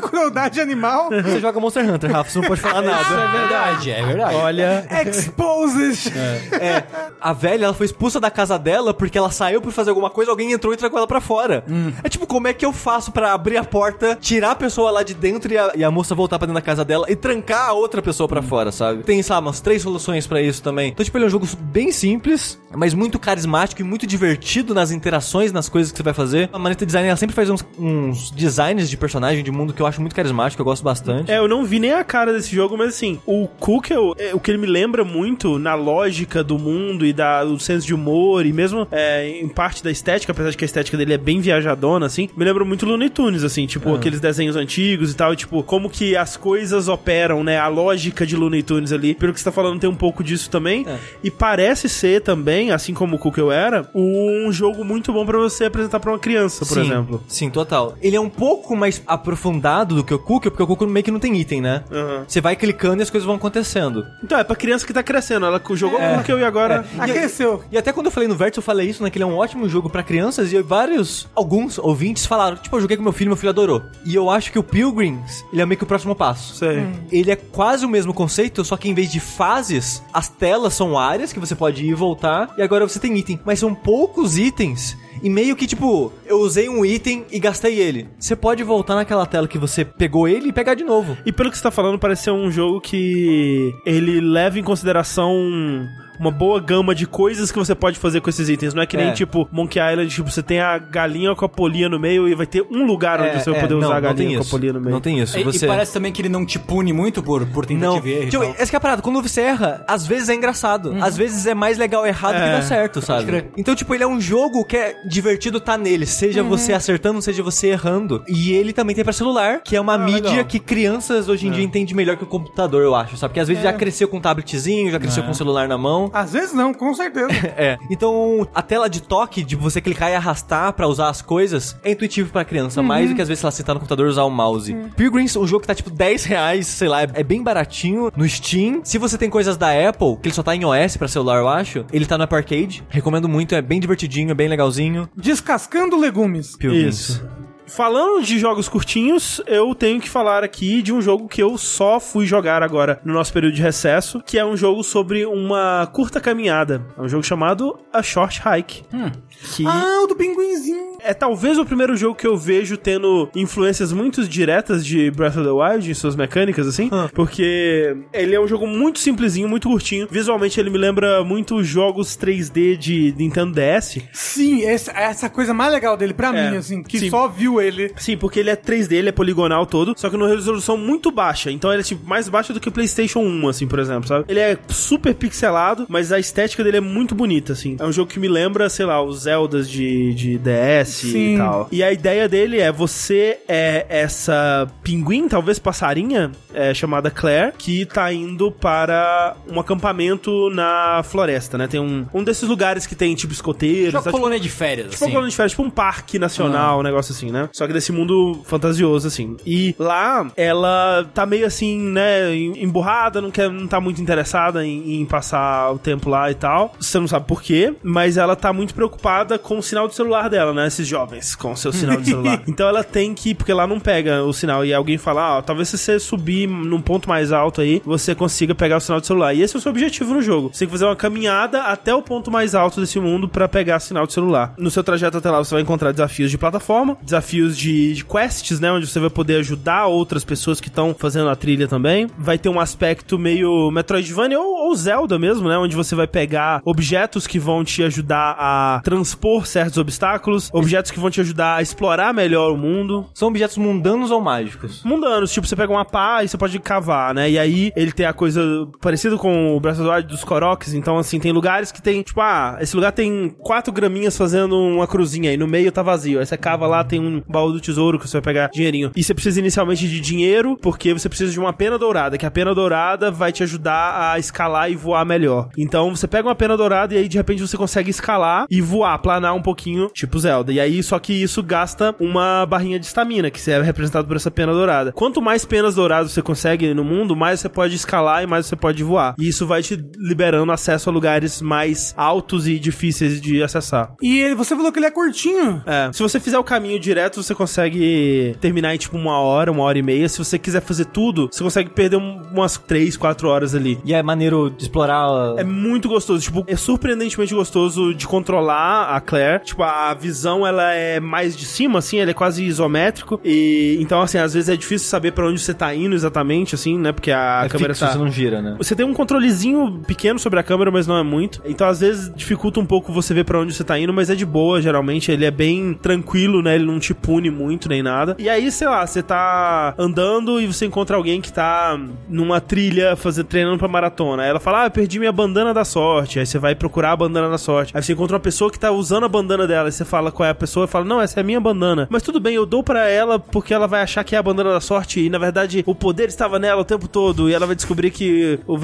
[SPEAKER 3] crueldade animal.
[SPEAKER 2] Você joga Monster Hunter, Rafa, você não pode falar nada.
[SPEAKER 4] É verdade, é verdade.
[SPEAKER 1] Olha.
[SPEAKER 3] Exposes.
[SPEAKER 2] É, a velha, ela foi expulsa da casa dela porque ela saiu pra fazer alguma coisa, alguém entrou e tragou ela pra fora. É tipo, como é que eu faço pra abrir a porta, tirar a pessoa lá de dentro e a, e a moça voltar pra dentro da casa dela e trancar a outra pessoa pra fora, sabe? Tem, sabe, umas três soluções pra isso também. Então, tipo, ele é um jogo bem simples, mas muito carismático e muito divertido nas interações, nas coisas que você vai fazer. A Maneta Design, ela sempre faz uns, uns designs de personagem, de mundo que eu acho muito carismático, eu gosto bastante.
[SPEAKER 1] É, eu não vi nem a cara desse jogo, mas assim, o Kukel, é, o que ele me lembra muito na lógica do mundo e da, do senso de humor, e mesmo é, em parte da estética, apesar de que a estética dele é bem viajadona, assim, me lembra muito Looney Tunes, assim, tipo, aqueles desenhos antigos e tal, e, tipo, como que as coisas operam, né? A lógica de Looney Tunes ali. Pelo que você tá falando, tem um pouco disso também. E parece ser também, assim como o Kukel era, um jogo muito bom pra você apresentar pra uma criança, por
[SPEAKER 2] sim,
[SPEAKER 1] exemplo.
[SPEAKER 2] Sim, total. Ele é um pouco mais aprofundado do que o Cookie, porque o Cookie meio que não tem item, né?
[SPEAKER 1] Aham.
[SPEAKER 2] Você vai clicando e as coisas vão acontecendo.
[SPEAKER 1] Então, é pra criança que tá crescendo. Ela jogou o Kukel e agora.
[SPEAKER 3] É. Aqueceu.
[SPEAKER 2] E até quando eu falei no Vertigo, eu falei isso, né? Que ele é um ótimo jogo pra crianças. E vários, alguns ouvintes falaram, tipo, eu joguei com meu filho, meu filho adorou. E eu acho que o Pilgrims, ele é meio que o próximo passo.
[SPEAKER 1] Sei.
[SPEAKER 4] Hum.
[SPEAKER 2] Ele é quase o mesmo conceito, só que em vez de fases, as telas são áreas que você pode ir e voltar, e agora você tem item. Mas são poucos itens, e meio que tipo, eu usei um item e gastei ele. Você pode voltar naquela tela que você pegou ele e pegar de novo.
[SPEAKER 1] E pelo que você tá falando, parece ser um jogo que ele leva em consideração uma boa gama de coisas que você pode fazer com esses itens. Não é que nem,
[SPEAKER 2] É.
[SPEAKER 1] tipo, Monkey Island, tipo, você tem a galinha com a polia no meio e vai ter um lugar
[SPEAKER 2] É,
[SPEAKER 1] onde você vai poder usar a galinha com a polia no meio.
[SPEAKER 2] Não tem isso.
[SPEAKER 4] E, e
[SPEAKER 2] você...
[SPEAKER 4] parece também que ele não te pune muito por, por
[SPEAKER 2] Não,
[SPEAKER 4] tentativa e erro e
[SPEAKER 2] Tio,
[SPEAKER 4] tal.
[SPEAKER 2] essa que é a parada, quando você erra, às vezes é engraçado, às vezes é mais legal errado que
[SPEAKER 1] É,
[SPEAKER 2] dar certo, sabe?
[SPEAKER 4] crer.
[SPEAKER 2] Então, tipo, ele é um jogo que é divertido tá nele, seja você acertando, seja você errando. E ele também tem pra celular, que é uma mídia
[SPEAKER 1] legal.
[SPEAKER 2] que crianças hoje em dia entendem melhor que o computador, eu acho, sabe? Porque às vezes já cresceu com um tabletzinho, já cresceu com o celular na mão.
[SPEAKER 3] Às vezes não, com certeza.
[SPEAKER 2] É. Então, a tela de toque, de você clicar e arrastar pra usar as coisas, é intuitivo pra criança, mais do que às vezes, sei lá, sentar no computador e usar o mouse. Pilgrims, um jogo que tá tipo 10 reais, sei lá, é- é bem baratinho no Steam. Se você tem coisas da Apple, que ele só tá em OS pra celular, eu acho, ele tá no Apple Arcade. Recomendo muito, é bem divertidinho, é bem legalzinho.
[SPEAKER 3] Descascando legumes.
[SPEAKER 2] Pilgrims.
[SPEAKER 1] Isso. Falando de jogos curtinhos, eu tenho que falar aqui de um jogo que eu só fui jogar agora no nosso período de recesso, que é um jogo sobre uma curta caminhada. É um jogo chamado A Short Hike. Que...
[SPEAKER 3] Ah, o do pinguinzinho.
[SPEAKER 1] É talvez o primeiro jogo que eu vejo tendo influências muito diretas de Breath of the Wild em suas mecânicas, assim. Porque ele é um jogo muito simplesinho, muito curtinho. Visualmente ele me lembra muito jogos 3D de Nintendo DS.
[SPEAKER 3] Sim, essa, essa coisa mais legal dele pra
[SPEAKER 1] É,
[SPEAKER 3] mim, assim, que
[SPEAKER 1] sim.
[SPEAKER 3] só viu ele.
[SPEAKER 1] Sim, porque ele é 3D, ele é poligonal todo, só que numa resolução muito baixa. Então ele é tipo, mais baixa do que o PlayStation 1, assim, por exemplo, sabe? Ele é super pixelado, mas a estética dele é muito bonita, assim. É um jogo que me lembra, sei lá, os Zeldas de, de DS e
[SPEAKER 3] Sim.
[SPEAKER 1] tal. E a ideia dele é você é essa pinguim, talvez passarinha, é, chamada Claire, que tá indo para um acampamento na floresta, né? Tem um, um desses lugares que tem tipo escoteiros,
[SPEAKER 4] Tipo
[SPEAKER 1] tá?
[SPEAKER 4] a
[SPEAKER 1] Tipo,
[SPEAKER 4] colônia de férias,
[SPEAKER 1] Tipo uma
[SPEAKER 4] assim.
[SPEAKER 1] colônia de férias, tipo um parque nacional, um negócio assim, né? Só que desse mundo fantasioso, assim. E lá, ela tá meio assim, né, em- emburrada, não, quer, não tá muito interessada em, em passar o tempo lá e tal. Você não sabe por quê, mas ela tá muito preocupada com o sinal do celular dela, né? Esse esses jovens com o seu sinal de celular. então ela tem que, porque lá não pega o sinal. E alguém fala, ah, talvez se você subir num ponto mais alto aí, você consiga pegar o sinal de celular. E esse é o seu objetivo no jogo. Você tem que fazer uma caminhada até o ponto mais alto desse mundo pra pegar sinal de celular. No seu trajeto até lá, você vai encontrar desafios de plataforma, desafios de, de quests, né? Onde você vai poder ajudar outras pessoas que estão fazendo a trilha também. Vai ter um aspecto meio Metroidvania ou, ou Zelda mesmo, né? Onde você vai pegar objetos que vão te ajudar a transpor certos obstáculos, objetos que vão te ajudar a explorar melhor o mundo.
[SPEAKER 2] São objetos mundanos ou mágicos?
[SPEAKER 1] Mundanos, tipo, você pega uma pá e você pode cavar, né? E aí ele tem a coisa parecida com o Breath of the Wild dos Koroks, então assim, tem lugares que tem, tipo, ah, esse lugar tem quatro graminhas fazendo uma cruzinha e no meio tá vazio. Aí você cava lá, tem um baú do tesouro que você vai pegar dinheirinho. E você precisa inicialmente de dinheiro, porque você precisa de uma pena dourada, que a pena dourada vai te ajudar a escalar e voar melhor. Então você pega uma pena dourada e aí de repente você consegue escalar e voar, planar um pouquinho, tipo Zelda. E aí, só que isso gasta uma barrinha de estamina, que é representado por essa pena dourada. Quanto mais penas douradas você consegue no mundo, mais você pode escalar e mais você pode voar. E isso vai te liberando acesso a lugares mais altos e difíceis de acessar.
[SPEAKER 3] E ele, você falou que ele é curtinho.
[SPEAKER 1] É, se você fizer o caminho direto, você consegue terminar em tipo uma hora, uma hora e meia. Se você quiser fazer tudo, você consegue perder um- umas três, quatro horas ali.
[SPEAKER 2] E é maneiro de explorar.
[SPEAKER 1] É muito gostoso, tipo, é surpreendentemente gostoso de controlar a Claire. Tipo, a visão ela é mais de cima, assim, ela é quase isométrico. E então, assim, às vezes é difícil saber pra onde você tá indo exatamente, assim, né? Porque a
[SPEAKER 2] a
[SPEAKER 1] câmera tá.
[SPEAKER 2] é você não gira, né?
[SPEAKER 1] Você tem um controlezinho pequeno sobre a câmera, mas não é muito. Então, às vezes, dificulta um pouco você ver pra onde você tá indo, mas é de boa, geralmente. Ele é bem tranquilo, né? Ele não te pune muito nem nada. E aí, sei lá, você tá andando e você encontra alguém que tá numa trilha fazer, treinando pra maratona. Aí ela fala, ah, eu perdi minha bandana da sorte. Aí você vai procurar a bandana da sorte. Aí você encontra uma pessoa que tá usando a bandana dela. E você fala qual é a pessoa e fala, não, essa é a minha bandana. Mas tudo bem, eu dou pra ela porque ela vai achar que é a bandana da sorte. E na verdade, o poder estava nela o tempo todo. E ela vai descobrir que o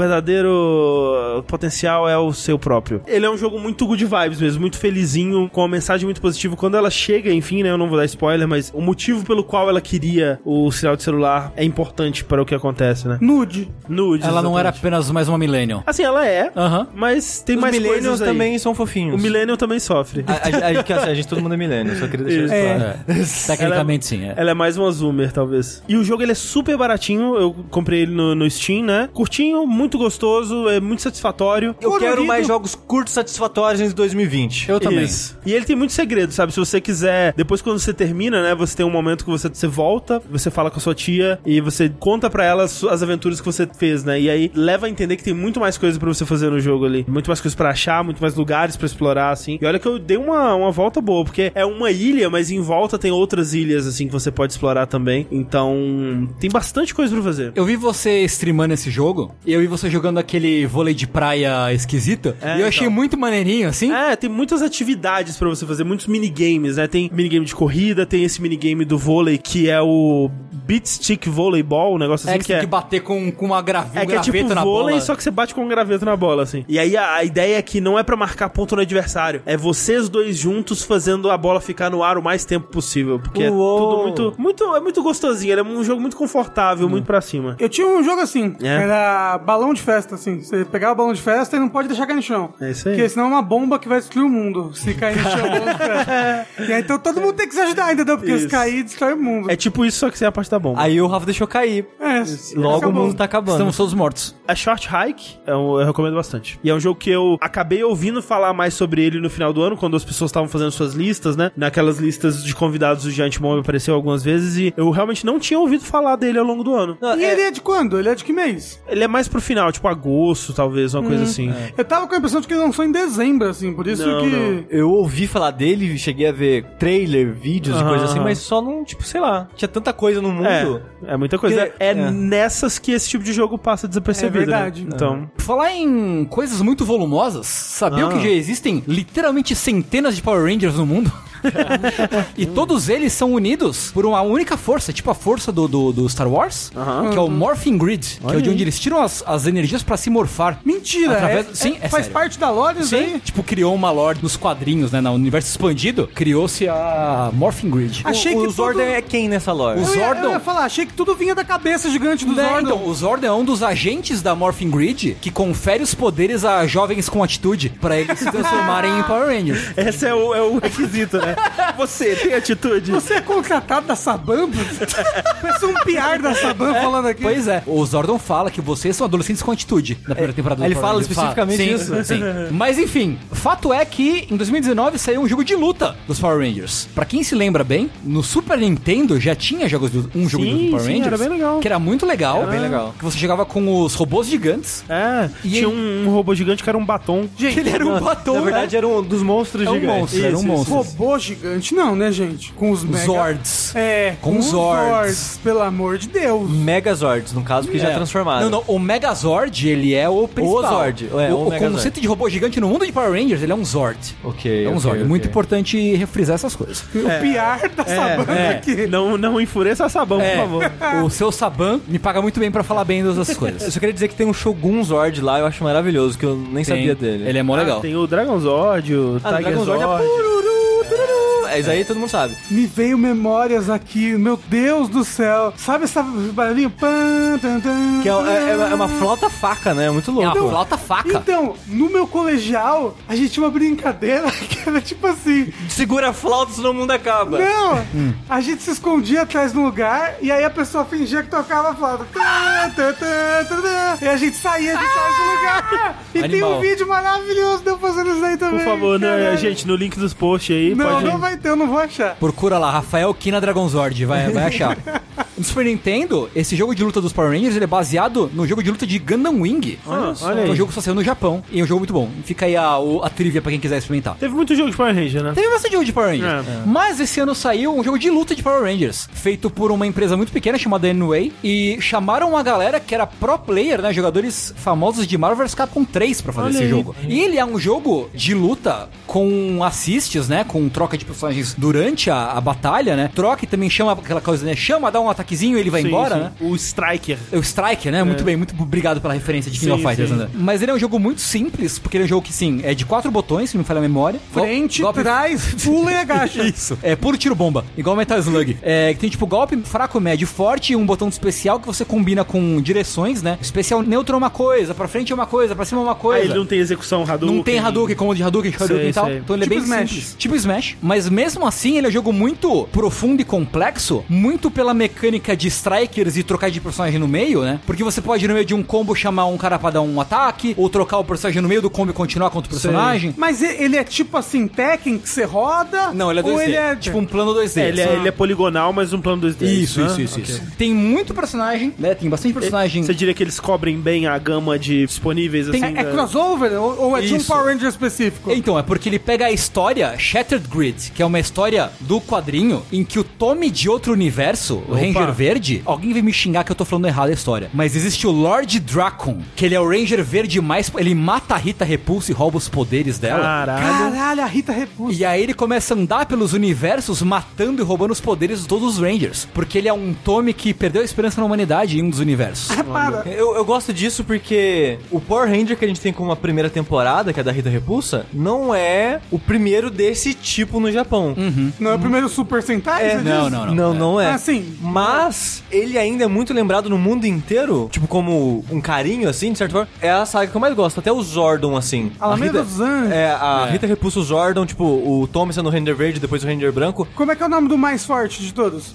[SPEAKER 1] verdadeiro potencial é o seu próprio. Ele é um jogo muito good vibes mesmo, muito felizinho, com uma mensagem muito positiva. Quando ela chega, enfim, né? Eu não vou dar spoiler, mas o motivo pelo qual ela queria o sinal de celular é importante para o que acontece, né?
[SPEAKER 3] Nude.
[SPEAKER 1] Nudes.
[SPEAKER 4] Hum. Ela não
[SPEAKER 1] exatamente.
[SPEAKER 4] era apenas mais uma Millennium.
[SPEAKER 1] Assim, ela é,
[SPEAKER 4] Aham.
[SPEAKER 1] mas tem
[SPEAKER 2] Os
[SPEAKER 1] mais
[SPEAKER 2] millennials
[SPEAKER 1] coisas aí.
[SPEAKER 2] também são fofinhos.
[SPEAKER 1] O Millennium também sofre.
[SPEAKER 2] A, a- a- que, assim, a gente, todo mundo é milênio, só queria deixar isso
[SPEAKER 3] É.
[SPEAKER 2] claro.
[SPEAKER 4] É. Tecnicamente sim, é.
[SPEAKER 1] Ela é mais uma Zoomer, talvez. E o jogo ele é super baratinho. Eu comprei ele no, no Steam, né? Curtinho, muito gostoso, é muito satisfatório.
[SPEAKER 2] Eu quero
[SPEAKER 1] Colorido.
[SPEAKER 2] mais jogos curtos satisfatórios em 2020.
[SPEAKER 4] Eu também.
[SPEAKER 1] Isso. E ele tem muito segredo, sabe? Se você quiser, depois quando você termina, né? Você tem um momento que você, você volta, você fala com a sua tia e você conta pra ela as, su- as aventuras que você fez, né? E aí leva a entender que tem muito mais coisa pra você fazer no jogo ali. Muito mais coisas pra achar, muito mais lugares pra explorar, assim. E olha que eu dei uma, uma volta boa, porque é uma ilha, mas em volta tem outras ilhas, assim, que você pode explorar também. Então, tem bastante coisa pra fazer.
[SPEAKER 4] Eu vi você streamando esse jogo, e eu vi você jogando aquele vôlei de praia esquisito,
[SPEAKER 1] É,
[SPEAKER 4] e eu achei
[SPEAKER 1] então.
[SPEAKER 4] muito maneirinho, assim.
[SPEAKER 1] É, tem muitas atividades pra você fazer, muitos minigames, né? Tem minigame de corrida, tem esse minigame do vôlei que é o Beat Stick Volleyball, um negócio
[SPEAKER 4] É
[SPEAKER 1] assim
[SPEAKER 4] que
[SPEAKER 1] que
[SPEAKER 4] você
[SPEAKER 1] é.
[SPEAKER 4] tem que bater com, com uma grave, um
[SPEAKER 1] É que é
[SPEAKER 4] graveto
[SPEAKER 1] tipo
[SPEAKER 4] na
[SPEAKER 1] vôlei,
[SPEAKER 4] bola.
[SPEAKER 1] só que você bate com um graveto na bola, assim. E aí a, a ideia é que não é pra marcar ponto no adversário, é vocês dois juntos fazendo a bola ficar no ar o mais tempo possível, porque
[SPEAKER 2] Uou.
[SPEAKER 1] é tudo muito, muito, é muito gostosinho, ele é um jogo muito confortável,
[SPEAKER 4] Hum.
[SPEAKER 1] muito pra cima.
[SPEAKER 3] Eu tinha um jogo assim,
[SPEAKER 1] É.
[SPEAKER 3] era balão de festa, assim. Você pegava o balão de festa e não pode deixar cair no chão.
[SPEAKER 1] É isso aí.
[SPEAKER 3] Porque senão é uma bomba que vai destruir o mundo, se cair no chão. o balão de festa. e aí, então todo mundo tem que se ajudar, entendeu? Porque se
[SPEAKER 1] Isso.
[SPEAKER 3] cair, destrói o mundo.
[SPEAKER 1] É tipo isso, só que sem a parte da bomba.
[SPEAKER 2] Aí o Rafa deixou cair.
[SPEAKER 3] É,
[SPEAKER 2] Logo o
[SPEAKER 3] acabou.
[SPEAKER 2] mundo tá acabando.
[SPEAKER 4] Estamos todos mortos.
[SPEAKER 1] A Short Hike é um- eu recomendo bastante. E é um jogo que eu acabei ouvindo falar mais sobre ele no final do ano, quando as pessoas estavam fazendo suas listas, né? Naquelas listas de convidados do Giant Bomb apareceu algumas vezes e eu realmente não tinha ouvido falar dele ao longo do ano.
[SPEAKER 2] Não,
[SPEAKER 3] E
[SPEAKER 2] é-
[SPEAKER 3] ele é de quando? Ele é de que mês?
[SPEAKER 1] Ele é mais pro final, tipo agosto, talvez, uma
[SPEAKER 3] Hum.
[SPEAKER 1] coisa assim.
[SPEAKER 3] Eu tava com a impressão de que ele lançou em dezembro, assim, por isso
[SPEAKER 1] Não,
[SPEAKER 3] que.
[SPEAKER 1] não.
[SPEAKER 2] Eu ouvi falar dele, cheguei a ver trailer, vídeos e
[SPEAKER 1] Aham,
[SPEAKER 2] coisa assim,
[SPEAKER 1] aham.
[SPEAKER 2] mas só não, tipo, sei lá. Tinha tanta coisa no mundo.
[SPEAKER 1] É, é muita coisa.
[SPEAKER 2] Porque-
[SPEAKER 1] é,
[SPEAKER 2] é.
[SPEAKER 1] nessas que esse tipo de jogo passa desapercebido.
[SPEAKER 3] É verdade.
[SPEAKER 1] Né? Então,
[SPEAKER 4] Falar em coisas muito volumosas, sabiam
[SPEAKER 1] Ah.
[SPEAKER 4] que já existem literalmente centenas de Power Rangers no mundo? e todos eles são unidos por uma única força, tipo a força do, do, do Star Wars, que é o Morphing Grid, que é de onde eles tiram as, as energias pra se morfar.
[SPEAKER 3] Mentira!
[SPEAKER 4] Através-
[SPEAKER 3] é-
[SPEAKER 4] Sim,
[SPEAKER 3] é-
[SPEAKER 4] é
[SPEAKER 3] faz
[SPEAKER 4] sério.
[SPEAKER 3] parte da lore isso
[SPEAKER 4] Sim,
[SPEAKER 3] aí?
[SPEAKER 4] tipo, criou uma lore nos quadrinhos, né? No universo expandido, criou-se a Morphing Grid.
[SPEAKER 3] Ah, Achei
[SPEAKER 2] o,
[SPEAKER 3] que
[SPEAKER 2] o Zordon
[SPEAKER 3] tudo-
[SPEAKER 2] é quem nessa lore?
[SPEAKER 4] O
[SPEAKER 3] Eu ia, eu
[SPEAKER 4] Zordon.
[SPEAKER 3] ia falar, achei que tudo vinha da cabeça gigante do
[SPEAKER 4] Né,
[SPEAKER 3] Zordon.
[SPEAKER 4] então, o Zordon é um dos agentes da Morphing Grid que confere os poderes a jovens com atitude pra eles se transformarem em Power Rangers.
[SPEAKER 1] esse é o, é o requisito, né? né? Você tem atitude?
[SPEAKER 3] Você é contratado da Sabam? Parece um piar da Sabam falando aqui.
[SPEAKER 4] Pois é, o Zordon fala que vocês são adolescentes com atitude na primeira temporada do
[SPEAKER 2] Ele
[SPEAKER 4] Power
[SPEAKER 2] fala
[SPEAKER 4] Rangers.
[SPEAKER 2] especificamente
[SPEAKER 4] Sim, Sim. Mas enfim, fato é que em 2019 saiu um jogo de luta dos Power Rangers. Pra quem se lembra bem, no Super Nintendo já tinha jogos de, um jogo de luta
[SPEAKER 1] Sim,
[SPEAKER 4] do Power
[SPEAKER 1] sim,
[SPEAKER 4] Rangers.
[SPEAKER 1] era bem legal.
[SPEAKER 4] Que era muito legal.
[SPEAKER 2] Era bem legal.
[SPEAKER 4] Que você jogava com os robôs gigantes.
[SPEAKER 1] É,
[SPEAKER 4] E
[SPEAKER 1] tinha
[SPEAKER 4] aí-
[SPEAKER 1] um, um robô gigante que era um batom.
[SPEAKER 4] Gente, ele era um batom,
[SPEAKER 5] Na verdade, era um dos monstros
[SPEAKER 4] É um
[SPEAKER 5] gigantes.
[SPEAKER 4] monstro, era um
[SPEAKER 5] Isso,
[SPEAKER 4] monstro.
[SPEAKER 3] Robô gigante, não, né, gente? Com os
[SPEAKER 4] Os
[SPEAKER 3] mega...
[SPEAKER 4] Zords.
[SPEAKER 3] É,
[SPEAKER 4] Com os Zords.
[SPEAKER 3] pelo amor de Deus.
[SPEAKER 2] Megazords, no caso, porque já
[SPEAKER 4] É.
[SPEAKER 2] transformaram.
[SPEAKER 4] Não, não, o Megazord, ele é o principal.
[SPEAKER 2] Zord, é,
[SPEAKER 4] o,
[SPEAKER 2] o
[SPEAKER 4] o
[SPEAKER 2] Megazord.
[SPEAKER 4] conceito de robô gigante no mundo de Power Rangers, ele é um Zord.
[SPEAKER 2] Ok.
[SPEAKER 4] É um
[SPEAKER 2] ok,
[SPEAKER 4] Zord.
[SPEAKER 2] ok.
[SPEAKER 4] Muito importante refrisar essas coisas.
[SPEAKER 3] O piar da Saban aqui.
[SPEAKER 1] É, Não, não enfureça sabão,
[SPEAKER 4] É,
[SPEAKER 1] por favor.
[SPEAKER 4] o seu Saban me paga muito bem pra falar bem dessas coisas.
[SPEAKER 2] Eu só queria dizer que tem um Shogun Zord lá, eu acho maravilhoso, que eu nem sabia dele.
[SPEAKER 4] Ele é mó legal.
[SPEAKER 1] Ah, Tem o Dragonzord, o
[SPEAKER 2] Ah, no
[SPEAKER 1] Tiger
[SPEAKER 2] Dragon Zord é
[SPEAKER 1] Zord.
[SPEAKER 2] pururu, tururu. É, isso aí todo mundo sabe.
[SPEAKER 3] Me veio memórias aqui, meu Deus do céu. Sabe essa barulhinho? Pam, tam, tam,
[SPEAKER 2] Que é, é-
[SPEAKER 3] tam.
[SPEAKER 2] é uma flauta faca, né? É muito
[SPEAKER 4] É uma
[SPEAKER 2] louco.
[SPEAKER 4] flauta faca.
[SPEAKER 3] Então, no meu colegial, a gente tinha uma brincadeira que era tipo assim:
[SPEAKER 2] Segura a flauta, senão o mundo acaba.
[SPEAKER 3] não, a gente se escondia atrás de um lugar e aí a pessoa fingia que tocava a flauta. Tá, tá, tá, tá, tá. E a gente saía de trás do lugar. E tem um
[SPEAKER 2] Animal.
[SPEAKER 3] vídeo maravilhoso de eu fazendo isso aí também.
[SPEAKER 1] Por favor, né,
[SPEAKER 3] caralho.
[SPEAKER 1] gente, no link dos posts aí,
[SPEAKER 3] Não,
[SPEAKER 1] pode...
[SPEAKER 3] não vai ter, eu não vou achar.
[SPEAKER 4] Procura lá, Rafael Kina Dragonzord, vai, vai achar. No Super Nintendo, esse jogo de luta dos Power Rangers ele é baseado no jogo de luta de Gundam Wing.
[SPEAKER 1] Olha só. Ah, olha
[SPEAKER 4] que é
[SPEAKER 1] aí.
[SPEAKER 4] um jogo que só saiu no Japão. E é um jogo muito bom. Fica aí a, o- a trivia pra quem quiser experimentar.
[SPEAKER 1] Teve muito jogo de Power Ranger, né?
[SPEAKER 4] Teve bastante jogo de Power Rangers.
[SPEAKER 1] É.
[SPEAKER 4] Mas esse ano saiu um jogo de luta de Power Rangers, feito por uma empresa muito pequena chamada N-Way. E chamaram uma galera que era pro player, né? Jogadores famosos de Marvel vs Capcom 3 pra fazer
[SPEAKER 1] Olha
[SPEAKER 4] esse
[SPEAKER 1] aí.
[SPEAKER 4] jogo. E ele é um jogo de luta com assists, né? Com troca de personagens durante a, a batalha, né? Troca e também chama aquela coisa, né? Chama, dá um ataquezinho e ele vai
[SPEAKER 1] Sim,
[SPEAKER 4] embora,
[SPEAKER 1] sim.
[SPEAKER 4] né?
[SPEAKER 1] O Striker.
[SPEAKER 4] É O Striker, né? Muito bem, muito obrigado pela referência de King
[SPEAKER 1] Sim,
[SPEAKER 4] of Fighters,
[SPEAKER 1] sim.
[SPEAKER 4] André. Mas ele é um jogo muito simples, porque ele é um jogo que, sim, é de quatro botões, se não me falha a memória. Gol-
[SPEAKER 3] Frente,
[SPEAKER 4] golpe
[SPEAKER 3] trás, pula e agacha.
[SPEAKER 4] isso. É puro tiro bomba, igual Metal Slug. É, que tem tipo golpe fraco, médio, forte e um botão especial que você combina com direções, né? Especial neutro é uma coisa, pra frente é uma coisa, pra cima é uma
[SPEAKER 1] Ah,
[SPEAKER 4] coisa.
[SPEAKER 1] ele não tem execução Hadouken.
[SPEAKER 4] Não tem Hadouken, comando de Hadouken, de
[SPEAKER 1] Sei,
[SPEAKER 4] Hadouken e tal.
[SPEAKER 1] sei.
[SPEAKER 4] Então ele
[SPEAKER 3] Tipo
[SPEAKER 4] é bem
[SPEAKER 3] Smash.
[SPEAKER 4] simples. Tipo Smash. Mas mesmo assim, ele é um jogo muito profundo e complexo, muito pela mecânica de strikers e trocar de personagem no meio, né? Porque você pode, no meio de um combo, chamar um cara pra dar um ataque, ou trocar o personagem no meio do combo e continuar contra o personagem.
[SPEAKER 3] Mas e- ele é tipo assim, Tekken, que você roda?
[SPEAKER 4] Não, ele é 2D.
[SPEAKER 3] Ou ele é
[SPEAKER 4] Tipo um plano 2D.
[SPEAKER 1] É, ele,
[SPEAKER 4] sabe?
[SPEAKER 1] é, ele é poligonal, mas um plano 2D.
[SPEAKER 4] Isso,
[SPEAKER 1] né?
[SPEAKER 4] isso, isso,
[SPEAKER 1] Ok.
[SPEAKER 4] isso. Tem muito personagem, né? Tem bastante personagem.
[SPEAKER 1] Você diria que eles cobrem bem a gama de disponíveis,
[SPEAKER 4] Tem-
[SPEAKER 1] assim?
[SPEAKER 3] É
[SPEAKER 1] da-
[SPEAKER 3] crossover ou, ou é de um
[SPEAKER 4] né? Isso.
[SPEAKER 3] Power Ranger específico?
[SPEAKER 4] Então, é porque ele pega a história Shattered Grid, que é uma história do quadrinho em que o Tommy de outro universo, o Ranger Verde, alguém vai me xingar que eu tô falando errado a história, mas existe o Lord Dracon, que ele é o Ranger Verde mais. Ele mata a Rita Repulsa e rouba os poderes dela.
[SPEAKER 1] Caralho.
[SPEAKER 3] Caralho, a Rita Repulsa.
[SPEAKER 4] E aí ele começa a andar pelos universos matando e roubando os poderes de todos os Rangers. Porque ele é um Tommy que perdeu a esperança na humanidade em um dos universos.
[SPEAKER 3] Para.
[SPEAKER 2] Eu, eu gosto disso porque o Power Ranger que a gente tem como a primeira temporada, que é da Rita Repulsa, não é o primeiro desse tipo no Japão.
[SPEAKER 3] Não é o primeiro Super Sentai? você
[SPEAKER 4] Uhum. É, não,
[SPEAKER 3] diz?
[SPEAKER 4] não,
[SPEAKER 2] Não, não, é.
[SPEAKER 3] Ah, sim.
[SPEAKER 2] Mas ele ainda é muito lembrado no mundo inteiro, tipo, como um carinho, assim, de certa forma. É a saga que eu mais gosto, até o Zordon, assim. Rita-
[SPEAKER 3] Alameda Ah, dos Anjos.
[SPEAKER 2] É, a Rita repulsa o Zordon, tipo, o Tommy sendo o Ranger Verde, depois o Ranger Branco.
[SPEAKER 3] Como é que é o nome do mais forte de todos?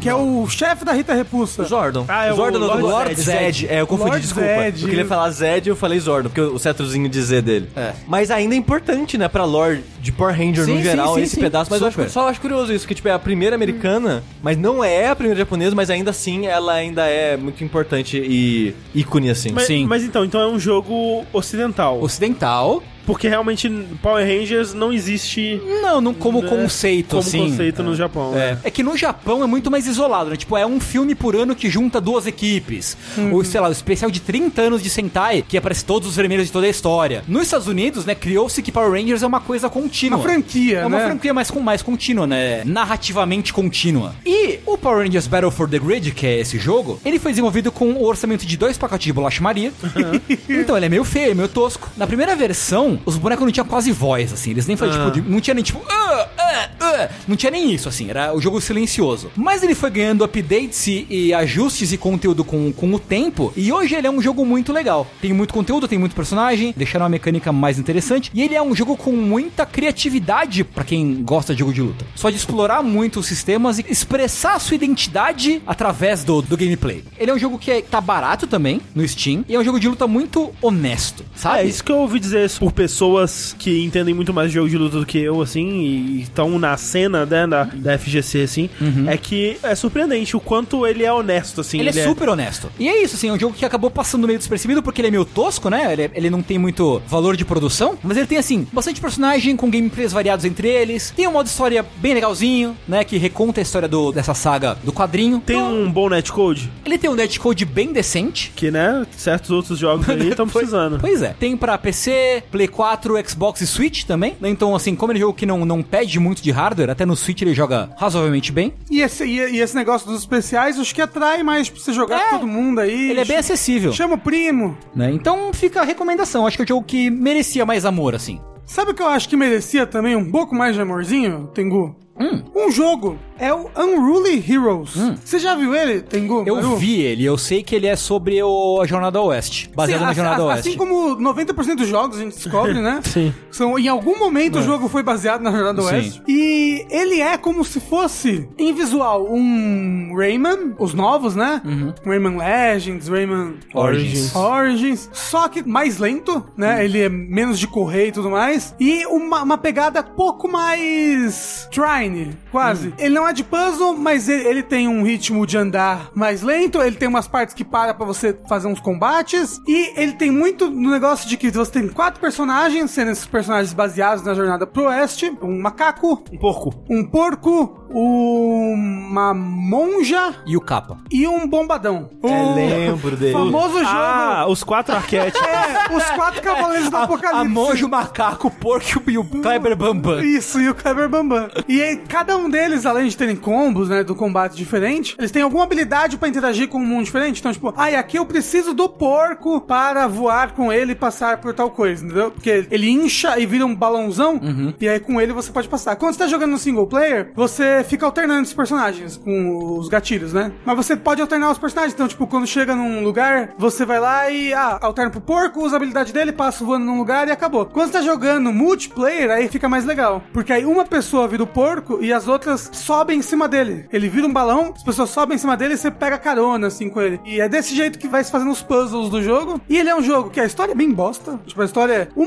[SPEAKER 3] que é o chefe da Rita
[SPEAKER 2] O
[SPEAKER 3] Repulsa.
[SPEAKER 2] Zordon.
[SPEAKER 1] Ah, é o
[SPEAKER 2] Zordon
[SPEAKER 1] Lord
[SPEAKER 2] Lord
[SPEAKER 4] Zed.
[SPEAKER 2] Zed. É, eu confundi,
[SPEAKER 3] Lord
[SPEAKER 2] desculpa.
[SPEAKER 3] Zed.
[SPEAKER 2] Eu queria falar Zed e eu falei Zordon, porque o cetrozinho de Z dele.
[SPEAKER 4] É.
[SPEAKER 2] Mas ainda é importante, né, pra lore de Power Ranger
[SPEAKER 4] Sim,
[SPEAKER 2] no
[SPEAKER 4] sim,
[SPEAKER 2] geral,
[SPEAKER 4] sim,
[SPEAKER 2] esse
[SPEAKER 4] sim.
[SPEAKER 2] pedaço. Mas eu
[SPEAKER 4] Super.
[SPEAKER 2] acho, só acho curioso isso, que tipo, é a primeira americana, mas não é a primeira japonesa, mas ainda assim ela ainda é muito importante e ícone, assim.
[SPEAKER 1] Mas,
[SPEAKER 4] Sim.
[SPEAKER 1] mas então, então é um jogo ocidental.
[SPEAKER 4] Ocidental.
[SPEAKER 1] Porque realmente Power Rangers não existe
[SPEAKER 4] Não, não como
[SPEAKER 1] Né?
[SPEAKER 4] conceito,
[SPEAKER 1] como
[SPEAKER 4] assim.
[SPEAKER 1] conceito no Japão. né?
[SPEAKER 4] É. É que no Japão é muito mais isolado, né? Tipo, é um filme por ano que junta duas equipes.
[SPEAKER 1] Uhum.
[SPEAKER 4] Ou, sei lá, o especial de 30 anos de Sentai, que aparece todos os vermelhos de toda a história. Nos Estados Unidos, né, criou-se que Power Rangers é uma coisa contínua.
[SPEAKER 3] Uma franquia,
[SPEAKER 4] É uma
[SPEAKER 3] né?
[SPEAKER 4] franquia mais, com- mais contínua, né? Narrativamente contínua. E o Power Rangers Battle for the Grid, que é esse jogo, ele foi desenvolvido com o orçamento de dois pacotes de bolacha Maria.
[SPEAKER 3] Uhum.
[SPEAKER 4] então ele é meio feio, meio tosco. Na primeira versão, os bonecos não tinham quase voz, assim. Eles nem faziam, tipo, de- não tinha nem tipo. "Ah, ah, ah", "Ugh", não tinha nem isso, assim, era o jogo silencioso. Mas ele foi ganhando updates e, e ajustes e conteúdo com, com o tempo, e hoje ele é um jogo muito legal. Tem muito conteúdo, tem muito personagem, deixaram a mecânica mais interessante, e ele é um jogo com muita criatividade pra quem gosta de jogo de luta. Só de explorar muito os sistemas e expressar a sua identidade através do, do gameplay. Ele é um jogo que é, tá barato também no Steam, e é um jogo de luta muito honesto, sabe?
[SPEAKER 1] É isso que eu ouvi dizer isso por pessoas que entendem muito mais de jogo de luta do que eu, assim, e estão na cena né, da, da FGC, assim, é que é surpreendente o quanto ele é honesto, assim.
[SPEAKER 4] Uhum. Ele, é super honesto. E é isso, assim, é um jogo que acabou passando meio despercebido porque ele é meio tosco, né? Ele, ele não tem muito valor de produção, mas ele tem, assim, bastante personagem com gameplays variados entre eles. Tem um modo história bem legalzinho, né? Que reconta a história do, dessa saga do quadrinho.
[SPEAKER 1] Tem
[SPEAKER 4] Então,
[SPEAKER 1] um bom netcode,
[SPEAKER 4] Ele tem um netcode bem decente.
[SPEAKER 1] que, né, certos outros jogos aí
[SPEAKER 4] tá
[SPEAKER 1] estão precisando.
[SPEAKER 4] Pois é. Tem pra PC, Play 4, Xbox e Switch também. né? Então, assim, como ele é um jogo que não, não pede muito de hardware, até no Switch ele joga razoavelmente bem.
[SPEAKER 3] E esse, e, e esse negócio dos especiais, acho que atrai mais pra você jogar
[SPEAKER 4] É.
[SPEAKER 3] com todo mundo aí.
[SPEAKER 4] Ele é bem acessível.
[SPEAKER 3] Chama o primo.
[SPEAKER 4] né? Então fica a recomendação. Acho que é um jogo que merecia mais amor, assim.
[SPEAKER 3] Sabe o que eu acho que merecia também um pouco mais de amorzinho, Tengu?
[SPEAKER 4] Hum.
[SPEAKER 3] Um jogo. É o Unruly Heroes. Você já viu ele, Tengu?
[SPEAKER 4] Eu
[SPEAKER 3] Maru?
[SPEAKER 4] vi ele, eu sei que ele é sobre o, a Jornada ao Oeste. Baseado
[SPEAKER 3] Sim,
[SPEAKER 4] na
[SPEAKER 3] a-
[SPEAKER 4] Jornada
[SPEAKER 3] a-
[SPEAKER 4] ao Oeste.
[SPEAKER 3] Assim como 90% dos jogos a gente descobre, né?
[SPEAKER 1] Sim.
[SPEAKER 3] São, em algum momento o jogo foi baseado na Jornada do
[SPEAKER 4] É. Sim.
[SPEAKER 3] Oeste. E ele é como se fosse, em visual, um Rayman, os novos, né? Rayman Legends, Rayman
[SPEAKER 4] Uhum. Origins.
[SPEAKER 3] Origins. Só que mais lento, né? Ele é menos de correr e tudo mais. E uma, uma pegada pouco mais trine, quase.
[SPEAKER 1] Hum.
[SPEAKER 3] Ele não é de puzzle, mas ele, ele tem um ritmo de andar mais lento. Ele tem umas partes que para pra você fazer uns combates. E ele tem muito no negócio de que você tem quatro personagens, sendo esses personagens baseados na jornada pro oeste. Um macaco,
[SPEAKER 1] Um porco.
[SPEAKER 3] um porco, uma monja
[SPEAKER 4] E o capa.
[SPEAKER 3] e um bombadão. O
[SPEAKER 2] lembro dele.
[SPEAKER 3] famoso jogo...
[SPEAKER 1] Ah, os quatro arquétipos.
[SPEAKER 3] É, os quatro cavaleiros do apocalipse.
[SPEAKER 4] A monja, o macaco, o porco e o
[SPEAKER 3] Hum.
[SPEAKER 4] Kleber Bambam.
[SPEAKER 3] Isso, e o Kleber Bambam. E aí, cada um deles, além de terem combos, né, do combate diferente, eles têm alguma habilidade pra interagir com um mundo diferente. Então, tipo, ai, aqui eu preciso do porco para voar com ele e passar por tal coisa, entendeu? Porque ele incha e vira um balãozão, e aí com ele você pode passar. Quando você tá jogando no single player, você fica alternando os personagens com os gatilhos, né? Mas você pode alternar os personagens. Então, tipo, quando chega num lugar, você vai lá e ah, alterna pro porco, usa a habilidade dele, passa voando num lugar e acabou. Quando você tá jogando multiplayer, aí fica mais legal. Porque aí uma pessoa vira o porco e as outras sobem em cima dele. Ele vira um balão, as pessoas sobem em cima dele e você pega carona, assim, com ele. E é desse jeito que vai se fazendo os puzzles do jogo. E ele é um jogo que a história é bem bosta. Tipo, a história é o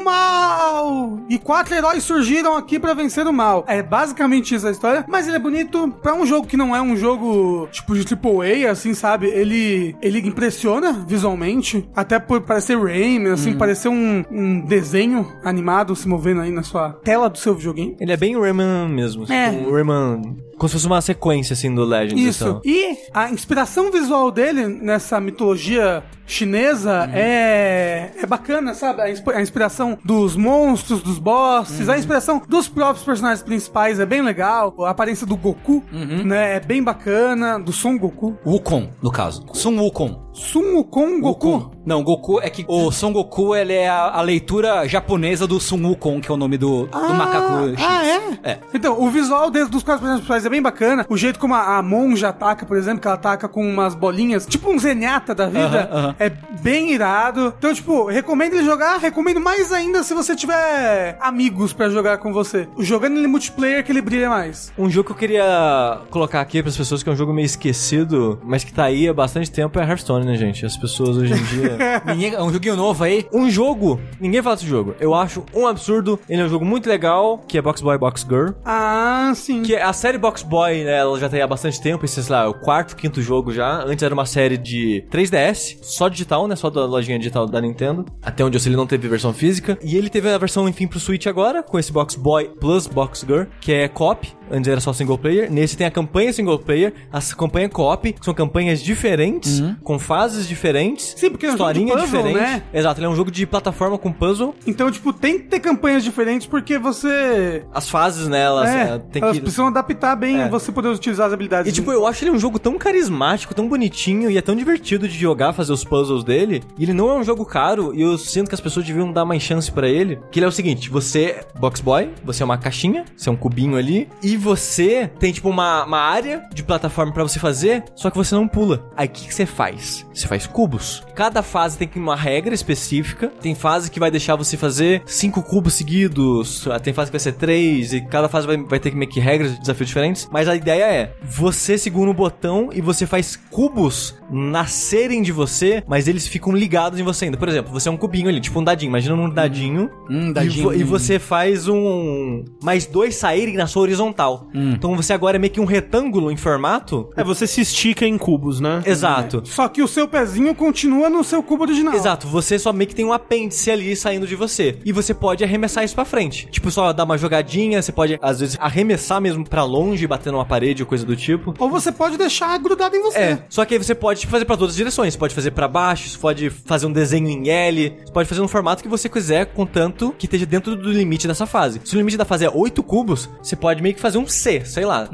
[SPEAKER 3] mal! E quatro heróis surgiram aqui pra vencer o mal. É basicamente isso a história. Mas ele é bonito pra um jogo que não é um jogo, tipo, de AAA, assim, sabe? Ele, ele impressiona visualmente. Até por parecer Rayman, assim, parecer um, um desenho animado se movendo aí na sua tela do seu videogame.
[SPEAKER 2] Ele é bem Rayman mesmo.
[SPEAKER 3] É.
[SPEAKER 2] tipo, um Rayman... Como se fosse uma sequência, assim, do Legends.
[SPEAKER 3] Isso.
[SPEAKER 2] Então.
[SPEAKER 3] E a inspiração visual dele nessa mitologia chinesa é é bacana, sabe? A, insp- a inspiração dos monstros, dos bosses, a inspiração dos próprios personagens principais é bem legal. A aparência do Goku, né, é bem bacana, do Son Goku.
[SPEAKER 4] Wukong, no caso. Sun Wukong.
[SPEAKER 3] Sun Wukong Goku.
[SPEAKER 4] Não, Goku é que. O Son Goku, ele é a, a leitura japonesa do Sun Wukong, que é o nome do, do macaco chinês.
[SPEAKER 3] Ah, é?
[SPEAKER 4] É.
[SPEAKER 3] Então, o visual de- dos quatro personagens principais é bem bacana. O jeito como a, a monja ataca, por exemplo, que ela ataca com umas bolinhas, tipo um zenyatta da vida,
[SPEAKER 4] Aham, aham.
[SPEAKER 3] é bem irado. Então, tipo, recomendo ele jogar, recomendo mais ainda se você tiver amigos pra jogar com você. Jogando ele multiplayer que ele brilha mais.
[SPEAKER 2] Um jogo que eu queria colocar aqui pras pessoas, que é um jogo meio esquecido, mas que tá aí há bastante tempo, é Hearthstone, né, gente? As pessoas hoje em dia...
[SPEAKER 3] ah.
[SPEAKER 4] Ninguém- é um joguinho novo aí.
[SPEAKER 2] Um jogo, ninguém fala desse jogo. Eu acho um absurdo. Ele é um jogo muito legal, que é Box Boy Box Girl.
[SPEAKER 3] Ah, sim.
[SPEAKER 2] Que é- a série Box Boy, né, ela já tá aí há bastante tempo, esse, sei lá, é o quarto, quinto jogo já. Antes era uma série de 3DS, só digital, né, só da lojinha digital da Nintendo. Até onde eu sei, ele não teve versão física. E ele teve a versão, enfim, pro Switch agora, com esse Box Boy plus Box Girl, que é cop. Antes era só single player. Nesse tem a campanha single player, a campanha cop, que são campanhas diferentes, com fases diferentes.
[SPEAKER 3] Uhum. Sim, porque é um jogo de
[SPEAKER 2] historinha
[SPEAKER 3] puzzle,
[SPEAKER 2] diferente.
[SPEAKER 3] né?
[SPEAKER 2] Exato, ele é um jogo de plataforma com puzzle.
[SPEAKER 3] Então, tipo, tem que ter campanhas diferentes porque você.
[SPEAKER 2] As fases, né, elas
[SPEAKER 3] é,
[SPEAKER 2] eh, tem
[SPEAKER 3] elas
[SPEAKER 2] que...
[SPEAKER 3] precisam adaptar bem
[SPEAKER 2] É.
[SPEAKER 3] você poder utilizar as habilidades.
[SPEAKER 2] E tipo, eu acho ele um jogo tão carismático, tão bonitinho e é tão divertido de jogar, fazer os puzzles dele. E ele não é um jogo caro e eu sinto que as pessoas deviam dar mais chance pra ele. Que ele é o seguinte, você é box boy, você é uma caixinha, você é um cubinho ali e você tem, tipo, uma, uma área de plataforma pra você fazer, só que você não pula. Aí o que, que você faz? Você faz cubos. Cada fase tem que uma regra específica. Tem fase que vai deixar você fazer cinco cubos seguidos, ah, tem fase que vai ser três, e cada fase vai, vai ter que meio que regras, desafios diferentes. Mas a ideia é: você segura um botão e você faz cubos nascerem de você, mas eles ficam ligados em você ainda. Por exemplo, você é um cubinho ali, tipo um dadinho. Imagina um dadinho.
[SPEAKER 4] Hum,
[SPEAKER 2] E vo-
[SPEAKER 4] dadinho.
[SPEAKER 2] E, você faz um. Mais dois saírem na sua horizontal.
[SPEAKER 4] Hum.
[SPEAKER 2] Então você agora é meio que um retângulo em formato.
[SPEAKER 1] É, você se estica em cubos, né?
[SPEAKER 4] É.
[SPEAKER 2] Exato.
[SPEAKER 3] Só que o seu pezinho continua no seu cubo original.
[SPEAKER 2] Exato, você só meio que tem um apêndice ali saindo de você. E você pode arremessar isso pra frente. Tipo, só dar uma jogadinha, você pode, às vezes, arremessar mesmo pra longe, bater numa parede ou coisa do tipo.
[SPEAKER 3] Ou você pode deixar grudado em você.
[SPEAKER 2] É, só que aí você pode tipo, fazer pra todas as direções. Você pode fazer pra baixo, você pode fazer um desenho em L, você pode fazer no formato que você quiser, contanto que esteja dentro do limite dessa fase. Se o limite da fase é 8 cubos, você pode meio que fazer um C, sei lá.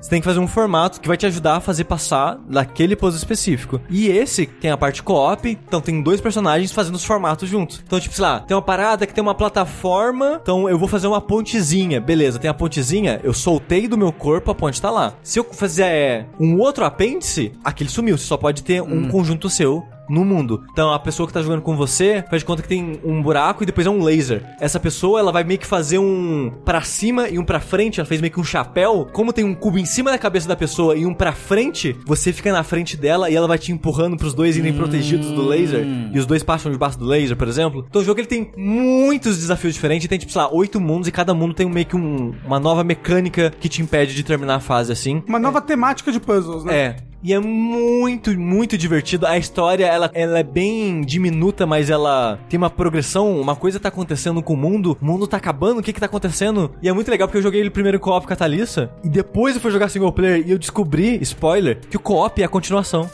[SPEAKER 2] Você tem que fazer um formato que vai te ajudar a fazer passar daquele puzzle específico. E esse tem a parte co-op, então tem dois personagens fazendo os formatos juntos. Então, tipo, sei lá, tem uma parada que tem uma plataforma, então eu vou fazer uma pontezinha. Beleza, tem a pontezinha, eu soltei do meu corpo, a ponte tá lá. Se eu fizer um outro apêndice, aquele sumiu, você só pode ter um conjunto seu no mundo. Então a pessoa que tá jogando com você faz de conta que tem um buraco e depois é um laser. Essa pessoa, ela vai meio que fazer um pra cima e um pra frente, ela fez meio que um chapéu. Como tem um cubo em cima da cabeça da pessoa e um pra frente, você fica na frente dela e ela vai te empurrando pros dois irem protegidos do laser e os dois passam debaixo do laser, por exemplo. Então o jogo ele tem muitos desafios diferentes, tem tipo, sei lá, oito mundos e cada mundo tem meio que um- uma nova mecânica que te impede de terminar a fase assim.
[SPEAKER 3] Uma nova temática de puzzles, né?
[SPEAKER 2] É. E é muito, muito divertido. A história, ela, ela é bem diminuta, mas ela tem uma progressão. Uma coisa tá acontecendo com o mundo. O mundo tá acabando. O que que tá acontecendo? E é muito legal, porque eu joguei ele primeiro em co-op com a Thalissa. E depois eu fui jogar single player. E eu descobri, spoiler, que o co-op é a continuação.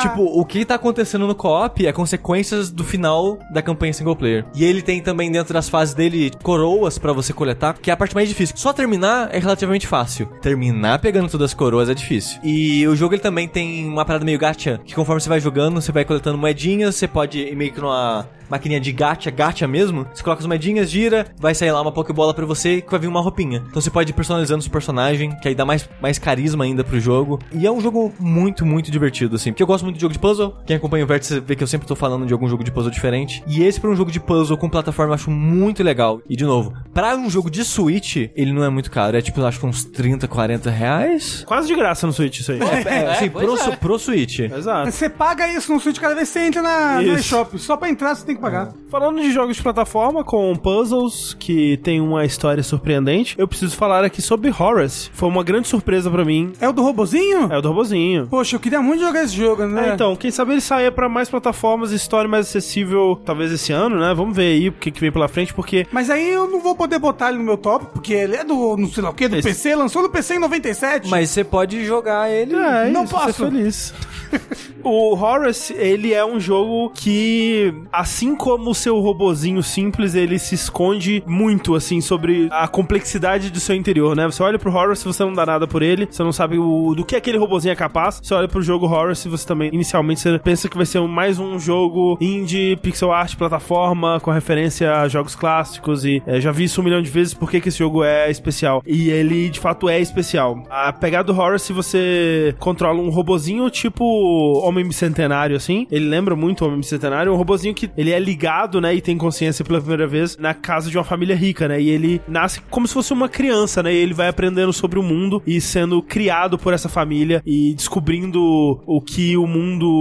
[SPEAKER 2] Tipo, o que tá acontecendo no co-op é consequências do final da campanha single player. E ele tem também dentro das fases dele coroas pra você coletar, que é a parte mais difícil. Só terminar é relativamente fácil. Terminar pegando todas as coroas é difícil. E o jogo ele também tem uma parada meio gacha, que conforme você vai jogando, você vai coletando moedinhas, você pode ir meio que numa maquininha de gacha, gacha mesmo. Você coloca as moedinhas, gira, vai sair lá uma Pokébola pra você que vai vir uma roupinha. Então você pode ir personalizando seu personagem, que aí dá mais, mais carisma ainda pro jogo. E é um jogo muito, muito divertido, assim. Porque eu gosto muito de jogo de puzzle. Quem acompanha o Vértice vê que eu sempre tô falando de algum jogo de puzzle diferente. E esse pra um jogo de puzzle com plataforma eu acho muito legal. E de novo, pra um jogo de Switch, ele não é muito caro. É tipo, eu acho que uns 30, 40 reais.
[SPEAKER 1] Quase de graça no Switch isso aí.
[SPEAKER 2] É, assim,
[SPEAKER 6] pois
[SPEAKER 2] pro,
[SPEAKER 6] é.
[SPEAKER 2] su- pro Switch.
[SPEAKER 1] Exato.
[SPEAKER 3] Você paga isso no Switch cada vez que você entra na, na
[SPEAKER 1] Isso.
[SPEAKER 3] eShop. Só pra entrar você tem que pagar.
[SPEAKER 1] Falando de jogos de plataforma com puzzles que tem uma história surpreendente, eu preciso falar aqui sobre Horace. Foi uma grande surpresa pra mim.
[SPEAKER 3] É o do robozinho?
[SPEAKER 1] É o do robozinho.
[SPEAKER 3] Poxa, eu queria muito jogar esse jogo, né?
[SPEAKER 1] É, então, quem sabe ele saia pra mais plataformas, história mais acessível, talvez esse ano, né? Vamos ver aí o que, que vem pela frente, porque
[SPEAKER 3] Mas aí eu não vou poder botar ele no meu top, porque ele é do, não sei lá o que, do
[SPEAKER 1] Esse-
[SPEAKER 3] PC, lançou no PC em 97.
[SPEAKER 2] Mas você pode jogar ele.
[SPEAKER 1] É,
[SPEAKER 3] Não
[SPEAKER 1] ser
[SPEAKER 3] posso.
[SPEAKER 1] feliz. o Horace, ele é um jogo que, assim como o seu robozinho simples, ele se esconde muito, assim, sobre a complexidade do seu interior, né? Você olha pro Horace, você não dá nada por ele, você não sabe o- do que aquele robozinho é capaz. Você olha pro jogo Horace, você também, inicialmente, você pensa que vai ser um- mais um jogo indie, pixel art, plataforma, com referência a jogos clássicos e é, já vi isso um milhão de vezes, por que que esse jogo é especial. E ele, de fato, é especial. A pegada do Horace, você controla um robozinho tipo Homem Bicentenário, assim. Ele lembra muito o Homem Bicentenário. Um robozinho que ele é ligado, né, e tem consciência pela primeira vez na casa de uma família rica, né? E ele nasce como se fosse uma criança, né? E ele vai aprendendo sobre o mundo e sendo criado por essa família e descobrindo o que o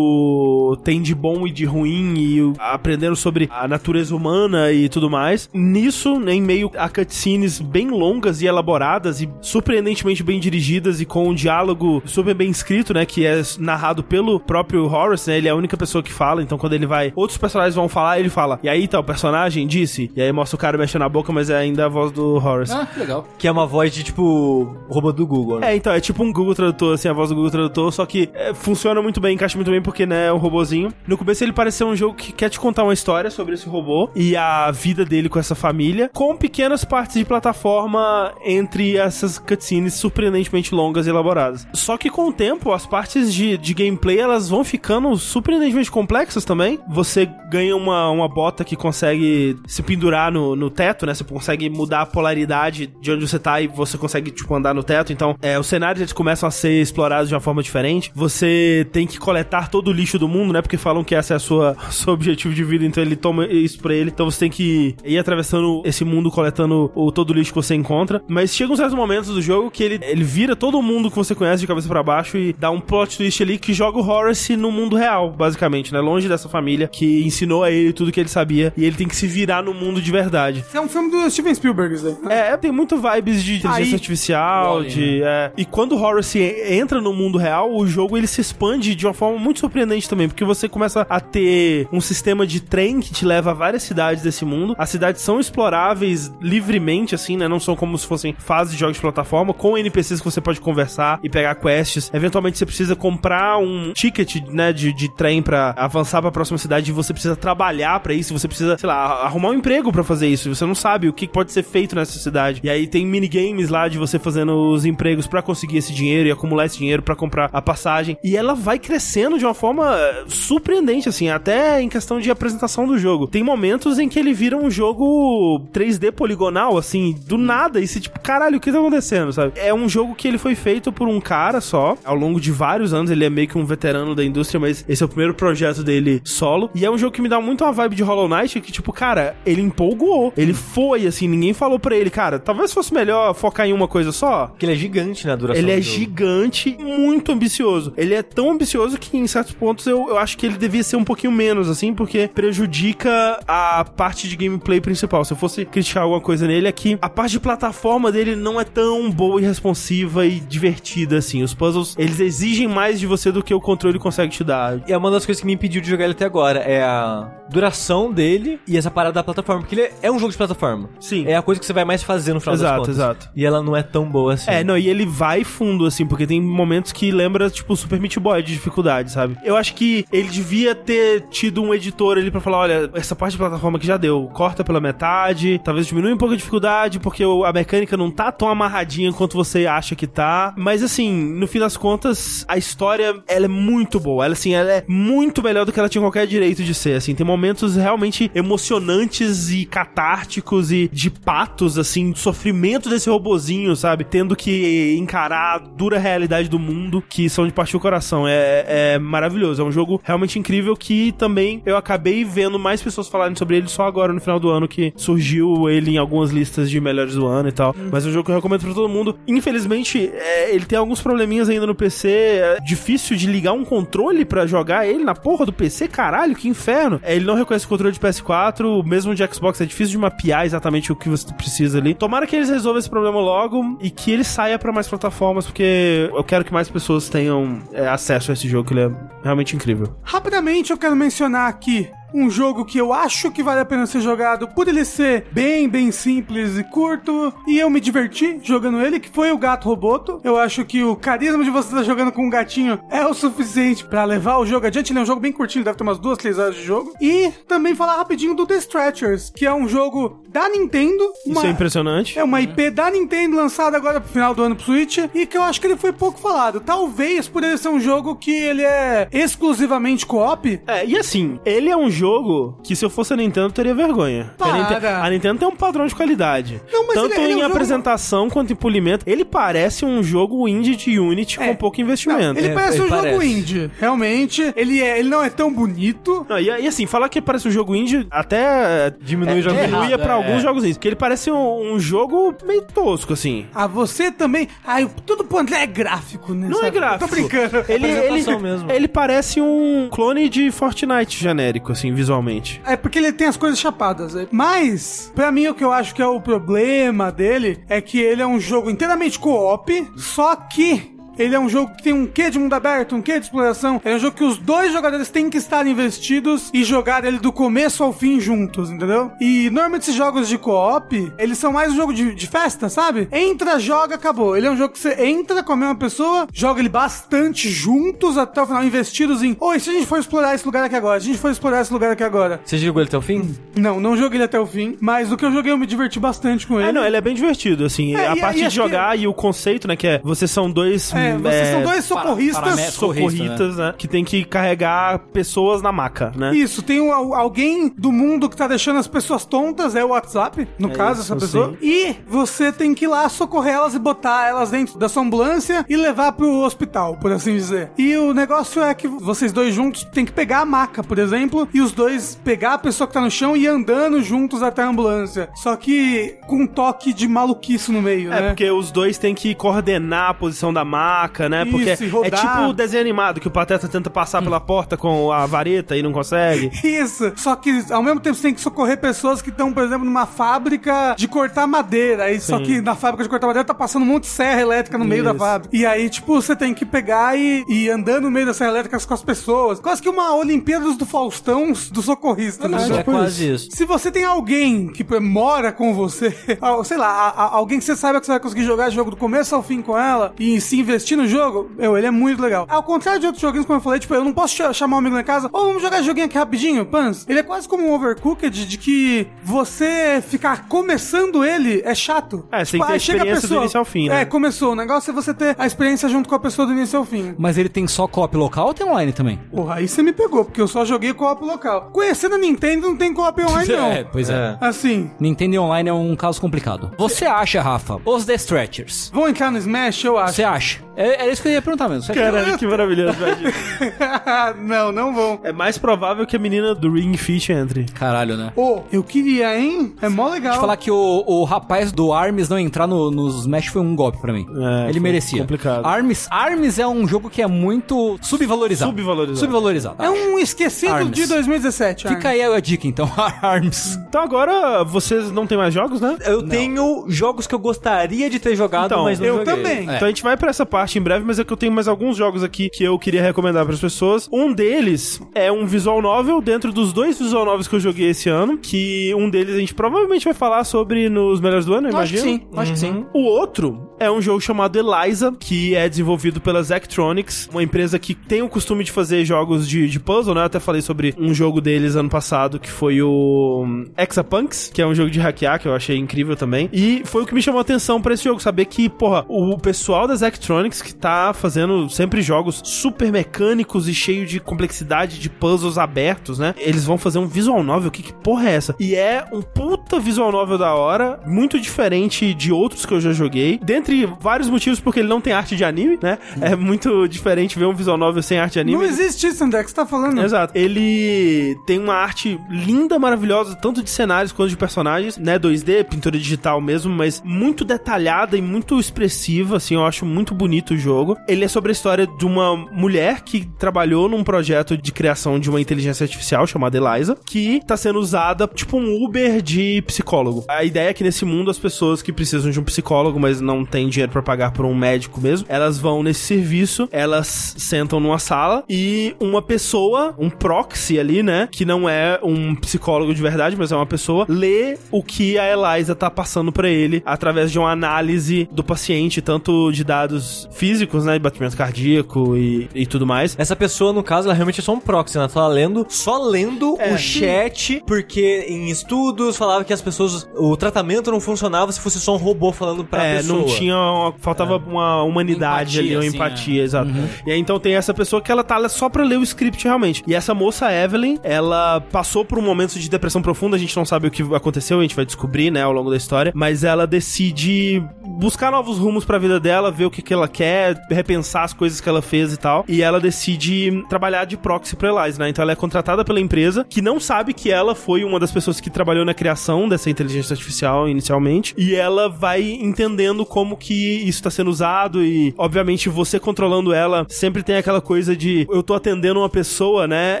[SPEAKER 1] mundo tem de bom e de ruim e o- aprendendo sobre a natureza humana e tudo mais. Nisso, em meio a cutscenes bem longas e elaboradas e surpreendentemente bem dirigidas e com um diálogo super bem escrito, né, que é narrado pelo próprio Horace, né? Ele é a única pessoa que fala, então quando ele vai, outros personagens vão falar, ele fala. E aí tal personagem disse, e aí mostra o cara mexendo a boca, mas é ainda a voz do Horace.
[SPEAKER 4] Ah, que legal.
[SPEAKER 2] Que é uma voz de tipo. robô do Google, né?
[SPEAKER 1] É, então, é tipo um Google Tradutor, assim, a voz do Google Tradutor, só que é, funciona muito bem, encaixa muito bem, porque, né, é um robozinho. No começo ele parece ser um jogo que quer te contar uma história sobre esse robô e a vida dele com essa família, com pequenas partes de plataforma entre essas cutscenes surpreendentemente longas e elaboradas. Só que com o tempo, as partes de, de gameplay, elas vão ficando surpreendentemente complexas também. Você ganha uma uma, uma bota que consegue se pendurar no, no teto, né? Você consegue mudar a polaridade de onde você tá e você consegue, tipo, andar no teto. Então, é, os cenários eles começam a ser explorados de uma forma diferente. Você tem que coletar todo o lixo do mundo, né? Porque falam que essa é a sua seu objetivo de vida, então ele toma isso pra ele. Então você tem que ir atravessando esse mundo, coletando o, todo o lixo que você encontra. Mas chega uns certos momentos do jogo que ele, ele vira todo mundo que você conhece de cabeça pra baixo e dá um plot twist ali que joga o Horace no mundo real, basicamente, né? Longe dessa família que ensinou a ele tudo que ele sabia e ele tem que se virar no mundo de verdade.
[SPEAKER 3] É um filme do Steven Spielberg, né? isso daí.
[SPEAKER 1] É, tem muito vibes de inteligência
[SPEAKER 3] Aí-
[SPEAKER 1] artificial,
[SPEAKER 4] Olha,
[SPEAKER 1] de. é. E quando o Horace en- entra no mundo real, o jogo ele se expande de uma forma muito surpreendente também, porque você começa a ter um sistema de trem que te leva a várias cidades desse mundo. As cidades são exploráveis livremente, assim, né? Não são como se fossem fases de jogos de plataforma, com NPCs que você pode conversar e pegar quests. Eventualmente você precisa comprar um ticket, né, de, de trem pra avançar pra próxima cidade e você precisa trabalhar pra isso, você precisa, sei lá, arrumar um emprego pra fazer isso. Você não sabe o que pode ser feito nessa cidade. E aí tem minigames lá de você fazendo os empregos pra conseguir esse dinheiro e acumular esse dinheiro pra comprar a passagem. E ela vai crescendo de uma forma eh, surpreendente, assim, até em questão de apresentação do jogo. Tem momentos em que ele vira um jogo 3D poligonal, assim, do nada. E você, tipo, caralho, o que tá acontecendo, sabe? É um jogo que ele foi feito por um cara só, ao longo de vários anos. Ele é meio que um veterano da indústria, mas esse é o primeiro projeto dele solo. E é um jogo que me dá muito uma vibe de Hollow Knight, que, tipo, cara, ele empolgou. Ele foi, assim, ninguém falou pra ele, cara, talvez fosse melhor focar em uma coisa só.
[SPEAKER 2] Porque ele é gigante na duração
[SPEAKER 1] Ele é
[SPEAKER 2] do jogo.
[SPEAKER 1] gigante, muito ambicioso. Ele é tão ambicioso que em certos pontos eu, eu acho que ele devia ser um pouquinho menos, assim, porque prejudica a parte de gameplay principal. Se eu fosse criticar alguma coisa nele, é que a parte de plataforma dele não é tão boa e responsiva e divertida, assim. Os puzzles, eles exigem mais de você do que o controle consegue te dar.
[SPEAKER 2] E é uma das coisas que me impediu de jogar ele até agora. É a duração dele e essa parada da plataforma. Porque ele é um jogo de plataforma.
[SPEAKER 1] Sim.
[SPEAKER 2] É a coisa que você vai mais fazer no final das
[SPEAKER 1] Exato,
[SPEAKER 2] contas.
[SPEAKER 1] exato.
[SPEAKER 2] E ela não é tão boa assim.
[SPEAKER 1] É, não, e ele vai fundo, assim, porque tem momentos que lembra, tipo, Super Meat Boy de dificuldade, sabe? Eu acho que ele devia ter tido um editor ali pra falar: olha, essa parte de plataforma que já deu, corta pela metade, talvez diminui um pouco a dificuldade, porque o- a mecânica não tá tão amarradinha quanto você acha que tá. Mas, assim, no fim das contas, a história, ela é muito boa. Ela, assim, ela é muito melhor do que ela tinha qualquer direito de ser, assim. Tem momentos realmente emocionantes e catárticos e de patos, assim, do sofrimento desse robozinho, sabe? Tendo que encarar a dura realidade do mundo, que são de partir o coração. É, é maravilhoso. É um jogo realmente incrível que também eu acabei vendo mais pessoas falarem sobre ele só agora no final do ano, que surgiu ele em algumas listas de melhores do ano e tal. Mas é um jogo que eu recomendo pra todo mundo. Infelizmente, é, ele tem alguns probleminhas ainda no PC. É difícil de ligar um controle pra jogar ele na porra do PC, caralho, que inferno. É, ele não reconhece o controle de PS4, mesmo de Xbox, é difícil de mapear exatamente o que você precisa ali. Tomara que eles resolvam esse problema logo e que ele saia pra mais plataformas, porque eu quero que mais pessoas tenham é, acesso a esse jogo, que ele é realmente incrível.
[SPEAKER 3] Rapidamente eu quero mencionar aqui um jogo que eu acho que vale a pena ser jogado por ele ser bem, bem simples e curto. E eu me diverti jogando ele, que foi o Gato Roboto. Eu acho que o carisma de você estar jogando com um gatinho é o suficiente pra levar o jogo adiante. Ele é um jogo bem curtinho, deve ter umas duas, três horas de jogo. E também falar rapidinho do The Stretchers, que é um jogo da Nintendo.
[SPEAKER 1] Isso
[SPEAKER 3] uma-
[SPEAKER 1] é impressionante.
[SPEAKER 3] é uma IP da Nintendo lançada agora pro final do ano pro Switch e que eu acho que ele foi pouco falado. Talvez por ele ser um jogo que ele é exclusivamente co-op.
[SPEAKER 1] É, e assim, ele é um jogo que se eu fosse a Nintendo eu teria vergonha.
[SPEAKER 3] Para.
[SPEAKER 1] A, Ninte- a Nintendo tem um padrão de qualidade.
[SPEAKER 3] Não, mas
[SPEAKER 1] Tanto
[SPEAKER 3] ele- ele é um
[SPEAKER 1] em
[SPEAKER 3] jogo-
[SPEAKER 1] apresentação quanto em polimento. Ele parece um jogo indie de Unity
[SPEAKER 3] É.
[SPEAKER 1] com pouco
[SPEAKER 3] Não,
[SPEAKER 1] investimento.
[SPEAKER 3] ele
[SPEAKER 1] É.
[SPEAKER 3] parece
[SPEAKER 2] ele
[SPEAKER 3] um jogo
[SPEAKER 2] parece.
[SPEAKER 3] indie. Realmente, ele, é, ele não é tão bonito.
[SPEAKER 1] Não, e, e assim, falar que parece um jogo indie até é,
[SPEAKER 2] Diminui o jogo
[SPEAKER 1] diminuía
[SPEAKER 2] errado,
[SPEAKER 1] pra
[SPEAKER 2] é.
[SPEAKER 1] alguns jogos indies. Porque ele parece um, um jogo meio tosco, assim.
[SPEAKER 3] Ah, você também. Ai, tudo pro André é gráfico, né?
[SPEAKER 1] Não é
[SPEAKER 3] sabe?
[SPEAKER 1] gráfico.
[SPEAKER 3] Tô brincando.
[SPEAKER 1] Ele, é ele,
[SPEAKER 2] Apresentação mesmo.
[SPEAKER 1] ele parece um clone de Fortnite genérico, assim, visualmente.
[SPEAKER 3] É porque ele tem as coisas chapadas. é. Mas, pra mim, o que eu acho que é o problema dele é que ele é um jogo inteiramente co-op, só que. Ele é um jogo que tem um quê de mundo aberto, um quê de exploração. É um jogo que os dois jogadores têm que estar investidos e jogar ele do começo ao fim juntos, entendeu? E normalmente esses jogos de co-op, eles são mais um jogo de, de festa, sabe? Entra, joga, acabou. Ele é um jogo que você entra com a mesma pessoa, joga ele bastante juntos até o final, investidos em. Oi, se a gente for explorar esse lugar aqui agora, se a gente for explorar esse lugar aqui agora.
[SPEAKER 2] Você jogou ele até o fim?
[SPEAKER 1] Hum.
[SPEAKER 3] Não, não joguei ele até o fim, mas do que eu joguei eu me
[SPEAKER 1] Ah,
[SPEAKER 3] diverti bastante com ele.
[SPEAKER 1] É, não, ele é bem divertido, assim.
[SPEAKER 3] É,
[SPEAKER 1] a
[SPEAKER 3] e-
[SPEAKER 1] parte
[SPEAKER 3] e
[SPEAKER 1] de
[SPEAKER 3] acho que-
[SPEAKER 1] jogar e o conceito, né, que é vocês são dois
[SPEAKER 3] É. É, vocês são dois socorristas.
[SPEAKER 4] paramé-
[SPEAKER 1] socorritas, né? Que tem que carregar pessoas na maca, né?
[SPEAKER 3] Isso, tem um- al- alguém do mundo que tá deixando as pessoas tontas, é o WhatsApp, no caso,
[SPEAKER 1] isso,
[SPEAKER 3] essa pessoa.
[SPEAKER 1] sim.
[SPEAKER 3] E você tem que ir lá socorrer elas e botar elas dentro da sua ambulância e levar pro hospital, por assim dizer. E o negócio é que vocês dois juntos tem que pegar a maca, por exemplo, e os dois pegar a pessoa que tá no chão e ir andando juntos até a ambulância. Só que com um toque de maluquice no meio,
[SPEAKER 1] É,
[SPEAKER 3] né?
[SPEAKER 1] porque os dois têm que coordenar a posição da maca, né?
[SPEAKER 3] Isso,
[SPEAKER 1] Porque
[SPEAKER 3] e
[SPEAKER 1] é
[SPEAKER 3] rodar.
[SPEAKER 1] tipo o desenho animado que o Pateta tenta passar pela porta com a vareta e não consegue.
[SPEAKER 3] Isso, só que ao mesmo tempo você tem que socorrer pessoas que estão, por exemplo, numa fábrica de cortar madeira. Aí, só que na fábrica de cortar madeira tá passando um monte de serra elétrica no meio da fábrica. E aí, tipo, você tem que pegar e e ir andando no meio da serra elétrica com as pessoas. Quase que uma Olimpíadas do Faustão do socorrista. né?
[SPEAKER 7] É quase isso.
[SPEAKER 3] Se você tem alguém que pô, mora com você, al- sei lá, a- a- alguém que você saiba que você vai conseguir jogar o jogo do começo ao fim com ela e se investir no jogo, meu, ele é muito legal. Ao contrário de outros joguinhos, como eu falei, tipo, eu não posso ch- chamar um amigo na casa, ou vamos jogar joguinho aqui rapidinho, Pans. Ele é quase como um overcooked de que você ficar começando ele é chato.
[SPEAKER 1] É, você tem que ter
[SPEAKER 3] aí chega a
[SPEAKER 1] experiência do início ao fim, né?
[SPEAKER 3] É, começou. O negócio é você ter a experiência junto com a pessoa do início ao fim.
[SPEAKER 4] Mas ele tem só co-op local ou tem online também?
[SPEAKER 3] Porra, aí você me pegou, porque eu só joguei co-op local. Conhecendo a Nintendo, não tem co-op online, não.
[SPEAKER 4] É, pois é.
[SPEAKER 3] Assim,
[SPEAKER 4] Nintendo Online é um caso complicado. Você acha, Rafa, os The Stretchers?
[SPEAKER 3] Vão entrar no Smash, eu acho.
[SPEAKER 4] Você acha? É, era isso que eu ia perguntar mesmo. Você acha?
[SPEAKER 1] Caralho, que maravilhoso, velho.
[SPEAKER 3] não, não vão.
[SPEAKER 1] É mais provável que a menina do Ring Fit entre.
[SPEAKER 4] Caralho, né?
[SPEAKER 3] Ô, eu queria, hein? É mó legal.
[SPEAKER 4] Deixa eu falar que o, o rapaz do Arms não entrar no, nos Smash foi um golpe pra mim.
[SPEAKER 1] É,
[SPEAKER 4] Ele
[SPEAKER 1] foi
[SPEAKER 4] merecia.
[SPEAKER 1] complicado.
[SPEAKER 4] Arms, Arms é um jogo que é muito subvalorizado.
[SPEAKER 1] Subvalorizado.
[SPEAKER 4] Subvalorizado.
[SPEAKER 3] É um esquecido
[SPEAKER 4] Arms.
[SPEAKER 3] de 2017.
[SPEAKER 4] Fica
[SPEAKER 3] Arms.
[SPEAKER 4] aí a dica, então. Arms.
[SPEAKER 1] Então agora vocês não têm mais jogos, né?
[SPEAKER 7] Eu tenho jogos que eu gostaria de ter jogado,
[SPEAKER 1] Então,
[SPEAKER 7] mas não
[SPEAKER 3] Eu
[SPEAKER 7] joguei.
[SPEAKER 3] também.
[SPEAKER 4] É.
[SPEAKER 1] Então a gente vai pra essa parte em breve, mas é que eu tenho mais alguns jogos aqui que eu queria recomendar pras pessoas. Um deles é um visual novel dentro dos dois visual novels que eu joguei esse ano, que um deles a gente provavelmente vai falar sobre nos melhores do ano, eu
[SPEAKER 4] Acho que
[SPEAKER 1] imagino.
[SPEAKER 4] sim, acho que sim.
[SPEAKER 1] O outro é um jogo chamado Eliza, que é desenvolvido pela Zectronics, uma empresa que tem o costume de fazer jogos de, de puzzle, né? Eu até falei sobre um jogo deles ano passado, que foi o hum, Exapunks, que é um jogo de hackear, que eu achei incrível também. E foi o que me chamou a atenção pra esse jogo, saber que, porra, o pessoal da Zectronics, que tá fazendo sempre jogos super mecânicos e cheio de complexidade de puzzles abertos, né? Eles vão fazer um visual novel, que, que porra é essa? E é um puta visual novel da hora, muito diferente de outros que eu já joguei. Dentre vários motivos, porque ele não tem arte de anime, né? É muito diferente ver um visual novel sem arte de anime.
[SPEAKER 3] Não existe isso, André, que você tá falando.
[SPEAKER 1] Exato. Ele tem uma arte linda, maravilhosa, tanto de cenários quanto de personagens, né? 2D, pintura digital mesmo, mas muito detalhada e muito expressiva, assim, eu acho muito bonito o jogo. Ele é sobre a história de uma mulher que trabalhou num projeto de criação de uma inteligência artificial chamada Eliza, que tá sendo usada tipo um Uber de psicólogo. A ideia é que nesse mundo as pessoas que precisam de um psicólogo, mas não têm dinheiro pra pagar por um médico mesmo, elas vão nesse serviço, elas sentam numa sala e uma pessoa, um proxy ali, né, que não é um psicólogo de verdade, mas é uma pessoa, lê o que a Eliza tá passando pra ele através de uma análise do paciente, tanto de dados físicos, né, de batimento cardíaco e, e tudo mais.
[SPEAKER 7] Essa pessoa, no caso, ela realmente é só um proxy,
[SPEAKER 2] né?
[SPEAKER 7] ela tá lendo, só lendo
[SPEAKER 1] É.
[SPEAKER 7] o chat, porque em estudos falava que as pessoas, o tratamento não funcionava se fosse só um robô falando pra
[SPEAKER 1] é,
[SPEAKER 7] pessoa.
[SPEAKER 1] não tinha. uma- faltava uma humanidade
[SPEAKER 4] Empatia,
[SPEAKER 1] ali, uma
[SPEAKER 4] assim,
[SPEAKER 1] empatia, exato. E aí então tem essa pessoa que ela tá lá só pra ler o script realmente. E essa moça, Evelyn, ela passou por um momento de depressão profunda, a gente não sabe o que aconteceu, a gente vai descobrir, né, ao longo da história. Mas ela decide buscar novos rumos pra vida dela, ver o que, que ela quer, repensar as coisas que ela fez e tal. E ela decide trabalhar de proxy pra Elias, né? Então ela é contratada pela empresa, que não sabe que ela foi uma das pessoas que trabalhou na criação dessa inteligência artificial inicialmente. E ela vai entendendo como que isso tá sendo usado. E, obviamente, você controlando ela sempre tem aquela coisa de eu tô atendendo uma pessoa, né?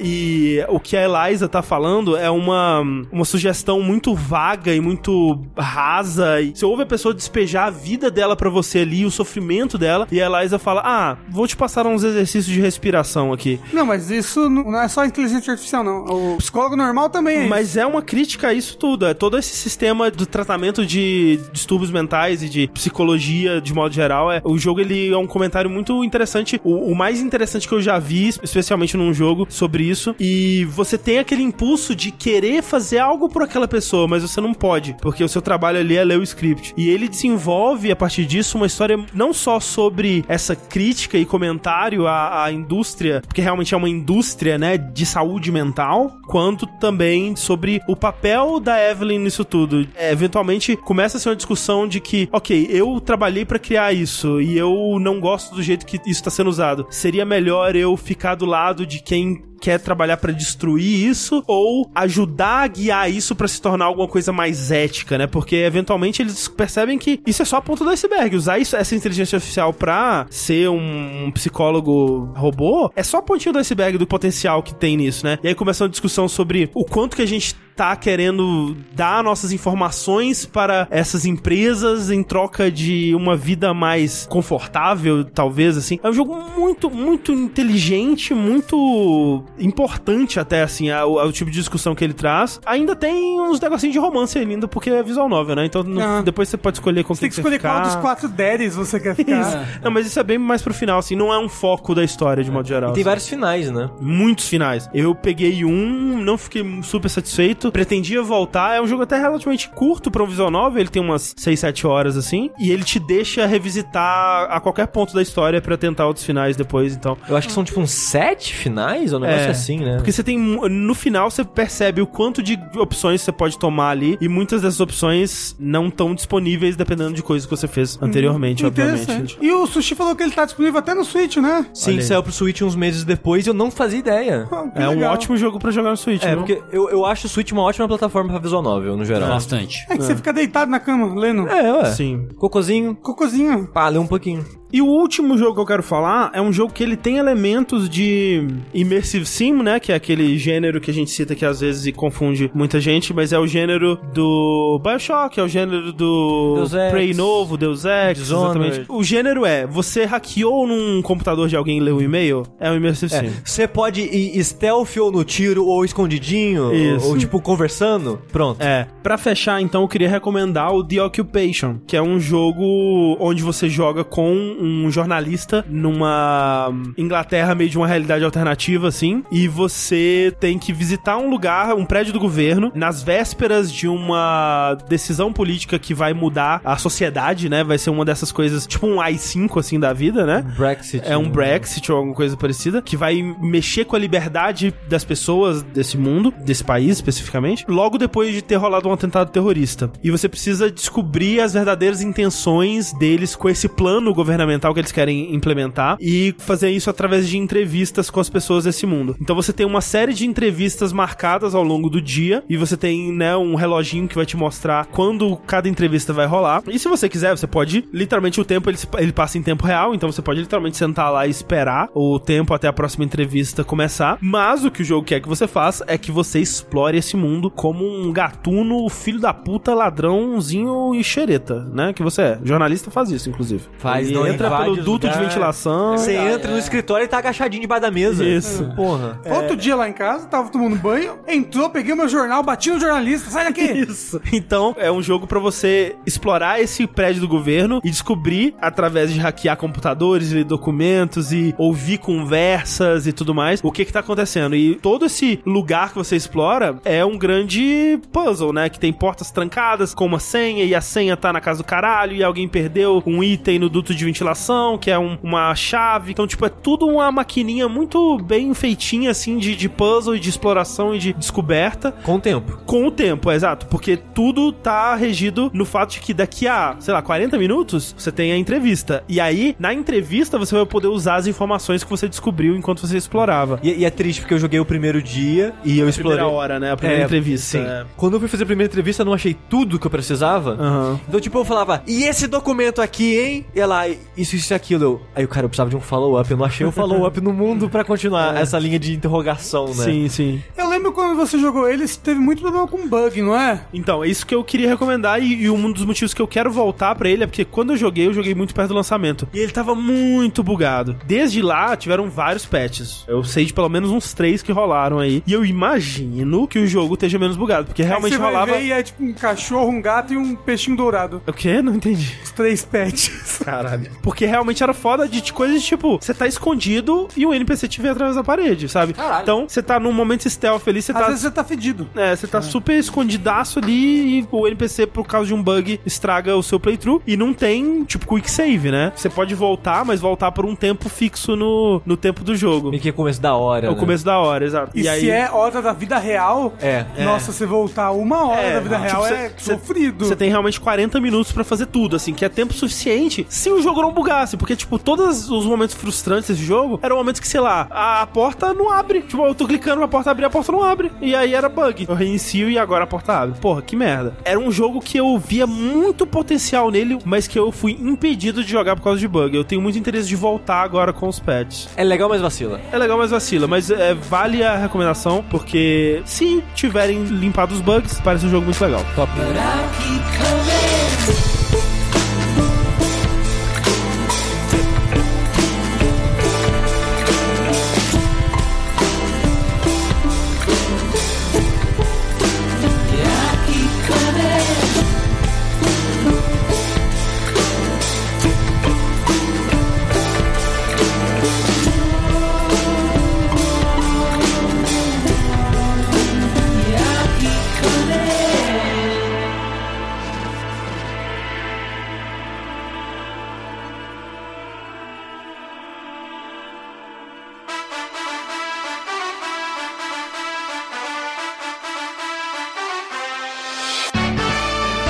[SPEAKER 1] E o que a Eliza tá falando é uma, uma sugestão muito vaga e muito rasa. E você ouve a pessoa despejar a vida dela pra você ali, o sofrimento dela. E a Eliza fala: Ah, vou te passar uns exercícios de respiração aqui.
[SPEAKER 3] Não, mas isso não não é só inteligência artificial, não. O psicólogo normal também é
[SPEAKER 1] Mas é uma crítica a isso tudo. É todo esse sistema do tratamento de distúrbios mentais e de tecnologia de modo geral. É, o jogo ele é um comentário muito interessante, o, o mais interessante que eu já vi, especialmente num jogo, sobre isso. E você tem aquele impulso de querer fazer algo por aquela pessoa, mas você não pode, porque o seu trabalho ali é ler o script. E ele desenvolve a partir disso uma história não só sobre essa crítica e comentário à, à indústria, porque realmente é uma indústria, né, de saúde mental, quanto também sobre o papel da Evelyn nisso tudo. É, eventualmente começa a ser uma discussão de que, ok, eu trabalhei para criar isso e eu não gosto do jeito que isso está sendo usado. Seria melhor eu ficar do lado de quem quer trabalhar para destruir isso ou ajudar a guiar isso para se tornar alguma coisa mais ética, né? Porque eventualmente eles percebem que isso é só a ponta do iceberg. Usar isso, essa inteligência artificial pra ser um psicólogo robô é só a pontinha do iceberg do potencial que tem nisso, né? E aí começa uma discussão sobre o quanto que a gente tá querendo dar nossas informações para essas empresas em troca de uma vida mais confortável, talvez assim. É um jogo muito, muito inteligente, muito importante até assim, ao, ao tipo de discussão que ele traz. Ainda tem uns negocinhos de romance ainda, porque é visual novel, né? Então no-
[SPEAKER 3] Ah.
[SPEAKER 1] depois você pode escolher com
[SPEAKER 3] Você
[SPEAKER 1] quem
[SPEAKER 3] tem que
[SPEAKER 1] você
[SPEAKER 3] escolher
[SPEAKER 1] ficar.
[SPEAKER 3] qual dos quatro daddies você quer
[SPEAKER 1] Isso.
[SPEAKER 3] ficar.
[SPEAKER 1] Não, mas isso é bem mais pro final, assim, não é um foco da história de modo geral.
[SPEAKER 2] E tem
[SPEAKER 1] assim.
[SPEAKER 2] vários finais, né?
[SPEAKER 1] muitos finais. Eu peguei um, não fiquei super satisfeito, pretendia voltar. É um jogo até relativamente curto pra um visual novel, ele tem umas 6, 7 horas assim, e ele te deixa revisitar a qualquer ponto da história pra tentar outros finais depois, então.
[SPEAKER 2] Eu acho que são tipo uns sete finais, ou um negócio
[SPEAKER 1] É.
[SPEAKER 2] assim, né?
[SPEAKER 1] Porque você tem mu- no final você percebe o quanto de opções você pode tomar ali e muitas dessas opções não estão disponíveis dependendo de coisas que você fez anteriormente, obviamente.
[SPEAKER 3] Hum, Interessante. E o Sushi falou que ele tá disponível até no Switch, né?
[SPEAKER 2] Sim,
[SPEAKER 1] Olha aí.
[SPEAKER 2] saiu pro Switch uns meses depois e eu não fazia ideia.
[SPEAKER 3] Ah, que
[SPEAKER 1] É um
[SPEAKER 3] legal.
[SPEAKER 1] ótimo jogo pra jogar no Switch,
[SPEAKER 2] É,
[SPEAKER 1] não?
[SPEAKER 2] porque eu, eu acho o Switch uma ótima plataforma pra visual novel, no geral.
[SPEAKER 4] Uhum. Bastante.
[SPEAKER 3] É que você fica deitado na cama, lendo.
[SPEAKER 2] É, ué.
[SPEAKER 1] Sim.
[SPEAKER 2] Cocôzinho,
[SPEAKER 3] Cocôzinho.
[SPEAKER 2] pá, lê um pouquinho.
[SPEAKER 1] E o último jogo que eu quero falar é um jogo que ele tem elementos de immersive sim, né? Que é aquele gênero que a gente cita que às vezes e confunde muita gente, mas é o gênero do Bioshock, é o gênero do
[SPEAKER 2] Deus Ex.
[SPEAKER 1] Prey novo, Deus Ex,
[SPEAKER 2] Dishonored.
[SPEAKER 1] exatamente. O gênero é, você hackeou num computador de alguém e leu um e-mail? É um immersive sim.
[SPEAKER 2] Você pode ir stealth ou no tiro, ou escondidinho,
[SPEAKER 1] Isso.
[SPEAKER 2] ou, ou, tipo conversando. Pronto.
[SPEAKER 1] É, pra fechar então, eu queria recomendar o The Occupation, que é um jogo onde você joga com um jornalista numa Inglaterra meio de uma realidade alternativa assim, e você tem que visitar um lugar, um prédio do governo, nas vésperas de uma decisão política que vai mudar a sociedade, né? Vai ser uma dessas coisas, tipo um AI-5 assim da vida, né?
[SPEAKER 2] Brexit.
[SPEAKER 1] É um
[SPEAKER 2] Brexit.
[SPEAKER 1] Brexit ou alguma coisa parecida, que vai mexer com a liberdade das pessoas desse mundo, desse país especificamente, logo depois de ter rolado um atentado terrorista. E você precisa descobrir as verdadeiras intenções deles com esse plano governamental que eles querem implementar e fazer isso através de entrevistas com as pessoas desse mundo. Então você tem uma série de entrevistas marcadas ao longo do dia e você tem, né, um reloginho que vai te mostrar quando cada entrevista vai rolar. E se você quiser, você pode, literalmente, o tempo ele, se- ele passa em tempo real, então você pode literalmente sentar lá e esperar o tempo até a próxima entrevista começar. Mas o que o jogo quer que você faça é que você explore esse mundo como um gatuno, filho da puta, ladrãozinho e xereta, né? Que você é. Jornalista faz isso, inclusive.
[SPEAKER 2] Faz,
[SPEAKER 1] Ele
[SPEAKER 2] não
[SPEAKER 1] entra
[SPEAKER 2] invade
[SPEAKER 1] pelo
[SPEAKER 2] os
[SPEAKER 1] duto de
[SPEAKER 2] lugares.
[SPEAKER 1] ventilação.
[SPEAKER 2] Você entra
[SPEAKER 1] É.
[SPEAKER 2] no escritório e tá agachadinho debaixo da mesa. Ah,
[SPEAKER 1] Isso.
[SPEAKER 2] Porra.
[SPEAKER 1] É.
[SPEAKER 3] Outro dia lá em casa, tava tomando banho, entrou, peguei meu jornal, bati no jornalista, sai daqui!
[SPEAKER 1] Isso. Então, é um jogo pra você explorar esse prédio do governo e descobrir através de hackear computadores e documentos e ouvir conversas e tudo mais o que que tá acontecendo. E todo esse lugar que você explora é um grande puzzle, né? Que tem portas trancadas com uma senha e a senha tá na casa do caralho e alguém perdeu um item no duto de ventilação, que é um- uma chave. Então, tipo, é tudo uma maquininha muito bem feitinha, assim, de, de puzzle e de exploração e de descoberta
[SPEAKER 2] Com o tempo.
[SPEAKER 1] com o tempo, é, exato. Porque tudo tá regido no fato de que daqui a, sei lá, 40 minutos, você tem a entrevista. E aí, na entrevista, você vai poder usar as informações que você descobriu enquanto você explorava.
[SPEAKER 2] E, e é triste porque eu joguei o primeiro dia e eu explorei.
[SPEAKER 1] Primeira hora, né? A primeira
[SPEAKER 2] É,
[SPEAKER 1] entrevista.
[SPEAKER 2] Sim.
[SPEAKER 1] é.
[SPEAKER 2] Quando eu fui fazer a primeira entrevista, eu não achei tudo que eu precisava.
[SPEAKER 1] Aham.
[SPEAKER 2] Então, tipo, eu falava, e esse documento aqui, hein? E ela, isso, isso e aquilo. Eu, aí o cara, eu precisava de um follow-up, eu não achei o follow-up no mundo pra continuar essa linha de interrogação, né?
[SPEAKER 1] Sim, sim.
[SPEAKER 3] Eu lembro quando você jogou eles, teve muito problema com bug, não é?
[SPEAKER 1] Então, é isso que eu queria recomendar e, e um dos motivos que eu quero voltar pra ele é porque quando eu joguei, eu joguei muito perto do lançamento. E ele tava muito bugado. Desde lá, tiveram vários patches. Eu sei de pelo menos uns três que rolaram aí. E eu imagino que o jogo esteja menos bugado, porque realmente
[SPEAKER 3] Aí você vai
[SPEAKER 1] rolava...
[SPEAKER 3] ver e é tipo um cachorro, um gato e um peixinho dourado.
[SPEAKER 1] O quê? Não entendi.
[SPEAKER 3] Os três pets.
[SPEAKER 1] Caralho. Porque realmente era foda de, de coisas tipo, você tá escondido e um NPC te vê através da parede, sabe?
[SPEAKER 4] Caralho.
[SPEAKER 1] Então, você tá num momento stealth ali, você
[SPEAKER 3] Às
[SPEAKER 1] tá.
[SPEAKER 3] vezes você tá fedido.
[SPEAKER 1] É, você tá super escondidaço ali e o NPC, por causa de um bug, estraga o seu playthrough e não tem, tipo, quick save, né? Você pode voltar, mas voltar por um tempo fixo no, no tempo do jogo.
[SPEAKER 2] Meio que é começo da hora.
[SPEAKER 1] É o
[SPEAKER 2] né?
[SPEAKER 1] começo da hora, exato.
[SPEAKER 3] E, se é hora da vida real,
[SPEAKER 2] É.
[SPEAKER 3] nossa, você voltar uma hora
[SPEAKER 1] É,
[SPEAKER 3] da vida
[SPEAKER 1] não,
[SPEAKER 3] real
[SPEAKER 1] tipo,
[SPEAKER 3] é
[SPEAKER 1] cê- cê-
[SPEAKER 3] sofrido.
[SPEAKER 1] Você tem realmente 40 minutos pra fazer tudo, assim, que é tempo suficiente se o jogo não bugasse. Porque, tipo, todos os momentos frustrantes desse jogo eram momentos que, sei lá, a porta não abre. Tipo, eu tô clicando pra porta abrir, a porta não abre. E aí era bug. Eu reinicio e agora a porta abre. Porra, que merda. Era um jogo que eu via muito potencial nele, mas que eu fui impedido de jogar por causa de bug. Eu tenho muito interesse de voltar agora com os patches.
[SPEAKER 2] É legal, mas vacila.
[SPEAKER 1] É legal, mas vacila. Mas é, vale a recomendação, porque se tiverem limpado os bugs, parece um jogo muito legal.
[SPEAKER 2] Top.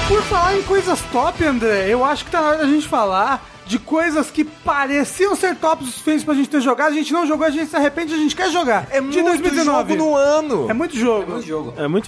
[SPEAKER 3] Por falar em coisas top, André, eu acho que tá na hora da gente falar de coisas que pareciam ser top o suficiente pra gente ter jogado, a gente não jogou, a gente se arrepende, a gente quer jogar.
[SPEAKER 2] É
[SPEAKER 3] de
[SPEAKER 2] muito
[SPEAKER 3] 2019.
[SPEAKER 2] jogo no ano.
[SPEAKER 3] É muito jogo.
[SPEAKER 1] É muito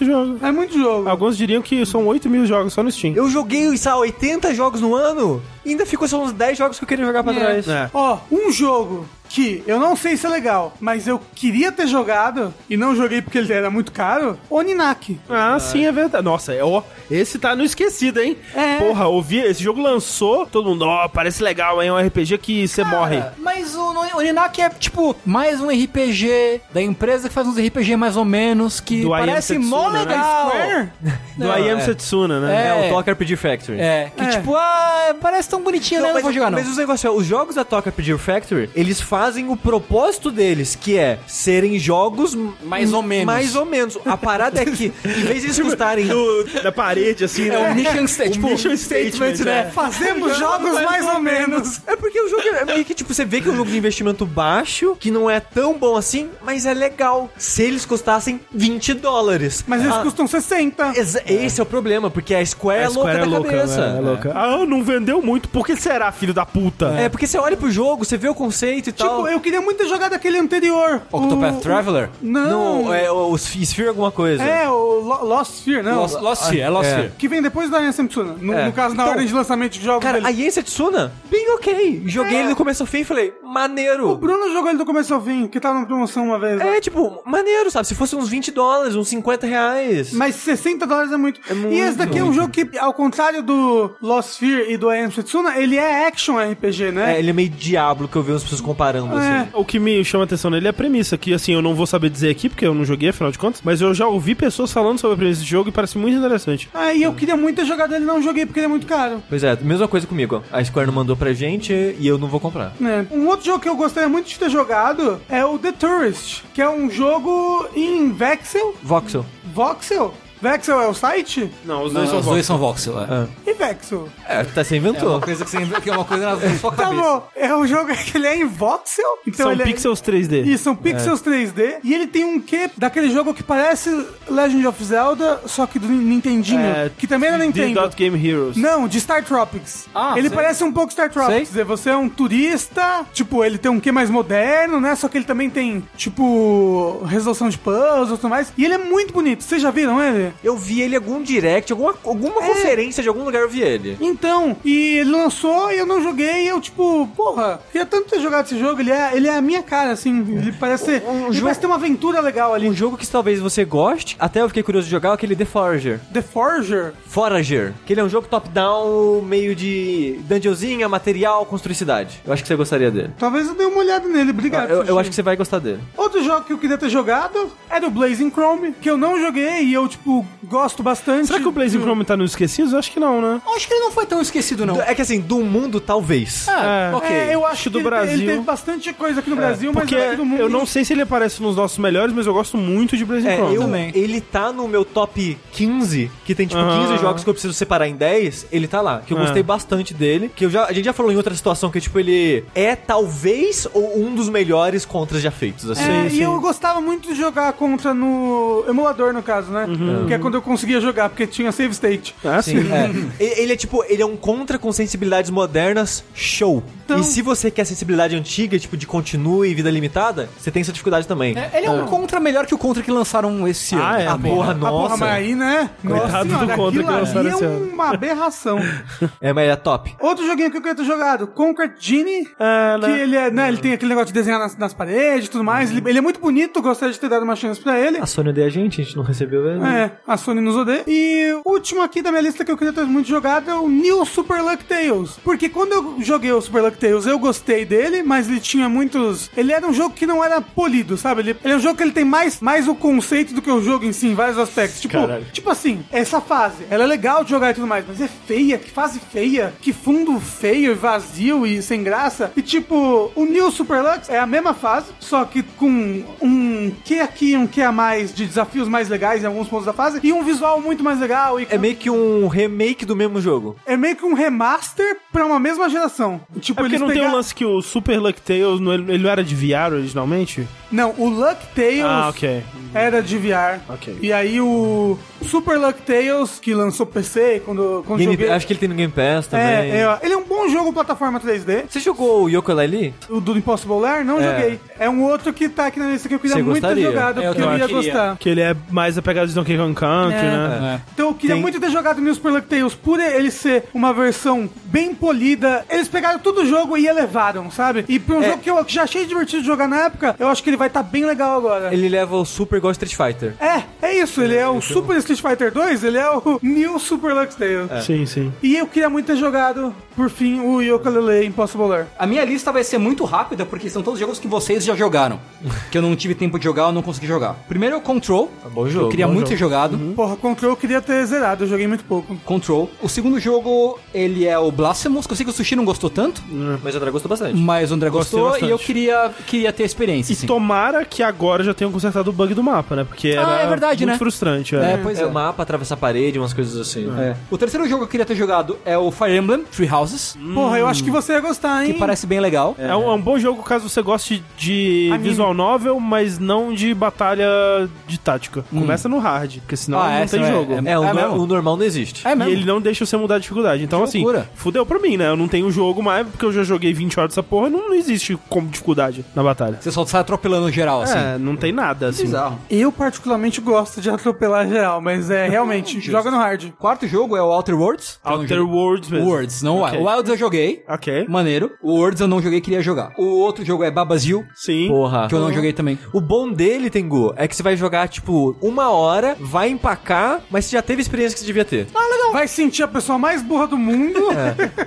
[SPEAKER 1] jogo.
[SPEAKER 3] É muito jogo.
[SPEAKER 1] Alguns diriam que são 8 mil jogos só no Steam.
[SPEAKER 2] Eu joguei, sei lá, 80 jogos no ano e ainda ficou só uns 10 jogos que eu queria jogar pra trás.
[SPEAKER 1] É.
[SPEAKER 3] Ó, um jogo que eu não sei se é legal, mas eu queria ter jogado e não joguei porque ele era muito caro, Oninak.
[SPEAKER 1] Ah, sim, é verdade. Nossa, é, ó, esse tá no esquecido, hein?
[SPEAKER 3] É.
[SPEAKER 1] Porra, ouvi, esse jogo lançou, todo mundo, ó, parece legal, hein? É um RPG que você morre.
[SPEAKER 4] É, Mas o Oninak é, tipo, mais um RPG da empresa que faz uns RPG mais ou menos, que
[SPEAKER 1] Do I Am
[SPEAKER 4] parece mó
[SPEAKER 1] Setsuna, né?
[SPEAKER 4] legal.
[SPEAKER 1] Do
[SPEAKER 2] Não,
[SPEAKER 1] I Am
[SPEAKER 2] é.
[SPEAKER 1] Setsuna, né?
[SPEAKER 2] É,
[SPEAKER 4] É.
[SPEAKER 2] o Talk RPG Factory.
[SPEAKER 4] É, que
[SPEAKER 3] É.
[SPEAKER 4] tipo, ah, parece tão bonitinho, né?
[SPEAKER 2] Não,
[SPEAKER 4] Não
[SPEAKER 2] mas,
[SPEAKER 4] vou jogar, não.
[SPEAKER 2] mas os negócios é, os jogos da Toca Pedir Factory, eles fazem o propósito deles, que é serem jogos
[SPEAKER 4] Mais ou menos.
[SPEAKER 2] Mais ou menos. A parada é que, em vez de eles custarem
[SPEAKER 1] Do- É, da parede, assim,
[SPEAKER 4] É um mission state,
[SPEAKER 1] Um
[SPEAKER 4] tipo,
[SPEAKER 1] mission statement, né?
[SPEAKER 3] Fazemos jogos É. mais ou menos.
[SPEAKER 2] É porque o jogo é meio que, tipo, você vê que é um jogo de investimento baixo, que não é tão bom assim, mas é legal. Se eles custassem 20 dólares.
[SPEAKER 3] Mas eles
[SPEAKER 2] Ah,
[SPEAKER 3] custam 60.
[SPEAKER 2] exa- Esse é o problema, porque a Square,
[SPEAKER 1] A Square
[SPEAKER 2] é louca da cabeça.
[SPEAKER 1] né? É louca. Ah, não vendeu muito. Por que será, filho da puta?
[SPEAKER 2] É, porque você olha pro jogo, você vê o conceito e tal.
[SPEAKER 3] Tipo, eu queria muito ter jogado aquele anterior.
[SPEAKER 4] Octopath
[SPEAKER 3] o-
[SPEAKER 4] Traveler?
[SPEAKER 3] Não.
[SPEAKER 2] Não, é o Sphere alguma coisa.
[SPEAKER 3] É, o Lo- Lost Sphere, não.
[SPEAKER 4] Lost, Lost Sphere, é Lost
[SPEAKER 2] é.
[SPEAKER 4] Sphere.
[SPEAKER 3] Que vem depois da Yansen Tsuna. No,
[SPEAKER 2] É.
[SPEAKER 3] no caso, na
[SPEAKER 2] Então,
[SPEAKER 3] ordem de lançamento de jogos
[SPEAKER 2] Cara,
[SPEAKER 3] dele.
[SPEAKER 2] a Yense Tsuna, bem ok. Joguei
[SPEAKER 3] É.
[SPEAKER 2] ele do começo ao fim e falei, maneiro.
[SPEAKER 3] O Bruno jogou ele do começo ao fim, que tava na promoção uma vez. né?
[SPEAKER 2] É, tipo, maneiro, sabe? Se fosse uns 20 dólares, uns 50 reais.
[SPEAKER 3] Mas 60 dólares é muito.
[SPEAKER 2] muito,
[SPEAKER 3] e esse daqui é um jogo que, ao contrário do Lost Sphere e do I Am Setsuna, ele é action RPG,
[SPEAKER 2] É,
[SPEAKER 3] né?
[SPEAKER 2] ele é meio diablo que eu vi as pessoas comparando, assim.
[SPEAKER 1] O que me chama a atenção nele é a premissa, que assim, eu não vou saber dizer aqui, porque eu não joguei, afinal de contas, mas eu já ouvi pessoas falando sobre a premissa desse jogo e parece muito interessante.
[SPEAKER 3] Ah, e eu queria muito ter jogado ele, não joguei porque ele é muito caro.
[SPEAKER 2] Pois é, mesma coisa comigo. ó. A Square não mandou pra gente e eu não vou comprar.
[SPEAKER 3] né? Um outro jogo que eu gostaria muito de ter jogado é o The Tourist, que é um jogo em Vexel.
[SPEAKER 2] Voxel.
[SPEAKER 3] Voxel? Vexel é o site?
[SPEAKER 1] Não, os
[SPEAKER 4] Não,
[SPEAKER 1] dois são
[SPEAKER 4] os
[SPEAKER 1] bons.
[SPEAKER 4] dois são voxel, é.
[SPEAKER 3] E Vexel?
[SPEAKER 2] É, tá, você
[SPEAKER 4] É uma
[SPEAKER 2] inventou.
[SPEAKER 4] coisa que você que é uma coisa na sua
[SPEAKER 3] Tá
[SPEAKER 4] cabeça.
[SPEAKER 3] bom, é um jogo que ele é em voxel. Então
[SPEAKER 1] São
[SPEAKER 3] ele é-
[SPEAKER 1] pixels É. 3D.
[SPEAKER 3] Isso, são pixels 3D. E ele tem um quê daquele jogo que parece Legend of Zelda, só que do Nintendinho.
[SPEAKER 1] É,
[SPEAKER 3] que também é da
[SPEAKER 1] The
[SPEAKER 3] Nintendo.
[SPEAKER 1] Dot Game Heroes.
[SPEAKER 3] Não, de Star Tropics.
[SPEAKER 4] Ah,
[SPEAKER 3] ele
[SPEAKER 4] sei.
[SPEAKER 3] parece um pouco Star Tropics. É, Você é um turista, tipo, ele tem um quê mais moderno, né? Só que ele também tem, tipo, resolução de puzzles e tudo mais. E ele é muito bonito. Vocês já viram ele?
[SPEAKER 2] Eu vi ele em algum direct, alguma, alguma conferência de algum lugar eu vi ele.
[SPEAKER 3] Então, e ele lançou e eu não joguei, e eu, tipo, porra, queria tanto ter jogado esse jogo, ele é, ele é a minha cara, assim, ele parece ser. ele
[SPEAKER 2] jogo-
[SPEAKER 3] parece ter uma aventura legal ali.
[SPEAKER 2] Um jogo que talvez você goste, até eu fiquei curioso de jogar, é aquele The Forger.
[SPEAKER 3] The Forger?
[SPEAKER 2] Forager, que ele é um jogo top-down, meio de dungeonzinha, material, construir cidade. Eu acho que você gostaria dele.
[SPEAKER 3] Talvez eu dê uma olhada nele, obrigado.
[SPEAKER 2] Eu, eu
[SPEAKER 3] Sushi.
[SPEAKER 2] acho que você vai gostar dele.
[SPEAKER 3] Outro jogo que eu queria ter jogado era o Blazing Chrome, que eu não joguei e eu, tipo, gosto bastante.
[SPEAKER 1] Será que o Blazing Chrome tá nos esquecidos? Acho que não, né?
[SPEAKER 4] Acho que ele não foi tão esquecido, não. Ah,
[SPEAKER 2] É que assim, do mundo, talvez.
[SPEAKER 1] É.
[SPEAKER 4] ok.
[SPEAKER 3] É, eu acho
[SPEAKER 1] do
[SPEAKER 3] que ele- Ele,
[SPEAKER 1] Brasil.
[SPEAKER 3] teve bastante coisa aqui no Brasil, mas é,
[SPEAKER 1] Porque
[SPEAKER 3] aqui no mundo.
[SPEAKER 1] eu não sei se ele aparece nos nossos melhores, mas eu gosto muito de Blazing
[SPEAKER 2] É,
[SPEAKER 1] Chrome.
[SPEAKER 2] eu,
[SPEAKER 4] também.
[SPEAKER 2] ele tá no meu top 15, que tem tipo
[SPEAKER 1] Aham.
[SPEAKER 2] 15 jogos que eu preciso separar em 10, ele tá lá, que eu
[SPEAKER 1] É.
[SPEAKER 2] gostei bastante dele, que eu já, a gente já falou em outra situação que tipo ele é talvez ou um dos melhores contras já feitos, assim.
[SPEAKER 3] É, e eu gostava muito de jogar contra no emulador, no caso, né? Que é quando eu conseguia jogar, porque tinha save state.
[SPEAKER 1] Uhum. Ah, sim.
[SPEAKER 2] É. E- Ele é tipo, ele é um contra com sensibilidades modernas, show.
[SPEAKER 3] Então-
[SPEAKER 2] E se você quer sensibilidade antiga, tipo de continue e vida limitada, você tem essa dificuldade também.
[SPEAKER 4] É, ele é um contra melhor que o contra que lançaram esse
[SPEAKER 1] Ah,
[SPEAKER 4] ano.
[SPEAKER 1] é,
[SPEAKER 2] Ah,
[SPEAKER 1] bom.
[SPEAKER 2] porra,
[SPEAKER 3] Ah, porra,
[SPEAKER 2] nossa.
[SPEAKER 3] mas aí, né? Nossa
[SPEAKER 1] Coitado do contra que
[SPEAKER 3] aquilo ali
[SPEAKER 1] lançaram esse
[SPEAKER 3] é
[SPEAKER 1] ano.
[SPEAKER 3] uma aberração.
[SPEAKER 2] É, mas ele é top.
[SPEAKER 3] Outro joguinho que eu queria ter jogado, Conquer Genie,
[SPEAKER 1] É,
[SPEAKER 3] que
[SPEAKER 1] né? Uhum.
[SPEAKER 3] ele é, né, ele tem aquele negócio de desenhar nas, nas paredes e tudo mais. Ele, ele é muito bonito, gostaria de ter dado uma chance pra ele.
[SPEAKER 2] A Sony odeia a gente, a gente não recebeu ele.
[SPEAKER 3] É, a Sony nos odeia. E o último aqui da minha lista que eu queria ter muito jogado é o New Super Luck Tales. Porque quando eu joguei o Super Luck Tales, eu gostei dele, mas ele tinha muitos. Ele era um jogo que não era polido, sabe? Ele, ele é um jogo que ele tem mais, mais o conceito do que o jogo em si, em vários aspectos. Tipo,
[SPEAKER 1] Caralho.
[SPEAKER 3] tipo assim, essa fase, ela é legal de jogar e tudo mais, mas é feia, que fase feia, que fundo feio e vazio e sem graça. E tipo, o New Super Lux é a mesma fase, só que com um que aqui, um que a mais de desafios mais legais em alguns pontos da fase e um visual muito mais legal. E
[SPEAKER 2] É meio que um remake do mesmo jogo.
[SPEAKER 3] é meio que um remaster pra uma mesma geração. Tipo,
[SPEAKER 1] É porque
[SPEAKER 3] eles
[SPEAKER 1] não tem
[SPEAKER 3] pegaram-
[SPEAKER 1] um lance que o Super Luck Tales, não- ele ele não era de VR originalmente?
[SPEAKER 3] Não, o Luck Tales
[SPEAKER 1] Ah, ok.
[SPEAKER 3] era de VR.
[SPEAKER 1] Ok.
[SPEAKER 3] E aí o Super Luck Tales, que lançou PC, quando, quando
[SPEAKER 2] Game-
[SPEAKER 3] joguei...
[SPEAKER 2] acho que ele tem no Game Pass também.
[SPEAKER 3] Um É, é, ele é um bom jogo plataforma 3D.
[SPEAKER 2] Você jogou o Yoko Laili?
[SPEAKER 3] O do Impossible Lair, não
[SPEAKER 2] É.
[SPEAKER 3] joguei. É um outro que tá aqui na lista que eu queria
[SPEAKER 2] Você
[SPEAKER 3] muito ter
[SPEAKER 2] gostaria?
[SPEAKER 3] jogado,
[SPEAKER 4] É, eu
[SPEAKER 3] porque eu,
[SPEAKER 4] também
[SPEAKER 3] ia
[SPEAKER 4] queria.
[SPEAKER 3] gostar.
[SPEAKER 1] Que ele é mais a pegada de Donkey Kong Country, né?
[SPEAKER 4] É.
[SPEAKER 3] Então eu queria
[SPEAKER 2] Tem-
[SPEAKER 3] muito ter jogado New Super Luck Tales por ele ser uma versão bem polida. Eles pegaram todo o jogo e elevaram, sabe? E pra um
[SPEAKER 2] É.
[SPEAKER 3] jogo que eu já achei divertido de jogar na época, eu acho que ele vai estar bem legal agora.
[SPEAKER 2] Ele um leva o Super Ghost Street Fighter.
[SPEAKER 3] É, é isso. Ele é o Super Street Fighter 2, ele é o New Super Lux Tales.
[SPEAKER 2] É.
[SPEAKER 1] Sim, sim.
[SPEAKER 3] E eu queria muito ter jogado, por fim, o Yooka-Laylee Impossible Lair.
[SPEAKER 4] A minha lista vai ser muito rápida, porque são todos jogos que vocês já jogaram. que eu não tive tempo de jogar, eu não consegui jogar. Primeiro é o Control.
[SPEAKER 1] Tá
[SPEAKER 2] um bom jogo,
[SPEAKER 4] Eu queria
[SPEAKER 2] bom
[SPEAKER 4] muito
[SPEAKER 2] jogo.
[SPEAKER 4] ter jogado.
[SPEAKER 1] Uhum.
[SPEAKER 3] Porra, Control eu queria ter zerado, eu joguei muito pouco.
[SPEAKER 4] Control. O segundo jogo, ele é o Blasphemous, que eu sei que o Sushi não gostou tanto,
[SPEAKER 2] Mas o André gostou bastante.
[SPEAKER 4] mas o André
[SPEAKER 1] Gostei
[SPEAKER 4] gostou
[SPEAKER 1] bastante.
[SPEAKER 4] e eu queria, queria ter a experiência.
[SPEAKER 1] E
[SPEAKER 4] assim.
[SPEAKER 1] tomara que agora já tenham consertado o bug do mapa, né? Porque era
[SPEAKER 4] é verdade,
[SPEAKER 1] muito
[SPEAKER 4] né?
[SPEAKER 1] frustrante. É.
[SPEAKER 4] É, pois
[SPEAKER 2] Pois é, o mapa atravessa a parede, umas coisas assim.
[SPEAKER 4] É. O terceiro jogo que eu queria ter jogado é o Fire Emblem Three Houses,
[SPEAKER 3] Porra, eu acho Hum. que você ia gostar, hein?
[SPEAKER 4] que parece bem legal.
[SPEAKER 1] É um, é um bom jogo caso você goste de
[SPEAKER 3] Anime.
[SPEAKER 1] visual novel, mas não de batalha de tática. Começa no hard, porque senão
[SPEAKER 4] Ah,
[SPEAKER 1] não
[SPEAKER 4] essa
[SPEAKER 1] tem
[SPEAKER 4] é-
[SPEAKER 1] jogo.
[SPEAKER 2] É, o,
[SPEAKER 4] É
[SPEAKER 2] nor-
[SPEAKER 4] mesmo?
[SPEAKER 2] o normal não existe.
[SPEAKER 4] É
[SPEAKER 1] E ele não deixa você mudar a dificuldade. Então,
[SPEAKER 4] Que
[SPEAKER 1] assim,
[SPEAKER 4] loucura.
[SPEAKER 1] fudeu pra mim, né? Eu não tenho jogo mais, porque eu já joguei 20 horas dessa porra, não, não existe como dificuldade na batalha.
[SPEAKER 4] Você só sai atropelando geral, assim.
[SPEAKER 1] É, não tem nada, assim.
[SPEAKER 4] Bizarro.
[SPEAKER 3] Eu particularmente gosto de atropelar geral, mas é, realmente, joga no hard.
[SPEAKER 4] Quarto jogo é o Outer Worlds. que é um
[SPEAKER 1] Outer
[SPEAKER 4] jogo-
[SPEAKER 1] Worlds mesmo.
[SPEAKER 4] Worlds, não
[SPEAKER 1] Ok.
[SPEAKER 4] Wild. Wilds eu joguei.
[SPEAKER 1] Ok.
[SPEAKER 4] Maneiro. O Worlds eu não joguei, queria jogar. O outro jogo é Babazil,
[SPEAKER 1] Sim.
[SPEAKER 2] Porra.
[SPEAKER 4] que eu não joguei também.
[SPEAKER 2] O bom dele, Tengu, é que você vai jogar, tipo, uma hora, vai empacar, mas você já teve a experiência que você devia ter.
[SPEAKER 4] Ah.
[SPEAKER 3] Vai sentir a pessoa mais burra do mundo.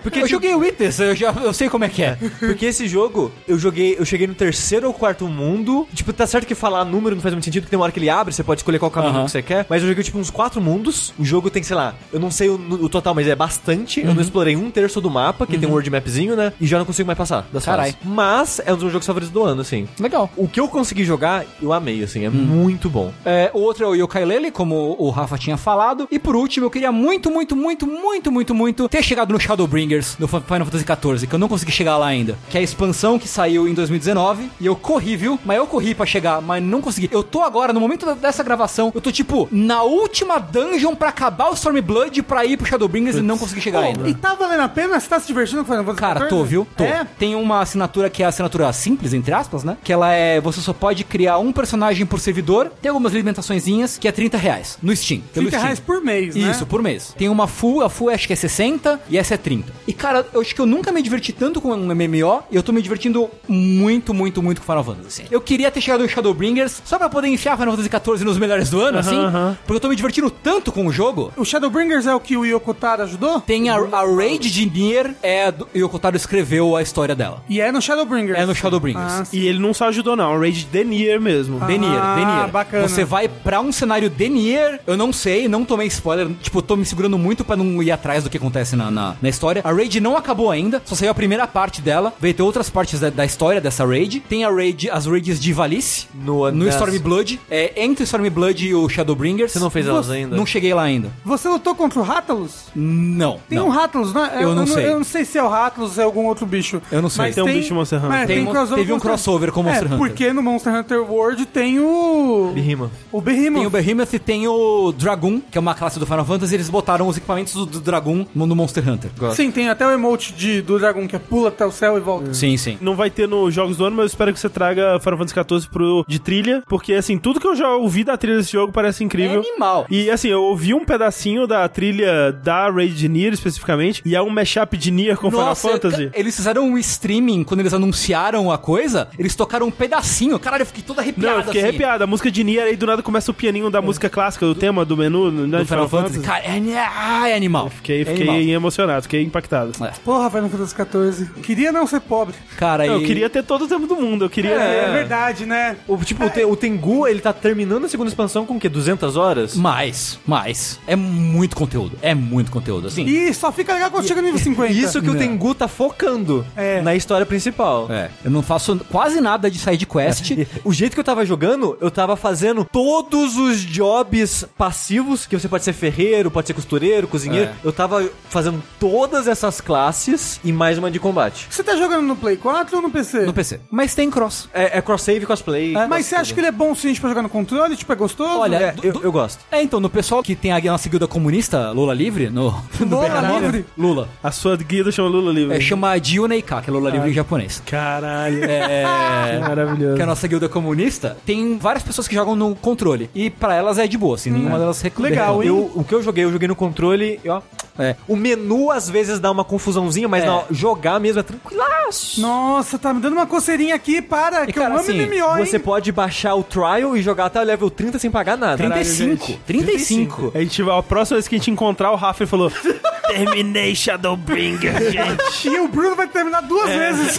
[SPEAKER 4] Porque eu joguei o Witness, eu, já, eu sei como é que é.
[SPEAKER 2] Porque esse jogo, eu joguei, eu cheguei no terceiro ou quarto mundo. Tipo, tá certo que falar número não faz muito sentido, porque tem uma hora que ele abre, você pode escolher qual caminho
[SPEAKER 4] Aham.
[SPEAKER 2] que você quer. Mas eu joguei, tipo, uns quatro mundos. O jogo tem, sei lá, eu não sei o, o total, mas é bastante.
[SPEAKER 4] Uhum.
[SPEAKER 2] Eu não explorei um terço do mapa, que tem um world mapzinho, né? E já não consigo mais passar das
[SPEAKER 4] Carai.
[SPEAKER 2] fases. Mas é um dos meus jogos favoritos do ano, assim.
[SPEAKER 4] Legal.
[SPEAKER 2] O que eu consegui jogar, eu amei, assim,
[SPEAKER 4] Uhum.
[SPEAKER 2] é muito bom.
[SPEAKER 4] É, o outro é o Yokai Lele, como o Rafa tinha falado. E por último, eu queria muito, muito, muito, muito, muito, muito ter chegado no Shadowbringers do Fa- Final Fantasy XIV, que eu não consegui chegar lá ainda. Que é a expansão que saiu em 2019. E eu corri, viu? Mas eu corri pra chegar, mas não consegui. Eu tô agora, no momento da- dessa gravação, eu tô tipo na última dungeon pra acabar o Stormblood pra ir pro Shadowbringers e não consegui chegar ainda.
[SPEAKER 3] E tá valendo a pena Mas você tá se divertindo fazendo Fantasy
[SPEAKER 4] Cara, tô,
[SPEAKER 3] 14?
[SPEAKER 4] viu? Tô.
[SPEAKER 3] É?
[SPEAKER 4] Tem uma assinatura que é a assinatura simples, entre aspas, né? Que ela é. Você só pode criar um personagem por servidor, tem algumas limitaçõezinhas, que é 30 reais no Steam. Pelo
[SPEAKER 3] 30
[SPEAKER 4] Steam.
[SPEAKER 3] reais por mês, né?
[SPEAKER 4] Isso, por mês. Tem uma full, a full acho que é 60 e essa é 30. E cara, eu acho que eu nunca me diverti tanto com um MMO e eu tô me divertindo muito, muito, muito com Final Fantasy. assim. Eu queria ter chegado no Shadowbringers só pra poder enfiar Final Fantasy XIV nos melhores do ano, assim, porque eu tô me divertindo tanto com o jogo.
[SPEAKER 3] O Shadowbringers é o que o Yokotaro ajudou?
[SPEAKER 4] Tem a, a Raid de Nier, é a do, e o Kotaro escreveu a história dela.
[SPEAKER 3] E é no Shadowbringers.
[SPEAKER 4] É no Shadowbringers.
[SPEAKER 3] Ah,
[SPEAKER 1] E ele não só ajudou, não. É um raid de Nier mesmo.
[SPEAKER 4] The Nier, The Nier.
[SPEAKER 3] bacana.
[SPEAKER 4] Você vai pra um cenário The Nier, eu não sei, não tomei spoiler, tipo, tô me segurando muito pra não ir atrás do que acontece na, na, na história. A raid não acabou ainda, só saiu a primeira parte dela, vai ter outras partes da, da história dessa raid. Tem a raid, as raids de Valice,
[SPEAKER 2] No-
[SPEAKER 4] no
[SPEAKER 2] nessa-
[SPEAKER 4] Stormblood, é, entre o Stormblood e o Shadowbringers.
[SPEAKER 2] Você não fez elas ainda?
[SPEAKER 4] Não cheguei lá ainda.
[SPEAKER 3] Você lutou contra o Rathalos?
[SPEAKER 4] Não,
[SPEAKER 3] Tem
[SPEAKER 4] não.
[SPEAKER 3] um Rathalos, né?
[SPEAKER 4] Eu não sei.
[SPEAKER 3] Eu não sei se é o Rathalos ou é algum outro bicho.
[SPEAKER 4] Eu não sei.
[SPEAKER 1] Tem um bicho Monster Hunter.
[SPEAKER 3] mas é,
[SPEAKER 4] Tem um- teve um
[SPEAKER 3] Monster-
[SPEAKER 4] crossover com Monster
[SPEAKER 3] é,
[SPEAKER 4] Hunter.
[SPEAKER 3] porque no Monster Hunter World tem o...
[SPEAKER 2] Rima.
[SPEAKER 3] O Behemoth.
[SPEAKER 4] Tem o Behemoth e tem o Dragoon, que é uma classe do Final Fantasy, eles botaram os equipamentos do, do Dragoon no no Monster Hunter.
[SPEAKER 3] Sim, tem até o emote de, do dragão que é pula até o céu e volta.
[SPEAKER 4] Sim, sim.
[SPEAKER 1] Não vai ter nos jogos do ano, mas eu espero que você traga Final Fantasy XIV pro de trilha, porque assim, tudo que eu já ouvi da trilha desse jogo parece incrível.
[SPEAKER 4] É animal.
[SPEAKER 1] E assim, eu ouvi um pedacinho da trilha da Raid de Nier especificamente, e é um mashup de Nier com
[SPEAKER 4] Nossa,
[SPEAKER 1] Final Fantasy.
[SPEAKER 4] ca- eles fizeram um streaming quando eles anunciaram a coisa. Eles tocaram um pedacinho. Caralho, eu fiquei todo arrepiado.
[SPEAKER 1] Não, eu fiquei
[SPEAKER 4] assim. É.
[SPEAKER 1] arrepiado. A música de Nier aí do nada começa o pianinho da música clássica, do tema do menu, né?
[SPEAKER 4] Do Final Fantasy. Cara, é, ani- ah, é animal.
[SPEAKER 1] Fiquei,
[SPEAKER 4] É
[SPEAKER 1] fiquei
[SPEAKER 4] animal.
[SPEAKER 1] emocionado, fiquei impactado.
[SPEAKER 4] É.
[SPEAKER 3] Porra, Final Fantasy XIV. Queria não ser pobre.
[SPEAKER 4] Cara,
[SPEAKER 1] Eu
[SPEAKER 4] e-
[SPEAKER 1] queria ter todo o tempo do mundo, eu queria.
[SPEAKER 3] é verdade, né?
[SPEAKER 2] O, tipo, o, Te- o Tengu, ele tá terminando a segunda expansão com o quê? 200 horas?
[SPEAKER 4] Mais, mais. É muito conteúdo. É muito conteúdo, assim.
[SPEAKER 3] E só fica legal quando chega no nível 50.
[SPEAKER 2] Isso que o
[SPEAKER 4] É.
[SPEAKER 2] Tengu tá focando
[SPEAKER 3] É.
[SPEAKER 2] na história principal.
[SPEAKER 4] É, eu não faço quase nada de side quest.
[SPEAKER 2] E O jeito que eu tava jogando, eu tava fazendo todos os jobs passivos, que você pode ser ferreiro, pode ser costureiro, cozinheiro.
[SPEAKER 4] É.
[SPEAKER 2] Eu tava fazendo todas essas classes e mais uma de combate.
[SPEAKER 3] Você tá jogando no Play 4 ou no PC?
[SPEAKER 4] No PC. Mas tem cross.
[SPEAKER 2] É, é cross-save, cosplay.
[SPEAKER 3] Mas você acha que ele é bom o suficiente pra jogar no controle? Tipo, é gostoso?
[SPEAKER 4] Olha,
[SPEAKER 2] É,
[SPEAKER 4] do-
[SPEAKER 2] eu,
[SPEAKER 4] do-
[SPEAKER 2] eu gosto.
[SPEAKER 4] É, então, no pessoal que tem a nossa guilda comunista, Lula Livre, no. no
[SPEAKER 3] Lula
[SPEAKER 4] Berraralho.
[SPEAKER 3] Livre?
[SPEAKER 4] Lula.
[SPEAKER 1] A sua guia chama Lula Livre.
[SPEAKER 4] É, chama Dioneika, que é Lula Livre em japonês.
[SPEAKER 1] Caralho.
[SPEAKER 4] É.
[SPEAKER 1] Maravilhoso.
[SPEAKER 4] que é a nossa guilda comunista, tem várias pessoas que jogam no controle. E pra elas é de boa, assim, nenhuma
[SPEAKER 1] Hum.
[SPEAKER 4] delas reclama.
[SPEAKER 2] Legal,
[SPEAKER 4] reclama.
[SPEAKER 2] eu, o que eu joguei, eu joguei no controle e ó.
[SPEAKER 4] É.
[SPEAKER 2] O menu às vezes dá uma confusãozinha, mas
[SPEAKER 4] É.
[SPEAKER 2] não, jogar mesmo é tranquilaço.
[SPEAKER 3] Nossa, tá me dando uma coceirinha aqui, para, que
[SPEAKER 4] cara,
[SPEAKER 3] eu amo
[SPEAKER 4] assim,
[SPEAKER 3] MMO, hein?
[SPEAKER 2] Você pode baixar o trial e jogar até o level 30 sem pagar nada. né,
[SPEAKER 4] 35. 35.
[SPEAKER 1] A gente vai, a próxima vez que a gente encontrar o Rafa, ele falou: Terminei Shadowbringer, gente.
[SPEAKER 3] E o Bruno vai terminar duas É, vezes.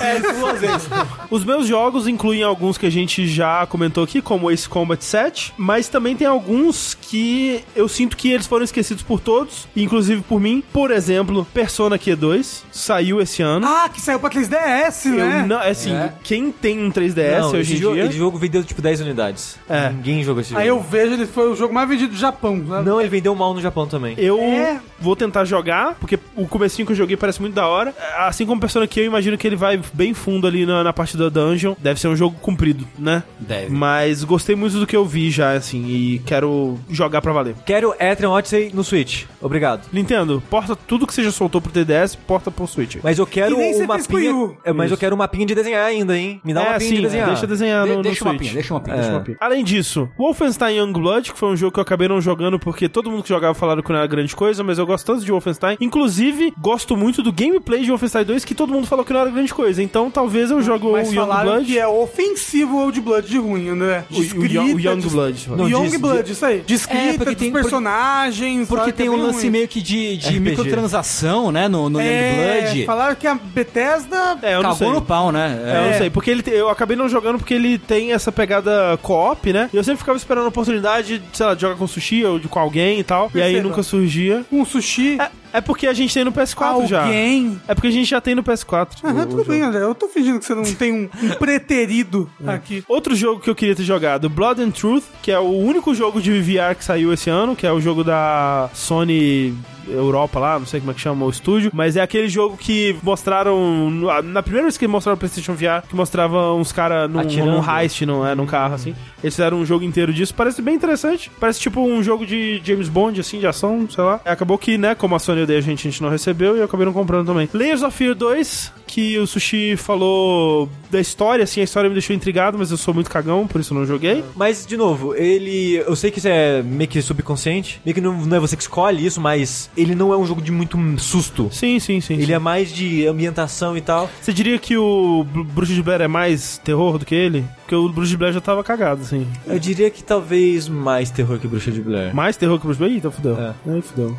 [SPEAKER 1] Os meus jogos incluem alguns que a gente já comentou aqui, como Ace Combat 7, mas também tem alguns que eu sinto que eles foram esquecidos por todos, inclusive por mim. Por exemplo, Persona Q2 saiu esse ano.
[SPEAKER 3] Ah, que saiu pra 3DS, né?
[SPEAKER 1] Eu não, assim, quem tem um 3DS
[SPEAKER 2] É. Não,
[SPEAKER 1] hoje
[SPEAKER 2] esse
[SPEAKER 1] em
[SPEAKER 2] jogo,
[SPEAKER 1] dia.
[SPEAKER 2] esse jogo vendeu tipo 10 unidades.
[SPEAKER 1] É.
[SPEAKER 2] Ninguém jogou esse jogo.
[SPEAKER 3] Aí eu vejo, ele foi o jogo mais vendido do Japão. né?
[SPEAKER 2] Não, ele vendeu mal no Japão também.
[SPEAKER 1] Eu
[SPEAKER 3] É.
[SPEAKER 1] vou tentar jogar, porque o comecinho que eu joguei parece muito da hora. Assim como Persona Q, eu imagino que ele vai bem fundo ali na, na parte da dungeon. Deve ser um jogo comprido, né?
[SPEAKER 4] Deve.
[SPEAKER 1] Mas gostei muito do que eu vi já, assim, e quero jogar pra valer.
[SPEAKER 2] Quero Etrian Odyssey no Switch. Obrigado.
[SPEAKER 1] Nintendo, porta tudo que você já soltou pro TDS, porta pro Switch.
[SPEAKER 2] Mas eu quero
[SPEAKER 3] E nem você
[SPEAKER 2] um
[SPEAKER 3] fez com
[SPEAKER 2] mapinha.
[SPEAKER 3] Yu.
[SPEAKER 2] É, mas eu quero um mapinha de desenhar ainda, hein? Me dá um
[SPEAKER 1] é,
[SPEAKER 2] mapinha
[SPEAKER 1] sim,
[SPEAKER 2] de desenhar.
[SPEAKER 1] deixa desenhar
[SPEAKER 4] De-
[SPEAKER 1] no, no
[SPEAKER 4] deixa uma
[SPEAKER 1] Switch.
[SPEAKER 4] pinha, deixa uma pinha.
[SPEAKER 2] É.
[SPEAKER 4] Deixa uma pinha.
[SPEAKER 1] Além disso, Wolfenstein Youngblood, que foi um jogo que eu acabei não jogando porque todo mundo que jogava falaram que não era grande coisa, mas eu gosto tanto de Wolfenstein. Inclusive, gosto muito do gameplay de Wolfenstein 2, que todo mundo falou que não era grande coisa. Então, talvez eu jogo
[SPEAKER 3] Mas
[SPEAKER 1] o
[SPEAKER 3] falaram que
[SPEAKER 1] Youngblood.
[SPEAKER 3] é ofensivo o Old Blood de ruim, né?
[SPEAKER 1] O, o, Young- o Youngblood.
[SPEAKER 2] Não,
[SPEAKER 3] Young
[SPEAKER 2] diz-
[SPEAKER 3] Blood, isso aí. De escrita,
[SPEAKER 4] É, porque
[SPEAKER 3] dos
[SPEAKER 4] tem- porque-
[SPEAKER 3] personagens.
[SPEAKER 4] Porque
[SPEAKER 3] sabe, que
[SPEAKER 4] tem
[SPEAKER 3] é
[SPEAKER 4] um
[SPEAKER 3] bem
[SPEAKER 4] lance
[SPEAKER 3] ruim.
[SPEAKER 4] meio que de, de
[SPEAKER 2] RPG.
[SPEAKER 4] microtransação, né, no, no
[SPEAKER 3] É,
[SPEAKER 4] Youngblood.
[SPEAKER 3] falaram que a Bethesda...
[SPEAKER 1] É, eu não sei.
[SPEAKER 4] Cagou no pau, né?
[SPEAKER 1] É, eu não sei, porque ele, te- eu acabei não jogando porque ele tem essa pegada co-op, né? E eu sempre ficava esperando a oportunidade, sei lá, de jogar com sushi ou de- com alguém e tal. E aí
[SPEAKER 3] Perceba.
[SPEAKER 1] nunca surgia.
[SPEAKER 3] Um sushi...
[SPEAKER 1] É, é porque a gente tem no PS4 já.
[SPEAKER 3] Alguém...
[SPEAKER 1] É porque a gente já tem no PS4.
[SPEAKER 3] Aham,
[SPEAKER 1] o- o
[SPEAKER 3] Ah, tudo
[SPEAKER 1] jogo.
[SPEAKER 3] bem, André. Eu tô fingindo que você não tem um, um preterido aqui.
[SPEAKER 1] Outro jogo que eu queria ter jogado, Blood and Truth, que é o único jogo de VR que saiu esse ano, que é o jogo da Sony Europa lá, não sei como é que chama o estúdio, mas é aquele jogo que mostraram. no- Na primeira vez que mostraram o PlayStation VR, que mostrava uns caras num,
[SPEAKER 2] Atirando.
[SPEAKER 1] Hum,
[SPEAKER 2] Hum.
[SPEAKER 1] num heist, num, é, num carro, assim. Eles fizeram um jogo inteiro disso, parece bem interessante. Parece tipo um jogo de James Bond, assim, de ação, sei lá. Acabou que, né, como a Sony odeia a gente, a gente não recebeu e eu acabei não comprando também. Layers of Fear 2, que o Sushi falou da história, assim, a história me deixou intrigado, mas eu sou muito cagão, por isso eu não joguei.
[SPEAKER 2] Mas, de novo, ele. Eu sei que isso é meio que subconsciente, meio que não, não é você que escolhe isso, mas ele não é um jogo de muito susto.
[SPEAKER 1] Sim, sim, sim.
[SPEAKER 2] Ele
[SPEAKER 1] sim.
[SPEAKER 2] é mais de ambientação e tal.
[SPEAKER 1] Você diria que o Bru- Bruxa de Blair é mais terror do que ele? Porque o Bruxa de Blair já tava cagado, assim.
[SPEAKER 2] Eu diria que talvez mais terror que Bruxa de Blair.
[SPEAKER 1] Mais terror que o Bruxa de Blair? Ih, então fudeu.
[SPEAKER 2] É.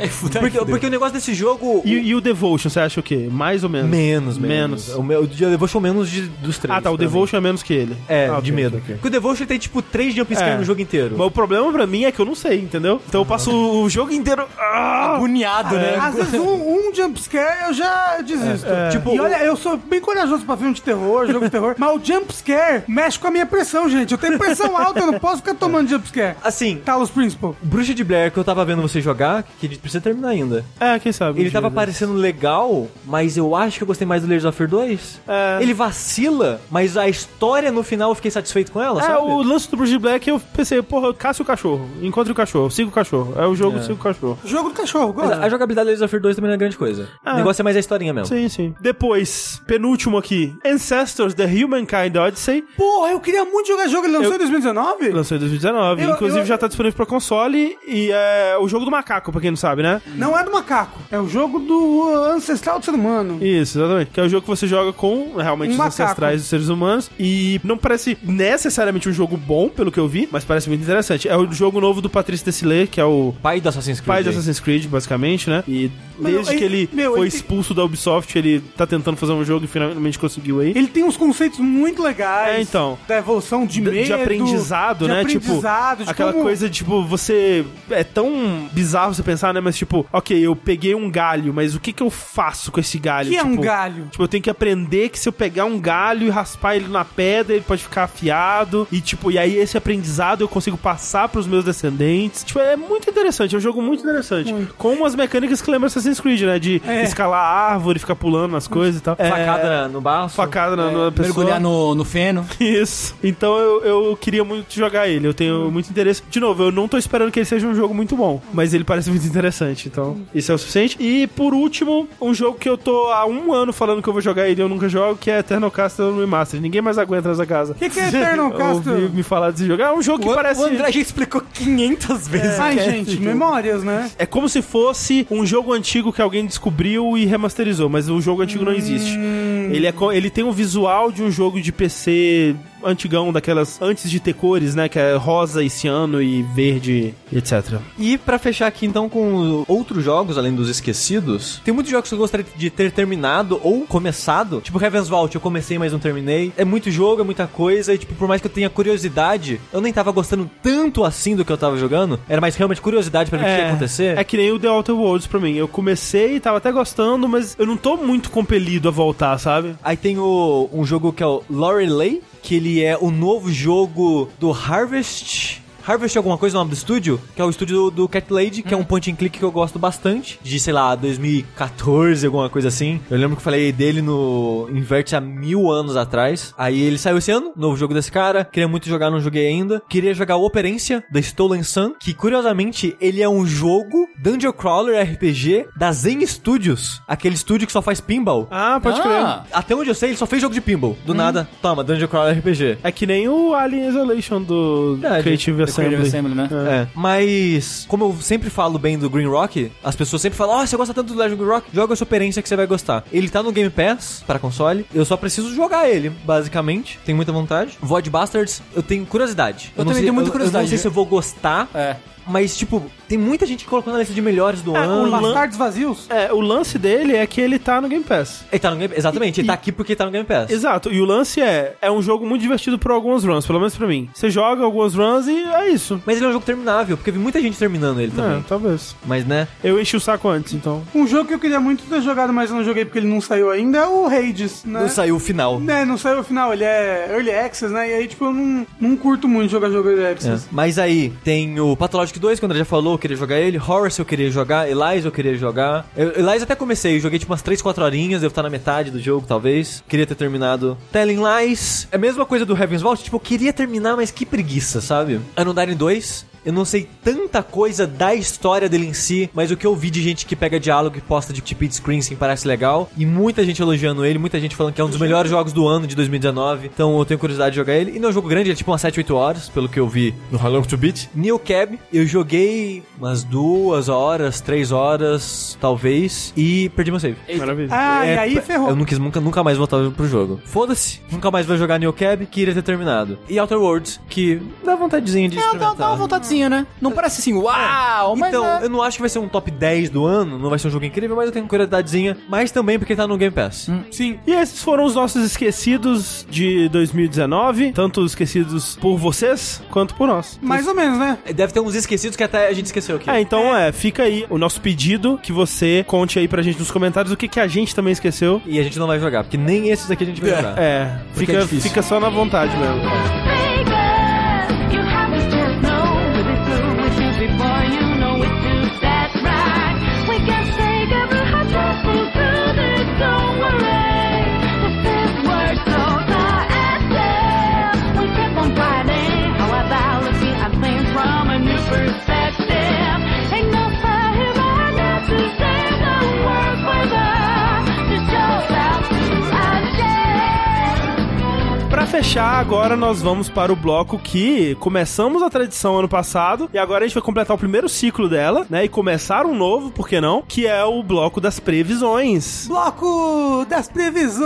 [SPEAKER 1] Aí fudeu.
[SPEAKER 2] Porque, porque o negócio desse jogo.
[SPEAKER 1] E, e o Devotion, você acha o quê? Mais ou menos?
[SPEAKER 2] Menos,
[SPEAKER 1] Menos.
[SPEAKER 2] menos. O, meu, o Devotion menos de, dos três.
[SPEAKER 1] Ah, tá, o
[SPEAKER 2] pra mim.
[SPEAKER 1] Devotion é menos que ele.
[SPEAKER 2] É,
[SPEAKER 1] Ah, ok,
[SPEAKER 2] de medo.
[SPEAKER 1] ok, ok.
[SPEAKER 2] Porque o Devotion tem tipo três jump scare
[SPEAKER 1] É.
[SPEAKER 2] no jogo inteiro.
[SPEAKER 1] Mas o problema pra mim é que eu não sei, entendeu?
[SPEAKER 2] Ah,
[SPEAKER 1] Então eu passo o jogo inteiro. Ah!
[SPEAKER 4] Agoniado, né?
[SPEAKER 3] Às vezes um, um jumpscare eu já desisto. Tipo, e olha, eu sou bem corajoso pra filme de terror, jogo de terror, mas o jumpscare mexe com a minha pressão, gente. Eu tenho pressão alta, eu não posso ficar tomando jumpscare.
[SPEAKER 2] Assim,
[SPEAKER 3] Talos Principal.
[SPEAKER 2] Bruxa de Blair que eu tava vendo você jogar, que ele precisa terminar ainda.
[SPEAKER 1] É, quem sabe? um
[SPEAKER 2] Ele
[SPEAKER 1] dia,
[SPEAKER 2] tava
[SPEAKER 1] né?
[SPEAKER 2] parecendo legal, mas eu acho que eu gostei mais do Layers of Fear 2.
[SPEAKER 1] É.
[SPEAKER 2] Ele vacila, mas a história no final eu fiquei satisfeito com ela,
[SPEAKER 1] É,
[SPEAKER 2] sabe?
[SPEAKER 1] o lance do Bruce de Black eu pensei, porra, eu caço o cachorro, encontre o cachorro, sigo o cachorro. É o jogo, sigo o cachorro.
[SPEAKER 3] Jogo do cachorro,
[SPEAKER 2] Mas
[SPEAKER 3] gosto.
[SPEAKER 2] a jogabilidade do Layers of Fear 2 também não é grande coisa.
[SPEAKER 1] É.
[SPEAKER 2] O negócio é mais a historinha mesmo.
[SPEAKER 1] Sim, sim. Depois, penúltimo aqui: Ancestors The Humankind Odyssey.
[SPEAKER 3] Porra, eu queria muito jogar jogo. Ele lançou
[SPEAKER 1] Eu-
[SPEAKER 3] em 2019?
[SPEAKER 1] Lançou em 2019.
[SPEAKER 3] Eu-
[SPEAKER 1] Inclusive
[SPEAKER 3] eu-
[SPEAKER 1] já tá disponível pra console. E é o jogo do macaco, pra quem não sabe, né?
[SPEAKER 3] Não é do macaco. É o jogo do uh, ancestral do ser humano.
[SPEAKER 1] Isso, exatamente. Que é o jogo que você joga com realmente
[SPEAKER 3] Um
[SPEAKER 1] os
[SPEAKER 3] macaco.
[SPEAKER 1] ancestrais dos seres humanos. E não parece necessariamente um jogo bom, pelo que eu vi, mas parece muito interessante. É o jogo novo do Patrice Desilets, que é o
[SPEAKER 2] Pai do Assassin's Creed.
[SPEAKER 1] pai de Assassin's Creed, basicamente, né? E
[SPEAKER 3] Mas
[SPEAKER 1] desde
[SPEAKER 3] eu-
[SPEAKER 1] que ele
[SPEAKER 3] meu,
[SPEAKER 1] foi
[SPEAKER 3] ele-
[SPEAKER 1] expulso da Ubisoft, ele tá tentando fazer um jogo e finalmente conseguiu aí.
[SPEAKER 3] Ele tem uns conceitos muito legais.
[SPEAKER 1] É, então.
[SPEAKER 3] Da evolução de
[SPEAKER 1] De-
[SPEAKER 3] medo.
[SPEAKER 1] de aprendizado,
[SPEAKER 3] de
[SPEAKER 1] né?
[SPEAKER 3] aprendizado,
[SPEAKER 1] tipo,
[SPEAKER 3] de
[SPEAKER 1] aquela
[SPEAKER 3] como-
[SPEAKER 1] coisa, tipo, você. É tão bizarro você pensar, né? Mas, tipo, ok, eu peguei um galho, mas o que que eu faço com esse galho?
[SPEAKER 3] que é um
[SPEAKER 1] Tipo,
[SPEAKER 3] galho.
[SPEAKER 1] Tipo, eu tenho que aprender que se eu pegar um galho e raspar ele na pedra, ele pode ficar afiado. E, tipo, e aí esse aprendizado eu consigo passar pros meus descendentes. Tipo, é muito interessante. É um jogo muito interessante. Com umas mecânicas que lembram Assassin's Creed, né? De
[SPEAKER 3] É.
[SPEAKER 1] escalar a árvore, ficar pulando nas coisas e tal.
[SPEAKER 2] Facada né?
[SPEAKER 1] É,
[SPEAKER 2] na- no barro.
[SPEAKER 1] facada na, na pessoa.
[SPEAKER 4] Mergulhar no, no feno.
[SPEAKER 1] Isso. Então eu, eu queria muito jogar ele. Eu tenho muito interesse. De novo, eu não tô esperando que ele seja um jogo muito bom, mas ele parece muito interessante. Então, isso é o suficiente. E por último, um jogo que eu tô há um ano falando que eu vou jogar ele e eu nunca jogo, que é Eternal Castle Remastered. Ninguém mais aguenta nessa casa.
[SPEAKER 3] que que é Eternal Castle?
[SPEAKER 1] Ouvi me falar desse jogo. É um jogo que
[SPEAKER 4] O,
[SPEAKER 1] parece.
[SPEAKER 4] o André já explicou 500 vezes.
[SPEAKER 3] Ai, gente, memórias, né?
[SPEAKER 1] É como se fosse um jogo antigo que alguém descobriu e remasterizou, mas o jogo antigo não existe.
[SPEAKER 4] Hum.
[SPEAKER 1] Ele, é, co- ele tem um visual de um jogo de PC antigão, daquelas antes de ter cores, né? Que é rosa e ciano e verde, etc.
[SPEAKER 2] E pra fechar aqui então com outros jogos, além dos esquecidos, tem muitos jogos que eu gostaria de ter terminado ou começado. Tipo Heaven's Vault, eu comecei, mas não terminei. É muito jogo, é muita coisa, e tipo, por mais que eu tenha curiosidade, eu nem tava gostando tanto assim do que eu tava jogando. Era mais realmente curiosidade pra ver o que ia acontecer.
[SPEAKER 1] é que nem o The Outer Worlds pra mim. Eu comecei, tava até gostando, mas eu não tô muito compelido a voltar, sabe?
[SPEAKER 2] Aí tem o, um jogo que é o Lorelei, que ele é o novo jogo do Harvest. Harvest alguma coisa, o nome do estúdio? Que é o estúdio do, do Cat Lady, que é um point and click que eu gosto bastante. De, sei lá, 2014, alguma coisa assim. Eu lembro que eu falei dele no Invert há mil anos atrás. Aí ele saiu esse ano, novo jogo desse cara. Queria muito jogar, não joguei ainda. Queria jogar o Operência, da Stolen Sun, que curiosamente ele é um jogo Dungeon Crawler RPG da Zen Studios. Aquele estúdio que só faz pinball.
[SPEAKER 1] Ah, pode
[SPEAKER 4] Ah.
[SPEAKER 1] crer.
[SPEAKER 2] Até onde eu sei, ele só fez jogo de pinball.
[SPEAKER 4] Hum.
[SPEAKER 2] Do nada, toma, Dungeon Crawler RPG.
[SPEAKER 1] É que nem o Alien Isolation do
[SPEAKER 2] Verdade.
[SPEAKER 1] Creative Assembly.
[SPEAKER 4] Do Creative Assembly, né?
[SPEAKER 1] É.
[SPEAKER 2] É. Mas, como eu sempre falo bem do Green Rock, as pessoas sempre falam: Ó, você gosta tanto do Legend Green Rock? Joga essa experiência que você vai gostar. Ele tá no Game Pass pra console, eu só preciso jogar ele, basicamente. Tenho muita vontade. Void Bastards, eu tenho curiosidade.
[SPEAKER 4] Eu
[SPEAKER 2] não
[SPEAKER 4] também
[SPEAKER 2] sei-
[SPEAKER 4] tenho muita
[SPEAKER 2] Eu,
[SPEAKER 4] curiosidade.
[SPEAKER 2] não sei se eu vou gostar,
[SPEAKER 4] É.
[SPEAKER 2] mas, tipo, tem muita gente que colocou na lista de melhores do
[SPEAKER 4] Tá,
[SPEAKER 1] É,
[SPEAKER 2] ano.
[SPEAKER 1] o Lan-
[SPEAKER 3] Bastardos vazios.
[SPEAKER 1] É, o lance dele é que ele tá no Game Pass.
[SPEAKER 2] Ele tá no Game Exatamente, ele tá aqui porque ele tá no Game Pass.
[SPEAKER 1] Exato, e o lance é, é um jogo muito divertido por algumas runs, pelo menos pra mim. Você joga algumas runs e é É isso.
[SPEAKER 2] Mas ele é um jogo terminável, porque eu vi muita gente terminando ele também.
[SPEAKER 1] É, talvez.
[SPEAKER 2] Mas, né?
[SPEAKER 1] Eu enchi o saco antes, então.
[SPEAKER 3] Um jogo que eu queria muito ter jogado, mas não joguei porque ele não saiu ainda, é o Hades, né?
[SPEAKER 2] Não saiu o final.
[SPEAKER 3] Né, não saiu o final, ele é Early Access, né? E aí, tipo, eu não, não curto muito jogar jogo Early
[SPEAKER 2] É.
[SPEAKER 3] Access.
[SPEAKER 2] Mas aí, tem o Pathologic 2, que o André já falou, eu queria jogar ele. Horace eu queria jogar, Elias eu queria jogar. Eu, Elias até comecei, eu joguei tipo umas 3, 4 horinhas, devo estar na metade do jogo, talvez. Queria ter terminado Telling Lies. É a mesma coisa do Heaven's Vault, tipo, eu queria terminar, mas que preguiça, sabe? Anundarem 2, eu não sei tanta coisa da história dele em si, mas o que eu vi de gente que pega diálogo e posta de tip screen sim parece legal. E muita gente elogiando ele, muita gente falando que é um dos melhores jogos do ano de 2019. Então eu tenho curiosidade de jogar ele. E não é um jogo grande, ele é tipo umas 7, 8 horas, pelo que eu vi no How Long to Beat. New Cab, eu joguei umas duas horas, três horas, talvez, e perdi meu save.
[SPEAKER 1] Maravilha.
[SPEAKER 3] Ah, e
[SPEAKER 2] É,
[SPEAKER 3] aí
[SPEAKER 2] p-
[SPEAKER 3] ferrou.
[SPEAKER 1] um
[SPEAKER 2] Eu não quis nunca, nunca mais voltar pro jogo. Foda-se. Nunca mais vou jogar New Cab, que iria ter terminado. E Outer Worlds, que dá vontadezinha de
[SPEAKER 4] É, dá,
[SPEAKER 2] experimentar.
[SPEAKER 4] dá uma vontadezinha, né? Não parece assim, uau, mas...
[SPEAKER 2] Então,
[SPEAKER 4] é-
[SPEAKER 2] eu não acho que vai ser um top 10 do ano, não vai ser um jogo incrível, mas eu tenho curiosidadezinha. Mas também porque tá no Game Pass.
[SPEAKER 4] Hum.
[SPEAKER 3] Sim.
[SPEAKER 1] E esses foram os nossos esquecidos de 2019, tanto esquecidos por vocês quanto por nós.
[SPEAKER 3] Mais ou menos, né?
[SPEAKER 2] É, Deve ter uns esquecidos que até a gente esqueceu aqui.
[SPEAKER 1] É, então é. fica aí o nosso pedido que você conte aí pra gente nos comentários o que, que a gente também esqueceu.
[SPEAKER 2] E a gente não vai jogar, porque nem esses aqui a gente vai jogar.
[SPEAKER 1] É,
[SPEAKER 2] Porque
[SPEAKER 1] fica,
[SPEAKER 2] é difícil.
[SPEAKER 1] fica só na vontade mesmo.
[SPEAKER 8] You have to know we'll be through with you before you know it's too. That's right. We can take every hot lesson through this. Don't worry. This is worth so far and We keep on fighting. How about looking at things from a new perspective? Ain't no superhero enough to save the world forever. Just show up to achieve.
[SPEAKER 1] Pra fechar, agora nós vamos para o bloco que começamos a tradição ano passado e agora a gente vai completar o primeiro ciclo dela, né? E começar um novo, por que não? Que é o bloco das previsões.
[SPEAKER 3] Bloco das previsões!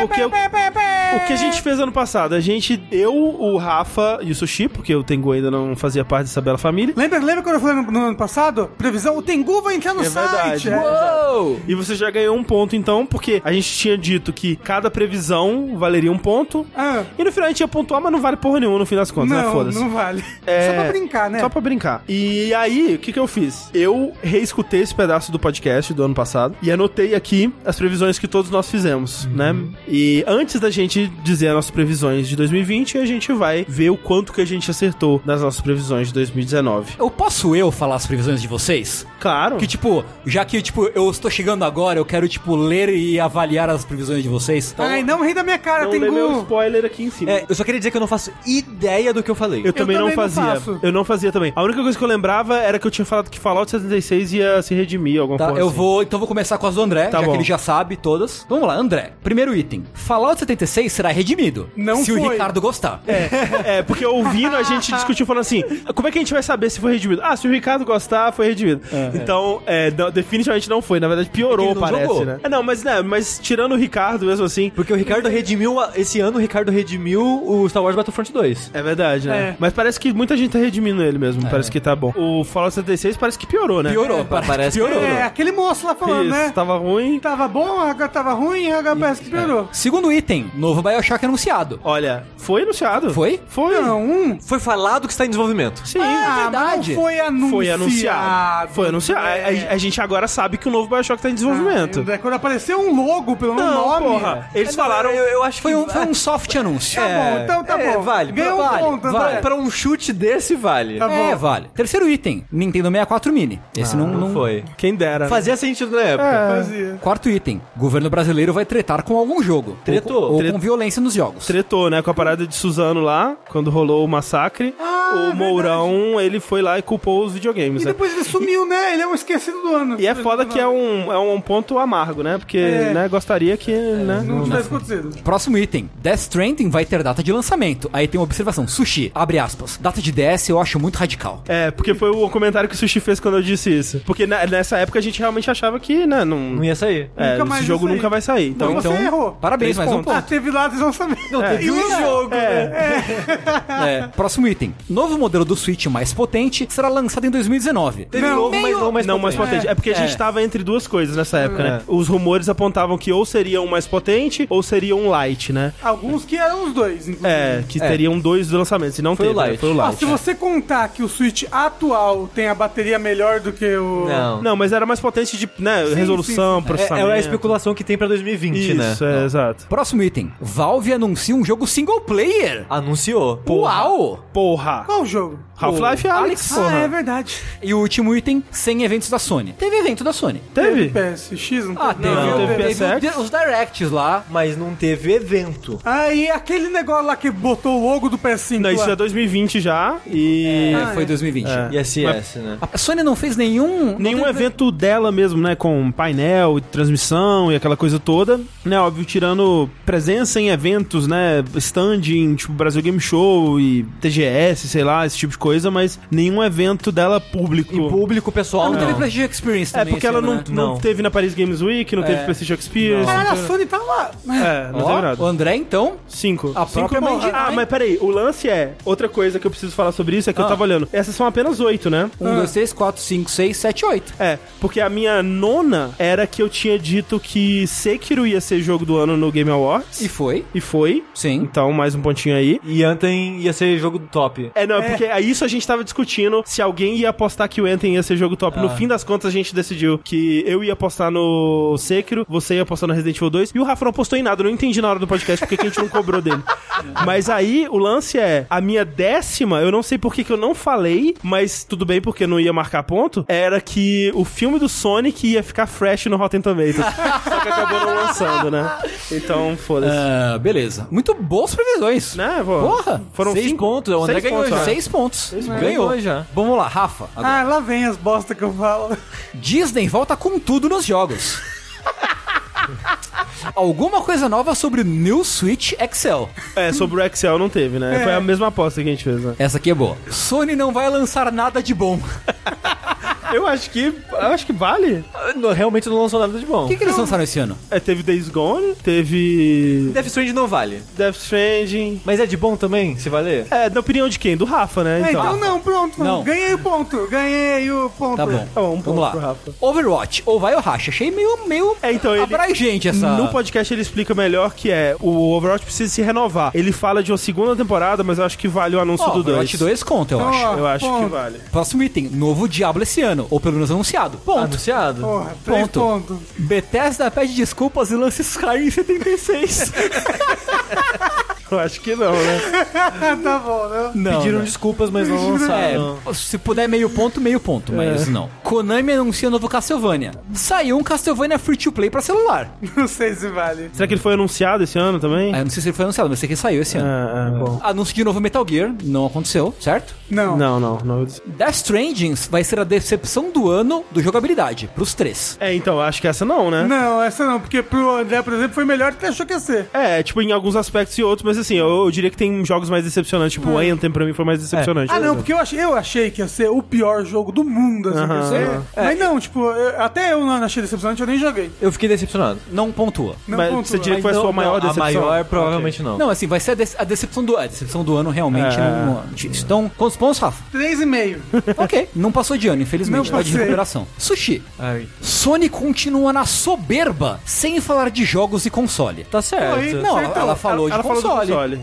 [SPEAKER 1] Porque o, o que a gente fez ano passado? A gente, eu, o Rafa e o Sushi, porque o Tengu ainda não fazia parte dessa bela família.
[SPEAKER 3] Lembra, lembra quando eu falei no, no ano passado? Previsão, o Tengu vai entrar no
[SPEAKER 1] É
[SPEAKER 3] site!
[SPEAKER 1] verdade.
[SPEAKER 3] É.
[SPEAKER 4] Uou!
[SPEAKER 1] E você já ganhou um ponto, então, porque a gente tinha dito que cada previsão valeria um ponto.
[SPEAKER 3] Ah,
[SPEAKER 1] E no final a gente ia pontuar, mas não vale porra nenhuma no fim das contas, né?
[SPEAKER 3] não,
[SPEAKER 1] Foda-se.
[SPEAKER 3] não vale.
[SPEAKER 1] É,
[SPEAKER 3] Só pra brincar, né?
[SPEAKER 1] Só pra brincar. E aí, o que, que eu fiz? Eu reescutei esse pedaço do podcast do ano passado e anotei aqui as previsões que todos nós fizemos, né? E antes da gente dizer as nossas previsões de 2020, a gente vai ver o quanto que a gente acertou nas nossas previsões de 2019.
[SPEAKER 4] Eu posso eu falar as previsões de vocês?
[SPEAKER 1] Claro.
[SPEAKER 4] Que, tipo, já que, tipo, eu estou chegando agora, eu quero, tipo, ler e avaliar as previsões de vocês.
[SPEAKER 3] Ai, não ri da minha cara,
[SPEAKER 1] não lê meu
[SPEAKER 3] Tengu!
[SPEAKER 1] spoiler aqui em cima.
[SPEAKER 2] É, eu só queria dizer que eu não faço ideia do que eu falei.
[SPEAKER 1] Eu também, não
[SPEAKER 3] também não
[SPEAKER 1] fazia.
[SPEAKER 3] faço.
[SPEAKER 1] eu não fazia também. A única coisa que eu lembrava era que eu tinha falado que Fallout 76 ia se redimir, alguma
[SPEAKER 4] Tá,
[SPEAKER 1] coisa
[SPEAKER 4] eu
[SPEAKER 1] assim.
[SPEAKER 4] vou, então vou começar com as do André,
[SPEAKER 1] Tá
[SPEAKER 4] já
[SPEAKER 1] bom.
[SPEAKER 4] que ele já sabe todas. Vamos lá, André. Primeiro item. Fallout 76 será redimido.
[SPEAKER 3] Não
[SPEAKER 4] Se o
[SPEAKER 3] foi.
[SPEAKER 4] Ricardo gostar.
[SPEAKER 1] É, porque ouvindo a gente discutiu falando assim: como é que a gente vai saber se foi redimido? Ah, se o Ricardo gostar, foi redimido. então, é, não, definitivamente não foi. Na verdade, piorou,
[SPEAKER 2] Porque ele não
[SPEAKER 1] parece,
[SPEAKER 2] jogou.
[SPEAKER 1] né? É, não, mas, né, mas tirando o Ricardo mesmo assim.
[SPEAKER 2] Porque o Ricardo redimiu, a- esse ano o Ricardo redimiu o Star Wars Battlefront 2.
[SPEAKER 1] É verdade, né?
[SPEAKER 3] É.
[SPEAKER 1] Mas parece que muita gente tá redimindo ele mesmo. Parece que tá bom. O Fallout 76 parece que piorou, né?
[SPEAKER 4] Piorou,
[SPEAKER 2] É,
[SPEAKER 4] parece,
[SPEAKER 2] parece
[SPEAKER 4] que
[SPEAKER 2] que
[SPEAKER 4] piorou.
[SPEAKER 3] É, aquele moço lá falando,
[SPEAKER 1] Isso, tá- É.
[SPEAKER 3] né?
[SPEAKER 1] tava ruim.
[SPEAKER 3] Tava bom, agora tava ruim, agora parece que piorou.
[SPEAKER 4] Segundo item, novo Bioshock anunciado.
[SPEAKER 1] Olha, foi anunciado.
[SPEAKER 4] Foi?
[SPEAKER 1] Foi.
[SPEAKER 3] Não, um.
[SPEAKER 2] Foi falado que está em desenvolvimento.
[SPEAKER 1] Sim.
[SPEAKER 3] Ah, mas
[SPEAKER 4] verdade.
[SPEAKER 3] não foi anunciado.
[SPEAKER 1] Foi anunciado. Foi anunciado. A-
[SPEAKER 3] É.
[SPEAKER 1] A, a gente agora sabe que o novo Bioshock tá em desenvolvimento.
[SPEAKER 3] É, Quando apareceu um logo pelo meu
[SPEAKER 1] não,
[SPEAKER 3] nome.
[SPEAKER 1] porra. Eles
[SPEAKER 2] É, não,
[SPEAKER 1] falaram.
[SPEAKER 2] Eu, eu acho que Ah,
[SPEAKER 4] Foi um, foi um soft anúncio.
[SPEAKER 3] Tá bom, então tá
[SPEAKER 2] É,
[SPEAKER 3] bom.
[SPEAKER 2] Vale.
[SPEAKER 3] Ganhou um
[SPEAKER 2] vale,
[SPEAKER 3] ponto,
[SPEAKER 2] vale.
[SPEAKER 3] André.
[SPEAKER 2] Pra um chute desse, vale.
[SPEAKER 3] Tá bom. Ah.
[SPEAKER 4] É, vale. Terceiro item, Nintendo 64 Mini. Esse não, não É.
[SPEAKER 2] foi.
[SPEAKER 1] Quem dera. né?
[SPEAKER 2] Fazia sentido na época.
[SPEAKER 3] Fazia.
[SPEAKER 4] Quarto item, governo brasileiro vai tretar com algum jogo.
[SPEAKER 2] Tretou.
[SPEAKER 4] Ou, com- ou
[SPEAKER 1] Tret-
[SPEAKER 4] com violência nos jogos.
[SPEAKER 1] tretou, né, com a parada de Suzano lá, quando rolou o massacre. o Mourão, ele foi lá e culpou os videogames,
[SPEAKER 3] Ah, E
[SPEAKER 1] né?
[SPEAKER 3] depois ele sumiu, né? Ele é um esquecido do ano.
[SPEAKER 1] E é foda que é um, é um ponto amargo, né? Porque,
[SPEAKER 3] É.
[SPEAKER 1] né, gostaria que, né?
[SPEAKER 3] Não tivesse acontecido.
[SPEAKER 4] Próximo item, Death Stranding vai ter data de lançamento. Aí tem uma observação, sushi, abre aspas. Data de DS eu acho muito radical.
[SPEAKER 1] É, porque foi o comentário que o Sushi fez quando eu disse isso. Porque na- nessa época a gente realmente achava que, né, não...
[SPEAKER 2] Não ia sair.
[SPEAKER 1] é,
[SPEAKER 3] Nunca
[SPEAKER 1] esse
[SPEAKER 3] mais
[SPEAKER 1] jogo
[SPEAKER 3] ia sair.
[SPEAKER 1] nunca vai sair. Então,
[SPEAKER 3] Não, você errou.
[SPEAKER 4] Parabéns,
[SPEAKER 1] Três
[SPEAKER 4] mais um
[SPEAKER 1] pontos.
[SPEAKER 4] ponto.
[SPEAKER 3] É. Ah, teve lá, vocês vão saber.
[SPEAKER 1] É.
[SPEAKER 3] E o jogo.
[SPEAKER 1] É.
[SPEAKER 4] É, Próximo item. novo modelo do Switch mais potente será lançado em 2019.
[SPEAKER 2] Teve
[SPEAKER 3] Não,
[SPEAKER 2] novo, mas
[SPEAKER 3] meio-
[SPEAKER 2] não mais
[SPEAKER 1] não, mais
[SPEAKER 2] potente. É.
[SPEAKER 1] potente. É, porque a gente
[SPEAKER 4] é.
[SPEAKER 1] tava entre duas coisas nessa época, né? Os rumores apontavam que ou seria um mais potente ou seria um light, né?
[SPEAKER 3] Alguns que eram os dois, inclusive.
[SPEAKER 1] É, que teriam dois lançamentos. E não
[SPEAKER 2] Foi o
[SPEAKER 1] teve, né?
[SPEAKER 2] light.
[SPEAKER 1] Foi o
[SPEAKER 3] Ah,
[SPEAKER 1] light.
[SPEAKER 3] se você contar que o Switch atual tem a bateria melhor do que o.
[SPEAKER 2] Não.
[SPEAKER 1] Não, mas era mais potente de né, resolução,
[SPEAKER 2] É,
[SPEAKER 1] processamento.
[SPEAKER 2] é a especulação que tem pra 2020, né?
[SPEAKER 1] Isso, é, exato.
[SPEAKER 4] Próximo item. Valve anuncia um jogo single player.
[SPEAKER 2] Anunciou.
[SPEAKER 4] Uau!
[SPEAKER 1] Porra!
[SPEAKER 3] Qual o jogo?
[SPEAKER 1] Half-Life Alex,
[SPEAKER 4] o- Alex,
[SPEAKER 1] porra.
[SPEAKER 3] Ah, é verdade.
[SPEAKER 4] E o último item, sem eventos da Sony. Teve evento da Sony.
[SPEAKER 1] Teve?
[SPEAKER 3] PSX não
[SPEAKER 4] Ah,
[SPEAKER 3] tem.
[SPEAKER 4] teve,
[SPEAKER 1] Não,
[SPEAKER 4] o-
[SPEAKER 1] teve
[SPEAKER 4] teve o-
[SPEAKER 1] PSX.
[SPEAKER 4] os directs lá.
[SPEAKER 2] Mas não teve evento.
[SPEAKER 3] Ah, e aquele negócio lá que botou o logo do PS5.
[SPEAKER 1] Não,
[SPEAKER 3] lá.
[SPEAKER 1] isso é 2020 já e...
[SPEAKER 4] É, foi 2020.
[SPEAKER 1] É.
[SPEAKER 2] E a CS, né?
[SPEAKER 4] A Sony não fez nenhum...
[SPEAKER 1] Nenhum
[SPEAKER 4] não teve-
[SPEAKER 1] evento dela mesmo, né? Com painel e transmissão e aquela coisa toda. Né, óbvio, tirando presença em eventos, né? Stand em, tipo, Brasil Game Show e TGS, sei lá, esse tipo de coisa. Mas nenhum evento dela público.
[SPEAKER 2] Público pessoal,
[SPEAKER 4] Ah, não teve
[SPEAKER 2] não.
[SPEAKER 4] pra GG Experience
[SPEAKER 1] É,
[SPEAKER 4] também
[SPEAKER 1] porque
[SPEAKER 4] esse
[SPEAKER 1] ela
[SPEAKER 4] ano,
[SPEAKER 1] não,
[SPEAKER 4] né?
[SPEAKER 1] não
[SPEAKER 2] Não.
[SPEAKER 1] teve na Paris Games Week, não teve
[SPEAKER 4] É.
[SPEAKER 1] PlayStation Experience.
[SPEAKER 3] Caralho, a Sony tá lá.
[SPEAKER 1] É, não
[SPEAKER 4] Ó,
[SPEAKER 1] teve nada.
[SPEAKER 4] o André, então...
[SPEAKER 1] Cinco.
[SPEAKER 4] A
[SPEAKER 1] Cinco
[SPEAKER 4] própria
[SPEAKER 1] é bom.
[SPEAKER 4] Mandy
[SPEAKER 1] Ah,
[SPEAKER 4] Nine.
[SPEAKER 1] mas peraí, o lance é. Outra coisa que eu preciso falar sobre isso é
[SPEAKER 4] Ah.
[SPEAKER 1] que eu tava olhando. Essas são apenas oito, né?
[SPEAKER 4] 1, 2, 3, 4, 5, 6, 7, 8.
[SPEAKER 1] É, porque a minha nona era que eu tinha dito que Sekiro ia ser jogo do ano no Game Awards.
[SPEAKER 4] E foi.
[SPEAKER 1] E foi.
[SPEAKER 4] Sim.
[SPEAKER 1] Então, mais um pontinho aí.
[SPEAKER 2] E Anten ia ser jogo do top.
[SPEAKER 1] É, não, é porque aí isso a gente tava discutindo se alguém ia apostar que o Anthem ia ser jogo top. No fim das contas, a gente decidiu que eu ia apostar no Sekiro, você ia apostar no Resident Evil 2, e o Rafa não apostou em nada, eu não entendi na hora do podcast porque que a gente não cobrou dele. Mas aí, o lance é, a minha décima, eu não sei por que que eu não falei, mas tudo bem porque não ia marcar ponto, era que o filme do Sonic ia ficar fresh no Rotten Tomatoes. Só que acabou não lançando, né? Então, foda-se.
[SPEAKER 4] Ah, beleza. Muito boas previsões.
[SPEAKER 1] Né, pô?
[SPEAKER 4] Porra!
[SPEAKER 1] Foram
[SPEAKER 2] Seis
[SPEAKER 1] cinco
[SPEAKER 2] pontos, o André
[SPEAKER 1] seis
[SPEAKER 2] ganhou
[SPEAKER 1] pontos,
[SPEAKER 2] já.
[SPEAKER 1] né?
[SPEAKER 4] 6 pontos. Ganhou.
[SPEAKER 2] Ganhou já.
[SPEAKER 4] Vamos lá, Rafa. agora.
[SPEAKER 3] Ah, lá vem as bosta que eu falo.
[SPEAKER 4] Disney volta com tudo nos jogos. Alguma coisa nova sobre o New Switch Excel.
[SPEAKER 1] É, sobre o Excel não teve, né? Foi a mesma aposta que a gente fez, né?
[SPEAKER 4] Essa aqui é boa. Sony não vai lançar nada de bom. O
[SPEAKER 1] Eu acho que. Eu acho que vale.
[SPEAKER 2] Não, É, realmente não lançou nada de bom.
[SPEAKER 4] que, que eles lançaram esse ano?
[SPEAKER 1] É, teve Days Gone, teve.
[SPEAKER 2] Death Stranding não vale.
[SPEAKER 1] Death Stranding.
[SPEAKER 2] Mas é de bom também, se valer?
[SPEAKER 1] É, da opinião de quem? Do Rafa, né?
[SPEAKER 3] É, então não, pronto.
[SPEAKER 4] Não.
[SPEAKER 3] Ganhei o ponto. Ganhei o ponto.
[SPEAKER 4] Tá bom.
[SPEAKER 1] Tá bom, um ponto
[SPEAKER 4] Vamos lá.
[SPEAKER 1] pro Rafa.
[SPEAKER 4] Overwatch, ou vai ou racha. Achei meio, meio
[SPEAKER 1] É, então ele-
[SPEAKER 4] abrangente essa...
[SPEAKER 1] No podcast ele explica melhor que é o Overwatch precisa se renovar. Ele fala de uma segunda temporada, mas eu acho que vale o anúncio
[SPEAKER 4] Ó,
[SPEAKER 1] do 2.
[SPEAKER 4] Overwatch 2 conta, eu
[SPEAKER 3] Então,
[SPEAKER 4] acho.
[SPEAKER 3] ó,
[SPEAKER 1] Eu acho que
[SPEAKER 3] ponto.
[SPEAKER 1] vale.
[SPEAKER 4] Próximo item, novo Diablo esse ano, ou pelo menos anunciado.
[SPEAKER 1] Ah,
[SPEAKER 4] Ponto.
[SPEAKER 2] Anunciado.
[SPEAKER 3] Porra, três
[SPEAKER 4] Ponto.
[SPEAKER 3] pontos.
[SPEAKER 4] Bethesda pede desculpas e lança Skyrim em 76.
[SPEAKER 1] Eu acho que não, né?
[SPEAKER 3] Ah, tá bom, né?
[SPEAKER 4] não,
[SPEAKER 2] Pediram
[SPEAKER 4] não.
[SPEAKER 2] desculpas, mas não lançaram.
[SPEAKER 4] É, se puder meio ponto, meio ponto, mas não. Konami anuncia novo Castlevania. Saiu um Castlevania free to play pra celular.
[SPEAKER 3] Não sei se vale.
[SPEAKER 1] Será que ele foi anunciado esse ano também?
[SPEAKER 4] Ah, eu não sei se ele foi anunciado, mas sei que saiu esse ano.
[SPEAKER 1] Ah, ah, bom.
[SPEAKER 4] Anúncio de novo Metal Gear, não aconteceu, certo?
[SPEAKER 3] Não.
[SPEAKER 1] Não, não, não.
[SPEAKER 4] Death Stranding vai ser a decepção do ano do jogabilidade, pros três.
[SPEAKER 1] É, então, eu acho que essa não, né?
[SPEAKER 3] Não, essa não, porque pro André, por exemplo, foi melhor do que achou que ia ser.
[SPEAKER 1] É, tipo, em alguns aspectos e outros, mas assim, eu, eu diria que tem jogos mais decepcionantes. Tipo, o Anthem pra mim foi mais decepcionante. né?
[SPEAKER 3] Ah, não, porque eu achei, eu achei que ia ser o pior jogo do mundo, assim, que ia
[SPEAKER 1] Aham,
[SPEAKER 3] ser.
[SPEAKER 1] aham.
[SPEAKER 3] Mas não, tipo, eu- até eu não achei decepcionante, eu nem joguei.
[SPEAKER 2] Eu fiquei decepcionado.
[SPEAKER 4] Não pontua.
[SPEAKER 3] Não
[SPEAKER 1] Mas
[SPEAKER 3] pontuou.
[SPEAKER 1] você diria que foi a
[SPEAKER 2] Então,
[SPEAKER 1] sua maior
[SPEAKER 2] não,
[SPEAKER 1] decepção?
[SPEAKER 2] A maior, provavelmente não.
[SPEAKER 4] Não, assim, vai ser a, dece- a decepção do ano. A decepção do ano realmente
[SPEAKER 1] É.
[SPEAKER 4] não, não- difícil. Então, quantos pontos, Rafa?
[SPEAKER 3] 3,5.
[SPEAKER 4] ok. Não passou de ano, infelizmente.
[SPEAKER 3] Não
[SPEAKER 4] Tá de
[SPEAKER 3] passei.
[SPEAKER 4] recuperação. Sushi.
[SPEAKER 2] Ai.
[SPEAKER 4] Sony continua na soberba, sem falar de jogos e console.
[SPEAKER 2] Tá certo.
[SPEAKER 3] Foi.
[SPEAKER 4] Não, ela,
[SPEAKER 3] Acertou.
[SPEAKER 4] ela falou
[SPEAKER 1] então,
[SPEAKER 4] de
[SPEAKER 1] Ela falou do
[SPEAKER 4] console.
[SPEAKER 1] console.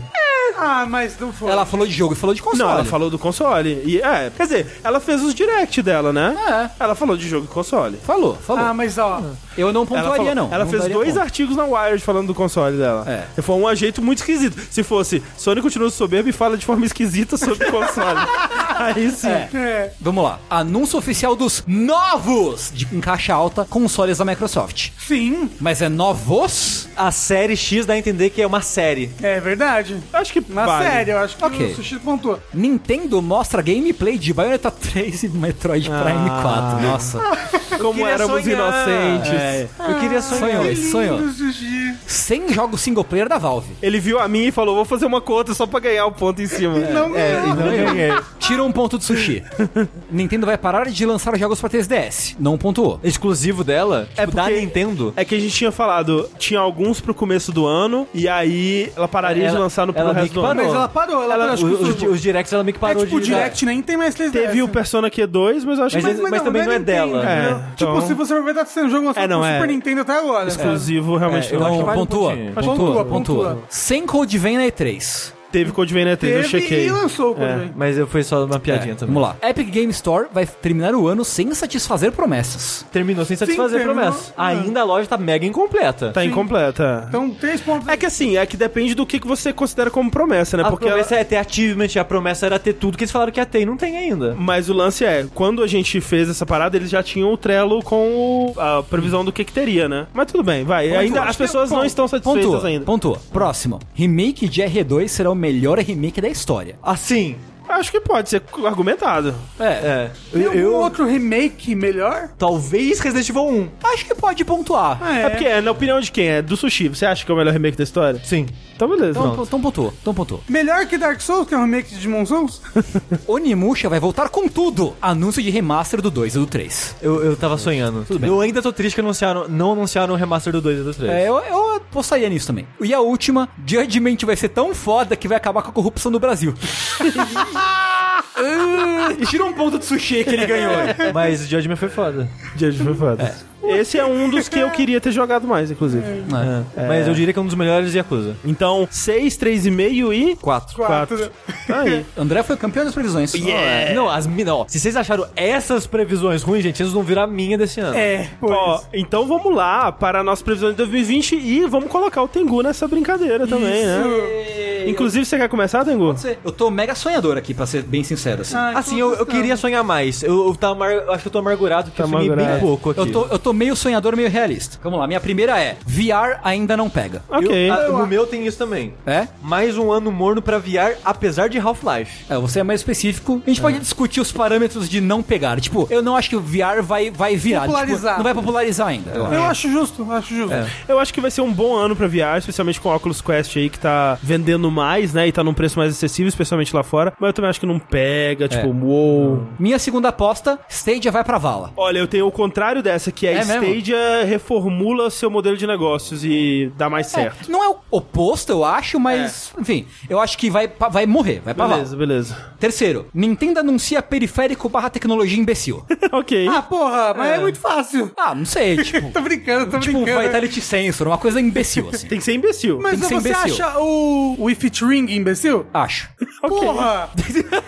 [SPEAKER 3] ah, mas não foi.
[SPEAKER 4] Ela falou de jogo e falou de console.
[SPEAKER 1] Não, ela falou do console. E, é, quer dizer, ela fez os direct dela, né?
[SPEAKER 4] É.
[SPEAKER 1] Ela falou de jogo e console.
[SPEAKER 4] Falou, falou.
[SPEAKER 3] Ah, mas ó,
[SPEAKER 4] eu não
[SPEAKER 1] Ela,
[SPEAKER 4] pontuaria,
[SPEAKER 1] falou-
[SPEAKER 4] não.
[SPEAKER 1] ela
[SPEAKER 4] Não
[SPEAKER 1] fez
[SPEAKER 4] daria
[SPEAKER 1] dois
[SPEAKER 4] ponto.
[SPEAKER 1] artigos na Wired falando do console dela.
[SPEAKER 4] É.
[SPEAKER 1] E Foi um jeito muito esquisito. Se fosse, Sony continua soberbo e fala de forma esquisita sobre o console. Aí sim.
[SPEAKER 3] é,
[SPEAKER 4] Vamos lá. Anúncio oficial dos novos de em caixa alta consoles da Microsoft.
[SPEAKER 3] sim,
[SPEAKER 4] Mas é novos?
[SPEAKER 2] A série X dá a entender que é uma série.
[SPEAKER 3] é verdade.
[SPEAKER 1] Acho que
[SPEAKER 3] Na
[SPEAKER 1] vale.
[SPEAKER 3] série, eu acho que
[SPEAKER 4] Ok.
[SPEAKER 3] o Sushi pontuou.
[SPEAKER 4] Nintendo mostra gameplay de Bayonetta 3 e Metroid Prime
[SPEAKER 1] Ah.
[SPEAKER 4] 4. Nossa.
[SPEAKER 1] Como
[SPEAKER 2] queria
[SPEAKER 1] éramos
[SPEAKER 2] é sonhar. Ah.
[SPEAKER 1] inocentes.
[SPEAKER 4] É.
[SPEAKER 2] É. Eu queria sonhar.
[SPEAKER 4] Sonhou,
[SPEAKER 3] Lindo,
[SPEAKER 4] sonhou.
[SPEAKER 3] Sushi.
[SPEAKER 4] 100 jogos single player da Valve.
[SPEAKER 1] Ele viu a mim e falou, vou fazer uma conta só pra ganhar o ponto em cima.
[SPEAKER 3] Não,
[SPEAKER 2] É, e
[SPEAKER 3] ganhou.
[SPEAKER 2] não ganhei.
[SPEAKER 4] Tira um ponto de sushi. Nintendo vai parar de lançar jogos pra 3DS. Não pontuou.
[SPEAKER 2] Exclusivo dela, tipo, da
[SPEAKER 1] porque-
[SPEAKER 2] Nintendo.
[SPEAKER 1] É que a gente tinha falado, tinha alguns pro começo do ano, e aí ela pararia de
[SPEAKER 2] Ela-
[SPEAKER 1] lançar no pro
[SPEAKER 2] ela
[SPEAKER 1] resto
[SPEAKER 2] meio que
[SPEAKER 1] do ano.
[SPEAKER 2] parou.
[SPEAKER 3] Mas ela parou, ela, parou,
[SPEAKER 2] Ela, é
[SPEAKER 3] acho que
[SPEAKER 2] os, os,
[SPEAKER 3] o-
[SPEAKER 2] os directs ela meio que
[SPEAKER 3] É
[SPEAKER 2] parou
[SPEAKER 3] tipo, o
[SPEAKER 2] de...
[SPEAKER 3] direct nem tem mais 3DS.
[SPEAKER 1] Teve o
[SPEAKER 3] né?
[SPEAKER 1] Persona Q2, mas eu acho
[SPEAKER 2] Mas
[SPEAKER 1] que
[SPEAKER 2] ele- também não é dela.
[SPEAKER 3] Nintendo,
[SPEAKER 1] É,
[SPEAKER 3] entendeu?
[SPEAKER 1] então-
[SPEAKER 3] Tipo, se você for ver, tá sendo jogo lançado
[SPEAKER 1] É, não,
[SPEAKER 3] pro
[SPEAKER 1] é.
[SPEAKER 3] Super Nintendo até agora.
[SPEAKER 2] é,
[SPEAKER 1] exclusivo realmente
[SPEAKER 2] eu
[SPEAKER 1] não.
[SPEAKER 2] acho que
[SPEAKER 4] Então,
[SPEAKER 2] vale um
[SPEAKER 4] pontua,
[SPEAKER 2] pontinho.
[SPEAKER 4] pontua, pontua,
[SPEAKER 3] Pontua, pontua.
[SPEAKER 4] Sem Code Vein na E3.
[SPEAKER 2] um.
[SPEAKER 1] Teve Code Vein 3, eu
[SPEAKER 3] Teve
[SPEAKER 1] chequei.
[SPEAKER 3] e lançou o
[SPEAKER 1] É.
[SPEAKER 3] Code Vein.
[SPEAKER 2] Mas eu- foi só uma piadinha também.
[SPEAKER 4] É, Vamos lá. Epic Game Store vai terminar o ano sem satisfazer promessas.
[SPEAKER 2] Terminou sem satisfazer a
[SPEAKER 3] terminou.
[SPEAKER 2] promessa.
[SPEAKER 3] É.
[SPEAKER 2] Ainda a loja tá mega incompleta.
[SPEAKER 1] Tá incompleta.
[SPEAKER 3] Então, três pontos.
[SPEAKER 1] É que assim, é que depende do que que você considera como promessa, né?
[SPEAKER 2] a
[SPEAKER 1] Porque
[SPEAKER 2] promessa
[SPEAKER 1] ela-
[SPEAKER 2] é ter achievement, a promessa era ter tudo que eles falaram que ia ter e não tem ainda.
[SPEAKER 1] Mas o lance é, quando a gente fez essa parada, eles já tinham o Trello com o- a previsão do que que teria, né? Mas tudo bem, vai. ainda
[SPEAKER 2] é
[SPEAKER 1] as
[SPEAKER 2] um
[SPEAKER 1] pessoas não estão satisfeitas
[SPEAKER 4] Pontua,
[SPEAKER 1] ainda.
[SPEAKER 4] pontua. Próximo. Remake de R2 será o melhor remake da história.
[SPEAKER 2] Assim,
[SPEAKER 1] Acho que pode ser argumentado.
[SPEAKER 4] É,
[SPEAKER 2] é.
[SPEAKER 3] Tem
[SPEAKER 2] Eu,
[SPEAKER 3] algum
[SPEAKER 2] eu-
[SPEAKER 3] outro remake melhor?
[SPEAKER 2] talvez Resident Evil 1.
[SPEAKER 4] acho que pode pontuar.
[SPEAKER 3] Ah,
[SPEAKER 1] É. porque é na opinião de quem? É do sushi. Você acha que é o melhor remake da história?
[SPEAKER 2] Sim.
[SPEAKER 1] Então beleza.
[SPEAKER 4] Então, então pontuou, então pontuou.
[SPEAKER 3] Melhor que Dark Souls, que é um remake de Demon Souls?
[SPEAKER 4] Onimusha vai voltar com tudo. Anúncio de remaster do 2 e do 3.
[SPEAKER 2] Eu, eu tava sonhando. Tudo
[SPEAKER 4] bem.
[SPEAKER 2] Eu ainda tô triste que anunciaram, não anunciaram o remaster do 2 e do 3.
[SPEAKER 4] É, eu, eu apostaria nisso também. E a última, Judgment vai ser tão foda que vai acabar com a corrupção do Brasil. Ah, e tira um ponto de sushi que ele ganhou.
[SPEAKER 2] Mas o Judgment foi foda.
[SPEAKER 1] Judge foi foda. Esse é um dos que eu queria ter jogado mais, inclusive.
[SPEAKER 2] É. Mas eu diria que é um dos melhores Yakuza.
[SPEAKER 1] Então, 6, 3,5 e...
[SPEAKER 2] 4.
[SPEAKER 1] quatro. Aí.
[SPEAKER 4] André foi campeão das previsões.
[SPEAKER 2] É. Não, as mi- não, ó, se vocês acharam essas previsões ruins, gente, vocês vão virar a minha desse ano.
[SPEAKER 3] É, pois.
[SPEAKER 1] Ó, então vamos lá para a nossa previsão de 2020 e vamos colocar o Tengu nessa brincadeira também, né? Inclusive, você quer começar, Tengu?
[SPEAKER 4] Eu tô mega sonhador aqui, pra ser bem sincero. assim.
[SPEAKER 3] Ah, então
[SPEAKER 2] Assim, eu, eu
[SPEAKER 3] gostamos.
[SPEAKER 2] queria sonhar mais. Eu, eu, tava amar- eu acho que eu tô amargurado, porque
[SPEAKER 1] Tá
[SPEAKER 2] eu sonhei bem
[SPEAKER 4] um
[SPEAKER 1] amargurado.
[SPEAKER 2] pouco aqui.
[SPEAKER 4] Eu tô, eu tô meio sonhador, meio realista. Vamos lá, minha primeira é: VR ainda não pega.
[SPEAKER 1] Ok.
[SPEAKER 2] Eu- a- ah, o meu tem isso também.
[SPEAKER 4] É?
[SPEAKER 2] Mais um ano morno pra VR, apesar de Half-Life.
[SPEAKER 4] É, você é mais específico. A gente pode discutir os parâmetros de não pegar. Tipo, eu não acho que o VR vai, vai virar. Tipo,
[SPEAKER 3] Popularizar.
[SPEAKER 4] não vai popularizar ainda. Eu
[SPEAKER 3] Eu acho justo, acho justo.
[SPEAKER 1] Eu acho que vai ser um bom ano pra VR, especialmente com o Oculus Quest aí, que tá vendendo mais, né? E tá num preço mais acessível, especialmente lá fora. Mas eu também acho que não pega, tipo, uou.
[SPEAKER 4] Minha segunda aposta, Stadia vai pra vala.
[SPEAKER 1] Olha, eu tenho o contrário dessa, que a
[SPEAKER 4] É mesmo?
[SPEAKER 1] Stadia reformula seu modelo de negócios e dá mais certo.
[SPEAKER 4] É, não é o oposto, eu acho, mas enfim, eu acho que vai, pa- vai morrer, vai pra
[SPEAKER 1] Beleza,
[SPEAKER 4] vala.
[SPEAKER 1] beleza.
[SPEAKER 4] Terceiro, Nintendo anuncia periférico barra tecnologia imbecil.
[SPEAKER 1] ok.
[SPEAKER 3] Ah, porra, mas é. muito fácil.
[SPEAKER 4] ah, não sei, tipo,
[SPEAKER 3] Tô brincando, tô
[SPEAKER 4] tipo
[SPEAKER 3] brincando.
[SPEAKER 4] Vitality Sensor, uma coisa imbecil, assim.
[SPEAKER 1] Tem que ser imbecil.
[SPEAKER 3] Mas
[SPEAKER 4] que ser
[SPEAKER 3] você
[SPEAKER 4] imbecil.
[SPEAKER 3] acha o, o If It Ring imbecil?
[SPEAKER 4] Acho.
[SPEAKER 3] Porra!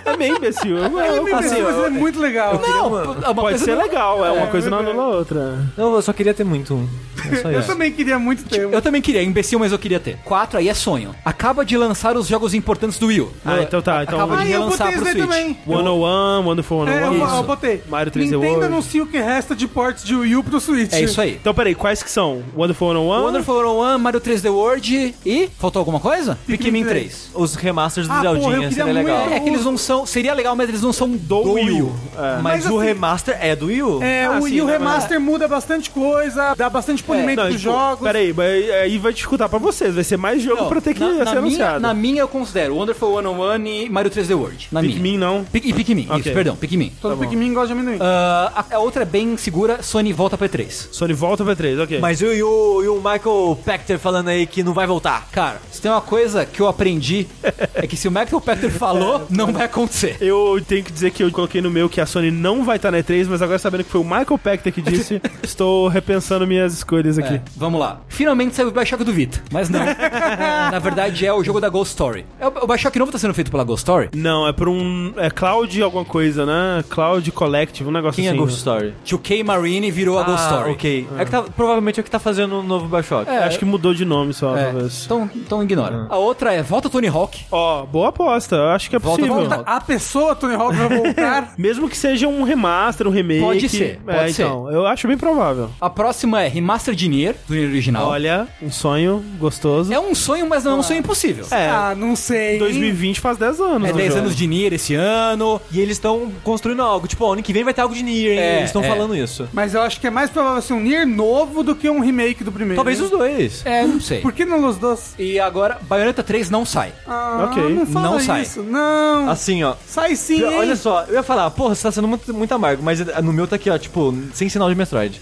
[SPEAKER 1] É meio imbecil.
[SPEAKER 3] Ele é meio
[SPEAKER 1] Assim,
[SPEAKER 3] imbecil, mas ele é muito legal.
[SPEAKER 4] Não, é uma
[SPEAKER 1] Pode
[SPEAKER 4] coisa
[SPEAKER 1] ser
[SPEAKER 4] não-
[SPEAKER 1] legal, é uma coisa não anula a outra.
[SPEAKER 2] Não, eu só queria ter muito um. É só
[SPEAKER 3] Eu
[SPEAKER 2] isso.
[SPEAKER 3] também queria muito ter. um.
[SPEAKER 4] Eu também queria, imbecil, mas eu queria ter. Quatro aí é sonho. Acaba de lançar os jogos importantes do Wii. U.
[SPEAKER 1] Ah, então tá, então-
[SPEAKER 4] Acaba
[SPEAKER 3] Ah,
[SPEAKER 4] de
[SPEAKER 3] eu
[SPEAKER 4] relançar
[SPEAKER 3] botei
[SPEAKER 4] pro
[SPEAKER 3] esse
[SPEAKER 4] Switch.
[SPEAKER 3] daí também. Eu-
[SPEAKER 1] 101, Wonderful
[SPEAKER 3] É, eu,
[SPEAKER 1] 101.
[SPEAKER 3] eu botei.
[SPEAKER 1] Mario 3D
[SPEAKER 3] Nintendo
[SPEAKER 1] World.
[SPEAKER 3] anuncia o que resta de portes de Wii U pro Switch.
[SPEAKER 4] É isso aí.
[SPEAKER 1] Então, peraí, quais que são? oh Wonderful 101?
[SPEAKER 4] Wonderful 101, Mario 3D World e... Faltou alguma coisa? Pikmin 3.
[SPEAKER 2] Os remasters do
[SPEAKER 3] Ah, porra, eu
[SPEAKER 2] Zeldinha
[SPEAKER 3] queria
[SPEAKER 2] seria legal.
[SPEAKER 3] muito-
[SPEAKER 4] É que eles não são... Seria legal, mas eles não são do, Wii U.
[SPEAKER 2] Mas,
[SPEAKER 3] Mas
[SPEAKER 2] o
[SPEAKER 3] assim-
[SPEAKER 2] remaster é do Wii U.
[SPEAKER 3] É,
[SPEAKER 1] Ah,
[SPEAKER 3] o,
[SPEAKER 1] sim,
[SPEAKER 3] e o
[SPEAKER 1] né, mas-
[SPEAKER 3] remaster muda bastante coisa, dá bastante polimento
[SPEAKER 1] Não,
[SPEAKER 3] pros
[SPEAKER 1] tipo,
[SPEAKER 3] jogos.
[SPEAKER 1] Peraí, mas aí vai discutir pra vocês. Vai ser mais jogo
[SPEAKER 4] Não,
[SPEAKER 1] pra ter que
[SPEAKER 4] na,
[SPEAKER 1] ser
[SPEAKER 4] na minha,
[SPEAKER 1] anunciado.
[SPEAKER 4] na minha eu considero Wonderful 101 e Mario 3D World. Na minha.
[SPEAKER 1] Pikmin não.
[SPEAKER 4] Pik- e Pikmin, isso,
[SPEAKER 1] Ok.
[SPEAKER 4] perdão, Pikmin.
[SPEAKER 3] Todo Pikmin gosta de amendoim.
[SPEAKER 4] Ah, a, a outra é bem segura, Sony volta pra E3.
[SPEAKER 1] Sony volta pra 3, ok.
[SPEAKER 2] Mas eu e o, e o Michael Pector falando aí que não vai voltar.
[SPEAKER 4] Cara, se tem uma coisa que eu aprendi, é que se o Michael
[SPEAKER 1] É.
[SPEAKER 4] Petter falou, não vai acontecer.
[SPEAKER 1] Eu tenho que dizer que eu coloquei no meu que a Sony não vai estar na E3, mas agora sabendo que foi o Michael Pector que disse, estou repensando minhas escolhas aqui.
[SPEAKER 4] É, vamos lá. Finalmente saiu o Bioshock do Vita, mas não. Na verdade é o jogo da Ghost Story. É O o Bioshock novo tá sendo feito pela Ghost Story?
[SPEAKER 1] Não, é por um. É Cloud alguma coisa, né? Cloud Collective, um negócio
[SPEAKER 2] Quem
[SPEAKER 1] assim.
[SPEAKER 2] é Ghost Story?
[SPEAKER 4] Que o K Marine virou a Ghost Story.
[SPEAKER 2] Ah, ok. É que tá, provavelmente é o que tá fazendo o novo Bioshock.
[SPEAKER 1] É, Acho que mudou de nome só,
[SPEAKER 4] É,
[SPEAKER 1] talvez.
[SPEAKER 4] então, então ignora. A outra é Volta Tony Hawk.
[SPEAKER 1] Ó, boa aposta. Eu acho que é
[SPEAKER 4] Volta,
[SPEAKER 1] possível.
[SPEAKER 4] volta.
[SPEAKER 3] A pessoa, Tony Hawk, vai voltar.
[SPEAKER 1] Mesmo que seja um remaster, um remake.
[SPEAKER 4] Pode ser,
[SPEAKER 1] é,
[SPEAKER 4] pode ser.
[SPEAKER 1] então, eu acho bem provável.
[SPEAKER 4] A próxima é Remaster de Nier, do Nier original.
[SPEAKER 1] Olha, um sonho gostoso.
[SPEAKER 4] É um sonho, mas não é um sonho impossível.
[SPEAKER 1] É,
[SPEAKER 3] Ah, não sei. hein?
[SPEAKER 1] 2020 faz 10 anos.
[SPEAKER 4] É
[SPEAKER 1] do
[SPEAKER 4] 10
[SPEAKER 1] jogo.
[SPEAKER 4] anos de Nier esse ano.
[SPEAKER 2] É, E eles estão construindo algo. Tipo, ó, ano que vem vai ter algo de Nier, hein?
[SPEAKER 4] É,
[SPEAKER 2] eles estão
[SPEAKER 4] é.
[SPEAKER 2] falando isso.
[SPEAKER 3] Mas eu acho que é mais provável ser um Nier novo do que um remake do primeiro.
[SPEAKER 2] Talvez
[SPEAKER 3] hein?
[SPEAKER 2] os dois.
[SPEAKER 4] É, não sei.
[SPEAKER 3] Por que não os dois?
[SPEAKER 4] E agora, Bayonetta 3 não sai.
[SPEAKER 3] Ah,
[SPEAKER 1] Ok.
[SPEAKER 3] Não, fala
[SPEAKER 4] Não sai.
[SPEAKER 3] isso. Não.
[SPEAKER 2] Assim, ó.
[SPEAKER 3] Sai sim, hein?
[SPEAKER 2] Olha só, eu ia falar, porra, você tá sendo muito, muito amargo, mas no meu tá aqui, ó, tipo, sem sinal de Metroid.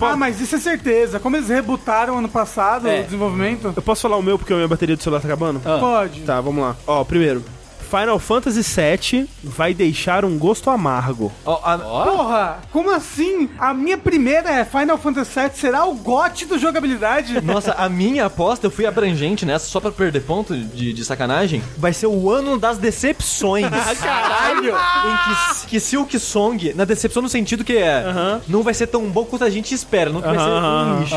[SPEAKER 3] Ah, mas isso é certeza. Como eles rebutaram ano passado
[SPEAKER 4] É.
[SPEAKER 3] o desenvolvimento,
[SPEAKER 1] Eu posso falar o meu porque a minha bateria do celular tá acabando?
[SPEAKER 4] Ah.
[SPEAKER 3] pode.
[SPEAKER 1] Tá, vamos lá. Ó, primeiro. Final Fantasy VII vai deixar um gosto amargo.
[SPEAKER 2] Ó, a-
[SPEAKER 3] Porra, como assim? A minha primeira é Final Fantasy VII será o gote do jogabilidade?
[SPEAKER 2] Nossa, a minha aposta, eu fui abrangente nessa, só pra perder ponto de, de sacanagem, vai ser o ano das decepções. Caralho! em que, que Silk Song, na decepção no sentido que é, não vai ser tão bom quanto a gente espera, não que vai ser um lixo.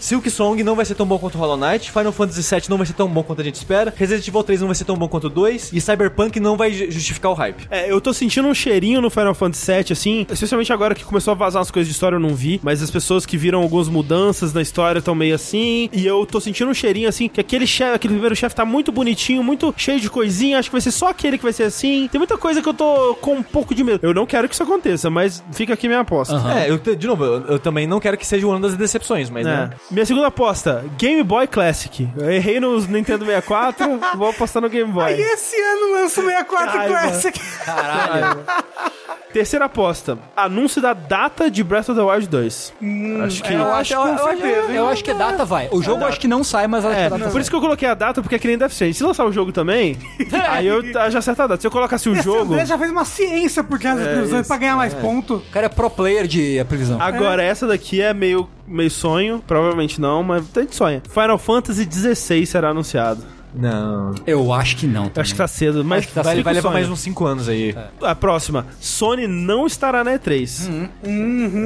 [SPEAKER 2] Silk Song não vai ser tão bom quanto Hollow Knight, Final Fantasy VII não vai ser tão bom quanto a gente espera, Resident Evil 3 não vai ser tão bom quanto o 2, e Cyberpunk não vai ju- justificar o hype.
[SPEAKER 1] É, eu tô sentindo um cheirinho no Final Fantasy VII, assim, especialmente agora que começou a vazar as coisas de história, eu não vi, mas as pessoas que viram algumas mudanças na história estão meio assim, e eu tô sentindo um cheirinho, assim, que aquele chefe, aquele primeiro chefe tá muito bonitinho, muito cheio de coisinha, acho que vai ser só aquele que vai ser assim, tem muita coisa que eu tô com um pouco de medo. Eu não quero que isso aconteça, mas fica aqui minha aposta.
[SPEAKER 2] É, eu, te- de novo, eu, eu também não quero que seja o ano das decepções, mas
[SPEAKER 1] É.
[SPEAKER 2] né,
[SPEAKER 1] Minha segunda aposta, Game Boy Classic. Eu errei no Nintendo 64, vou apostar no Game Boy.
[SPEAKER 3] E
[SPEAKER 4] é.
[SPEAKER 3] esse ano lança o 64
[SPEAKER 1] Ai,
[SPEAKER 3] Classic.
[SPEAKER 1] Terceira aposta, anúncio da data de Breath of the Wild 2. acho que...
[SPEAKER 3] Eu acho com certeza, hein?
[SPEAKER 4] Eu acho que é data, vai. O jogo eu acho que não sai, mas acho que
[SPEAKER 1] É,
[SPEAKER 4] é data.
[SPEAKER 1] por isso que eu coloquei a data, porque é que nem Death Stranding. Se lançar o jogo também, aí eu já acerto a data. Se eu colocasse o
[SPEAKER 3] Esse
[SPEAKER 1] jogo...
[SPEAKER 3] André já fez uma ciência por causa das previsões pra ganhar mais ponto.
[SPEAKER 4] O cara é pro player de a previsão.
[SPEAKER 1] Agora, essa daqui é meio, meio sonho. Provavelmente não, mas a gente sonha. Final Fantasy XVI será anunciado.
[SPEAKER 2] Não.
[SPEAKER 4] Eu acho que não.
[SPEAKER 1] Eu
[SPEAKER 4] também.
[SPEAKER 1] acho que tá cedo, mas
[SPEAKER 4] que tá
[SPEAKER 2] Vai,
[SPEAKER 4] cedo.
[SPEAKER 1] fica
[SPEAKER 2] vai
[SPEAKER 1] o
[SPEAKER 2] levar
[SPEAKER 1] sonho.
[SPEAKER 2] mais uns 5 anos aí.
[SPEAKER 1] A próxima. Sony não estará na E3.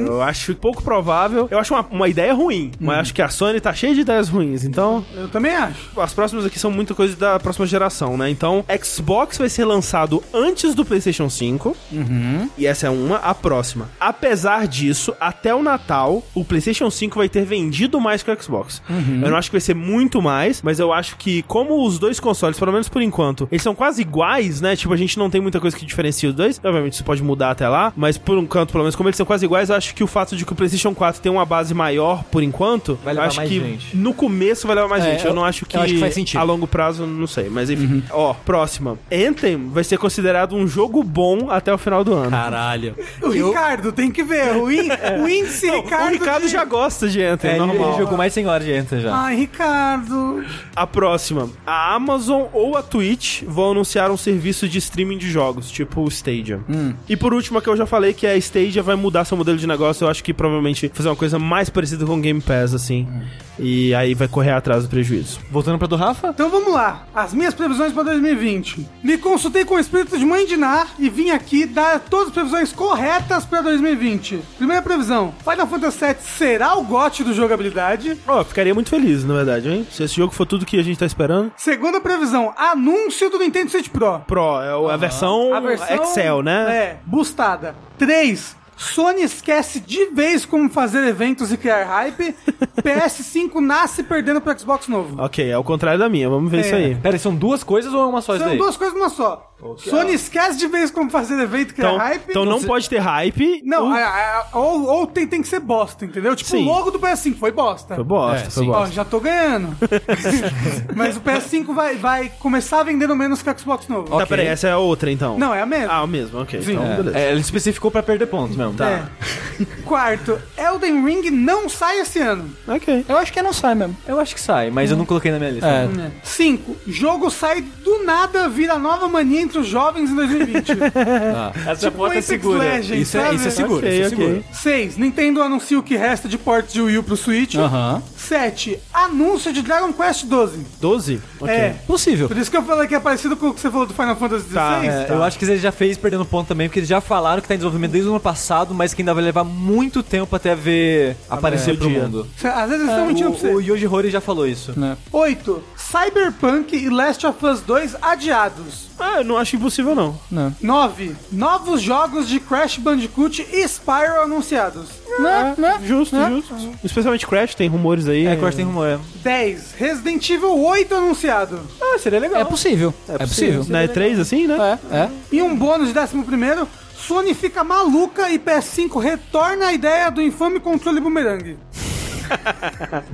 [SPEAKER 1] Eu acho pouco provável. Eu acho uma, uma ideia ruim, mas acho que a Sony tá cheia de ideias ruins. Então,
[SPEAKER 3] Eu também acho.
[SPEAKER 1] as próximas aqui são muita coisa da próxima geração, né? Então, Xbox vai ser lançado antes do PlayStation 5. E essa é uma, a próxima. Apesar disso, até o Natal, o PlayStation 5 vai ter vendido mais que o Xbox. Eu não acho que vai ser muito mais, mas eu acho que, como os dois consoles, pelo menos por enquanto, eles são quase iguais, né? Tipo, a gente não tem muita coisa que diferencia os dois. Obviamente, isso pode mudar até lá, mas por um canto, pelo menos, como eles são quase iguais, eu acho que o fato de que o PlayStation 4 tem uma base maior por enquanto,
[SPEAKER 2] Vai levar
[SPEAKER 1] eu acho
[SPEAKER 2] mais
[SPEAKER 1] que
[SPEAKER 2] gente.
[SPEAKER 1] no começo vai levar mais
[SPEAKER 4] É,
[SPEAKER 1] Ah, gente. Eu,
[SPEAKER 4] eu-
[SPEAKER 1] não acho que,
[SPEAKER 4] eu acho que faz sentido. Uhum.
[SPEAKER 1] a longo prazo, não sei, mas enfim. Ó, próxima. Anthem vai ser considerado um jogo bom até o final do ano.
[SPEAKER 4] Caralho.
[SPEAKER 3] O Ricardo tem que ver. O, in- o índice Ricardo.
[SPEAKER 1] É. o Ricardo
[SPEAKER 3] de-
[SPEAKER 1] já gosta de Anthem,
[SPEAKER 2] É, ele,
[SPEAKER 1] normal.
[SPEAKER 2] ele jogou mais 100 horas de Anthem já.
[SPEAKER 3] Ai, Ricardo.
[SPEAKER 1] A próxima. A Amazon ou a Twitch vão anunciar um serviço de streaming de jogos, tipo o Stadia.
[SPEAKER 4] Hum.
[SPEAKER 1] E por último, a que eu já falei, que é a Stadia vai mudar seu modelo de negócio. Eu acho que provavelmente fazer uma coisa mais parecida com o Game Pass, assim.
[SPEAKER 4] Hum.
[SPEAKER 1] E aí vai correr atrás do prejuízo.
[SPEAKER 2] Voltando pra do Rafa?
[SPEAKER 3] Então vamos lá. As minhas previsões para 2020. Me consultei com o espírito de Mãe Diná e vim aqui dar todas as previsões corretas para 2020. Primeira previsão: Final Fantasy VII será o gote do jogabilidade.
[SPEAKER 1] Ó, ficaria muito feliz, na verdade, hein? Se esse jogo for tudo que a gente tá esperando.
[SPEAKER 3] Segunda previsão: anúncio do Nintendo Switch Pro.
[SPEAKER 1] Pro, é o- a, versão
[SPEAKER 3] A versão
[SPEAKER 1] Excel, né?
[SPEAKER 3] É, bustada. 3. Sony esquece de vez como fazer eventos e criar hype. PS5 nasce perdendo pro Xbox novo.
[SPEAKER 1] Ok, é o contrário da minha, vamos ver
[SPEAKER 3] É.
[SPEAKER 1] isso aí.
[SPEAKER 2] Pera, são duas coisas ou é uma só isso
[SPEAKER 3] São
[SPEAKER 2] daí?
[SPEAKER 3] duas coisas numa só. Sony esquece de vez como fazer evento e criar
[SPEAKER 1] Então,
[SPEAKER 3] hype.
[SPEAKER 1] então não pode ter hype.
[SPEAKER 3] Não, é-
[SPEAKER 1] O-
[SPEAKER 3] a- a- ou, ou tem, tem que ser bosta, entendeu? Tipo,
[SPEAKER 1] Sim.
[SPEAKER 3] o logo do PS5 foi bosta.
[SPEAKER 1] Foi bosta, Tá,
[SPEAKER 4] É,
[SPEAKER 1] foi
[SPEAKER 4] sim.
[SPEAKER 3] Ó,
[SPEAKER 1] bosta.
[SPEAKER 3] já tô ganhando. Mas o PS5 vai, vai começar vendendo menos que o Xbox novo.
[SPEAKER 1] Tá, peraí, essa é a outra então.
[SPEAKER 3] Não, é a mesma.
[SPEAKER 1] Ah, tá. o mesmo, ok.
[SPEAKER 3] Sim.
[SPEAKER 1] Então,
[SPEAKER 3] É.
[SPEAKER 1] beleza.
[SPEAKER 2] É, ele especificou pra perder pontos mesmo.
[SPEAKER 3] É. Quarto, Elden Ring não sai esse ano.
[SPEAKER 1] Ok.
[SPEAKER 4] Eu acho que não sai mesmo.
[SPEAKER 2] Eu acho que sai, mas eu não coloquei na minha lista.
[SPEAKER 4] É.
[SPEAKER 3] 5. Jogo sai do nada, vira nova mania entre os jovens em 2020.
[SPEAKER 2] Essa
[SPEAKER 3] Tipo Apex Legends,
[SPEAKER 4] Isso é,
[SPEAKER 3] sabe?
[SPEAKER 4] isso é seguro,
[SPEAKER 1] Ok,
[SPEAKER 4] isso é
[SPEAKER 1] ok.
[SPEAKER 4] seguro.
[SPEAKER 3] 6. Nintendo anuncia o que resta de portes de Wii U pro Switch.
[SPEAKER 4] Aham.
[SPEAKER 3] 7. Anúncio de Dragon Quest 12.
[SPEAKER 1] 12? Ok.
[SPEAKER 3] É.
[SPEAKER 4] Possível.
[SPEAKER 3] Por isso que eu falei que é parecido com o que você falou do Final Fantasy XVI.
[SPEAKER 1] Tá,
[SPEAKER 2] É,
[SPEAKER 1] Tá.
[SPEAKER 2] Eu acho que ele já fez perdendo ponto também, porque eles já falaram que tá em desenvolvimento desde o ano passado, mas que ainda vai levar muito tempo até ver aparecer
[SPEAKER 1] é.
[SPEAKER 2] pro
[SPEAKER 1] Dia.
[SPEAKER 2] mundo.
[SPEAKER 3] Às vezes eles estão mentindo Então, pra
[SPEAKER 2] É, O, o
[SPEAKER 3] você.
[SPEAKER 2] Yoji Horii já falou isso.
[SPEAKER 3] 8. Cyberpunk e Last of Us 2 adiados.
[SPEAKER 1] Ah, eu não acho impossível, não.
[SPEAKER 3] 9. Novos jogos de Crash Bandicoot e Spyro anunciados.
[SPEAKER 4] É,
[SPEAKER 1] Justo,
[SPEAKER 3] É.
[SPEAKER 1] justo. Especialmente Crash, tem rumores aí.
[SPEAKER 2] É, Crash tem rumor. é.
[SPEAKER 3] 10. Resident Evil 8 anunciado.
[SPEAKER 1] Ah, seria legal.
[SPEAKER 4] É possível. É possível.
[SPEAKER 1] Na E3, assim, né?
[SPEAKER 4] É, é.
[SPEAKER 3] E um bônus de 11. Sony fica maluca e PS5 retorna a ideia do infame controle bumerangue.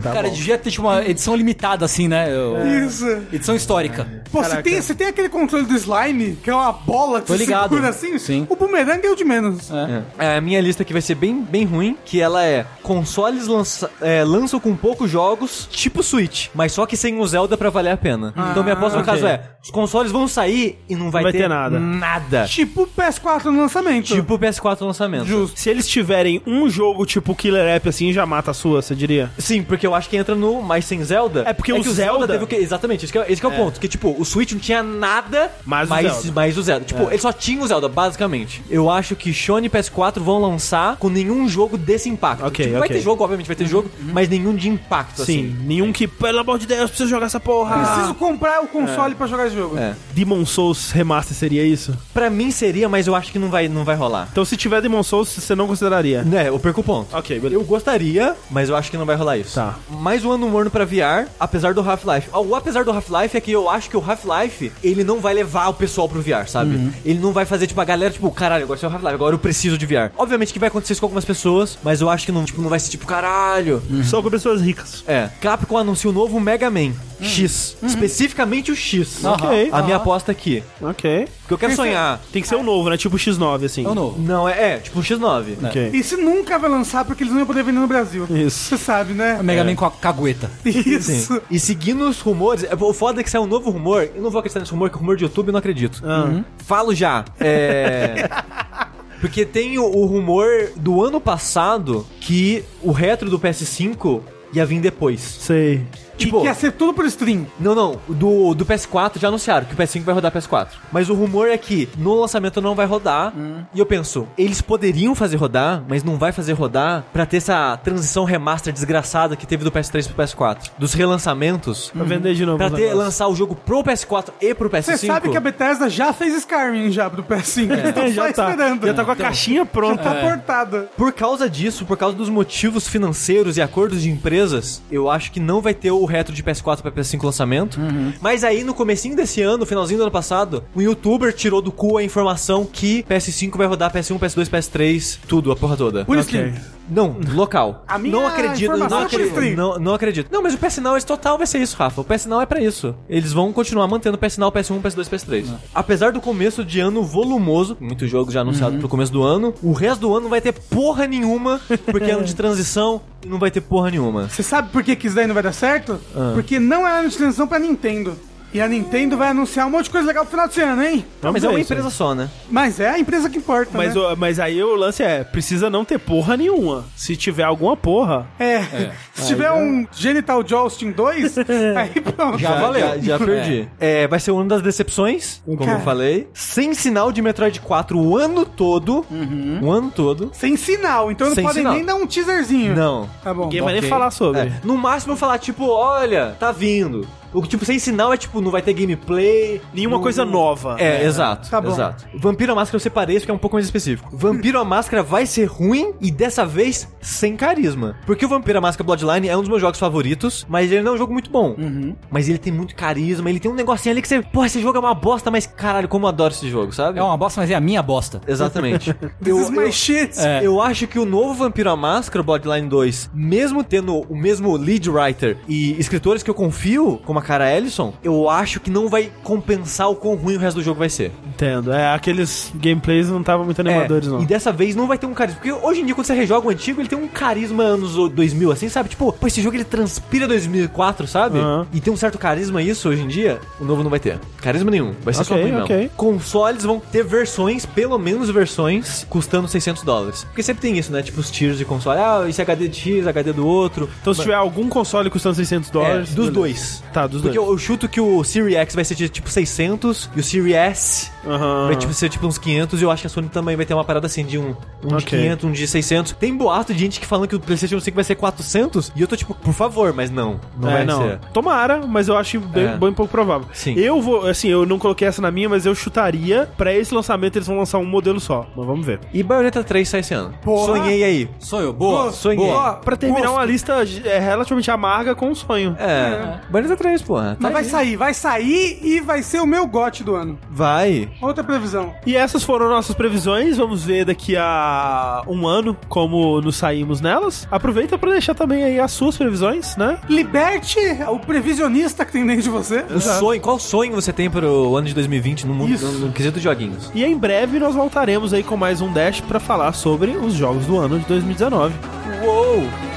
[SPEAKER 4] cara, devia ter tipo, uma edição limitada, assim, né? Eu-
[SPEAKER 3] Isso. É.
[SPEAKER 4] Edição histórica.
[SPEAKER 3] Pô, você
[SPEAKER 1] Caraca.
[SPEAKER 3] tem, você tem aquele controle do slime, que é uma bola que
[SPEAKER 4] Tô
[SPEAKER 3] você
[SPEAKER 4] ligado.
[SPEAKER 3] segura assim?
[SPEAKER 4] Sim.
[SPEAKER 3] O bumerangue é o de menos.
[SPEAKER 2] É, a minha lista aqui vai ser bem, bem ruim, que ela é consoles lança- é, lançam com poucos jogos, tipo Switch, mas só que sem o Zelda pra valer a pena. então minha aposta no
[SPEAKER 1] ok.
[SPEAKER 2] caso é, os consoles vão sair e não vai,
[SPEAKER 1] vai ter nada.
[SPEAKER 2] Nada.
[SPEAKER 3] Tipo o PS4 no lançamento.
[SPEAKER 2] Tipo o PS4 no lançamento.
[SPEAKER 3] Justo.
[SPEAKER 1] Se eles tiverem um jogo tipo Killer App assim, já mata a sua, você diria?
[SPEAKER 2] Sim, porque eu acho que entra no mais sem Zelda.
[SPEAKER 1] É porque o
[SPEAKER 2] que
[SPEAKER 1] Zelda-
[SPEAKER 2] teve o quê? Exatamente, esse que é, esse que é o ponto. Que, tipo, o Switch não tinha nada
[SPEAKER 1] Mais o
[SPEAKER 2] mais,
[SPEAKER 1] Zelda. É.
[SPEAKER 2] mais o Zelda. Tipo, ele só tinha o Zelda, basicamente. Eu acho que Sony e PS4 vão lançar com nenhum jogo desse impacto.
[SPEAKER 1] Ok,
[SPEAKER 2] tipo, vai
[SPEAKER 1] ok. Uhum,
[SPEAKER 2] ter jogo, obviamente, vai ter jogo, mas nenhum de impacto,
[SPEAKER 1] Sim,
[SPEAKER 2] assim.
[SPEAKER 1] nenhum que, pelo amor de Deus, preciso jogar essa porra.
[SPEAKER 3] Preciso comprar o console pra jogar esse jogo.
[SPEAKER 2] É.
[SPEAKER 1] Demon Souls Remaster seria isso?
[SPEAKER 2] Pra mim seria, mas eu acho que não vai, não vai rolar.
[SPEAKER 1] Então se tiver Demon Souls, você não consideraria?
[SPEAKER 2] Né, eu perco o ponto.
[SPEAKER 1] Ok, beleza.
[SPEAKER 2] Eu gostaria, mas eu acho que não vai rolar isso.
[SPEAKER 1] Tá.
[SPEAKER 2] Mais um ano morno pra VR, apesar do Half-Life. Ah, O apesar do Half-Life é que eu acho que o Half-Life, ele não vai levar o pessoal pro VR, sabe? Ele não vai fazer, tipo, a galera, tipo, caralho, agora isso é o Half-Life, agora eu preciso de VR. Obviamente que vai acontecer isso com algumas pessoas, mas eu acho que não, tipo, não vai ser tipo, caralho.
[SPEAKER 1] Só com pessoas ricas.
[SPEAKER 2] É. Capcom anuncia o novo Mega Man X. Especificamente o X.
[SPEAKER 1] Ok.
[SPEAKER 2] A minha aposta aqui.
[SPEAKER 1] Ok.
[SPEAKER 2] Porque eu quero sonhar.
[SPEAKER 1] Tem que ser um novo, né? Tipo X9, assim.
[SPEAKER 4] É o novo.
[SPEAKER 2] Não, é, é, tipo um X9. né?
[SPEAKER 1] Ok.
[SPEAKER 3] Isso nunca vai lançar porque eles não iam poder vender no Brasil.
[SPEAKER 1] Isso.
[SPEAKER 3] Você sabe, né?
[SPEAKER 4] O Mega Man com a cagueta.
[SPEAKER 3] Isso.
[SPEAKER 2] E seguindo os rumores, é, o foda é que saiu um novo rumor, eu não vou acreditar nesse rumor, que é rumor de YouTube, eu não acredito.
[SPEAKER 3] Ah.
[SPEAKER 2] Uhum. Falo já. É. Porque tem o, o rumor do ano passado que o retro do PS5 ia vir depois.
[SPEAKER 1] Sei.
[SPEAKER 2] Tipo,
[SPEAKER 3] E que ia ser tudo por stream.
[SPEAKER 2] não, não, do, do PS4 já anunciaram que o PS5 vai rodar PS4. Mas o rumor é que no lançamento não vai rodar.
[SPEAKER 3] Hum.
[SPEAKER 2] E eu penso, eles poderiam fazer rodar, mas não vai fazer rodar pra ter essa transição remaster desgraçada que teve do PS3 pro PS4. Dos relançamentos,
[SPEAKER 3] Hum.
[SPEAKER 1] Pra vender de novo.
[SPEAKER 2] Pra
[SPEAKER 1] os
[SPEAKER 2] ter,
[SPEAKER 1] negócios.
[SPEAKER 2] lançar o jogo pro PS4 e pro PS5.
[SPEAKER 3] Você sabe que a Bethesda já fez Skyrim já pro PS5. Eles
[SPEAKER 2] né?
[SPEAKER 3] estão só
[SPEAKER 1] já tá.
[SPEAKER 3] esperando.
[SPEAKER 1] Já tá com
[SPEAKER 2] Então.
[SPEAKER 1] a caixinha
[SPEAKER 3] Já
[SPEAKER 1] pronta. É.
[SPEAKER 3] tá portada.
[SPEAKER 2] Por causa disso, por causa dos motivos financeiros e acordos de empresas, eu acho que não vai ter o retro de PS4 pra PS5 lançamento. Mas aí, no comecinho desse ano, finalzinho do ano passado, um youtuber tirou do cu a informação que PS5 vai rodar PS1, PS2, PS3, tudo, a porra toda.
[SPEAKER 3] Por
[SPEAKER 1] Ok.
[SPEAKER 3] stream.
[SPEAKER 2] Não, local.
[SPEAKER 3] Hum. A minha
[SPEAKER 2] não acredito,
[SPEAKER 3] informação
[SPEAKER 2] não
[SPEAKER 3] é por stream.
[SPEAKER 2] acredito. Não, não acredito. Não, mas o PS Now esse total vai ser isso, Rafa. O PS Now é pra isso. Eles vão continuar mantendo o PS Now, PS1, PS2, PS3. Apesar do começo de ano volumoso, muitos jogos já
[SPEAKER 3] Uhum.
[SPEAKER 2] anunciados pro começo do ano, o resto do ano não vai ter porra nenhuma, porque é ano de transição e não vai ter porra nenhuma.
[SPEAKER 3] Você sabe por que, que isso daí não vai dar certo?
[SPEAKER 2] Ah.
[SPEAKER 3] Porque não é ano de transição pra Nintendo. E a Nintendo vai anunciar um monte de coisa legal pro final de ano, hein?
[SPEAKER 1] Vamos
[SPEAKER 2] mas é
[SPEAKER 1] ver
[SPEAKER 2] uma
[SPEAKER 1] isso aí.
[SPEAKER 2] empresa só, né?
[SPEAKER 3] Mas é a empresa que importa,
[SPEAKER 1] Mas,
[SPEAKER 3] né?
[SPEAKER 1] o- mas aí o lance é, precisa não ter porra nenhuma. Se tiver alguma porra,
[SPEAKER 3] É. Se tiver um Genital Jousting 2, aí pronto.
[SPEAKER 2] Já valeu. Já, já perdi. É. vai ser um ano das decepções, como eu
[SPEAKER 3] Cara.
[SPEAKER 2] falei. Sem sinal de Metroid 4 o ano todo.
[SPEAKER 3] Uhum.
[SPEAKER 2] O ano todo.
[SPEAKER 3] Sem sinal, então não
[SPEAKER 2] Sem
[SPEAKER 3] podem
[SPEAKER 2] sinal.
[SPEAKER 3] nem dar um teaserzinho.
[SPEAKER 2] Não.
[SPEAKER 3] Tá bom.
[SPEAKER 1] ninguém vai nem falar sobre.
[SPEAKER 2] É, no máximo eu falar, tipo, olha, tá vindo. O que, tipo, sem sinal é, tipo, não vai ter gameplay.
[SPEAKER 1] Nenhuma
[SPEAKER 2] não-
[SPEAKER 1] coisa nova.
[SPEAKER 2] É, exato.
[SPEAKER 3] Tá bom.
[SPEAKER 2] Exato. Vampiro à Máscara eu separei, isso que é um pouco mais específico. Vampiro à Máscara vai ser ruim e dessa vez sem carisma. Porque o Vampiro à Máscara Bloodline é um dos meus jogos favoritos, mas ele não é um jogo muito bom.
[SPEAKER 3] Uhum.
[SPEAKER 2] Mas ele tem muito carisma, ele tem um negocinho ali que você, pô, esse jogo é uma bosta, mas caralho, como eu adoro esse jogo, sabe?
[SPEAKER 4] É uma bosta, mas é a minha bosta.
[SPEAKER 2] Exatamente.
[SPEAKER 3] This is my shit.
[SPEAKER 4] É.
[SPEAKER 2] Eu acho que o novo Vampiro à Máscara, Bloodline 2, mesmo tendo o mesmo lead writer e escritores que eu confio, como a cara Ellison, eu acho que não vai compensar o quão ruim o resto do jogo vai ser.
[SPEAKER 1] Entendo. É, aqueles gameplays não estavam muito animadores, não.
[SPEAKER 2] É. E dessa vez não vai ter um carisma. Porque hoje em dia, quando você rejoga o antigo, ele tem um carisma anos 2000, assim, sabe? Tipo, pô, esse jogo ele transpira 2004, sabe?
[SPEAKER 1] Aham.
[SPEAKER 2] E tem um certo carisma isso hoje em dia. O novo não vai ter. Carisma nenhum. Vai ser só
[SPEAKER 1] Ok,
[SPEAKER 2] ruim mesmo.
[SPEAKER 1] ok.
[SPEAKER 2] Consoles vão ter versões, pelo menos versões, custando 600 dólares. Porque sempre tem isso, né? Tipo, os tiros de console. Ah, esse é HD de X, HD do outro.
[SPEAKER 1] Então se tiver algum console custando 600
[SPEAKER 2] É,
[SPEAKER 1] dólares...
[SPEAKER 2] dos
[SPEAKER 1] beleza.
[SPEAKER 2] dois.
[SPEAKER 1] Tá, dos
[SPEAKER 2] Porque
[SPEAKER 1] dois.
[SPEAKER 2] eu, eu chuto que o Series X vai ser de, tipo 600 e o Series S
[SPEAKER 1] Aham.
[SPEAKER 2] vai tipo, ser tipo uns 500 e eu acho que a Sony também vai ter uma parada assim de um, um de
[SPEAKER 1] Ok.
[SPEAKER 2] 500, um de 600. Tem boato de gente que falando que o PlayStation 5 vai ser 400 e eu tô tipo, por favor, mas não, não
[SPEAKER 1] é,
[SPEAKER 2] vai
[SPEAKER 1] não.
[SPEAKER 2] ser.
[SPEAKER 1] Tomara, mas eu acho bem,
[SPEAKER 2] É.
[SPEAKER 1] bem pouco provável.
[SPEAKER 2] Sim.
[SPEAKER 1] Eu vou, assim, eu não coloquei essa na minha, mas eu chutaria. Pra esse lançamento eles vão lançar um modelo só. Mas vamos ver.
[SPEAKER 2] E Bayonetta 3 sai esse ano.
[SPEAKER 3] Porra.
[SPEAKER 2] Sonhei aí.
[SPEAKER 4] Sou eu, boa.
[SPEAKER 2] Sonhei.
[SPEAKER 3] Boa.
[SPEAKER 1] Pra terminar
[SPEAKER 3] Gosto.
[SPEAKER 1] uma lista é, relativamente amarga com um sonho.
[SPEAKER 2] É. Bayonetta 3, porra. Tá
[SPEAKER 3] Mas vai
[SPEAKER 2] aí.
[SPEAKER 3] sair, vai sair e vai ser o meu gote do ano.
[SPEAKER 2] Vai.
[SPEAKER 3] Outra previsão.
[SPEAKER 1] E essas foram nossas previsões. Vamos ver daqui a um ano como nos saímos nelas. Aproveita pra deixar também aí as suas previsões, né?
[SPEAKER 3] Liberte o previsionista que tem dentro de você.
[SPEAKER 2] O sonho, qual sonho você tem pro ano de 2020 no mundo
[SPEAKER 3] Isso.
[SPEAKER 2] no, no quesito de joguinhos?
[SPEAKER 1] E em breve nós voltaremos aí com mais um Dash pra falar sobre os jogos do ano de 2019.
[SPEAKER 2] Uou!
[SPEAKER 8] oh,